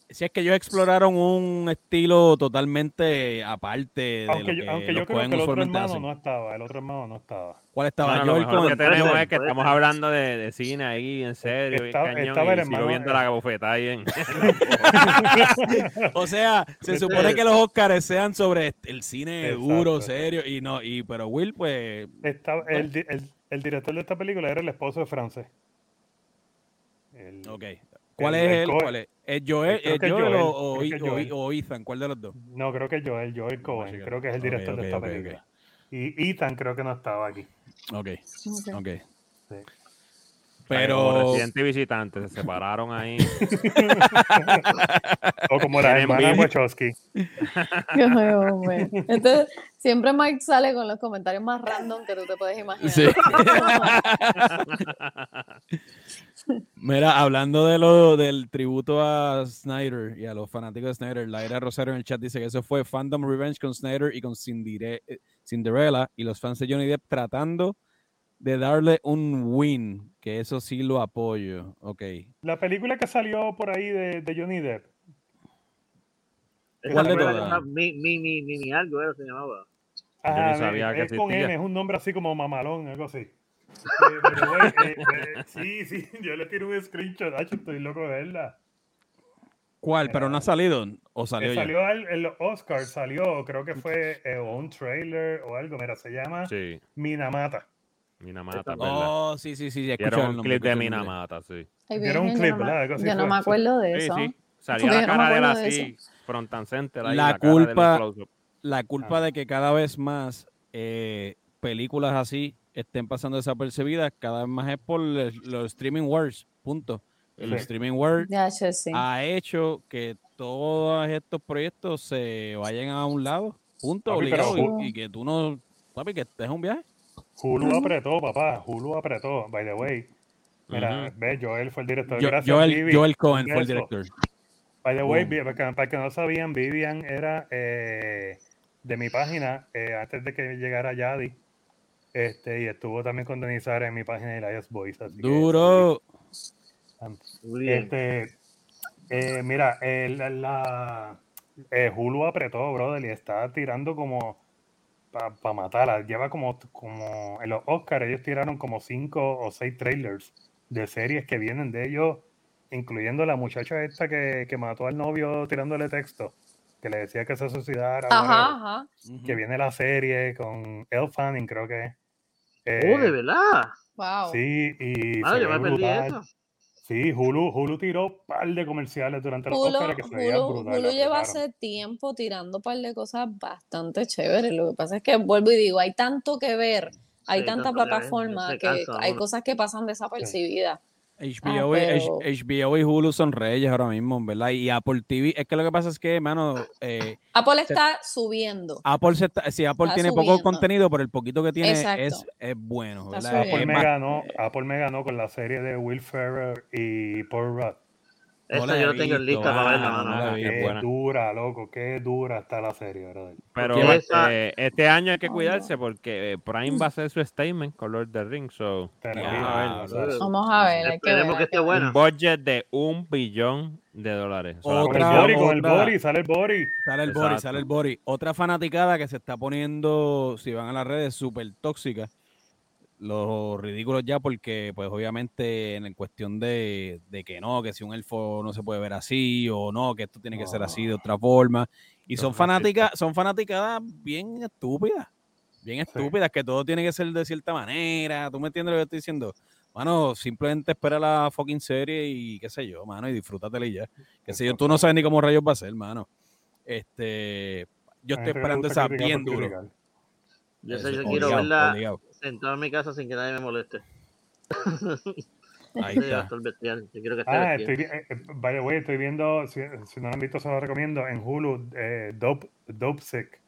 [SPEAKER 3] Si es que ellos exploraron un estilo totalmente aparte de
[SPEAKER 2] Aunque
[SPEAKER 3] lo
[SPEAKER 2] yo,
[SPEAKER 3] que
[SPEAKER 2] aunque yo
[SPEAKER 3] los
[SPEAKER 2] creo que
[SPEAKER 3] Coen
[SPEAKER 2] el otro
[SPEAKER 3] usualmente
[SPEAKER 2] hermano
[SPEAKER 3] hacen.
[SPEAKER 2] no estaba, el otro hermano no estaba.
[SPEAKER 3] ¿Cuál estaba?
[SPEAKER 1] Mano,
[SPEAKER 3] Yo
[SPEAKER 1] lo
[SPEAKER 3] el
[SPEAKER 1] mejor que
[SPEAKER 3] con-
[SPEAKER 4] puede
[SPEAKER 1] tenemos
[SPEAKER 4] ser,
[SPEAKER 1] es que
[SPEAKER 4] puede
[SPEAKER 1] estamos
[SPEAKER 4] ser.
[SPEAKER 1] hablando de, de cine ahí, en serio, bien
[SPEAKER 2] Estaba-
[SPEAKER 1] cañón,
[SPEAKER 2] estaba el
[SPEAKER 1] y sigo
[SPEAKER 2] hermano,
[SPEAKER 1] viendo
[SPEAKER 2] eh.
[SPEAKER 1] la bofetada ahí en-
[SPEAKER 3] O sea, se
[SPEAKER 2] Este-
[SPEAKER 3] supone que los Óscares sean sobre el cine
[SPEAKER 2] Exacto.
[SPEAKER 3] duro, serio, y no, y pero Will, pues,
[SPEAKER 2] Estaba- el, di- el- el director de esta película era el esposo de Frances. El-
[SPEAKER 3] ok. ¿Cuál
[SPEAKER 2] El-
[SPEAKER 3] es
[SPEAKER 2] el
[SPEAKER 3] él?
[SPEAKER 2] Cohen.
[SPEAKER 3] ¿Cuál es? ¿Es Joel,
[SPEAKER 2] Creo
[SPEAKER 3] es
[SPEAKER 2] que es
[SPEAKER 3] Joel, o,
[SPEAKER 2] Joel,
[SPEAKER 3] o-
[SPEAKER 2] creo que es
[SPEAKER 3] o-
[SPEAKER 2] Joel.
[SPEAKER 3] o Ethan? ¿Cuál de los dos?
[SPEAKER 2] No, creo que Joel, Joel Cohen,
[SPEAKER 3] Joel.
[SPEAKER 2] creo que es el
[SPEAKER 3] Ok,
[SPEAKER 2] director
[SPEAKER 3] ok,
[SPEAKER 2] de esta
[SPEAKER 3] ok, ok.
[SPEAKER 2] película. Y Ethan creo que no estaba aquí.
[SPEAKER 3] Ok,
[SPEAKER 5] Ok.
[SPEAKER 3] ok.
[SPEAKER 2] Sí.
[SPEAKER 1] Como
[SPEAKER 3] Pero,
[SPEAKER 1] residente y visitante, se separaron ahí.
[SPEAKER 2] O como la
[SPEAKER 1] Tienen
[SPEAKER 2] hermana
[SPEAKER 1] bibi.
[SPEAKER 2] Wachowski.
[SPEAKER 5] Qué feo, güey. Entonces, siempre Mike sale con los comentarios más random que tú te puedes imaginar.
[SPEAKER 3] Sí. mira, hablando de lo, del tributo a Snyder y a los fanáticos de Snyder, Laira Rosario en el chat dice que eso fue Fandom Revenge con Snyder y con Cindere- eh, Cinderella y los fans de Johnny Depp tratando de darle un win, que eso sí lo apoyo. Ok.
[SPEAKER 2] La película que salió por ahí de, de Johnny Depp.
[SPEAKER 4] Esa
[SPEAKER 3] ¿Cuál de
[SPEAKER 4] fue la que
[SPEAKER 3] todas?
[SPEAKER 4] llamaba Mi, mi, mi, mi, mi algo era, se llamaba.
[SPEAKER 2] Ajá,
[SPEAKER 1] ni sabía
[SPEAKER 2] Ah, es,
[SPEAKER 1] que
[SPEAKER 2] es con
[SPEAKER 1] existía.
[SPEAKER 2] N, es un nombre así como mamalón, algo así. Eh, pero, güey, eh, eh, sí, sí, yo le tiro un screenshot, hacho, estoy loco de verla.
[SPEAKER 3] ¿Cuál? Pero
[SPEAKER 1] Eh,
[SPEAKER 3] no ha salido. ¿O
[SPEAKER 2] Que
[SPEAKER 3] salió, ya?
[SPEAKER 2] salió al- el, Oscar, salió, creo que fue eh, o un trailer o algo, mira, se llama
[SPEAKER 1] Sí,
[SPEAKER 2] Minamata.
[SPEAKER 1] Minamata, ¿verdad?
[SPEAKER 3] Oh, sí, sí, sí. ya
[SPEAKER 1] Y era
[SPEAKER 3] escuché el
[SPEAKER 1] un
[SPEAKER 3] nombre,
[SPEAKER 1] clip
[SPEAKER 3] escuché
[SPEAKER 1] de
[SPEAKER 3] el nombre.
[SPEAKER 1] Minamata, sí.
[SPEAKER 5] Ay,
[SPEAKER 2] Era un
[SPEAKER 5] virgen, yo
[SPEAKER 2] clip,
[SPEAKER 5] no me-
[SPEAKER 2] ¿verdad? Algo así
[SPEAKER 5] Yo no
[SPEAKER 2] fue.
[SPEAKER 5] me acuerdo de
[SPEAKER 1] Sí,
[SPEAKER 5] eso.
[SPEAKER 1] sí. Salía
[SPEAKER 5] Porque
[SPEAKER 1] la
[SPEAKER 5] yo no me
[SPEAKER 1] cara de él
[SPEAKER 5] acuerdo de
[SPEAKER 1] así, front and center. Ahí,
[SPEAKER 3] La
[SPEAKER 1] cara del
[SPEAKER 3] culpa-
[SPEAKER 1] close-up.
[SPEAKER 3] La culpa de que cada vez más eh, películas así estén pasando desapercibidas, cada vez más es por los, los streaming wars. Punto. El
[SPEAKER 2] Sí.
[SPEAKER 3] streaming wars
[SPEAKER 5] Ya, yo sí.
[SPEAKER 2] Ah,
[SPEAKER 3] ha hecho que todos estos proyectos se vayan a un lado. Punto.
[SPEAKER 2] Papi, pero
[SPEAKER 3] obligado, y-
[SPEAKER 5] Hulu-
[SPEAKER 3] y, que tú no. Papi, que estés un viaje.
[SPEAKER 2] Hulu apretó, papá, Hulu apretó, by the way. Mira,
[SPEAKER 1] Ujú.
[SPEAKER 2] ve, Joel fue el director.
[SPEAKER 3] Yo-
[SPEAKER 2] Gracias,
[SPEAKER 3] Joel,
[SPEAKER 2] Vivi.
[SPEAKER 3] Joel Cohen fue el
[SPEAKER 2] Eso.
[SPEAKER 3] director.
[SPEAKER 2] By the way,
[SPEAKER 3] Boom.
[SPEAKER 2] vi- para que, para que no sabían, Vivian era eh, de mi página eh, antes de que llegara Yadi. Este, y estuvo también con Denis Sara en mi página de Elias Boys. así que-
[SPEAKER 3] Duro.
[SPEAKER 4] Muy bien.
[SPEAKER 2] Este, eh, mira, el- la, la- eh, Hulu apretó, brother, y está tirando como para matarla. Lleva como, como en los Oscars, ellos tiraron como cinco o seis trailers de series que vienen de ellos, incluyendo la muchacha esta que, que mató al novio tirándole texto, que le decía que se suicidara.
[SPEAKER 5] Ajá,
[SPEAKER 2] whatever.
[SPEAKER 5] ajá.
[SPEAKER 2] Que viene la serie con Elle Fanning, creo que. es.
[SPEAKER 4] Oh, de
[SPEAKER 2] Eh,
[SPEAKER 4] verdad.
[SPEAKER 5] Wow.
[SPEAKER 2] sí, y
[SPEAKER 4] Mano,
[SPEAKER 2] se
[SPEAKER 4] yo
[SPEAKER 2] ve
[SPEAKER 4] me perdí
[SPEAKER 2] brutal.
[SPEAKER 4] eso.
[SPEAKER 2] Sí, Hulu, Hulu tiró un par de comerciales durante los
[SPEAKER 5] Hulu,
[SPEAKER 2] Óscares que se veían
[SPEAKER 5] Hulu-
[SPEAKER 2] brutales.
[SPEAKER 5] Hulu lleva
[SPEAKER 2] apretaron.
[SPEAKER 5] hace tiempo tirando un par de cosas bastante chéveres. Lo que pasa es que vuelvo y digo, hay tanto que ver, hay
[SPEAKER 4] Sí,
[SPEAKER 5] tanta
[SPEAKER 4] tanto que ver,
[SPEAKER 5] plataforma
[SPEAKER 4] se
[SPEAKER 5] que
[SPEAKER 4] cansa
[SPEAKER 5] hay
[SPEAKER 4] uno.
[SPEAKER 5] cosas que pasan desapercibidas.
[SPEAKER 3] HBO,
[SPEAKER 5] Ah,
[SPEAKER 3] y-
[SPEAKER 5] pero-
[SPEAKER 3] H- HBO y Hulu son reyes ahora mismo, ¿verdad? Y Apple TV, es que lo que pasa es que, mano, eh,
[SPEAKER 5] Apple está subiendo.
[SPEAKER 3] Apple, se está- si Apple
[SPEAKER 5] Está
[SPEAKER 3] tiene poco
[SPEAKER 5] subiendo.
[SPEAKER 3] contenido, pero el poquito que tiene
[SPEAKER 5] Exacto.
[SPEAKER 3] es, es bueno,
[SPEAKER 5] Está
[SPEAKER 3] ¿verdad?
[SPEAKER 2] Apple
[SPEAKER 3] Ah, pues, Es
[SPEAKER 2] me,
[SPEAKER 3] más-
[SPEAKER 2] ganó, Apple me ganó con la serie de Will Ferrell y Paul Rudd.
[SPEAKER 3] No
[SPEAKER 4] Esa
[SPEAKER 3] la
[SPEAKER 4] yo
[SPEAKER 3] he
[SPEAKER 4] lo tengo en
[SPEAKER 3] visto,
[SPEAKER 4] lista para verla,
[SPEAKER 3] mano,
[SPEAKER 4] mano. Eh,
[SPEAKER 3] no la he
[SPEAKER 1] Bien
[SPEAKER 2] Qué
[SPEAKER 1] buena.
[SPEAKER 2] dura, loco, qué dura está la serie, brother.
[SPEAKER 1] Pero
[SPEAKER 4] Porque esa-
[SPEAKER 1] eh, este año hay que
[SPEAKER 5] Oh, no.
[SPEAKER 1] cuidarse porque eh, Prime va a hacer su statement con Lord of the Rings. So,
[SPEAKER 2] Terrible,
[SPEAKER 3] Ya,
[SPEAKER 2] o sea,
[SPEAKER 4] brother.
[SPEAKER 5] Vamos a ver. hay que ver,
[SPEAKER 4] Esperemos que
[SPEAKER 5] hay
[SPEAKER 4] esté
[SPEAKER 5] ver.
[SPEAKER 4] buena.
[SPEAKER 1] un budget de un billón de dólares. So, la
[SPEAKER 2] Con el
[SPEAKER 3] Otra-
[SPEAKER 2] body, con el
[SPEAKER 3] otra.
[SPEAKER 2] body, sale el body.
[SPEAKER 3] Sale el
[SPEAKER 1] Exacto.
[SPEAKER 3] body, sale el body. Otra fanaticada que se está poniendo, si van a las redes, súper tóxica. Los ridículos ya, porque, pues, obviamente, en cuestión de, de que no, que si un elfo no se puede ver así, o no, que esto tiene que ser así de otra forma. Y
[SPEAKER 1] Eso
[SPEAKER 3] son
[SPEAKER 1] es racista.
[SPEAKER 3] fanáticas, son fanaticadas bien estúpidas. Bien estúpidas, que todo tiene que ser de cierta manera. ¿Tú me entiendes lo que estoy diciendo? Mano, simplemente espera la fucking serie y qué sé yo, mano, y disfrútatela y ya. Qué sé yo, tú no sabes ni cómo rayos va a ser, mano. Este, yo
[SPEAKER 2] A gente
[SPEAKER 3] estoy
[SPEAKER 2] le
[SPEAKER 3] esperando
[SPEAKER 2] gusta
[SPEAKER 3] esa
[SPEAKER 2] criticar
[SPEAKER 3] bien
[SPEAKER 2] por
[SPEAKER 3] duro.
[SPEAKER 2] criticar.
[SPEAKER 4] Yo sé,
[SPEAKER 3] Eso,
[SPEAKER 4] yo quiero
[SPEAKER 3] obligado,
[SPEAKER 4] verla
[SPEAKER 3] obligado.
[SPEAKER 4] sentado en mi casa sin que nadie me moleste.
[SPEAKER 3] Ahí
[SPEAKER 4] Sí,
[SPEAKER 3] está.
[SPEAKER 4] Pastor Bestial. Yo quiero que esté
[SPEAKER 2] Ah,
[SPEAKER 4] bestial.
[SPEAKER 2] estoy, vi- eh, eh, by the way, estoy viendo, si, si no lo han visto, se lo recomiendo, en Hulu, eh, Dope, Dope Sick.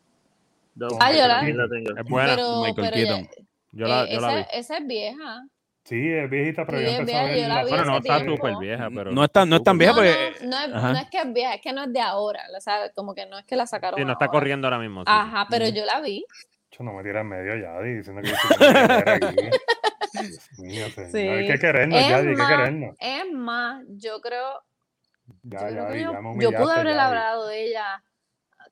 [SPEAKER 4] Dope,
[SPEAKER 5] Ah, yo la-
[SPEAKER 4] también la tengo.
[SPEAKER 1] Es buena,
[SPEAKER 5] Pero,
[SPEAKER 3] Michael
[SPEAKER 5] pero ya-
[SPEAKER 3] Keaton.
[SPEAKER 1] yo la,
[SPEAKER 5] eh,
[SPEAKER 1] yo la
[SPEAKER 5] esa,
[SPEAKER 1] vi.
[SPEAKER 5] esa es vieja.
[SPEAKER 2] Sí, es viejita, pero
[SPEAKER 5] Sí,
[SPEAKER 2] yo
[SPEAKER 5] es
[SPEAKER 2] empecé a
[SPEAKER 5] vieja,
[SPEAKER 2] ver
[SPEAKER 5] yo la
[SPEAKER 2] la
[SPEAKER 5] vi
[SPEAKER 1] Bueno, no
[SPEAKER 5] hace
[SPEAKER 1] está
[SPEAKER 5] tiempo.
[SPEAKER 1] súper vieja, pero.
[SPEAKER 3] No es tan- no es tan
[SPEAKER 1] súper-
[SPEAKER 3] vieja,
[SPEAKER 5] no,
[SPEAKER 3] porque- eh,
[SPEAKER 5] no, no es,
[SPEAKER 3] Ajá.
[SPEAKER 5] no es que es vieja, es que no es de ahora, o sea, como que no es que la sacaron.
[SPEAKER 1] Sí, no está
[SPEAKER 5] ahora.
[SPEAKER 1] corriendo ahora mismo. sí, sí.
[SPEAKER 5] Ajá, pero yo la vi.
[SPEAKER 2] Yo no me tira en medio, Yadi, diciendo que yo soy una mujer aquí. Dios mío, señor,
[SPEAKER 5] Sí.
[SPEAKER 2] Hay que querernos,
[SPEAKER 5] Es
[SPEAKER 2] Yadi, hay que
[SPEAKER 5] más,
[SPEAKER 2] querernos.
[SPEAKER 5] Es más, yo creo,
[SPEAKER 2] Ya,
[SPEAKER 5] yo, creo que
[SPEAKER 2] Yadi,
[SPEAKER 5] yo-
[SPEAKER 2] ya me
[SPEAKER 5] yo
[SPEAKER 2] humillaste,
[SPEAKER 5] pude haber
[SPEAKER 2] Yadi.
[SPEAKER 5] elaborado de ella,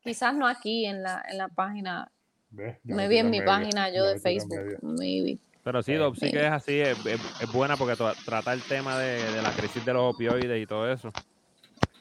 [SPEAKER 5] quizás no aquí en la, en la página,
[SPEAKER 2] Ve, ya
[SPEAKER 5] me vi
[SPEAKER 2] tiran
[SPEAKER 5] en mi
[SPEAKER 2] medio,
[SPEAKER 5] página yo
[SPEAKER 2] ya
[SPEAKER 5] de
[SPEAKER 2] me tiran
[SPEAKER 5] Facebook,
[SPEAKER 2] medio.
[SPEAKER 5] maybe.
[SPEAKER 1] Pero sí, Dob, sí que es así, es, es- es buena porque tra- trata el tema de, de la crisis de los opioides y todo eso.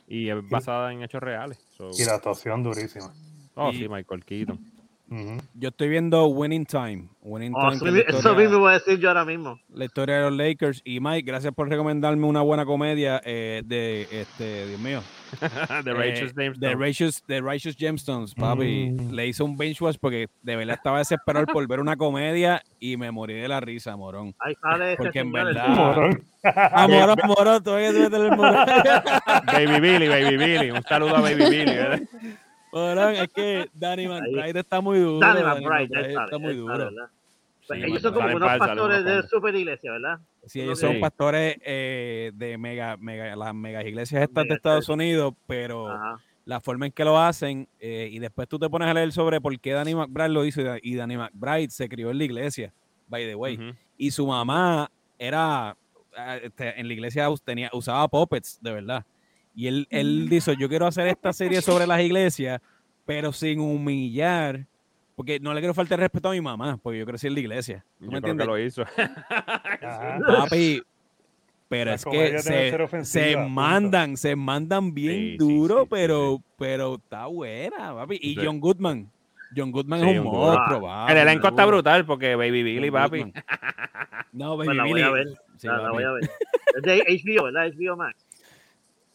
[SPEAKER 1] Y es basada en hechos reales. So,
[SPEAKER 2] Y la actuación durísima.
[SPEAKER 1] oh,
[SPEAKER 3] y-
[SPEAKER 1] sí, Michael Keaton.
[SPEAKER 2] Ujú.
[SPEAKER 3] Yo estoy viendo Winning Time. Winning
[SPEAKER 4] Oh,
[SPEAKER 3] Time
[SPEAKER 4] eso
[SPEAKER 3] que es
[SPEAKER 4] mi-
[SPEAKER 3] la
[SPEAKER 4] eso
[SPEAKER 3] historia-
[SPEAKER 4] mismo voy a decir yo ahora mismo.
[SPEAKER 3] la historia de los Lakers. Y Mike, gracias por recomendarme una buena comedia eh, de, este, Dios mío,
[SPEAKER 1] The
[SPEAKER 3] eh,
[SPEAKER 1] Righteous James.
[SPEAKER 3] The Righteous, The Righteous Gemstones, papi.
[SPEAKER 2] Mm.
[SPEAKER 3] Le hice un binge watch porque de verdad estaba desesperado por ver una comedia y me morí de la risa, morón.
[SPEAKER 4] Ahí sale este
[SPEAKER 3] Porque en
[SPEAKER 4] señor,
[SPEAKER 3] verdad-
[SPEAKER 4] el-
[SPEAKER 2] Morón.
[SPEAKER 3] Ah, morón, morón, todavía estoy en el morón.
[SPEAKER 1] Baby Billy, Baby Billy. Un saludo a Baby Billy. ¿verdad?
[SPEAKER 3] Morón, es que Danny McBride está muy duro.
[SPEAKER 4] Dale,
[SPEAKER 3] Danny
[SPEAKER 4] McBride, ahí
[SPEAKER 3] McBride
[SPEAKER 4] sale,
[SPEAKER 3] está muy
[SPEAKER 4] ahí sale,
[SPEAKER 3] duro.
[SPEAKER 4] ¿verdad?
[SPEAKER 3] Sí,
[SPEAKER 4] Pues Ellos son
[SPEAKER 3] McBride.
[SPEAKER 4] como
[SPEAKER 1] Sale
[SPEAKER 4] unos
[SPEAKER 1] pal, sale
[SPEAKER 4] pastores
[SPEAKER 1] uno
[SPEAKER 4] de
[SPEAKER 1] pal.
[SPEAKER 4] super iglesia, ¿verdad?
[SPEAKER 3] Sí, ellos
[SPEAKER 4] Sí.
[SPEAKER 3] son pastores eh, de mega, mega, las mega iglesias estas de
[SPEAKER 4] Mega
[SPEAKER 3] Estados Unidos, pero
[SPEAKER 4] Ajá.
[SPEAKER 3] la forma en que lo hacen eh, y después tú te pones a leer sobre por qué Danny McBride lo hizo y Da- y Danny McBride se crió en la iglesia, by the way.
[SPEAKER 1] Ujú.
[SPEAKER 3] Y su mamá era, ah, este, en la iglesia us- tenía, usaba puppets, de verdad. Y él,
[SPEAKER 2] Mm.
[SPEAKER 3] él dijo, yo quiero hacer esta serie sobre las iglesias, pero sin humillar, porque no le quiero faltar el respeto a mi mamá, porque yo crecí en la iglesia. ¿Tú
[SPEAKER 1] Yo
[SPEAKER 3] me
[SPEAKER 1] creo que
[SPEAKER 3] entiendes?
[SPEAKER 1] lo hizo.
[SPEAKER 2] Ajá.
[SPEAKER 3] Papi, pero
[SPEAKER 2] La
[SPEAKER 3] es
[SPEAKER 2] comedia
[SPEAKER 3] que
[SPEAKER 2] debe ser
[SPEAKER 3] se,
[SPEAKER 2] ofensiva,
[SPEAKER 3] se
[SPEAKER 2] punto.
[SPEAKER 3] mandan, se mandan
[SPEAKER 1] Sí,
[SPEAKER 3] bien
[SPEAKER 1] sí,
[SPEAKER 3] duro,
[SPEAKER 1] sí, sí,
[SPEAKER 3] pero, pero está buena, papi. Y
[SPEAKER 1] Sí.
[SPEAKER 3] John Goodman. John Goodman
[SPEAKER 1] Sí,
[SPEAKER 3] es un
[SPEAKER 1] un
[SPEAKER 3] monstruo,
[SPEAKER 4] duro.
[SPEAKER 3] papi,
[SPEAKER 1] El elenco está
[SPEAKER 3] duro.
[SPEAKER 1] brutal porque Baby Billy,
[SPEAKER 3] John
[SPEAKER 1] papi.
[SPEAKER 3] Ah, Goodman. No, baby
[SPEAKER 4] Pues la voy
[SPEAKER 3] Billy.
[SPEAKER 4] a ver,
[SPEAKER 3] Sí,
[SPEAKER 4] la, la
[SPEAKER 3] papi.
[SPEAKER 4] voy a ver. Es de HBO, ¿verdad? HBO Max.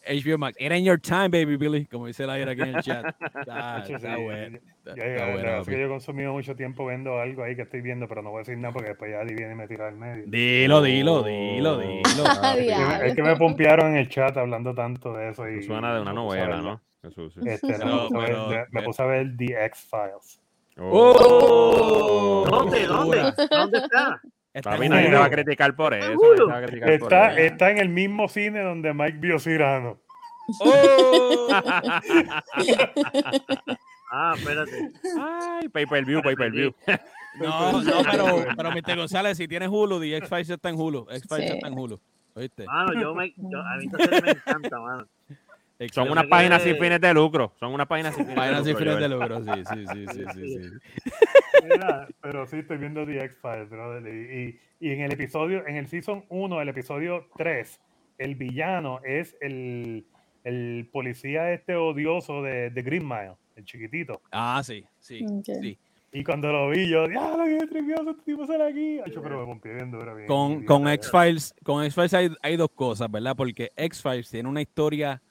[SPEAKER 3] HBO Max. Era in your time, baby Billy, como dice la era aquí en el chat. Está,
[SPEAKER 2] Sí,
[SPEAKER 3] está
[SPEAKER 2] sí,
[SPEAKER 3] buena.
[SPEAKER 2] Ya,
[SPEAKER 3] Está,
[SPEAKER 2] ya,
[SPEAKER 3] está
[SPEAKER 2] la
[SPEAKER 3] buena,
[SPEAKER 2] verdad es
[SPEAKER 3] papi.
[SPEAKER 2] que yo he consumido mucho tiempo viendo algo ahí que estoy viendo, pero no voy a decir nada porque después ya Adi viene y me tira al medio. Oh.
[SPEAKER 3] Dilo, dilo, dilo, dilo.
[SPEAKER 2] Es
[SPEAKER 5] Ay,
[SPEAKER 2] que me-
[SPEAKER 5] diablo.
[SPEAKER 2] es que me pompearon en el chat hablando tanto de eso. Y,
[SPEAKER 1] Eso Suena de una
[SPEAKER 2] y me puse a
[SPEAKER 1] novela,
[SPEAKER 2] verlo.
[SPEAKER 1] ¿no? Jesús, sí.
[SPEAKER 2] Este, no, me,
[SPEAKER 3] Pero-
[SPEAKER 2] puse a ver-
[SPEAKER 3] pero-
[SPEAKER 2] de- me puse a ver The X-Files. Oh.
[SPEAKER 1] Oh.
[SPEAKER 4] ¿Dónde? ¿Dónde? ¿Dónde está?
[SPEAKER 3] Está
[SPEAKER 1] Papi,
[SPEAKER 3] en
[SPEAKER 1] nadie te
[SPEAKER 2] bueno.
[SPEAKER 1] va a
[SPEAKER 3] Hulu.
[SPEAKER 1] criticar por eso. nadie te
[SPEAKER 4] Hulu.
[SPEAKER 1] va a criticar por
[SPEAKER 2] Está,
[SPEAKER 1] eso.
[SPEAKER 2] está en el mismo cine donde Mike vio Cirano.
[SPEAKER 3] Oh.
[SPEAKER 4] Ah, espérate.
[SPEAKER 1] Ay, pay per view, pay per view.
[SPEAKER 3] No, no, pero, pero Mr. González, si tienes Hulu, The X-Files está en Hulu. X-Files
[SPEAKER 5] Sí.
[SPEAKER 3] está en Hulu. ¿Oíste?
[SPEAKER 4] Mano, yo me, yo, a mí entonces me encanta, mano.
[SPEAKER 1] Son
[SPEAKER 3] X-Files-
[SPEAKER 1] unas páginas sin fines de lucro. Son unas páginas sin fines
[SPEAKER 3] Páginas
[SPEAKER 1] de
[SPEAKER 3] sin
[SPEAKER 1] lucro.
[SPEAKER 3] fines de
[SPEAKER 1] Joel.
[SPEAKER 3] lucro, sí, sí, sí, sí, sí, sí.
[SPEAKER 2] Mira, pero sí, estoy viendo The X-Files, brother. Y, y- y en el episodio, en el Season 1, el episodio 3, el villano es el, el policía este odioso de, de Green Mile, el chiquitito.
[SPEAKER 3] Ah, sí, sí,
[SPEAKER 5] Ok.
[SPEAKER 3] sí.
[SPEAKER 2] Y cuando lo vi, yo, ¡ah, lo que trivioso este tipo será aquí! Acho, pero me pompié bien duro. bien,
[SPEAKER 3] Con,
[SPEAKER 2] bien,
[SPEAKER 3] con
[SPEAKER 2] bien.
[SPEAKER 3] X-Files, con X-Files hay, hay dos cosas, ¿verdad? Porque X-Files tiene una historia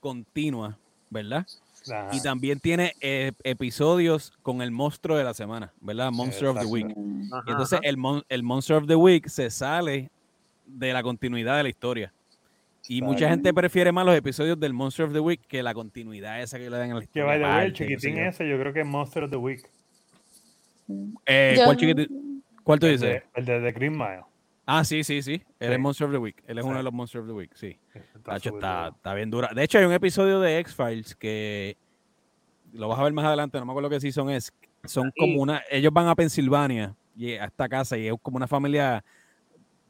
[SPEAKER 3] continua, ¿verdad?
[SPEAKER 2] Ajá.
[SPEAKER 3] Y también tiene eh, episodios con el monstruo de la semana, ¿verdad? Monster of the
[SPEAKER 2] Exacto.
[SPEAKER 3] Week.
[SPEAKER 4] Ajá,
[SPEAKER 3] Y entonces
[SPEAKER 4] ajá.
[SPEAKER 3] el, mon- el Monster of the Week se sale de la continuidad de la historia. Y mucha gente prefiere más los episodios del Monster of the Week que la continuidad esa que le dan a la
[SPEAKER 2] Que
[SPEAKER 3] historia.
[SPEAKER 2] vaya the way, el
[SPEAKER 3] aparte, qué sé
[SPEAKER 2] chiquitín
[SPEAKER 3] yo.
[SPEAKER 2] ese, yo creo que es Monster of the Week.
[SPEAKER 3] Eh,
[SPEAKER 5] Yo-
[SPEAKER 3] ¿Cuál chiquitín? ¿Cuál tú
[SPEAKER 2] El
[SPEAKER 3] dices?
[SPEAKER 2] de- El de The Green Mile.
[SPEAKER 3] Ah, sí, sí, sí. Él es
[SPEAKER 2] Sí.
[SPEAKER 3] Monster of the Week. Él es uno de
[SPEAKER 2] Sí.
[SPEAKER 3] los Monster of the Week, sí.
[SPEAKER 2] Está
[SPEAKER 3] Tacho,
[SPEAKER 2] súper
[SPEAKER 3] está,
[SPEAKER 2] duro.
[SPEAKER 3] está bien dura. De hecho, hay un episodio de X-Files que lo vas a ver más adelante, no me acuerdo qué season es. Son como una. Ellos van a Pensilvania, y a esta casa, y es como una familia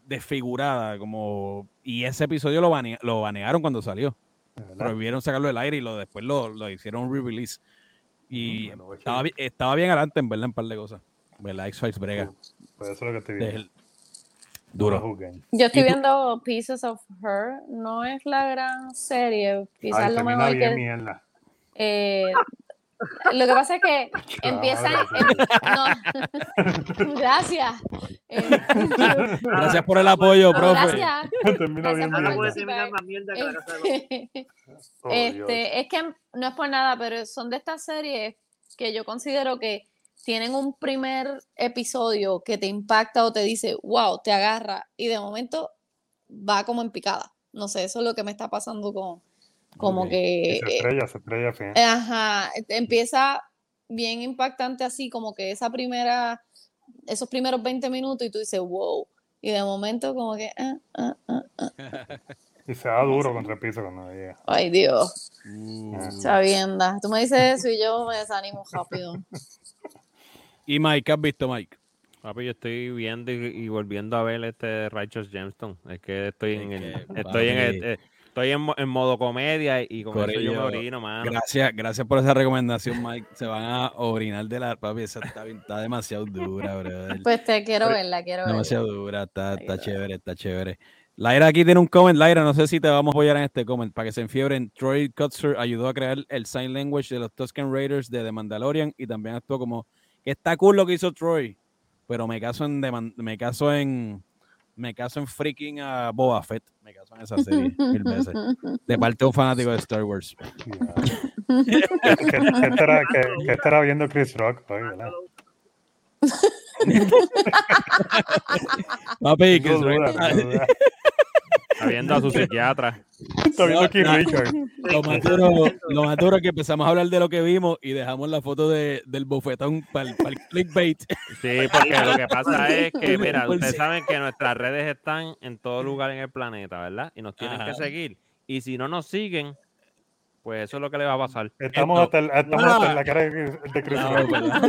[SPEAKER 3] desfigurada, como. Y ese episodio lo, bane- lo banearon cuando salió.
[SPEAKER 2] De verdad.
[SPEAKER 3] Prohibieron sacarlo del aire y lo, después lo, lo hicieron re-release. Y
[SPEAKER 2] Mm, Bueno, pues oye,
[SPEAKER 3] estaba, bi- estaba bien adelante, en verdad, en un par de cosas. ¿Verdad? X-Files brega.
[SPEAKER 2] Pues eso es lo que estoy
[SPEAKER 3] Es
[SPEAKER 2] viendo.
[SPEAKER 3] el- Duro.
[SPEAKER 2] No juzguen.
[SPEAKER 5] Yo estoy
[SPEAKER 3] tú?
[SPEAKER 5] viendo Pieces of Her, no es la gran serie, quizás
[SPEAKER 2] Ay,
[SPEAKER 5] lo
[SPEAKER 2] termina
[SPEAKER 5] mejor
[SPEAKER 2] bien,
[SPEAKER 5] que...
[SPEAKER 2] mierda.
[SPEAKER 5] eh, lo que pasa es que
[SPEAKER 2] Ah,
[SPEAKER 5] empieza... em- no, gracias. Eh,
[SPEAKER 3] Gracias por el apoyo,
[SPEAKER 5] no,
[SPEAKER 3] profe.
[SPEAKER 5] gracias.
[SPEAKER 2] Termina
[SPEAKER 5] Gracias
[SPEAKER 2] bien,
[SPEAKER 5] por
[SPEAKER 4] Ahora
[SPEAKER 5] la
[SPEAKER 2] mierda.
[SPEAKER 4] puede
[SPEAKER 5] Sí,
[SPEAKER 4] terminar
[SPEAKER 5] bye.
[SPEAKER 4] más mierda que la casa de los...
[SPEAKER 5] Este,
[SPEAKER 2] Oh, Dios.
[SPEAKER 5] este, es que no es por nada, pero son de estas series que yo considero que tienen un primer episodio que te impacta o te dice, wow, te agarra, y de momento va como en picada. No sé, eso es lo que me está pasando con, como
[SPEAKER 3] Ok.
[SPEAKER 5] que,
[SPEAKER 2] Y se
[SPEAKER 5] eh,
[SPEAKER 2] estrella, se estrella al final.
[SPEAKER 5] Ajá, e- empieza bien impactante así, como que esa primera, esos primeros 20 minutos y tú dices, wow. Y de momento como que... ah, ah, ah, ah.
[SPEAKER 2] Y se da duro contra el piso cuando llega.
[SPEAKER 5] Ay, Dios,
[SPEAKER 2] Ah.
[SPEAKER 5] chavienda. Tú me dices eso y yo me desanimo rápido.
[SPEAKER 3] Y Mike, ¿qué has visto, Mike?
[SPEAKER 1] Papi, yo estoy viendo y, y volviendo a ver este Righteous Gemstone. Es que estoy
[SPEAKER 3] Es
[SPEAKER 1] en el-
[SPEAKER 3] que,
[SPEAKER 1] estoy en el-
[SPEAKER 3] papi.
[SPEAKER 1] eh, estoy en, mo- en modo comedia y, y con eso yo me
[SPEAKER 3] Corillo,
[SPEAKER 1] orino, mano.
[SPEAKER 3] Gracias, gracias por esa recomendación, Mike. Se van a orinar de la papi. Esa está, bien- está demasiado dura, brother.
[SPEAKER 5] Pues te quiero verla, quiero verla.
[SPEAKER 3] Demasiado dura, eh, está, está
[SPEAKER 5] Ahí va.
[SPEAKER 3] chévere, está chévere. Laira aquí tiene un comment, Laira, no sé si te vamos a apoyar en este comment, para que se enfiebren. Troy Kutzer ayudó a crear el sign language de los Tusken Raiders de The Mandalorian y también actuó como que está cool lo que hizo Troy, pero me caso en The Man- me caso en me caso en freaking a Boba Fett, me caso en esa serie mil veces. De parte de un fanático de Star Wars.
[SPEAKER 2] Ya. que, que estará, que- que estará viendo Chris Rock hoy, ¿verdad?
[SPEAKER 3] Papi, que
[SPEAKER 2] Tengo duda,
[SPEAKER 3] Troy-
[SPEAKER 2] tengo duda.
[SPEAKER 1] Está viendo a su psiquiatra.
[SPEAKER 2] Está viendo Keith
[SPEAKER 3] No, no.
[SPEAKER 2] Richards.
[SPEAKER 3] lo más duro, lo más duro es que empezamos a hablar de lo que vimos y dejamos la foto de- del bofetón para el clickbait.
[SPEAKER 1] Sí, porque lo que pasa es que, mira,
[SPEAKER 3] Por
[SPEAKER 1] ustedes
[SPEAKER 3] si-
[SPEAKER 1] saben que nuestras redes están en todo lugar en el planeta, ¿verdad? Y nos tienen
[SPEAKER 3] Ajá.
[SPEAKER 1] que seguir. Y si no nos siguen, pues eso es lo que le va a pasar.
[SPEAKER 2] Estamos hasta, el- estamos
[SPEAKER 3] Ah.
[SPEAKER 2] hasta en la cara de Chris- de Chris
[SPEAKER 3] No,
[SPEAKER 2] Rock.
[SPEAKER 3] Ah, ¿verdad?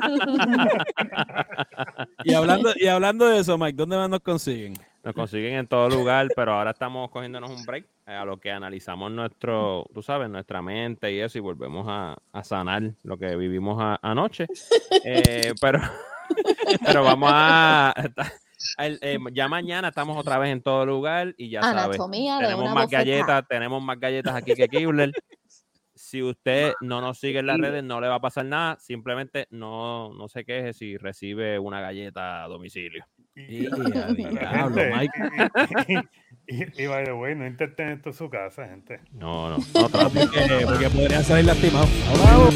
[SPEAKER 3] y, hablando, y hablando de eso, Mike, ¿dónde más nos consiguen?
[SPEAKER 1] Nos consiguen en todo lugar, pero ahora estamos cogiéndonos un break eh, a lo que analizamos nuestro, tú sabes, nuestra mente y eso, y volvemos a, a sanar lo que vivimos a- anoche. Eh, pero, pero vamos a... el- eh, ya mañana estamos otra vez en todo lugar y ya
[SPEAKER 5] Ah,
[SPEAKER 1] sabes.
[SPEAKER 5] Anatomía de
[SPEAKER 1] Tenemos
[SPEAKER 5] una
[SPEAKER 1] más
[SPEAKER 5] bofetada.
[SPEAKER 1] galletas, tenemos más galletas aquí que Kibler. Si usted no nos sigue en las redes, no le va a pasar nada. Simplemente no, no se queje si recibe una galleta a domicilio.
[SPEAKER 3] Y,
[SPEAKER 2] La
[SPEAKER 3] diablo,
[SPEAKER 2] gente,
[SPEAKER 3] Mike.
[SPEAKER 2] y, y- y- y, by the way, no intenten esto en su casa, gente.
[SPEAKER 1] No, no, no traten.
[SPEAKER 3] Porque, porque podrían salir lastimados. ¡Bravo!